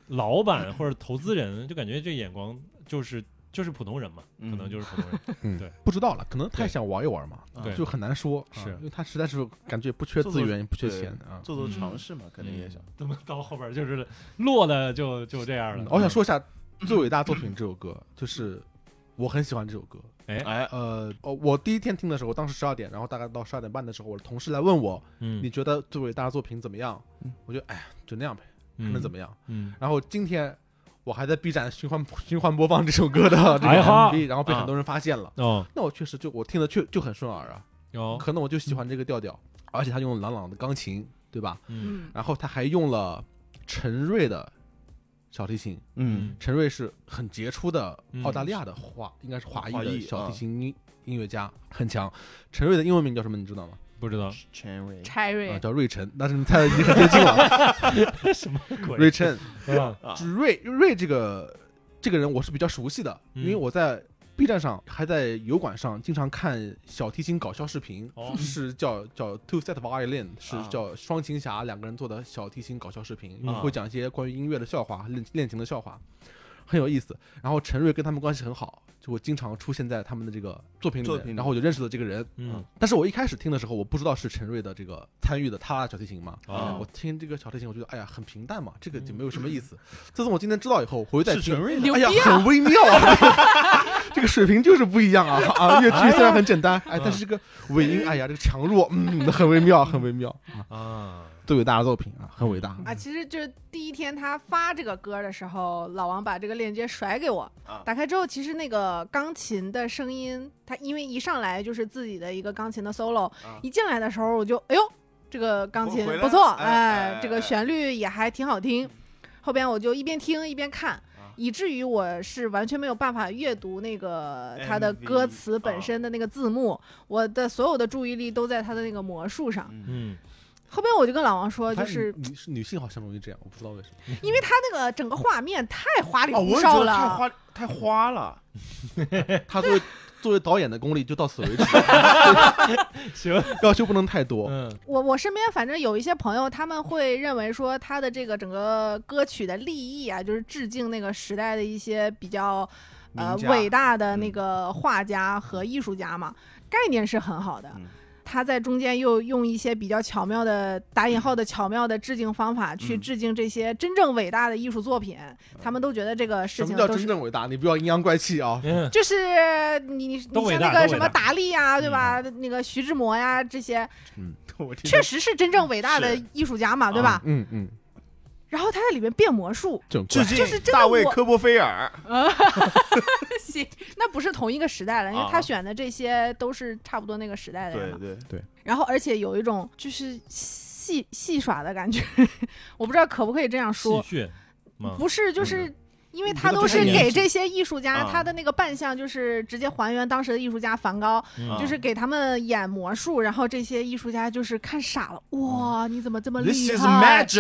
[SPEAKER 3] 老板或者投资人，就感觉这眼光就是就是普通人嘛，可
[SPEAKER 2] 嗯
[SPEAKER 3] 能就是普通人。
[SPEAKER 5] 不知道了，可能太
[SPEAKER 3] 对
[SPEAKER 5] 想玩一玩嘛，
[SPEAKER 2] 啊
[SPEAKER 3] 对
[SPEAKER 5] 就很难说。啊
[SPEAKER 3] 是
[SPEAKER 5] 因为他实在是感觉不缺资源，不缺钱啊。
[SPEAKER 2] 做做尝试嘛，肯定也想。
[SPEAKER 3] 嗯怎么到后边就是落的就就这样
[SPEAKER 5] 嗯
[SPEAKER 3] 了？
[SPEAKER 5] 我想说一下《最伟大作品》这首歌，就是我很喜欢这首歌。
[SPEAKER 3] 嗯
[SPEAKER 2] 哎，
[SPEAKER 5] 呃，哦我第一天听的时候，当时十二点，然后大概到十二点半的时候，我的同事来问我，
[SPEAKER 3] 嗯，
[SPEAKER 5] 你觉得《最伟大的作品》怎么样
[SPEAKER 2] 嗯？
[SPEAKER 5] 我觉得哎呀，就那样呗，
[SPEAKER 3] 你
[SPEAKER 5] 能怎
[SPEAKER 3] 么？
[SPEAKER 5] 么样？
[SPEAKER 3] 嗯，
[SPEAKER 5] 然后今天我还在 B 站循环循环播放这首歌的这个
[SPEAKER 3] 哎哈
[SPEAKER 5] MV，然后被
[SPEAKER 2] 啊
[SPEAKER 5] 很多人发现了。
[SPEAKER 3] 哦，
[SPEAKER 5] 那我确实就我听的确就很顺耳啊，
[SPEAKER 3] 有，
[SPEAKER 5] 可能我就喜欢这个调调，而且他 用朗朗的钢琴，对吧？
[SPEAKER 3] 嗯
[SPEAKER 4] 嗯
[SPEAKER 5] 然后他还用了陈瑞的小提琴。
[SPEAKER 2] 嗯
[SPEAKER 5] 陈瑞是很杰出的
[SPEAKER 7] 嗯
[SPEAKER 5] 澳大利亚的华，应该是华裔
[SPEAKER 2] 华
[SPEAKER 5] 的
[SPEAKER 2] 裔
[SPEAKER 5] 小
[SPEAKER 2] 啊
[SPEAKER 5] 提琴音音乐家，很强。陈瑞的英文名叫什么？你知道吗？
[SPEAKER 3] 不知道
[SPEAKER 2] ，Cherry，
[SPEAKER 5] 啊，
[SPEAKER 4] Cherry，
[SPEAKER 5] 叫瑞晨。但是你猜的已经很接近了。
[SPEAKER 3] 什么鬼
[SPEAKER 5] 瑞晨，
[SPEAKER 3] 啊？
[SPEAKER 2] 啊
[SPEAKER 5] 指瑞瑞这个这个人我是比较熟悉的，
[SPEAKER 3] 嗯
[SPEAKER 5] 因为我在 B 站上还在油管上经常看小提琴搞笑视频，
[SPEAKER 3] 哦
[SPEAKER 5] 是叫叫 Two Set Violin，是
[SPEAKER 2] 嗯啊
[SPEAKER 5] 叫双琴侠两个人做的小提琴搞笑视频，
[SPEAKER 3] 嗯
[SPEAKER 5] 会讲一些关于音乐的笑话、恋恋情的笑话，很有意思。然后陈瑞跟他们关系很好，就我经常出现在他们的这个作品里
[SPEAKER 2] 作
[SPEAKER 5] 面，
[SPEAKER 2] 品里
[SPEAKER 5] 然后我就认识了这个人。
[SPEAKER 3] 嗯
[SPEAKER 5] 但是我一开始听的时候，我不知道是陈瑞的这个参与的他拉小提琴嘛，
[SPEAKER 2] 啊
[SPEAKER 5] 我听这个小提琴，我觉得哎呀很平淡嘛，这个就
[SPEAKER 3] 嗯
[SPEAKER 5] 没有什么意思。自从我今天知道以后，我又在
[SPEAKER 2] 是
[SPEAKER 5] 听
[SPEAKER 2] 陈，瑞
[SPEAKER 4] 牛
[SPEAKER 5] 哎
[SPEAKER 4] 逼
[SPEAKER 5] 呀
[SPEAKER 4] 啊！
[SPEAKER 5] 很微妙啊， 这个水平就是不一样啊啊！乐
[SPEAKER 3] 哎
[SPEAKER 5] 句
[SPEAKER 3] 呀
[SPEAKER 5] 虽然很简单，哎，
[SPEAKER 3] 嗯
[SPEAKER 5] 但是这个尾音，哎呀，这个强弱，嗯， 很微妙，很微妙，
[SPEAKER 3] 啊，
[SPEAKER 5] 最伟大的作品啊，很伟大。
[SPEAKER 4] 啊，其实就是第一天他发这个歌的时候，老王把这个链接甩给我
[SPEAKER 2] 啊，
[SPEAKER 4] 打开之后，其实那个钢琴的声音，他因为一上来就是自己的一个钢琴的 solo，
[SPEAKER 2] 啊
[SPEAKER 4] 一进来的时候我就哎呦，这个钢琴
[SPEAKER 2] 回来
[SPEAKER 4] 不错，
[SPEAKER 2] 了哎哎嗯
[SPEAKER 4] 这个旋律也还挺好听。后边我就一边听一边看，
[SPEAKER 2] 啊
[SPEAKER 4] 以至于我是完全没有办法阅读那个他的
[SPEAKER 2] MV
[SPEAKER 4] 歌词本身的那个字幕，我的所有的注意力都在他的那个魔术上。
[SPEAKER 2] 嗯，
[SPEAKER 3] 嗯
[SPEAKER 4] 后边我就跟老王说，就
[SPEAKER 5] 哎
[SPEAKER 4] 是
[SPEAKER 5] 女是女性好像容易这样，我不知道为什么。
[SPEAKER 4] 因为他那个整个画面太花里
[SPEAKER 2] 哦，
[SPEAKER 4] 胡
[SPEAKER 2] 我也
[SPEAKER 4] 哨
[SPEAKER 2] 觉得
[SPEAKER 4] 了，
[SPEAKER 2] 太花太花了，
[SPEAKER 5] 他作为作为导演的功力就到此为止，
[SPEAKER 3] 行，
[SPEAKER 5] 要求不能太多。
[SPEAKER 3] 嗯
[SPEAKER 4] 我我身边反正有一些朋友，他们会认为说他的这个整个歌曲的立意啊，就是致敬那个时代的一些比较呃
[SPEAKER 2] 名家
[SPEAKER 4] 伟大的那
[SPEAKER 2] 嗯
[SPEAKER 4] 个画家和艺术家嘛，概念是很好的
[SPEAKER 2] 嗯。
[SPEAKER 4] 他在中间又用一些比较巧妙的打引号的巧妙的致敬方法去
[SPEAKER 2] 嗯
[SPEAKER 4] 致敬这些真正伟大的艺术作品，他们都觉得这个事
[SPEAKER 5] 什
[SPEAKER 4] 情
[SPEAKER 5] 么叫
[SPEAKER 4] 都
[SPEAKER 5] 真
[SPEAKER 4] 是。
[SPEAKER 5] 正伟大？你不要阴阳怪气啊！
[SPEAKER 3] 嗯
[SPEAKER 4] 就是你你
[SPEAKER 3] 都
[SPEAKER 4] 你
[SPEAKER 3] 伟
[SPEAKER 4] 像
[SPEAKER 3] 大
[SPEAKER 4] 那个
[SPEAKER 3] 都
[SPEAKER 4] 什
[SPEAKER 3] 伟
[SPEAKER 4] 么
[SPEAKER 3] 大
[SPEAKER 4] 达利呀、对吧？那个徐志摩呀、这些，
[SPEAKER 2] 我听
[SPEAKER 4] 确实是真正伟大的
[SPEAKER 2] 是
[SPEAKER 4] 艺术家嘛，对
[SPEAKER 2] 啊
[SPEAKER 4] 吧？
[SPEAKER 5] 嗯嗯，
[SPEAKER 4] 然后他在里面变 魔术，
[SPEAKER 5] 这种
[SPEAKER 2] 致
[SPEAKER 4] 就
[SPEAKER 2] 敬
[SPEAKER 4] 是真的
[SPEAKER 2] 大卫
[SPEAKER 4] 我
[SPEAKER 2] 科波菲尔，
[SPEAKER 4] 行，那不是同一个时代了，因为
[SPEAKER 2] 啊
[SPEAKER 4] 他选的这些都是差不多那个时代的人
[SPEAKER 2] 对
[SPEAKER 4] 嘛。
[SPEAKER 2] 对，
[SPEAKER 4] 然后而且有一种就是戏戏耍的感觉， 我不知道可不可以这样
[SPEAKER 3] 戏
[SPEAKER 4] 说，
[SPEAKER 3] 谑吗？
[SPEAKER 4] 不是就是。因为
[SPEAKER 2] 不
[SPEAKER 4] 他
[SPEAKER 2] 是
[SPEAKER 4] 都
[SPEAKER 2] 不
[SPEAKER 4] 是
[SPEAKER 2] 太严
[SPEAKER 4] 给
[SPEAKER 2] 肃
[SPEAKER 4] 这些艺术家，
[SPEAKER 2] 啊
[SPEAKER 4] 他的那个扮相就是直接还原当时的艺术家梵高，
[SPEAKER 3] 嗯
[SPEAKER 4] 就是给他们演魔术，然后这些艺术家就是看傻了，哇，你怎么这么厉害
[SPEAKER 2] This is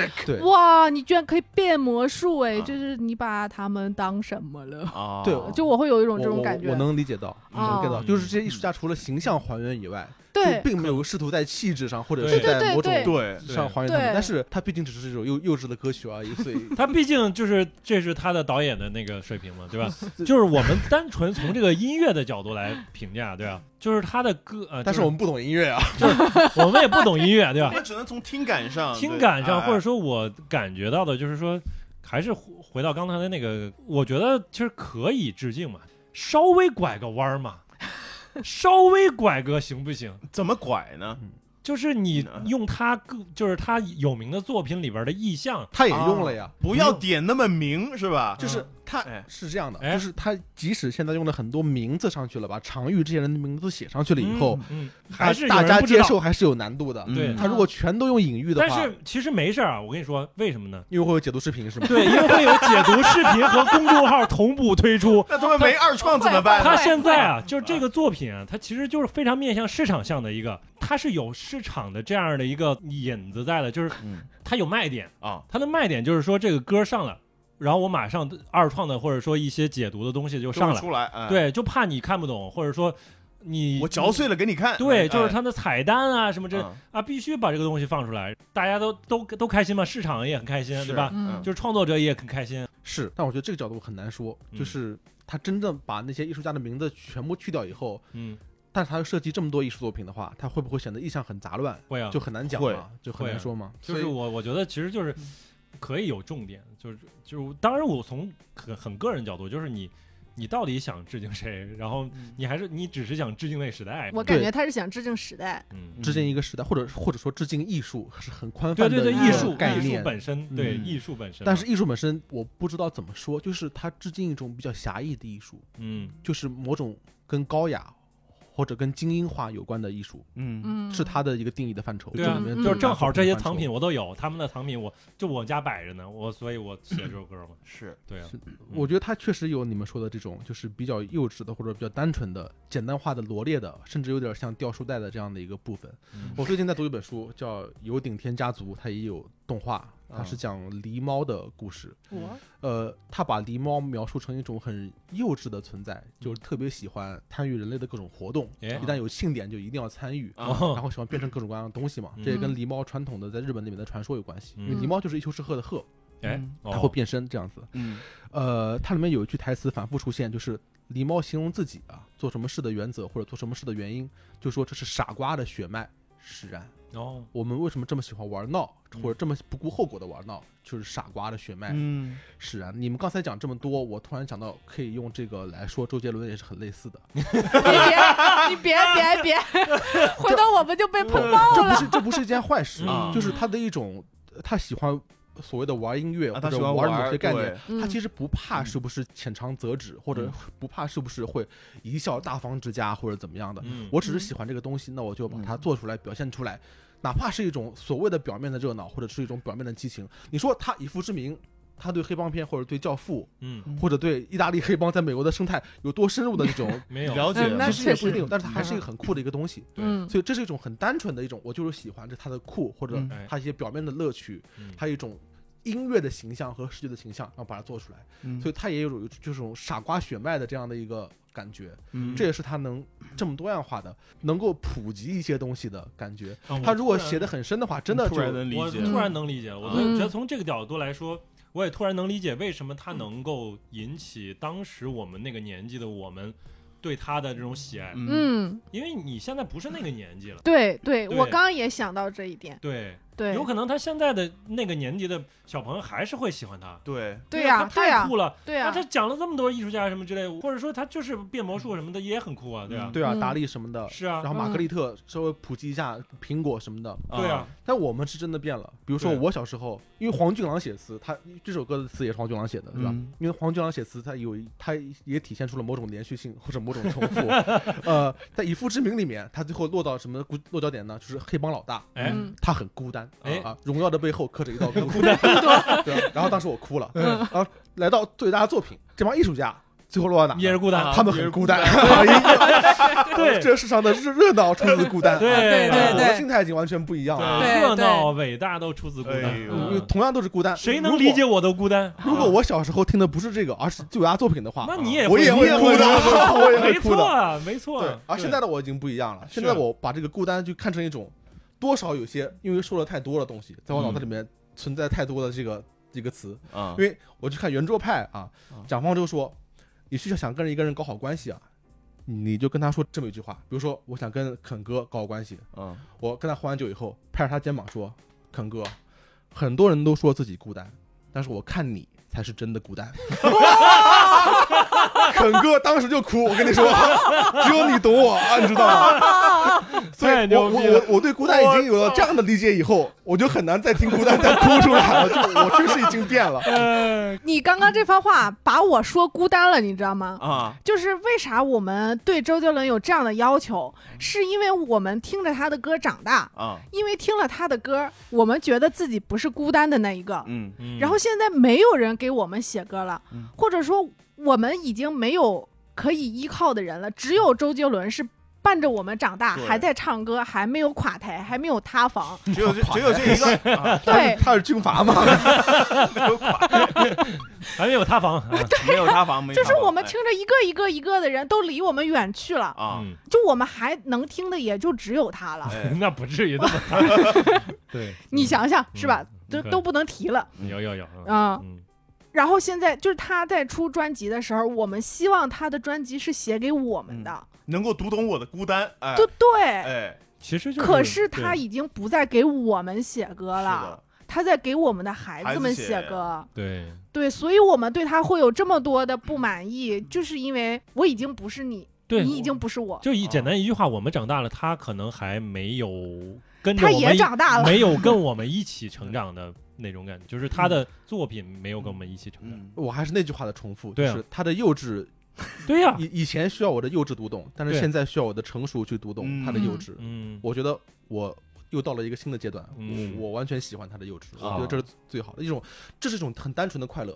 [SPEAKER 2] magic
[SPEAKER 5] 对
[SPEAKER 4] 哇，你居然可以变魔术哎、
[SPEAKER 2] 啊
[SPEAKER 4] 就是你把他们当什么了？
[SPEAKER 2] 啊
[SPEAKER 5] 对
[SPEAKER 4] 就我会有一种
[SPEAKER 5] 我
[SPEAKER 4] 这种
[SPEAKER 5] 我
[SPEAKER 4] 感觉，
[SPEAKER 5] 我能理解到，我能 get 到，
[SPEAKER 3] 嗯
[SPEAKER 5] 就是这些艺术家除了形象还原以外，
[SPEAKER 4] 对
[SPEAKER 5] 就并没有试图在气质上或者是
[SPEAKER 3] 对
[SPEAKER 5] 在某种
[SPEAKER 4] 对
[SPEAKER 2] 对
[SPEAKER 5] 上还原他们
[SPEAKER 4] 对，
[SPEAKER 5] 但是他毕竟只是这种幼幼稚的歌曲而已，所以
[SPEAKER 3] 他毕竟就是这是他的导演的那个水平嘛，对吧？ 就是我们单纯从这个音乐的角度来评价，对吧？就是他的歌，呃，
[SPEAKER 5] 但是我们不懂音乐啊，
[SPEAKER 3] 我们也不懂音乐，对 吧
[SPEAKER 2] 我？们只能从听感上，
[SPEAKER 3] 听
[SPEAKER 2] 对
[SPEAKER 3] 感上，
[SPEAKER 2] 哎
[SPEAKER 3] 或者说我感觉到的，就是说，还是回回到刚才的那个，我觉得其实可以致敬嘛，稍微拐个弯儿 嘛，稍微拐个行不行？
[SPEAKER 2] 哎怎么拐呢？
[SPEAKER 3] 就是你
[SPEAKER 2] 嗯
[SPEAKER 3] 用他个，就是他有名的作品里边的意象，
[SPEAKER 5] 他也用了呀。
[SPEAKER 2] 不要点那么明，是吧？
[SPEAKER 5] 就是他
[SPEAKER 2] 哎
[SPEAKER 5] 是这样的，
[SPEAKER 3] 啊哎
[SPEAKER 5] 就是他即使现在用了很多名字上去了，把常玉这些人的名字都写上去了以后，
[SPEAKER 3] 嗯，嗯
[SPEAKER 5] 大
[SPEAKER 3] 还是有
[SPEAKER 5] 大
[SPEAKER 3] 人
[SPEAKER 5] 家
[SPEAKER 3] 不知
[SPEAKER 5] 接
[SPEAKER 3] 道
[SPEAKER 5] 受还是有难度的。
[SPEAKER 2] 嗯
[SPEAKER 3] 对
[SPEAKER 5] 他如果全都用隐喻的
[SPEAKER 3] 但
[SPEAKER 5] 话，
[SPEAKER 3] 是其实没事儿啊，我跟你说，为什么呢？
[SPEAKER 5] 因为会有解读视频是 吗？
[SPEAKER 3] 对，因为会有解读视频和公众号同步推出。
[SPEAKER 2] 那他们没二创怎么办呢
[SPEAKER 3] 它？现在啊，就是这个作品啊，它其实就是非常面向市场向的一个，它是有市场的这样的一个引子在的，就是
[SPEAKER 2] 嗯
[SPEAKER 3] 它有卖点
[SPEAKER 2] 啊，
[SPEAKER 3] 它的卖点就是说这个歌上了，然后我马上二创的或者说一些解读的东西
[SPEAKER 2] 就
[SPEAKER 3] 就上来，
[SPEAKER 2] 出来，哎，
[SPEAKER 3] 对，就怕你看不懂，或者说你
[SPEAKER 2] 我嚼，碎了给你看。哎
[SPEAKER 3] 对，就是
[SPEAKER 2] 他
[SPEAKER 3] 它的彩蛋啊什么这
[SPEAKER 2] 这
[SPEAKER 3] 啊，必须把这个东西放出来，大家都都都开心嘛，市场也很开心，对吧？
[SPEAKER 4] 嗯
[SPEAKER 3] 就是创作者也很开心，
[SPEAKER 5] 是，但我觉得这个角度很难说，
[SPEAKER 3] 嗯
[SPEAKER 5] 就是他真正把那些艺术家的名字全部去掉以后，
[SPEAKER 3] 嗯，
[SPEAKER 5] 但是他又设计这么多艺术作品的话，他会不会显得意象很杂乱？
[SPEAKER 3] 会啊，
[SPEAKER 5] 就很难讲
[SPEAKER 2] 会
[SPEAKER 5] 嘛，就很
[SPEAKER 3] 会啊
[SPEAKER 5] 难说嘛。
[SPEAKER 3] 就是
[SPEAKER 5] 所以嗯
[SPEAKER 3] 我我觉得其实就是可以有重点，就是就是当然我从很很个人角度，就是你你到底想致敬谁，然后
[SPEAKER 5] 嗯
[SPEAKER 3] 你还是你只是想致敬那个时代，
[SPEAKER 4] 我感觉他是想致敬时代，
[SPEAKER 3] 嗯，
[SPEAKER 5] 致敬一个时代，或者或者说致敬艺术是很宽
[SPEAKER 3] 对
[SPEAKER 5] 泛
[SPEAKER 3] 对
[SPEAKER 5] 的
[SPEAKER 3] 对，
[SPEAKER 5] 一
[SPEAKER 3] 艺
[SPEAKER 5] 个
[SPEAKER 3] 术
[SPEAKER 5] 概
[SPEAKER 3] 艺术
[SPEAKER 5] 念。
[SPEAKER 3] 本身，对
[SPEAKER 2] 嗯
[SPEAKER 3] 艺术本身嘛，
[SPEAKER 5] 但是艺术本身，我不知道怎么说，就是它致敬一种比较狭义的艺术，
[SPEAKER 3] 嗯
[SPEAKER 5] 就是某种跟高雅或者跟精英化有关的艺术，
[SPEAKER 2] 嗯，
[SPEAKER 4] 嗯，
[SPEAKER 5] 是他的一个定义的范畴。
[SPEAKER 3] 对
[SPEAKER 5] 这
[SPEAKER 3] 啊
[SPEAKER 5] 里面
[SPEAKER 4] 嗯
[SPEAKER 3] 就是
[SPEAKER 4] 嗯
[SPEAKER 3] 正好这些藏
[SPEAKER 5] 藏
[SPEAKER 3] 品我都有，他们的藏品我就我家摆着呢，我所以我写这首歌嘛。
[SPEAKER 2] 是
[SPEAKER 3] 对啊，
[SPEAKER 5] 我觉得它确实有你们说的这种，就是比较幼稚的或者比较单纯的、简单化的、罗列的，甚至有点像掉书袋的这样的一个部分。
[SPEAKER 2] 嗯
[SPEAKER 5] 我最近在读一本书，叫《有顶天家族》，它也有动画，它
[SPEAKER 3] 啊
[SPEAKER 2] 嗯
[SPEAKER 5] 是讲狸猫的故事。
[SPEAKER 4] 我
[SPEAKER 5] 呃，他把狸猫描述成一种很幼稚的存在，就是特别喜欢参与人类的各种活动，
[SPEAKER 3] 哎
[SPEAKER 5] 一旦有庆典就一定要参与。
[SPEAKER 2] 啊
[SPEAKER 5] 然后喜欢变成各种各样的东西嘛，
[SPEAKER 3] 嗯
[SPEAKER 5] 这也跟狸猫传统的在日本那边的传说有关系。因为狸
[SPEAKER 4] 嗯
[SPEAKER 5] 猫就是一丘之貉的貉，
[SPEAKER 3] 哎，
[SPEAKER 5] 它会
[SPEAKER 3] 哦
[SPEAKER 5] 变身这样子。
[SPEAKER 2] 嗯
[SPEAKER 5] 呃，它里面有一句台词反复出现，就是狸猫形容自己啊做什么事的原则或者做什么事的原因，就说这是傻瓜的血脉使然。
[SPEAKER 3] 哦，
[SPEAKER 5] 我们为什么这么喜欢玩闹，
[SPEAKER 2] 嗯
[SPEAKER 5] 或者这么不顾后果的玩闹，就是傻瓜的血脉
[SPEAKER 2] 嗯
[SPEAKER 5] 使然。你们刚才讲这么多，我突然想到可以用这个来说周杰伦也是很类似的。
[SPEAKER 4] 你别你别别别， 回头我们就被碰爆
[SPEAKER 5] 这
[SPEAKER 4] 了
[SPEAKER 5] 不。是这不是一件坏事，
[SPEAKER 2] 啊
[SPEAKER 5] 就是他的一种他喜欢所谓的玩音乐、
[SPEAKER 2] 啊
[SPEAKER 5] 或
[SPEAKER 2] 他
[SPEAKER 5] 者
[SPEAKER 2] 喜欢
[SPEAKER 5] 玩
[SPEAKER 2] 玩
[SPEAKER 5] 某些概念，
[SPEAKER 4] 对
[SPEAKER 5] 他
[SPEAKER 4] 嗯
[SPEAKER 5] 其实不怕是不是浅尝辄止，或者
[SPEAKER 2] 嗯
[SPEAKER 5] 不怕是不是会贻笑大方之家或者怎么样的。
[SPEAKER 3] 嗯，
[SPEAKER 5] 我只是喜欢这个东西，那我就把它
[SPEAKER 2] 嗯
[SPEAKER 5] 做出来、表现出来。哪怕是一种所谓的表面的热闹，或者是一种表面的激情，你说他以父之名，他对黑帮片或者对教父，
[SPEAKER 3] 嗯
[SPEAKER 2] 嗯
[SPEAKER 5] 或者对意大利黑帮在美国的生态有多深入的这种
[SPEAKER 3] 没有
[SPEAKER 2] 了解
[SPEAKER 4] 嗯那
[SPEAKER 5] 其实也不一
[SPEAKER 4] 确
[SPEAKER 5] 定
[SPEAKER 4] 实
[SPEAKER 5] 有，但是它还是一个很酷的一个东西。
[SPEAKER 4] 嗯，
[SPEAKER 5] 所以这是一种很单纯的一种，我就是喜欢这它的酷，或者
[SPEAKER 2] 嗯
[SPEAKER 5] 它一些表面的乐趣，
[SPEAKER 3] 嗯
[SPEAKER 5] 还有一种音乐的形象和视觉的形象，然后把它做出来。
[SPEAKER 2] 嗯
[SPEAKER 5] 所以它也有这种傻瓜血脉的这样的一个感觉，
[SPEAKER 2] 嗯
[SPEAKER 5] 这也是它能这么多样化的，能够普及一些东西的感觉。
[SPEAKER 3] 啊我
[SPEAKER 5] 它如果
[SPEAKER 3] 突然
[SPEAKER 5] 写的很深的话，真的
[SPEAKER 2] 突然
[SPEAKER 5] 就
[SPEAKER 2] 能理
[SPEAKER 3] 我
[SPEAKER 2] 解
[SPEAKER 4] 嗯
[SPEAKER 3] 突然能理解了，我
[SPEAKER 2] 啊
[SPEAKER 3] 觉得从这个角度来说，我也突然能理解为什么
[SPEAKER 4] 嗯
[SPEAKER 3] 他能够引起当时我们那个年纪的我们对他的这种喜爱，
[SPEAKER 4] 嗯，
[SPEAKER 3] 因为你现在不是那个年纪了，
[SPEAKER 4] 对对，
[SPEAKER 3] 对
[SPEAKER 4] 我刚刚也想到这一点，
[SPEAKER 3] 对，
[SPEAKER 4] 对
[SPEAKER 3] 有可能他现在的那个年纪的小朋友还是会喜欢他。
[SPEAKER 2] 对
[SPEAKER 4] 对
[SPEAKER 3] 因为
[SPEAKER 4] 呀
[SPEAKER 3] 他
[SPEAKER 4] 对呀
[SPEAKER 3] 太酷了！
[SPEAKER 4] 对
[SPEAKER 3] 那
[SPEAKER 4] 啊
[SPEAKER 3] 他，讲了这么多艺术家什么之类，或者说他就是变魔术什么的也很酷啊，对啊，
[SPEAKER 5] 对啊，
[SPEAKER 4] 嗯
[SPEAKER 5] 达利什么的，
[SPEAKER 3] 是啊
[SPEAKER 5] 然，后马
[SPEAKER 4] 嗯
[SPEAKER 5] 格利特稍微普及一下苹果什么的，
[SPEAKER 3] 对啊，
[SPEAKER 5] 但我们是真的变了。比如说
[SPEAKER 2] 对
[SPEAKER 5] 我小时候，因为黄俊郎写词，他这首歌的词也是黄俊郎写的，对吧？
[SPEAKER 2] 嗯
[SPEAKER 5] 因为黄俊郎写词，他有一他也体现出了某种连续性或者某种重复。呃，在《以父之名》里面，他最后落到什么孤落脚点呢？就是黑帮老大，
[SPEAKER 3] 哎，
[SPEAKER 4] 嗯
[SPEAKER 5] 他很孤单，
[SPEAKER 3] 哎
[SPEAKER 5] 啊，荣耀的背后刻着一道孤孤单， 对啊。然后当时我哭了，然后来到最大的作品，这帮艺术家最后落到哪呢？
[SPEAKER 3] 也是孤单
[SPEAKER 2] 啊
[SPEAKER 5] 嗯他们
[SPEAKER 2] 也是
[SPEAKER 5] 很
[SPEAKER 2] 孤
[SPEAKER 5] 孤单， 哎呀
[SPEAKER 3] 对
[SPEAKER 5] 这世上的热热闹出自孤单，
[SPEAKER 3] 对
[SPEAKER 4] 对
[SPEAKER 5] 啊
[SPEAKER 4] 对
[SPEAKER 5] 我
[SPEAKER 4] 对
[SPEAKER 5] 的心态已经完全不一样了。
[SPEAKER 3] 啊
[SPEAKER 4] 对
[SPEAKER 3] 热闹伟大都出自孤单
[SPEAKER 2] 哎呦
[SPEAKER 5] 因为
[SPEAKER 3] 嗯，
[SPEAKER 5] 同样都是孤单，
[SPEAKER 3] 谁
[SPEAKER 5] 如
[SPEAKER 3] 能
[SPEAKER 5] 果啊
[SPEAKER 3] 理解？我的孤单？
[SPEAKER 5] 如果我小时候听的不是这个，而是最佳作品的话，
[SPEAKER 3] 那你也
[SPEAKER 5] 啊我
[SPEAKER 3] 会
[SPEAKER 5] 也
[SPEAKER 3] 你
[SPEAKER 5] 会哭的， 我也
[SPEAKER 3] 没
[SPEAKER 5] 会哭
[SPEAKER 3] 错
[SPEAKER 5] 的。
[SPEAKER 3] 啊，没错
[SPEAKER 5] 对
[SPEAKER 3] 啊。，
[SPEAKER 5] 而现在的我已经不一样了，现在我把这个孤单就看成一种多少有些因为说了太多的东西，在我脑子
[SPEAKER 3] 嗯
[SPEAKER 5] 里面存在太多的这个这个词，
[SPEAKER 2] 啊
[SPEAKER 5] 因为我去看圆桌派啊
[SPEAKER 2] 啊，
[SPEAKER 5] 蒋方舟说，你去想跟一个人搞好关系啊，你就跟他说这么一句话，比如说我想跟肯哥搞好关系，
[SPEAKER 2] 嗯
[SPEAKER 5] 我跟他喝完酒以后，拍着他肩膀说：“肯哥，很多人都说自己孤单，但是我看你才是真的孤 单。”肯哥当时就哭，我跟你说， 只有你懂我啊，你知道吗？ 所
[SPEAKER 3] 太
[SPEAKER 5] 以
[SPEAKER 3] 牛
[SPEAKER 5] 我，
[SPEAKER 3] 逼
[SPEAKER 5] 我
[SPEAKER 3] 了
[SPEAKER 5] 我我对孤单已经有了这样的理解以后，我就很难再听孤单再哭出来了。 就我确实已经变了。
[SPEAKER 3] 呃，
[SPEAKER 4] 你刚刚这番话把我说孤单了，你知道吗？
[SPEAKER 2] 啊
[SPEAKER 4] 就是为啥我们对周杰伦有这样的要求，
[SPEAKER 2] 嗯
[SPEAKER 4] 是因为我们听着他的歌长大，
[SPEAKER 2] 啊
[SPEAKER 4] 因为听了他的歌，我们觉得自己不是孤单的那一个。
[SPEAKER 2] 嗯
[SPEAKER 3] 嗯
[SPEAKER 4] 然后现在没有人给我们写歌了
[SPEAKER 2] 嗯，
[SPEAKER 4] 或者说我们已经没有可以依靠的人了，只有周杰伦是。伴着我们长大，
[SPEAKER 2] 对
[SPEAKER 4] 还在唱歌，还没有垮台，还没有塌房。
[SPEAKER 2] 只有这只有这一个啊
[SPEAKER 4] 对，
[SPEAKER 5] 他是军阀嘛？
[SPEAKER 2] 没有垮
[SPEAKER 3] 还没有塌房，
[SPEAKER 5] 嗯
[SPEAKER 3] 啊
[SPEAKER 2] 没有塌房没
[SPEAKER 4] 就是
[SPEAKER 2] 塌房
[SPEAKER 4] 我们
[SPEAKER 2] 哎
[SPEAKER 4] 听着一个一个一个的人都离我们远去了，
[SPEAKER 2] 啊
[SPEAKER 3] 嗯
[SPEAKER 4] 就我们还能听的也就只有他了。
[SPEAKER 2] 哎
[SPEAKER 3] 那不至于那么
[SPEAKER 5] 对，
[SPEAKER 4] 你想想是吧？都
[SPEAKER 3] 嗯对
[SPEAKER 4] 都不能提了。
[SPEAKER 3] 有有有
[SPEAKER 4] 啊
[SPEAKER 3] 嗯
[SPEAKER 4] 然后现在就是他在出专辑的时候，我们希望他的专辑是写给我们的，
[SPEAKER 3] 嗯
[SPEAKER 2] 能够读懂我的孤单哎
[SPEAKER 4] 对对。
[SPEAKER 2] 哎
[SPEAKER 3] 其实就是，
[SPEAKER 4] 可是他
[SPEAKER 3] 对
[SPEAKER 4] 已经不再给我们写歌
[SPEAKER 2] 是
[SPEAKER 4] 了
[SPEAKER 2] 的，
[SPEAKER 4] 他在给我们的孩
[SPEAKER 2] 孩
[SPEAKER 4] 子
[SPEAKER 2] 子
[SPEAKER 4] 们
[SPEAKER 2] 写
[SPEAKER 4] 写歌。
[SPEAKER 3] 对
[SPEAKER 4] 对，所以我们对他会有这么多的不满意，就是因为我已经不是你，
[SPEAKER 3] 对，
[SPEAKER 4] 你已经不是我，
[SPEAKER 3] 就一
[SPEAKER 2] 啊
[SPEAKER 3] 简单一句话，我们长大了，他可能还没有跟着
[SPEAKER 4] 他
[SPEAKER 3] 我们
[SPEAKER 4] 也
[SPEAKER 3] 一
[SPEAKER 4] 长大了。
[SPEAKER 3] 没有跟我们一起成长的那种感觉，就是他的作品没有跟我们一起成长。
[SPEAKER 2] 嗯
[SPEAKER 5] 我还是那句话的重复，就
[SPEAKER 3] 对啊
[SPEAKER 5] 是他的幼稚
[SPEAKER 3] 对呀、
[SPEAKER 1] 以以前需要我的幼稚读懂，但是
[SPEAKER 3] 对
[SPEAKER 1] 现在需要我的成熟去读懂
[SPEAKER 2] 嗯
[SPEAKER 1] 他的幼稚。
[SPEAKER 3] 嗯，
[SPEAKER 1] 我觉得我又到了一个新的阶段，
[SPEAKER 3] 嗯
[SPEAKER 1] 我我完全喜欢他的幼稚，我
[SPEAKER 3] 啊
[SPEAKER 1] 觉得这是最好的一种，这是一种很单纯的快乐。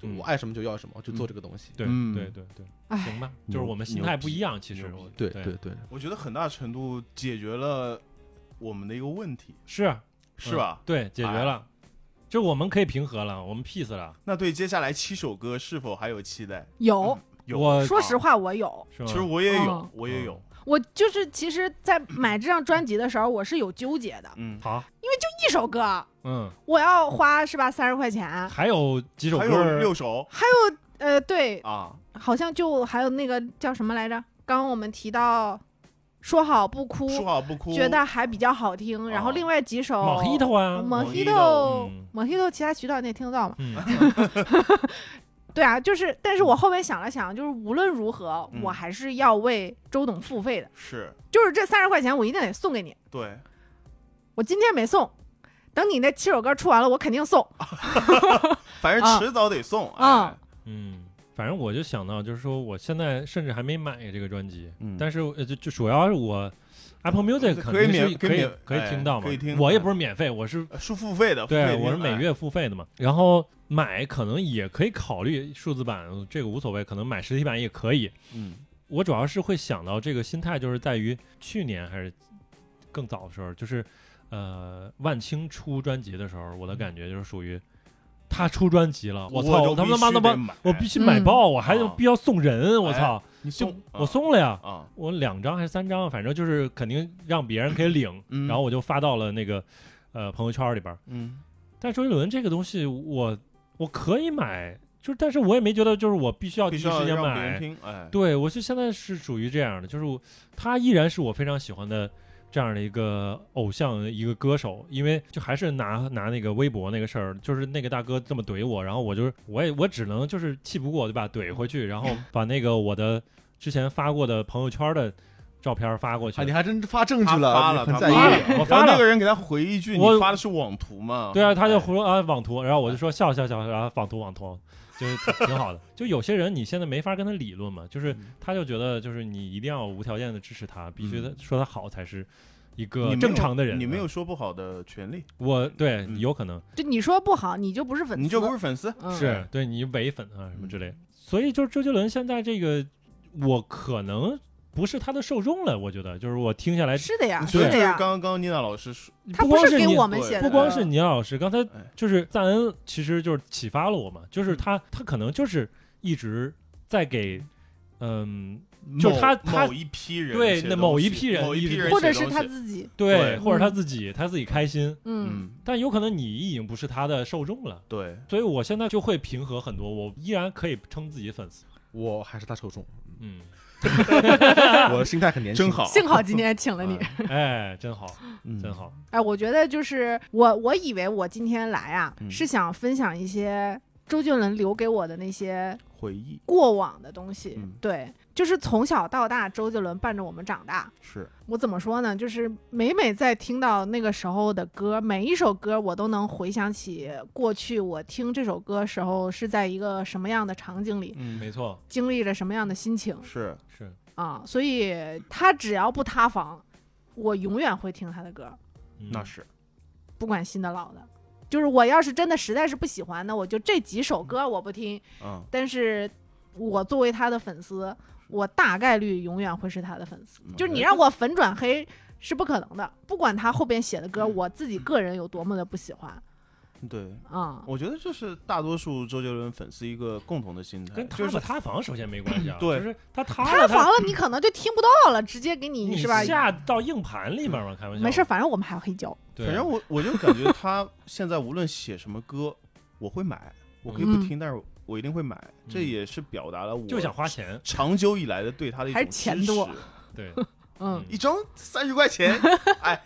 [SPEAKER 1] 就
[SPEAKER 3] 嗯
[SPEAKER 1] 我爱什么就要什么，我就做这个东西。
[SPEAKER 3] 对
[SPEAKER 2] 嗯
[SPEAKER 3] 对对对，
[SPEAKER 4] 哎，
[SPEAKER 3] 行吧，就是我们心态不一样，其实
[SPEAKER 2] 牛逼
[SPEAKER 3] 我
[SPEAKER 1] 对
[SPEAKER 3] 对
[SPEAKER 1] 对对，
[SPEAKER 2] 我觉得很大程度解决了我们的一个问题，
[SPEAKER 3] 是啊
[SPEAKER 2] 是吧？
[SPEAKER 3] 对解决
[SPEAKER 2] 哎
[SPEAKER 3] 了，就我们可以平和了，我们 peace 了，
[SPEAKER 2] 那对接下来七首歌是否还有期待？
[SPEAKER 4] 有，
[SPEAKER 2] 有，
[SPEAKER 3] 我
[SPEAKER 4] 说实话我有，
[SPEAKER 3] 是吗
[SPEAKER 2] 其实我也有
[SPEAKER 4] 嗯，
[SPEAKER 2] 我也有，
[SPEAKER 4] 我就是其实，在买这张专辑的时候，我是有纠结的，
[SPEAKER 2] 嗯，
[SPEAKER 3] 好，
[SPEAKER 4] 一首歌
[SPEAKER 3] 嗯，
[SPEAKER 4] 我要花是吧三十块钱，
[SPEAKER 3] 还有几首
[SPEAKER 2] 还
[SPEAKER 3] 歌
[SPEAKER 2] 有
[SPEAKER 3] 儿
[SPEAKER 2] 六首
[SPEAKER 4] 呃，对，
[SPEAKER 2] 啊，
[SPEAKER 4] 好像就还有那个叫什么来着？刚刚我们提到说好不哭，
[SPEAKER 2] 说好不哭，
[SPEAKER 4] 觉得还比较好听，然后
[SPEAKER 2] 哦
[SPEAKER 4] 另外几首
[SPEAKER 3] Mojito 啊，
[SPEAKER 4] Mojito 哦
[SPEAKER 2] Mojito，
[SPEAKER 3] 嗯
[SPEAKER 4] Mojito 其他渠道你也听得到嘛？
[SPEAKER 3] 嗯，
[SPEAKER 4] 对啊，就是，但是我后面想了想，就是无论如何，
[SPEAKER 2] 嗯
[SPEAKER 4] 我还是要为周董付费的，
[SPEAKER 2] 是
[SPEAKER 4] 就是这三十块钱我一定得送给你，
[SPEAKER 2] 对，
[SPEAKER 4] 我今天没送，等你那七首歌出完了，我肯定送。
[SPEAKER 2] 反
[SPEAKER 4] 啊
[SPEAKER 2] 正迟早得送
[SPEAKER 4] 啊，
[SPEAKER 2] 哎
[SPEAKER 3] 嗯，反正我就想到，就是说，我现在甚至还没买这个专辑，
[SPEAKER 2] 嗯
[SPEAKER 3] 但是呃就就主要是我 Apple Music 肯
[SPEAKER 2] 可以
[SPEAKER 3] 定
[SPEAKER 2] 免
[SPEAKER 3] 是
[SPEAKER 2] 可以
[SPEAKER 3] 可以
[SPEAKER 2] 免
[SPEAKER 3] 可以
[SPEAKER 2] 哎
[SPEAKER 3] 听到嘛，
[SPEAKER 2] 可以听
[SPEAKER 3] 我也不是免费，我是
[SPEAKER 2] 呃是付费的，付费
[SPEAKER 3] 对
[SPEAKER 2] 听
[SPEAKER 3] 我是每
[SPEAKER 2] 哎
[SPEAKER 3] 月付费的嘛，然后买可能也可以考虑数字版，这个无所谓，可能买实体版也可以。
[SPEAKER 2] 嗯
[SPEAKER 3] 我主要是会想到这个心态，就是在于去年还是更早的时候，就是呃万青出专辑的时候，我的感觉就是属于他出专辑了，嗯我操，
[SPEAKER 2] 就
[SPEAKER 3] 他
[SPEAKER 2] 必
[SPEAKER 3] 妈妈
[SPEAKER 2] 须得
[SPEAKER 3] 他妈，
[SPEAKER 2] 买
[SPEAKER 3] 我必须买爆，我还有
[SPEAKER 2] 啊
[SPEAKER 3] 必要送人，我
[SPEAKER 2] 哎
[SPEAKER 3] 操，
[SPEAKER 2] 你
[SPEAKER 3] 就
[SPEAKER 2] 送
[SPEAKER 3] 我送了呀，
[SPEAKER 2] 啊，
[SPEAKER 3] 我两张还是三张，反正就是肯定让别人可以领，
[SPEAKER 2] 嗯
[SPEAKER 3] 然后我就发到了那个呃朋友圈里边儿。
[SPEAKER 2] 嗯
[SPEAKER 3] 但周杰伦这个东西我，我可以买，就是但是我也没觉得就是我必须要第
[SPEAKER 2] 必
[SPEAKER 3] 一
[SPEAKER 2] 须要
[SPEAKER 3] 时间
[SPEAKER 2] 让别人
[SPEAKER 3] 买。
[SPEAKER 2] 听，哎，
[SPEAKER 3] 对，我是现在是属于这样的，就是我他依然是我非常喜欢的这样的一个偶像一个歌手，因为就还是拿拿那个微博那个事儿，就是那个大哥这么怼我，然后我就我也我只能就是气不过对吧，怼回去，然后把那个我的之前发过的朋友圈的照片发过去
[SPEAKER 5] 啊，你，还真发证据
[SPEAKER 2] 他发
[SPEAKER 5] 你
[SPEAKER 2] 了
[SPEAKER 5] 很
[SPEAKER 2] 他
[SPEAKER 5] 在
[SPEAKER 2] 发
[SPEAKER 5] 意。
[SPEAKER 2] 了
[SPEAKER 3] 我
[SPEAKER 2] 然
[SPEAKER 3] 发
[SPEAKER 2] 后那
[SPEAKER 3] 了。
[SPEAKER 2] 个人给他回一句，
[SPEAKER 3] 我
[SPEAKER 2] 你发的是网图嘛？
[SPEAKER 3] 对啊，他就
[SPEAKER 2] 哎
[SPEAKER 3] 说啊网图，然后我就说笑笑笑，然后网图网图，就是 挺挺好的。就有些人你现在没法跟他理论嘛，就是
[SPEAKER 2] 嗯
[SPEAKER 3] 他就觉得就是你一定要无条件的支持他，必须的说他好才是一
[SPEAKER 2] 你
[SPEAKER 3] 个
[SPEAKER 2] 没
[SPEAKER 3] 正
[SPEAKER 2] 有
[SPEAKER 3] 常的人。啊
[SPEAKER 2] 你没有说不好的权利，
[SPEAKER 3] 我对
[SPEAKER 2] 嗯
[SPEAKER 3] 有可能
[SPEAKER 4] 就你说不好，你就不是粉丝，
[SPEAKER 2] 你就不是粉丝，
[SPEAKER 4] 嗯、
[SPEAKER 3] 是对你伪粉啊什么之类的。
[SPEAKER 2] 嗯
[SPEAKER 3] 所以就是周杰伦现在这个，我可能不是他的受众了，我觉得就是我听下来，
[SPEAKER 4] 是的呀，
[SPEAKER 2] 所以
[SPEAKER 4] 啊
[SPEAKER 2] 就
[SPEAKER 4] 是的
[SPEAKER 2] 是
[SPEAKER 4] 呀，
[SPEAKER 2] 刚刚妮娜老师说，
[SPEAKER 4] 他
[SPEAKER 3] 不光
[SPEAKER 4] 是
[SPEAKER 3] 是
[SPEAKER 4] 给
[SPEAKER 3] 你
[SPEAKER 4] 我们写的，
[SPEAKER 3] 不光是倪老师，刚才
[SPEAKER 2] 哎嗯
[SPEAKER 3] 就是赞恩，其实就是启发了我嘛，就是他，他可能就是一直在给，嗯，就是
[SPEAKER 2] 某
[SPEAKER 3] 他他
[SPEAKER 2] 某一批人
[SPEAKER 3] 对
[SPEAKER 2] 写
[SPEAKER 3] 那
[SPEAKER 2] 的
[SPEAKER 3] 某
[SPEAKER 2] 东
[SPEAKER 3] 一
[SPEAKER 2] 西
[SPEAKER 3] 批人
[SPEAKER 2] 某一
[SPEAKER 3] 一
[SPEAKER 2] 批
[SPEAKER 3] 直
[SPEAKER 2] 人
[SPEAKER 4] 或者
[SPEAKER 2] 写的
[SPEAKER 4] 是
[SPEAKER 2] 东
[SPEAKER 4] 他
[SPEAKER 2] 西
[SPEAKER 4] 自己，
[SPEAKER 3] 对，
[SPEAKER 2] 嗯
[SPEAKER 3] 或者他自己他自己开心，
[SPEAKER 4] 嗯，
[SPEAKER 2] 嗯，
[SPEAKER 3] 但有可能你已经不是他的受众了，
[SPEAKER 2] 对，
[SPEAKER 3] 所以我现在就会平和很多，我依然可以称自己粉丝，
[SPEAKER 1] 我还是他受众，
[SPEAKER 3] 嗯，
[SPEAKER 1] 我的心态很年轻。
[SPEAKER 2] 真好，
[SPEAKER 4] 幸好今天请了你。
[SPEAKER 3] 哎，真好，
[SPEAKER 2] 嗯
[SPEAKER 3] 真好，
[SPEAKER 4] 哎，我觉得就是我，我以为我今天来啊，
[SPEAKER 2] 嗯
[SPEAKER 4] 是想分享一些周杰伦留给我的那些
[SPEAKER 2] 回忆
[SPEAKER 4] 过往的东西。
[SPEAKER 2] 嗯
[SPEAKER 4] 对，就是从小到大，周杰伦伴着我们长大。
[SPEAKER 2] 是
[SPEAKER 4] 我怎么说呢？就是每每在听到那个时候的歌，每一首歌我都能回想起过去我听这首歌时候是在一个什么样的场景里，
[SPEAKER 2] 嗯
[SPEAKER 3] 没错，
[SPEAKER 4] 经历着什么样的心情
[SPEAKER 2] 是
[SPEAKER 3] 是，
[SPEAKER 4] 啊。所以他只要不塌房，我永远会听他的歌。
[SPEAKER 3] 嗯
[SPEAKER 2] 那是
[SPEAKER 4] 不管新的老的。就是我要是真的实在是不喜欢的，我就这几首歌我不听。
[SPEAKER 2] 嗯
[SPEAKER 4] 但是，我作为他的粉丝，我大概率永远会是他的粉丝
[SPEAKER 2] 嗯。
[SPEAKER 4] 就是你让我粉转黑是不可能的，不管他后边写的歌，
[SPEAKER 2] 嗯
[SPEAKER 4] 我自己个人有多么的不喜欢
[SPEAKER 2] 对。
[SPEAKER 4] 啊、
[SPEAKER 2] 我觉得这是大多数周杰伦粉丝一个共同的心态，
[SPEAKER 3] 跟
[SPEAKER 2] 哎就
[SPEAKER 3] 塌不
[SPEAKER 2] 是
[SPEAKER 3] 塌房首先没关 系啊，
[SPEAKER 2] 对
[SPEAKER 3] 就是他塌
[SPEAKER 4] 塌
[SPEAKER 3] 了
[SPEAKER 4] 房了你可能就听不到了，直接给你
[SPEAKER 3] 你
[SPEAKER 4] 是吧？
[SPEAKER 3] 下到硬盘里面嘛，开玩笑，
[SPEAKER 4] 没事，，反正我们还有黑胶。
[SPEAKER 3] 对
[SPEAKER 2] 反正我我就感觉他现在无论写什么歌，我会买，我可以不
[SPEAKER 4] 嗯
[SPEAKER 2] 听，但是我一定会买。这也是表达了我
[SPEAKER 3] 嗯就想花钱，
[SPEAKER 2] 长久以来的对他的一种
[SPEAKER 4] 还是钱多
[SPEAKER 2] 支持
[SPEAKER 3] 对。
[SPEAKER 4] 嗯，
[SPEAKER 2] 一张三十块钱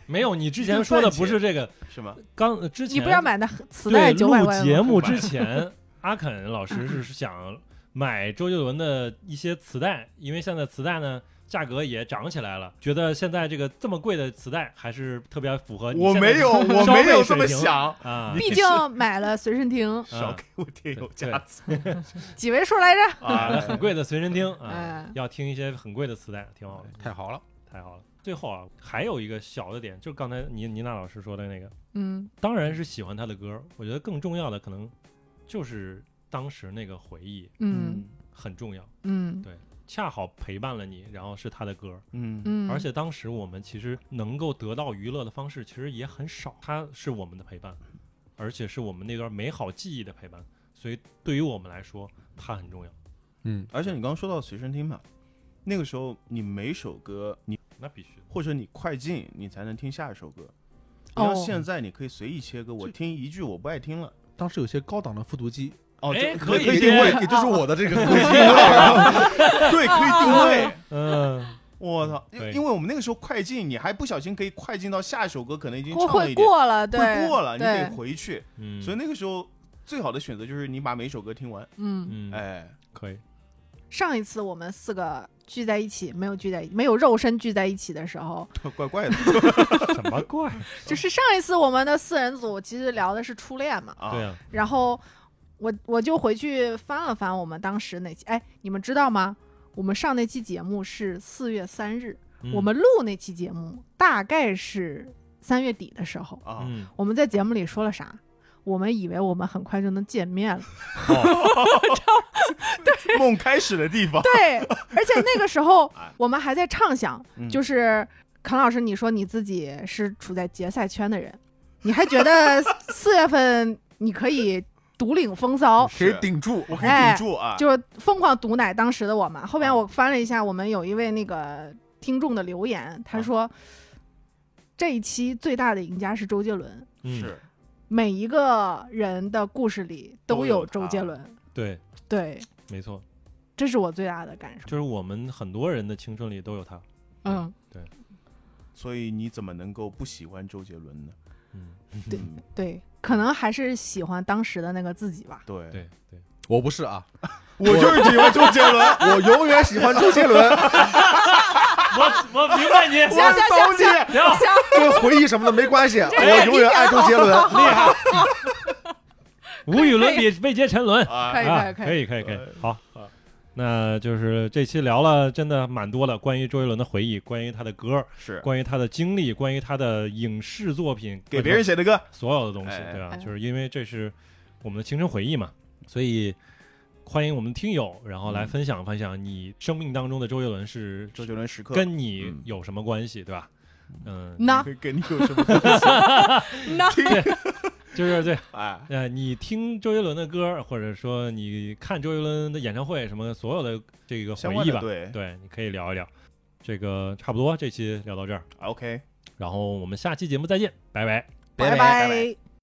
[SPEAKER 3] 没有，你之前说的不是这个，
[SPEAKER 2] 是吗？
[SPEAKER 3] 刚呃之前
[SPEAKER 4] 你不要买那磁带
[SPEAKER 3] 对
[SPEAKER 4] 九百块
[SPEAKER 3] 录
[SPEAKER 4] 钱
[SPEAKER 3] 节
[SPEAKER 4] 吗
[SPEAKER 3] 目之前，阿肯老师是是想买周杰伦的一些磁带，因为现在磁带呢价格也涨起来了，觉得现在这个这么贵的磁带还是特别符合你
[SPEAKER 2] 我
[SPEAKER 3] 现在
[SPEAKER 2] 没 有， 我
[SPEAKER 3] 消
[SPEAKER 2] 没
[SPEAKER 3] 费
[SPEAKER 2] 有这
[SPEAKER 3] 水
[SPEAKER 2] 么
[SPEAKER 3] 平
[SPEAKER 2] 想，
[SPEAKER 3] 啊。
[SPEAKER 4] 毕竟买了随身听，
[SPEAKER 2] 少
[SPEAKER 3] 啊
[SPEAKER 2] 给我添油
[SPEAKER 3] 对
[SPEAKER 2] 加醋
[SPEAKER 4] 几位数来着？
[SPEAKER 3] 买了很
[SPEAKER 2] 啊！
[SPEAKER 3] 贵的随身听啊
[SPEAKER 4] 哎，
[SPEAKER 3] 要听一些很贵的磁带，挺好的，
[SPEAKER 5] 太好了，
[SPEAKER 3] 太好了。最后啊，还有一个小的点，就是刚才倪倪娜老师说的那个，
[SPEAKER 4] 嗯，
[SPEAKER 3] 当然是喜欢他的歌，我觉得更重要的可能就是当时那个回忆
[SPEAKER 4] 嗯
[SPEAKER 3] 很重要，
[SPEAKER 4] 嗯
[SPEAKER 3] 恰好陪伴了你，然后是他的歌，
[SPEAKER 2] 嗯，
[SPEAKER 4] 嗯，
[SPEAKER 3] 而且当时我们其实能够得到娱乐的方式其实也很少，它是我们的陪伴，而且是我们那段美好记忆的陪伴，所以对于我们来说，它很重要。
[SPEAKER 7] 嗯，
[SPEAKER 2] 而且你刚刚说到随身听嘛，那个时候你每首歌你
[SPEAKER 3] 那必须的，
[SPEAKER 2] 或者你快进你才能听下一首歌。你要
[SPEAKER 4] 哦
[SPEAKER 2] 现在你可以随意切歌，我听一句我不爱听了。
[SPEAKER 5] 当时有些高档的复读机，
[SPEAKER 2] 哦，
[SPEAKER 3] 哎
[SPEAKER 2] 就
[SPEAKER 3] 可以
[SPEAKER 2] 可以
[SPEAKER 3] 切
[SPEAKER 2] 定位，啊
[SPEAKER 1] 也就是我的 这个规矩
[SPEAKER 2] 对，可以定位。
[SPEAKER 3] 嗯，
[SPEAKER 2] 我操，因
[SPEAKER 3] 对
[SPEAKER 2] 因为我们那个时候快进，你还不小心可以快进到下一首歌，可能已经
[SPEAKER 4] 会
[SPEAKER 2] 唱了
[SPEAKER 4] 会
[SPEAKER 2] 一点，
[SPEAKER 4] 过了，对，
[SPEAKER 2] 会过了，你
[SPEAKER 4] 对
[SPEAKER 2] 得，回去。
[SPEAKER 3] 嗯
[SPEAKER 2] 所以那个时候最好的选择就是你把每首歌听完。
[SPEAKER 4] 嗯。
[SPEAKER 3] 嗯，
[SPEAKER 2] 哎，
[SPEAKER 3] 可以，
[SPEAKER 4] 上一次我们四个聚在一起，没有聚在没有肉身聚在一起的 时候，
[SPEAKER 2] 怪怪的
[SPEAKER 3] 什么怪？
[SPEAKER 4] 就是上一次我们的四人组其实聊的是初恋嘛，
[SPEAKER 2] 啊。
[SPEAKER 3] 对啊，
[SPEAKER 4] 然后我我就回去翻了翻我们当时那期，哎，你们知道吗？我们上那期节目是四月三日，
[SPEAKER 3] 嗯
[SPEAKER 4] 我们录那期节目大概是三月底的时候，
[SPEAKER 2] 啊，
[SPEAKER 3] 嗯，
[SPEAKER 4] 我们在节目里说了啥？我们以为我们很快就能见面了，
[SPEAKER 2] 梦开始的地方。
[SPEAKER 4] 对，而且那个时候
[SPEAKER 2] 哎
[SPEAKER 4] 我们还在畅想，
[SPEAKER 2] 嗯
[SPEAKER 4] 就是康老师，你说你自己是处在决赛圈的人，你还 觉得四月份你可以独领风骚，
[SPEAKER 1] 可以顶住。
[SPEAKER 2] 我可以
[SPEAKER 4] 哎
[SPEAKER 2] 顶住啊！
[SPEAKER 4] 就疯狂毒奶当时的我们。后面我翻了一下，我们有一位那个听众的留言，他
[SPEAKER 2] 啊
[SPEAKER 4] 说这一期最大的赢家是周杰伦，
[SPEAKER 3] 嗯，
[SPEAKER 2] 是
[SPEAKER 4] 每一个人的故事里都
[SPEAKER 2] 都
[SPEAKER 4] 有
[SPEAKER 2] 有
[SPEAKER 4] 周
[SPEAKER 2] 他
[SPEAKER 4] 杰伦，
[SPEAKER 3] 对，
[SPEAKER 4] 对，
[SPEAKER 3] 没错，
[SPEAKER 4] 这是我最大的感受。
[SPEAKER 3] 就是我们很多人的青春里都有他。
[SPEAKER 4] 嗯，
[SPEAKER 2] 所以你怎么能够不喜欢周杰伦呢？
[SPEAKER 3] 嗯，
[SPEAKER 4] 对
[SPEAKER 2] 嗯
[SPEAKER 4] 对，可能还是喜欢当时的那个自己吧。
[SPEAKER 2] 对，
[SPEAKER 3] 对对，
[SPEAKER 1] 我不是啊，
[SPEAKER 2] 我就是喜欢周杰伦。
[SPEAKER 1] 我永远喜欢周杰伦，
[SPEAKER 3] 我我明白你，
[SPEAKER 4] 行行行行
[SPEAKER 3] 挺 好
[SPEAKER 4] 行，
[SPEAKER 1] 跟回忆什么的没关系。
[SPEAKER 4] 这个
[SPEAKER 1] 我永远爱周杰伦。
[SPEAKER 3] 厉害，无与伦比，未接沉沦。
[SPEAKER 2] 啊
[SPEAKER 4] 可以
[SPEAKER 3] 啊，
[SPEAKER 4] 可以可以，
[SPEAKER 3] 以，可以，可以，
[SPEAKER 2] 呃
[SPEAKER 3] 好，那就是这期聊了真的蛮多的，关于周杰伦的回忆，关于他的歌，
[SPEAKER 2] 是
[SPEAKER 3] 关于他的经历，关于他的影视作品，
[SPEAKER 2] 给别人写的歌，
[SPEAKER 3] 所有的东西，
[SPEAKER 2] 哎
[SPEAKER 3] 对吧？
[SPEAKER 4] 哎
[SPEAKER 3] 就是因为这是我们的青春回忆嘛，所以欢迎我们听友，然后来
[SPEAKER 2] 嗯
[SPEAKER 3] 分享分享你生命当中的周杰伦是
[SPEAKER 2] 周杰伦时 刻
[SPEAKER 3] 跟你
[SPEAKER 2] 嗯
[SPEAKER 3] 有什么关系，对吧？嗯，
[SPEAKER 4] 那
[SPEAKER 2] 跟你有什么 关系？
[SPEAKER 4] 那
[SPEAKER 3] 就是对，
[SPEAKER 2] 哎，
[SPEAKER 3] 呃，你听周杰伦的歌，或者说你看周杰伦的演唱会，什么所有的这个
[SPEAKER 2] 相
[SPEAKER 3] 回
[SPEAKER 2] 关
[SPEAKER 3] 忆
[SPEAKER 2] 的
[SPEAKER 3] 吧，
[SPEAKER 2] 对
[SPEAKER 3] 你可以聊一聊。这个差不多，这期聊到这儿，
[SPEAKER 2] ，OK，
[SPEAKER 3] 然后我们下期节目再见，拜拜。
[SPEAKER 4] 拜
[SPEAKER 2] 拜拜
[SPEAKER 4] 拜